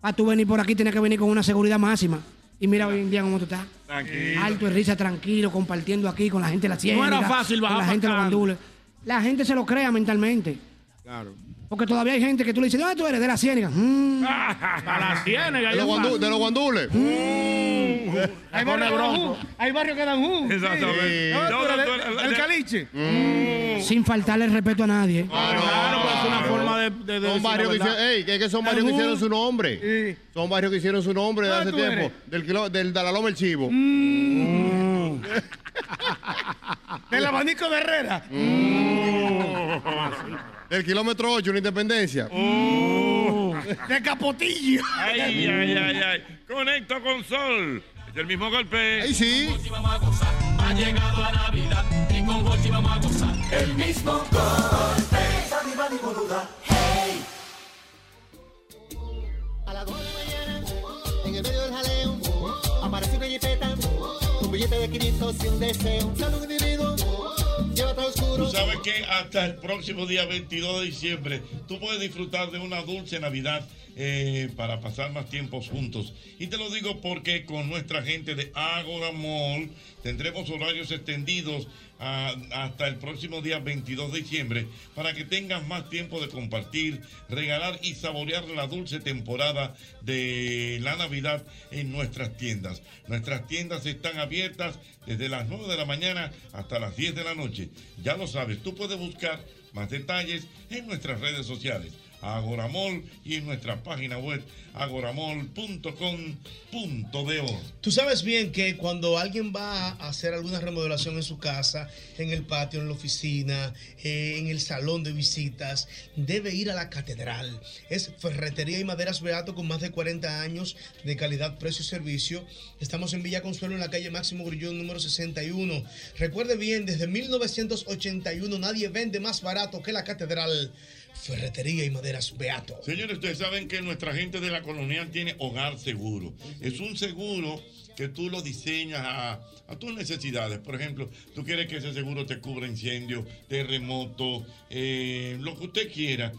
[SPEAKER 14] para tú venir por aquí tenías que venir con una seguridad máxima. Y mira hoy en día cómo tú estás.
[SPEAKER 1] Tranquilo.
[SPEAKER 14] Alto y risa, tranquilo, compartiendo aquí con la gente de la ciénaga.
[SPEAKER 15] era fácil bajar
[SPEAKER 14] con la
[SPEAKER 15] pa'
[SPEAKER 14] gente de los
[SPEAKER 15] acá.
[SPEAKER 14] gandules. La gente se lo crea mentalmente.
[SPEAKER 3] Claro.
[SPEAKER 14] Porque todavía hay gente que tú le dices, ¿dónde tú eres? De la ciénaga. Mm.
[SPEAKER 3] De los guandu- de los guandules.
[SPEAKER 2] Mm.
[SPEAKER 5] Hay barrios que dan ju. Hay barrios que dan ju.
[SPEAKER 3] Exactamente.
[SPEAKER 5] Sí. No,
[SPEAKER 3] No,
[SPEAKER 5] pero
[SPEAKER 3] no,
[SPEAKER 5] el-
[SPEAKER 3] no,
[SPEAKER 5] el
[SPEAKER 3] no.
[SPEAKER 5] caliche.
[SPEAKER 2] Mm,
[SPEAKER 14] Sin faltarle el respeto a nadie.
[SPEAKER 2] pues
[SPEAKER 3] son varios que
[SPEAKER 14] verdad.
[SPEAKER 3] hicieron, ey, que es que son varios que
[SPEAKER 14] Algún-
[SPEAKER 3] hicieron su nombre. Son varios que hicieron su nombre
[SPEAKER 5] Ah,
[SPEAKER 3] de hace
[SPEAKER 14] ¿Dónde tú
[SPEAKER 3] tiempo. Del, kilo- del Dalaloma el Chivo.
[SPEAKER 5] Mm. [LAUGHS] Del abanico de Herrera.
[SPEAKER 3] Mm. Del kilómetro 8, una independencia.
[SPEAKER 5] De Mm. capotillo.
[SPEAKER 1] Ay, ay, ay, ay. Conecto con Sol. Es el mismo golpe.
[SPEAKER 3] Ahí sí.
[SPEAKER 11] vamos a gozar. Ha llegado la Navidad y con Hochi vamos a gozar. El mismo golpe. Dani, Dani, boluda. Hey.
[SPEAKER 21] A las 2 de la mañana, en el medio del jaleo, aparece una jipeta, un billete de 500 y un deseo. Sale un individuo, lleva atrás oscuro.
[SPEAKER 1] Tú sabes que hasta el próximo día 22 de diciembre tú puedes disfrutar de una dulce Navidad eh, para pasar más tiempos juntos. Y te lo digo porque con nuestra gente de Agora Mall tendremos horarios extendidos ah, hasta el próximo día 22 de diciembre para que tengas más tiempo de compartir, regalar y saborear la dulce temporada de la Navidad en nuestras tiendas. Nuestras tiendas están abiertas desde las 9 de la mañana hasta las 10 de la noche. Ya lo sabes, tú puedes buscar más detalles en nuestras redes sociales. Agoramol y en nuestra página web agoramol.com.do.
[SPEAKER 22] Tú sabes bien que cuando alguien va a hacer alguna remodelación en su casa, en el patio, en la oficina, eh, en el salón de visitas, debe ir a la catedral. Es Ferretería y Maderas Beato con más de 40 años de calidad, precio y servicio. Estamos en Villa Consuelo, en la calle Máximo Grullón, número 61. Recuerde bien, desde 1981 nadie vende más barato que la catedral. Ferretería y Maderas Beato.
[SPEAKER 1] Señores, ustedes saben que nuestra gente de la colonial tiene hogar seguro. Es un seguro que tú lo diseñas a, a tus necesidades. Por ejemplo, tú quieres que ese seguro te cubra incendios, terremotos, eh, lo que usted quiera.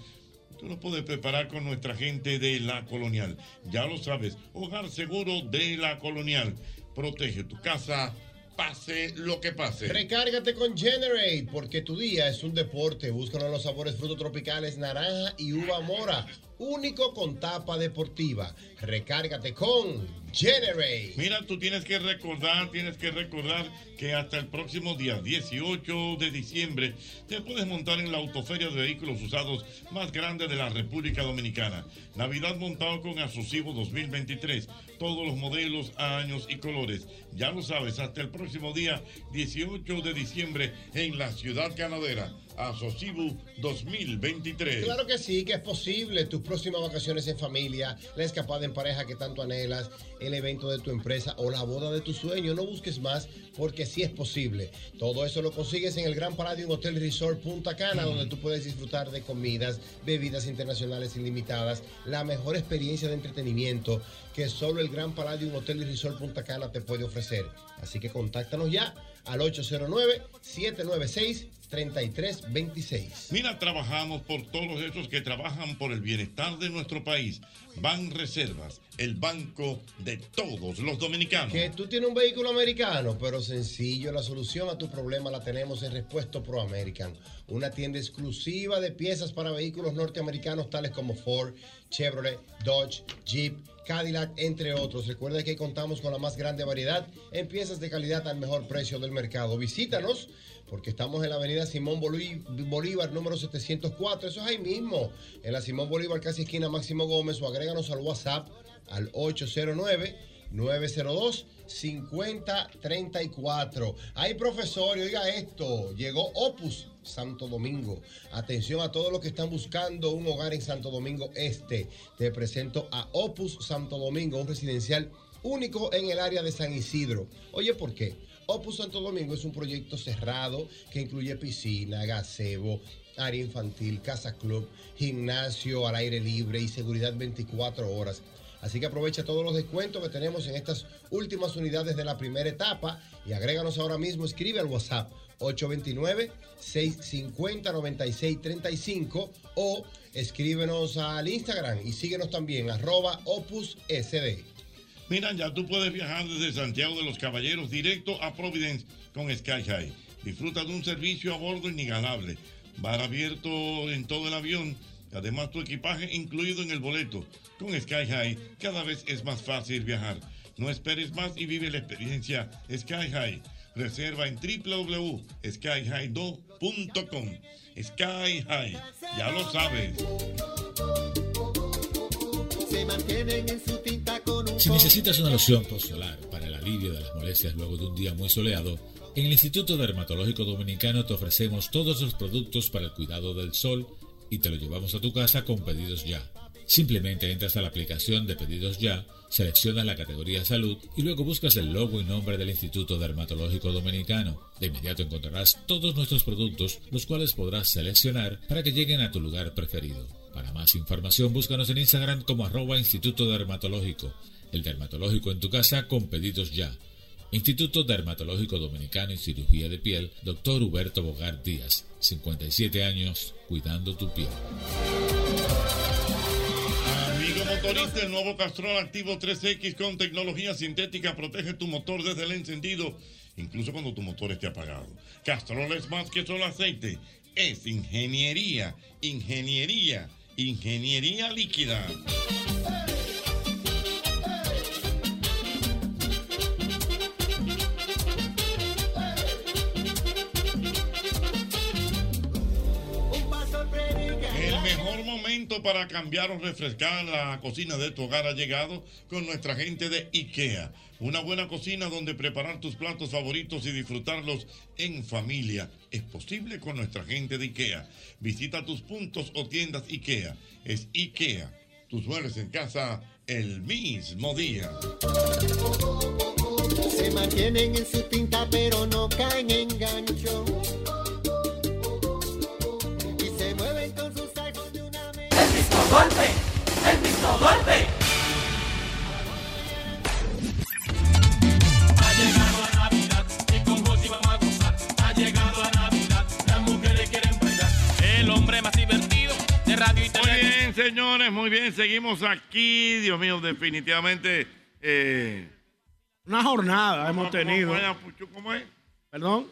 [SPEAKER 1] Tú lo puedes preparar con nuestra gente de la colonial. Ya lo sabes, hogar seguro de la colonial. Protege tu casa, pase lo que pase.
[SPEAKER 23] Recárgate con Generate, porque tu día es un deporte. Búscalo en los sabores frutos tropicales, naranja y uva mora. Único con tapa deportiva. Recárgate con Generate.
[SPEAKER 1] Mira, tú tienes que recordar, tienes que recordar que hasta el próximo día 18 de diciembre te puedes montar en la autoferia de vehículos usados más grande de la República Dominicana. Navidad montado con Asusivo 2023. Todos los modelos, años y colores. Ya lo sabes, hasta el próximo día 18 de diciembre en la ciudad ganadera. Asocibu 2023.
[SPEAKER 3] Claro que sí, que es posible. Tus próximas vacaciones en familia, la escapada en pareja que tanto anhelas, el evento de tu empresa o la boda de tu sueño. No busques más porque sí es posible. Todo eso lo consigues en el Gran Palladium Hotel Resort Punta Cana, donde tú puedes disfrutar de comidas, bebidas internacionales ilimitadas, la mejor experiencia de entretenimiento que solo el Gran Palladium Hotel Resort Punta Cana te puede ofrecer. Así que contáctanos ya al 809-796-3326.
[SPEAKER 1] Mira, trabajamos por todos esos que trabajan por el bienestar de nuestro país. Ban Reservas, el banco de todos los dominicanos.
[SPEAKER 3] Que tú tienes un vehículo americano, pero sencillo, la solución a tu problema la tenemos en Respuesto Pro American, una tienda exclusiva de piezas para vehículos norteamericanos tales como Ford, Chevrolet, Dodge, Jeep, Cadillac, entre otros. Recuerda que contamos con la más grande variedad en piezas de calidad al mejor precio del mercado. Visítanos porque estamos en la avenida Simón Bolí- Bolívar, número 704. Eso es ahí mismo, en la Simón Bolívar, casi esquina Máximo Gómez, o agréganos al WhatsApp al 809. 902-5034. Ay, profesor, y oiga esto. Llegó Opus Santo Domingo. Atención a todos los que están buscando un hogar en Santo Domingo Este. Te presento a Opus Santo Domingo, un residencial único en el área de San Isidro. Oye, ¿por qué? Opus Santo Domingo es un proyecto cerrado que incluye piscina, gazebo, área infantil, casa club, gimnasio al aire libre y seguridad 24 horas. Así que aprovecha todos los descuentos que tenemos en estas últimas unidades de la primera etapa y agréganos ahora mismo, escribe al WhatsApp 829-650-9635 o escríbenos al Instagram y síguenos también, arroba opus sd.
[SPEAKER 1] Mira, ya tú puedes viajar desde Santiago de los Caballeros directo a Providence con Sky High. Disfruta de un servicio a bordo inigualable. Bar abierto en todo el avión. Además, tu equipaje incluido en el boleto. Con Sky High cada vez es más fácil viajar. No esperes más y vive la experiencia Sky High. Reserva en www.skyhigh2.com. Sky High, ya lo sabes.
[SPEAKER 17] Se mantienen en su tinta con un
[SPEAKER 21] Si necesitas una loción post-solar para el alivio de las molestias luego de un día muy soleado, en el Instituto Dermatológico Dominicano te ofrecemos todos los productos para el cuidado del sol y te lo llevamos a tu casa con pedidos ya. Simplemente entras a la aplicación de pedidos ya, seleccionas la categoría salud y luego buscas el logo y nombre del Instituto Dermatológico Dominicano. De inmediato encontrarás todos nuestros productos, los cuales podrás seleccionar para que lleguen a tu lugar preferido. Para más información búscanos en Instagram como arroba Instituto Dermatológico. El dermatológico en tu casa con pedidos ya. Instituto Dermatológico Dominicano y Cirugía de Piel, Dr. Huberto Bogart Díaz, 57 años, cuidando tu piel.
[SPEAKER 1] Amigo motorista, el nuevo Castrol Activo 3X con tecnología sintética protege tu motor desde el encendido, incluso cuando tu motor esté apagado. Castrol es más que solo aceite, es ingeniería, ingeniería, ingeniería líquida.
[SPEAKER 17] un vaso de
[SPEAKER 1] El mejor momento para cambiar o refrescar la cocina de tu hogar ha llegado con nuestra gente de IKEA. Una buena cocina donde preparar tus platos favoritos y disfrutarlos en familia es posible con nuestra gente de IKEA. Visita tus puntos o tiendas IKEA. Es IKEA. Tus muebles en casa el mismo día.
[SPEAKER 17] Se mantienen en su tinta pero no caen en gancho. Y se mueven con sus iPhones de una manera. El mismo golpe, el mismo golpe.
[SPEAKER 24] Ha llegado a Navidad y con Jochi vamos a gozar. Ha llegado a Navidad, las mujeres quieren bailar. El hombre más divertido de radio y
[SPEAKER 1] Muy bien, señores, muy bien. Seguimos aquí. Dios mío, definitivamente. eh,
[SPEAKER 2] Una jornada Ah, hemos tenido.
[SPEAKER 1] ¿Cómo, era, Puchu? ¿Cómo es?
[SPEAKER 2] Perdón.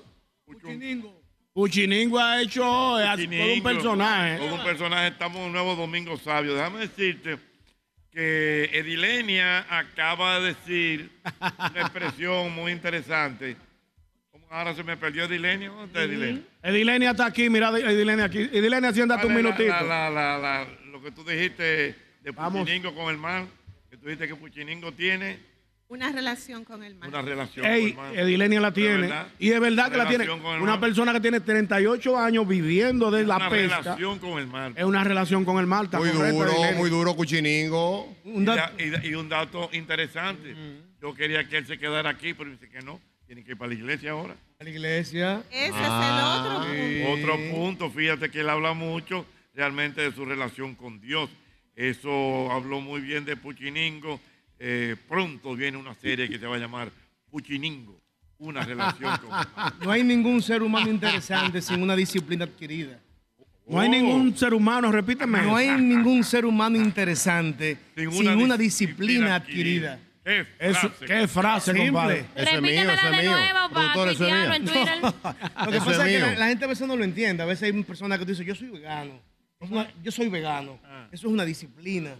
[SPEAKER 2] Puchiningo ha hecho eh, todo un
[SPEAKER 1] Chiningo,
[SPEAKER 2] personaje.
[SPEAKER 1] Todo un personaje. Estamos en un nuevo Domingo Sabio. Déjame decirte que Edilenia acaba de decir una expresión muy interesante. ¿Cómo Ahora se me perdió Edilenia. ¿Dónde está Edilenia?
[SPEAKER 2] Edilenia está aquí, mira Edilenia aquí. Edilenia, siéntate un
[SPEAKER 1] ¿Cuál es la-
[SPEAKER 2] minutito.
[SPEAKER 1] la- la- la- la- lo que tú dijiste de
[SPEAKER 2] Vamos.
[SPEAKER 1] Puchiningo con el mal, que tú dijiste que Puchiningo tiene
[SPEAKER 7] Una relación con el mar.
[SPEAKER 1] Una relación.
[SPEAKER 2] Ey,
[SPEAKER 1] con el mar.
[SPEAKER 2] Edilenia la
[SPEAKER 1] ¿Es
[SPEAKER 2] tiene.
[SPEAKER 1] verdad?
[SPEAKER 2] Y es verdad que la tiene.
[SPEAKER 1] Relación con el
[SPEAKER 2] Una
[SPEAKER 1] mar.
[SPEAKER 2] persona que tiene 38 años viviendo de la
[SPEAKER 1] Una
[SPEAKER 2] pesca.
[SPEAKER 1] relación con el mar.
[SPEAKER 2] Es una relación con el mar. está
[SPEAKER 3] Muy
[SPEAKER 2] correcto,
[SPEAKER 3] duro,
[SPEAKER 2] Edilenia.
[SPEAKER 3] muy duro, Cuchiningo.
[SPEAKER 1] Y, da- y da- y un dato interesante. Yo quería que él se quedara aquí, pero dice que no. Tiene que ir para la iglesia ahora.
[SPEAKER 5] A la iglesia.
[SPEAKER 7] Ese
[SPEAKER 1] Ah, Sí.
[SPEAKER 7] es el otro punto.
[SPEAKER 1] Otro punto, fíjate que él habla mucho realmente de su relación con Dios. Eso habló muy bien de Puchiningo. Eh, pronto viene una serie que se va a llamar Puchiningo, una
[SPEAKER 5] [LAUGHS]
[SPEAKER 1] relación con...
[SPEAKER 5] No hay ningún ser humano interesante sin una disciplina adquirida.
[SPEAKER 2] No
[SPEAKER 1] Oh,
[SPEAKER 2] hay ningún ser humano, repíteme.
[SPEAKER 5] Oh. No hay ningún ser humano interesante sin una, disciplina adquirida.
[SPEAKER 2] Eso- qué frase,
[SPEAKER 5] Simple.
[SPEAKER 2] compadre.
[SPEAKER 5] Eso es mío, Repítemela eso es de mío. nuevo, papi, Productor, eso es mío. [LAUGHS]
[SPEAKER 7] en Twitter.
[SPEAKER 5] Lo que
[SPEAKER 2] Eso
[SPEAKER 5] pasa
[SPEAKER 2] es
[SPEAKER 5] es, que
[SPEAKER 2] mío.
[SPEAKER 5] la, la gente a veces no lo entiende. A veces hay personas que dicen, yo soy vegano. Es una- yo soy vegano.
[SPEAKER 2] Ah.
[SPEAKER 5] Eso es una disciplina.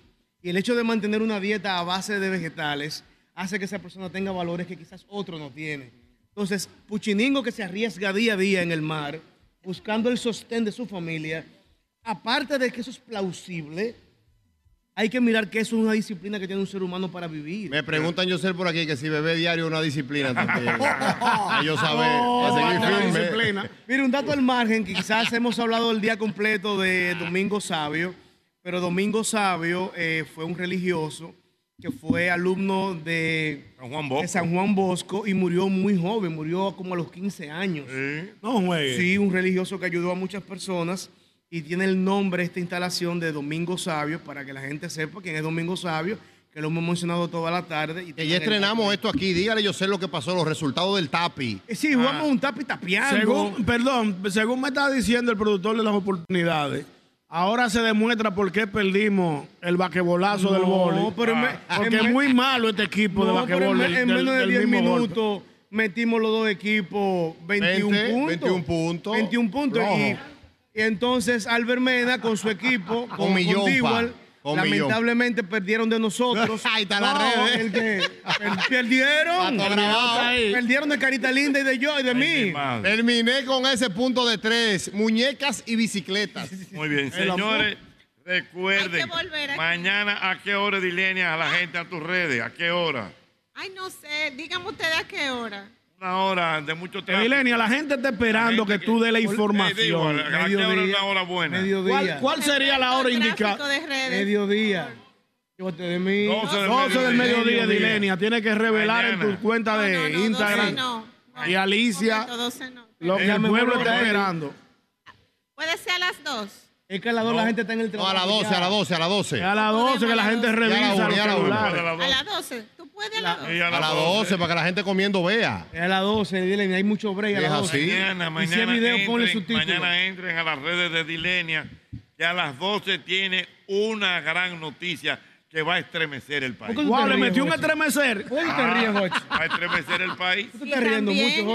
[SPEAKER 5] Y el hecho de mantener una dieta a base de vegetales hace que esa persona tenga valores que quizás otro no tiene. Entonces, Puchiningo que se arriesga día a día en el mar, buscando el sostén de su familia, aparte de que eso es plausible, hay que mirar que eso es una disciplina que tiene un ser humano para vivir.
[SPEAKER 3] Me preguntan yo ser por aquí que si bebé diario es una disciplina
[SPEAKER 17] [LAUGHS]
[SPEAKER 3] también. A yo saber, a seguir
[SPEAKER 5] falta la
[SPEAKER 3] firme.
[SPEAKER 5] disciplina. Mira, un dato al margen, que quizás hemos hablado el día completo de Domingo Sabio, pero Domingo Sabio eh, fue un religioso que fue alumno de
[SPEAKER 1] San Juan Bosco.
[SPEAKER 5] de San Juan Bosco y murió muy joven, murió como a los 15 años.
[SPEAKER 2] No juegue.
[SPEAKER 5] Sí, un religioso que ayudó a muchas personas y tiene el nombre esta instalación de Domingo Sabio para que la gente sepa quién es Domingo Sabio, que lo hemos mencionado toda la tarde. Y
[SPEAKER 3] Que ya estrenamos esto aquí. Dígale yo sé lo que pasó, los resultados del tapi.
[SPEAKER 5] Eh, Sí, jugamos un tapi tapeando.
[SPEAKER 2] Según, perdón, según me está diciendo el productor de las oportunidades, ahora se demuestra por qué perdimos el vaquebolazo del
[SPEAKER 5] No,
[SPEAKER 2] boli. Ah.
[SPEAKER 5] pero en me- en
[SPEAKER 2] porque es
[SPEAKER 5] me-
[SPEAKER 2] muy malo este equipo de
[SPEAKER 5] No, pero
[SPEAKER 2] vaquebol.
[SPEAKER 5] en, me- en
[SPEAKER 2] del-
[SPEAKER 5] menos de
[SPEAKER 2] del
[SPEAKER 5] 10
[SPEAKER 2] mismo golpe.
[SPEAKER 5] minutos metimos los dos equipos 21
[SPEAKER 2] 20,
[SPEAKER 5] puntos.
[SPEAKER 2] 21 puntos.
[SPEAKER 5] 21 puntos.
[SPEAKER 2] Rojo.
[SPEAKER 5] Y, y entonces Albert Mena con su equipo, con,
[SPEAKER 3] millón, pa.
[SPEAKER 5] Dewar,
[SPEAKER 3] Con millón.
[SPEAKER 5] lamentablemente perdieron de nosotros.
[SPEAKER 3] [LAUGHS] Ahí está la red. eh.
[SPEAKER 5] el que-
[SPEAKER 3] [LAUGHS]
[SPEAKER 5] per- perdieron.
[SPEAKER 3] Está todo grabado.
[SPEAKER 5] Perdieron de Carita Linda y de yo y de mí.
[SPEAKER 3] Terminé con ese punto de tres, muñecas
[SPEAKER 1] [LAUGHS]
[SPEAKER 3] y bicicletas.
[SPEAKER 1] Muy bien,
[SPEAKER 3] El amor.
[SPEAKER 1] señores, recuerden, mañana a qué hora, Dilenia, a la gente a tus redes, a qué hora.
[SPEAKER 7] Ay, no sé. Díganme ustedes a qué hora.
[SPEAKER 1] Una hora de mucho tiempo.
[SPEAKER 2] Edilenia, la gente está esperando que tú dé la información.
[SPEAKER 1] ¿A qué hora es una hora buena?
[SPEAKER 2] ¿Cuál, cuál sería la hora indicada?
[SPEAKER 5] Mediodía. Llévate de mí.
[SPEAKER 2] 12 del, mediodía, Dilenia. Tienes que revelar en tu cuenta de Instagram y Alicia lo que el
[SPEAKER 5] Llame,
[SPEAKER 2] pueblo
[SPEAKER 5] por
[SPEAKER 2] está
[SPEAKER 5] favor.
[SPEAKER 2] esperando.
[SPEAKER 7] Puede ser a las dos.
[SPEAKER 5] Es que a las 2
[SPEAKER 3] No.
[SPEAKER 5] la gente está en el
[SPEAKER 3] No,
[SPEAKER 5] trabajo.
[SPEAKER 3] a las 12,
[SPEAKER 5] ya.
[SPEAKER 3] a las 12, a las 12.
[SPEAKER 2] A las 12 que la gente
[SPEAKER 3] Ya a la
[SPEAKER 2] revisa
[SPEAKER 3] una,
[SPEAKER 2] los
[SPEAKER 3] ya a la una.
[SPEAKER 2] celulares.
[SPEAKER 7] A las 12. ¿Tú puedes a las 12?
[SPEAKER 3] A las 12, para que la gente comiendo vea.
[SPEAKER 5] Es a las 12, Dilenia. Hay mucho break a las
[SPEAKER 3] Es
[SPEAKER 5] 12.
[SPEAKER 3] así.
[SPEAKER 1] Mañana,
[SPEAKER 5] y si
[SPEAKER 1] mañana,
[SPEAKER 5] hay video, ponle
[SPEAKER 1] entren,
[SPEAKER 5] subtítulos.
[SPEAKER 1] mañana entren a las redes de Dilenia, que a las 12 tiene una gran noticia que va a estremecer el país.
[SPEAKER 2] Guau, le metió un estremecer.
[SPEAKER 1] Ah, Va a estremecer el país.
[SPEAKER 7] Y también-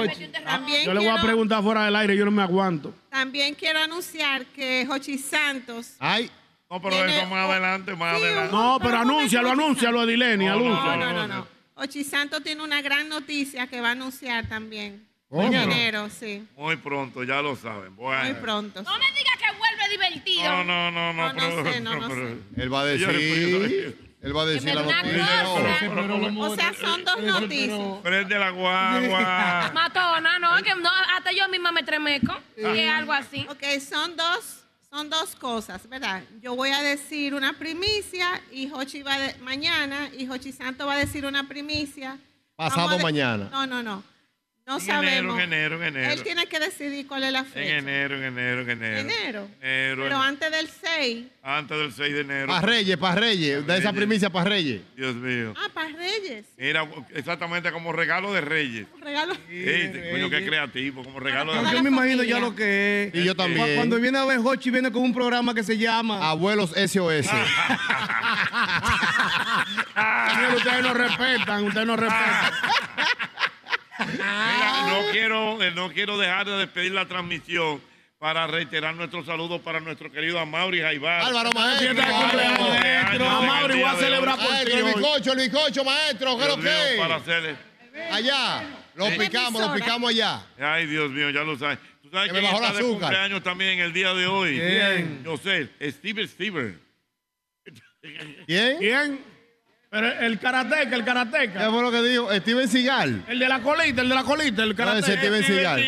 [SPEAKER 7] también
[SPEAKER 2] Yo le voy a
[SPEAKER 7] quiero-
[SPEAKER 2] preguntar fuera del aire, yo no me aguanto.
[SPEAKER 7] También quiero anunciar que Jochi Santos.
[SPEAKER 3] Ay.
[SPEAKER 1] No, pero eso más adelante, más
[SPEAKER 7] Sí,
[SPEAKER 1] adelante.
[SPEAKER 2] No, pero anúncialo, anúncialo, Edilenia,
[SPEAKER 1] Ah, No, no,
[SPEAKER 2] anúncialo.
[SPEAKER 1] no, no,
[SPEAKER 7] Jochi Santos tiene una gran noticia que va a anunciar también.
[SPEAKER 1] ¿Cómo?
[SPEAKER 7] En enero, sí.
[SPEAKER 1] Muy pronto, ya lo saben. Bueno.
[SPEAKER 7] Muy pronto.
[SPEAKER 4] No me digas que vuelve divertido.
[SPEAKER 1] No, no, no, no. pero- pero- pues,
[SPEAKER 3] Él va a decir, él va a decir la noticia.
[SPEAKER 7] O sea, son dos noticias.
[SPEAKER 1] Prende la
[SPEAKER 7] [LAUGHS]
[SPEAKER 1] guagua.
[SPEAKER 4] Matona, no, que no, hasta yo misma me tremeco. Que algo así.
[SPEAKER 7] Ok, son dos, son dos cosas, ¿verdad? Yo voy a decir una primicia y Jochi va de- mañana y Jochi Santo va a decir una primicia. Vamos
[SPEAKER 3] Pasado
[SPEAKER 7] a de-
[SPEAKER 3] mañana.
[SPEAKER 7] No, no, no. No
[SPEAKER 1] En enero,
[SPEAKER 7] sabemos.
[SPEAKER 1] en enero, en enero.
[SPEAKER 7] Él tiene que decidir cuál es la
[SPEAKER 1] En
[SPEAKER 7] fecha.
[SPEAKER 1] enero, en enero, en enero.
[SPEAKER 7] Enero.
[SPEAKER 1] Enero,
[SPEAKER 7] Pero
[SPEAKER 1] en-
[SPEAKER 7] antes del 6.
[SPEAKER 1] antes del 6 de enero.
[SPEAKER 3] Para Reyes, para Reyes. Da esa primicia para Reyes.
[SPEAKER 1] Dios mío.
[SPEAKER 7] Ah, para Reyes.
[SPEAKER 1] Era exactamente como regalo de Reyes.
[SPEAKER 7] Regalo.
[SPEAKER 1] Sí, coño, qué creativo, como regalo de
[SPEAKER 5] Yo me imagino ya lo que es.
[SPEAKER 3] Y yo también.
[SPEAKER 5] Cu- Cuando viene a ver Hochi, viene con un programa que se llama
[SPEAKER 3] Abuelos
[SPEAKER 5] [LAUGHS]
[SPEAKER 3] SOS.
[SPEAKER 2] Señor, ustedes no respetan, ustedes no respetan.
[SPEAKER 1] Mira, no quiero, eh, no quiero dejar de despedir la transmisión para reiterar nuestros saludos para nuestro querido Amaury Jaibar.
[SPEAKER 3] Álvaro Maestro.
[SPEAKER 1] Amaury,
[SPEAKER 3] voy a celebrar por ti. El bizcocho, el bizcocho, maestro. ¿Qué es lo
[SPEAKER 1] Para
[SPEAKER 3] que?
[SPEAKER 1] hacerle.
[SPEAKER 3] es? Allá. Lo
[SPEAKER 1] Sí.
[SPEAKER 3] picamos, lo picamos allá.
[SPEAKER 1] Ay, Dios mío, ya lo sabes. ¿Tú sabes
[SPEAKER 3] Que me
[SPEAKER 1] quién
[SPEAKER 3] bajó el
[SPEAKER 1] está de
[SPEAKER 3] azúcar.
[SPEAKER 1] cumpleaños también el día de hoy?
[SPEAKER 3] ¿Quién?
[SPEAKER 1] Yo sé, Steve Stever.
[SPEAKER 3] ¿Quién?
[SPEAKER 2] ¿Quién? Pero el karateca, el karateca.
[SPEAKER 3] ¿Qué fue lo que dijo? Steven Seagal.
[SPEAKER 2] El de la colita, el de la colita, el karateca.
[SPEAKER 3] ese Steven Seagal.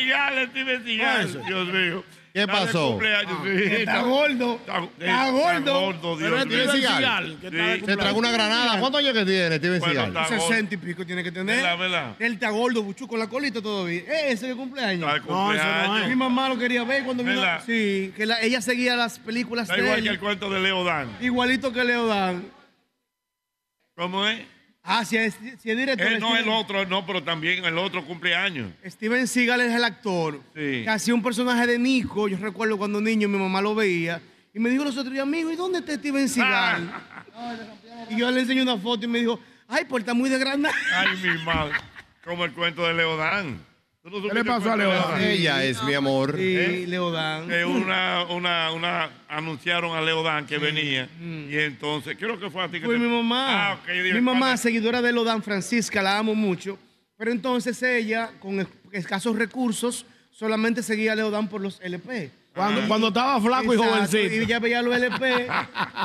[SPEAKER 1] Steven Seagal, Dios mío.
[SPEAKER 3] ¿Qué
[SPEAKER 1] Está de
[SPEAKER 3] pasó?
[SPEAKER 1] cumpleaños, sí.
[SPEAKER 2] Ah, Está gordo. Está gordo.
[SPEAKER 1] Dios mío.
[SPEAKER 3] Steven Seagal.
[SPEAKER 1] que está de
[SPEAKER 3] Se
[SPEAKER 1] cumpleaños.
[SPEAKER 3] tragó una granada. ¿Cuántos años que tiene Steven
[SPEAKER 1] Bueno,
[SPEAKER 3] Seagal?
[SPEAKER 1] está gordo.
[SPEAKER 5] 60 y pico tiene que tener.
[SPEAKER 1] Vela, vela.
[SPEAKER 5] Él está gordo, buchu, con la colita todavía. Eh, ese es el cumpleaños.
[SPEAKER 1] Está de cumpleaños.
[SPEAKER 5] Mi mamá lo quería ver cuando vino.
[SPEAKER 1] ¿Verdad?
[SPEAKER 5] Sí, que la- ella seguía las películas
[SPEAKER 1] Está
[SPEAKER 5] de
[SPEAKER 1] igual
[SPEAKER 5] él,
[SPEAKER 1] que el cuento de Leo Dan.
[SPEAKER 5] igualito que Leo Dan.
[SPEAKER 1] ¿Cómo es?
[SPEAKER 5] Ah, si es, si es director.
[SPEAKER 1] Él no
[SPEAKER 5] Steven-
[SPEAKER 1] el otro, no, pero también el otro cumpleaños.
[SPEAKER 5] Steven Seagal es el actor
[SPEAKER 1] Sí.
[SPEAKER 5] que hacía un personaje de Nico. Yo recuerdo cuando niño mi mamá lo veía y me dijo los otros días, amigo, ¿y dónde está Steven Seagal?
[SPEAKER 1] Ah.
[SPEAKER 5] Y yo le enseñé una foto y me dijo, ay, pues está muy de granada.
[SPEAKER 1] Ay, mi madre. Como el cuento de Leodán.
[SPEAKER 5] ¿Qué le pasó a Leodán?
[SPEAKER 3] Ella es mi amor.
[SPEAKER 5] Sí, Leodán.
[SPEAKER 1] ¿Eh? Que una, una, una, anunciaron a Leodán que venía. Y entonces, creo que fue a ti que
[SPEAKER 5] Mm. Fue
[SPEAKER 1] te-
[SPEAKER 5] mi mamá.
[SPEAKER 1] Ah, ok, yo dije,
[SPEAKER 5] mi mamá,
[SPEAKER 1] ¿cuál
[SPEAKER 5] seguidora de Lodan Francisca, la amo mucho. Pero entonces ella, con es- escasos recursos, solamente seguía a Leodán por los LP.
[SPEAKER 2] Cuando- cuando estaba flaco y jovencito.
[SPEAKER 5] Y ella veía
[SPEAKER 2] [LAUGHS]
[SPEAKER 5] los LP,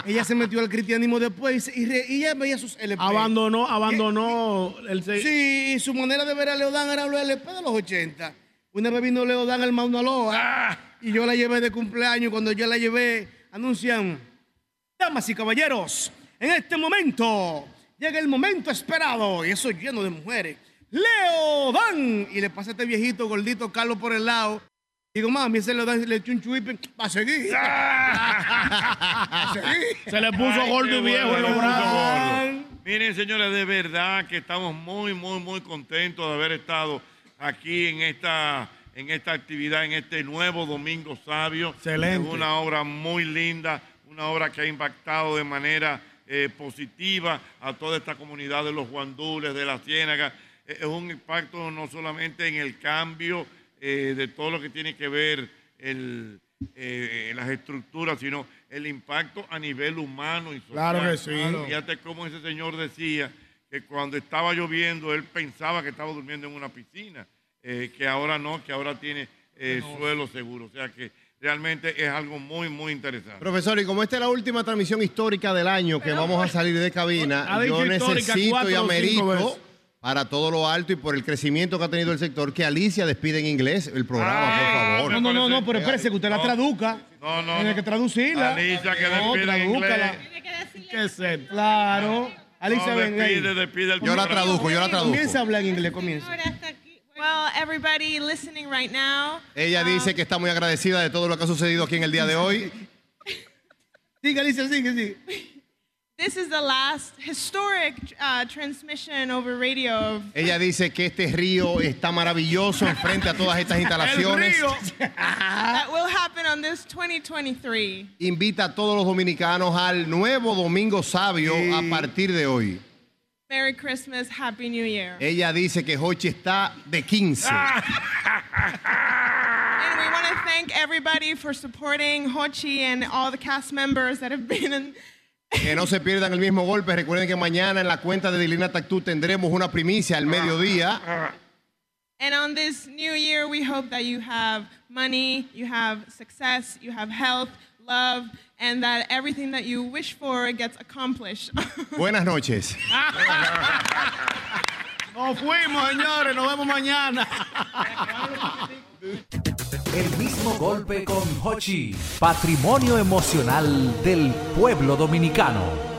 [SPEAKER 5] ella se metió al cristianismo después y se- y, re- y ella veía sus LP.
[SPEAKER 2] Abandonó, abandonó el se-
[SPEAKER 5] Sí, y su manera de ver a Leodán era los LP de los 80. Una vez vino Leodán al Mauna
[SPEAKER 1] Ah.
[SPEAKER 5] Loa y yo la llevé de cumpleaños. Cuando yo la llevé, anuncian, damas y caballeros, en este momento llega el momento esperado y eso lleno de mujeres. Leodán y le pasa a este viejito gordito Carlos por el lado. Digo, mami, ese Leodán le echó un chuipe, va
[SPEAKER 2] [LAUGHS]
[SPEAKER 5] a seguir. [LAUGHS]
[SPEAKER 2] Se le puso
[SPEAKER 1] Ay,
[SPEAKER 2] gordo
[SPEAKER 1] qué
[SPEAKER 2] y viejo
[SPEAKER 1] bueno,
[SPEAKER 2] en los
[SPEAKER 1] se le puso
[SPEAKER 2] brazos.
[SPEAKER 1] gordo. Miren, señores, de verdad que estamos muy, muy, muy contentos de haber estado aquí en esta, en esta actividad, en este nuevo Domingo Sabio.
[SPEAKER 2] Excelente.
[SPEAKER 1] Es una obra muy linda, una obra que ha impactado de manera eh, positiva a toda esta comunidad de los guandules, de la ciénaga. Eh, Es un impacto no solamente en el cambio eh, de todo lo que tiene que ver el, eh, las estructuras, sino el impacto a nivel humano y social.
[SPEAKER 2] Claro que sí. Claro.
[SPEAKER 1] Fíjate cómo ese señor decía que cuando estaba lloviendo él pensaba que estaba durmiendo en una piscina, eh, que ahora no, que ahora tiene eh, suelo seguro. O sea que realmente es algo muy, muy interesante.
[SPEAKER 3] Profesor, y como esta es la última transmisión histórica del año que vamos
[SPEAKER 5] pues,
[SPEAKER 3] a salir de
[SPEAKER 1] Ha
[SPEAKER 3] cabina,
[SPEAKER 1] dicho
[SPEAKER 3] yo
[SPEAKER 1] histórica
[SPEAKER 3] necesito
[SPEAKER 1] cuatro
[SPEAKER 3] y
[SPEAKER 1] o cinco veces.
[SPEAKER 3] amerito para todo lo alto y por el crecimiento que ha tenido el sector que Alicia despide en inglés el programa, por favor.
[SPEAKER 5] Ah, No, no, no, no, pero espérese que usted la traduca.
[SPEAKER 1] No, no.
[SPEAKER 5] Tiene que traducirla.
[SPEAKER 1] Alicia, que
[SPEAKER 5] No,
[SPEAKER 1] despida en
[SPEAKER 5] tradúcala.
[SPEAKER 1] inglés.
[SPEAKER 2] ¿Qué ser?
[SPEAKER 5] Claro. Alicia,
[SPEAKER 1] No,
[SPEAKER 5] ven ahí.
[SPEAKER 1] despide, despide el
[SPEAKER 5] Yo la
[SPEAKER 3] tradujo, yo la tradujo.
[SPEAKER 5] Comienza a hablar en inglés, comienza.
[SPEAKER 8] Well, everybody listening right now,
[SPEAKER 5] Ah.
[SPEAKER 3] Ella dice que está muy agradecida de todo lo que ha sucedido aquí en el día de hoy.
[SPEAKER 5] Sigue, Alicia, sigue, sigue.
[SPEAKER 8] [LAUGHS] this is the last historic uh, transmission over radio of
[SPEAKER 3] Ella dice que este río está maravilloso enfrente a todas
[SPEAKER 5] [LAUGHS]
[SPEAKER 3] estas instalaciones.
[SPEAKER 8] that will happen on this 2023.
[SPEAKER 3] Invita a todos los dominicanos al nuevo Domingo Sabio a partir de hoy.
[SPEAKER 8] Merry Christmas, Happy New Year.
[SPEAKER 3] Ella dice que Hochi está de 15.
[SPEAKER 5] Ah.
[SPEAKER 8] And we want to thank everybody for supporting Hochi and all the cast members that have been in.
[SPEAKER 3] Que no se pierdan el mismo golpe. Recuerden que mañana en la cuenta de Dilina Tactú tendremos una primicia al mediodía.
[SPEAKER 8] And on this new year, we hope that you have money, you have success, you have health, love, and that everything that you wish for gets accomplished. [LAUGHS]
[SPEAKER 3] Buenas noches.
[SPEAKER 2] Nos fuimos, señores. Nos vemos mañana.
[SPEAKER 16] El mismo golpe con Hochi, patrimonio emocional del pueblo dominicano.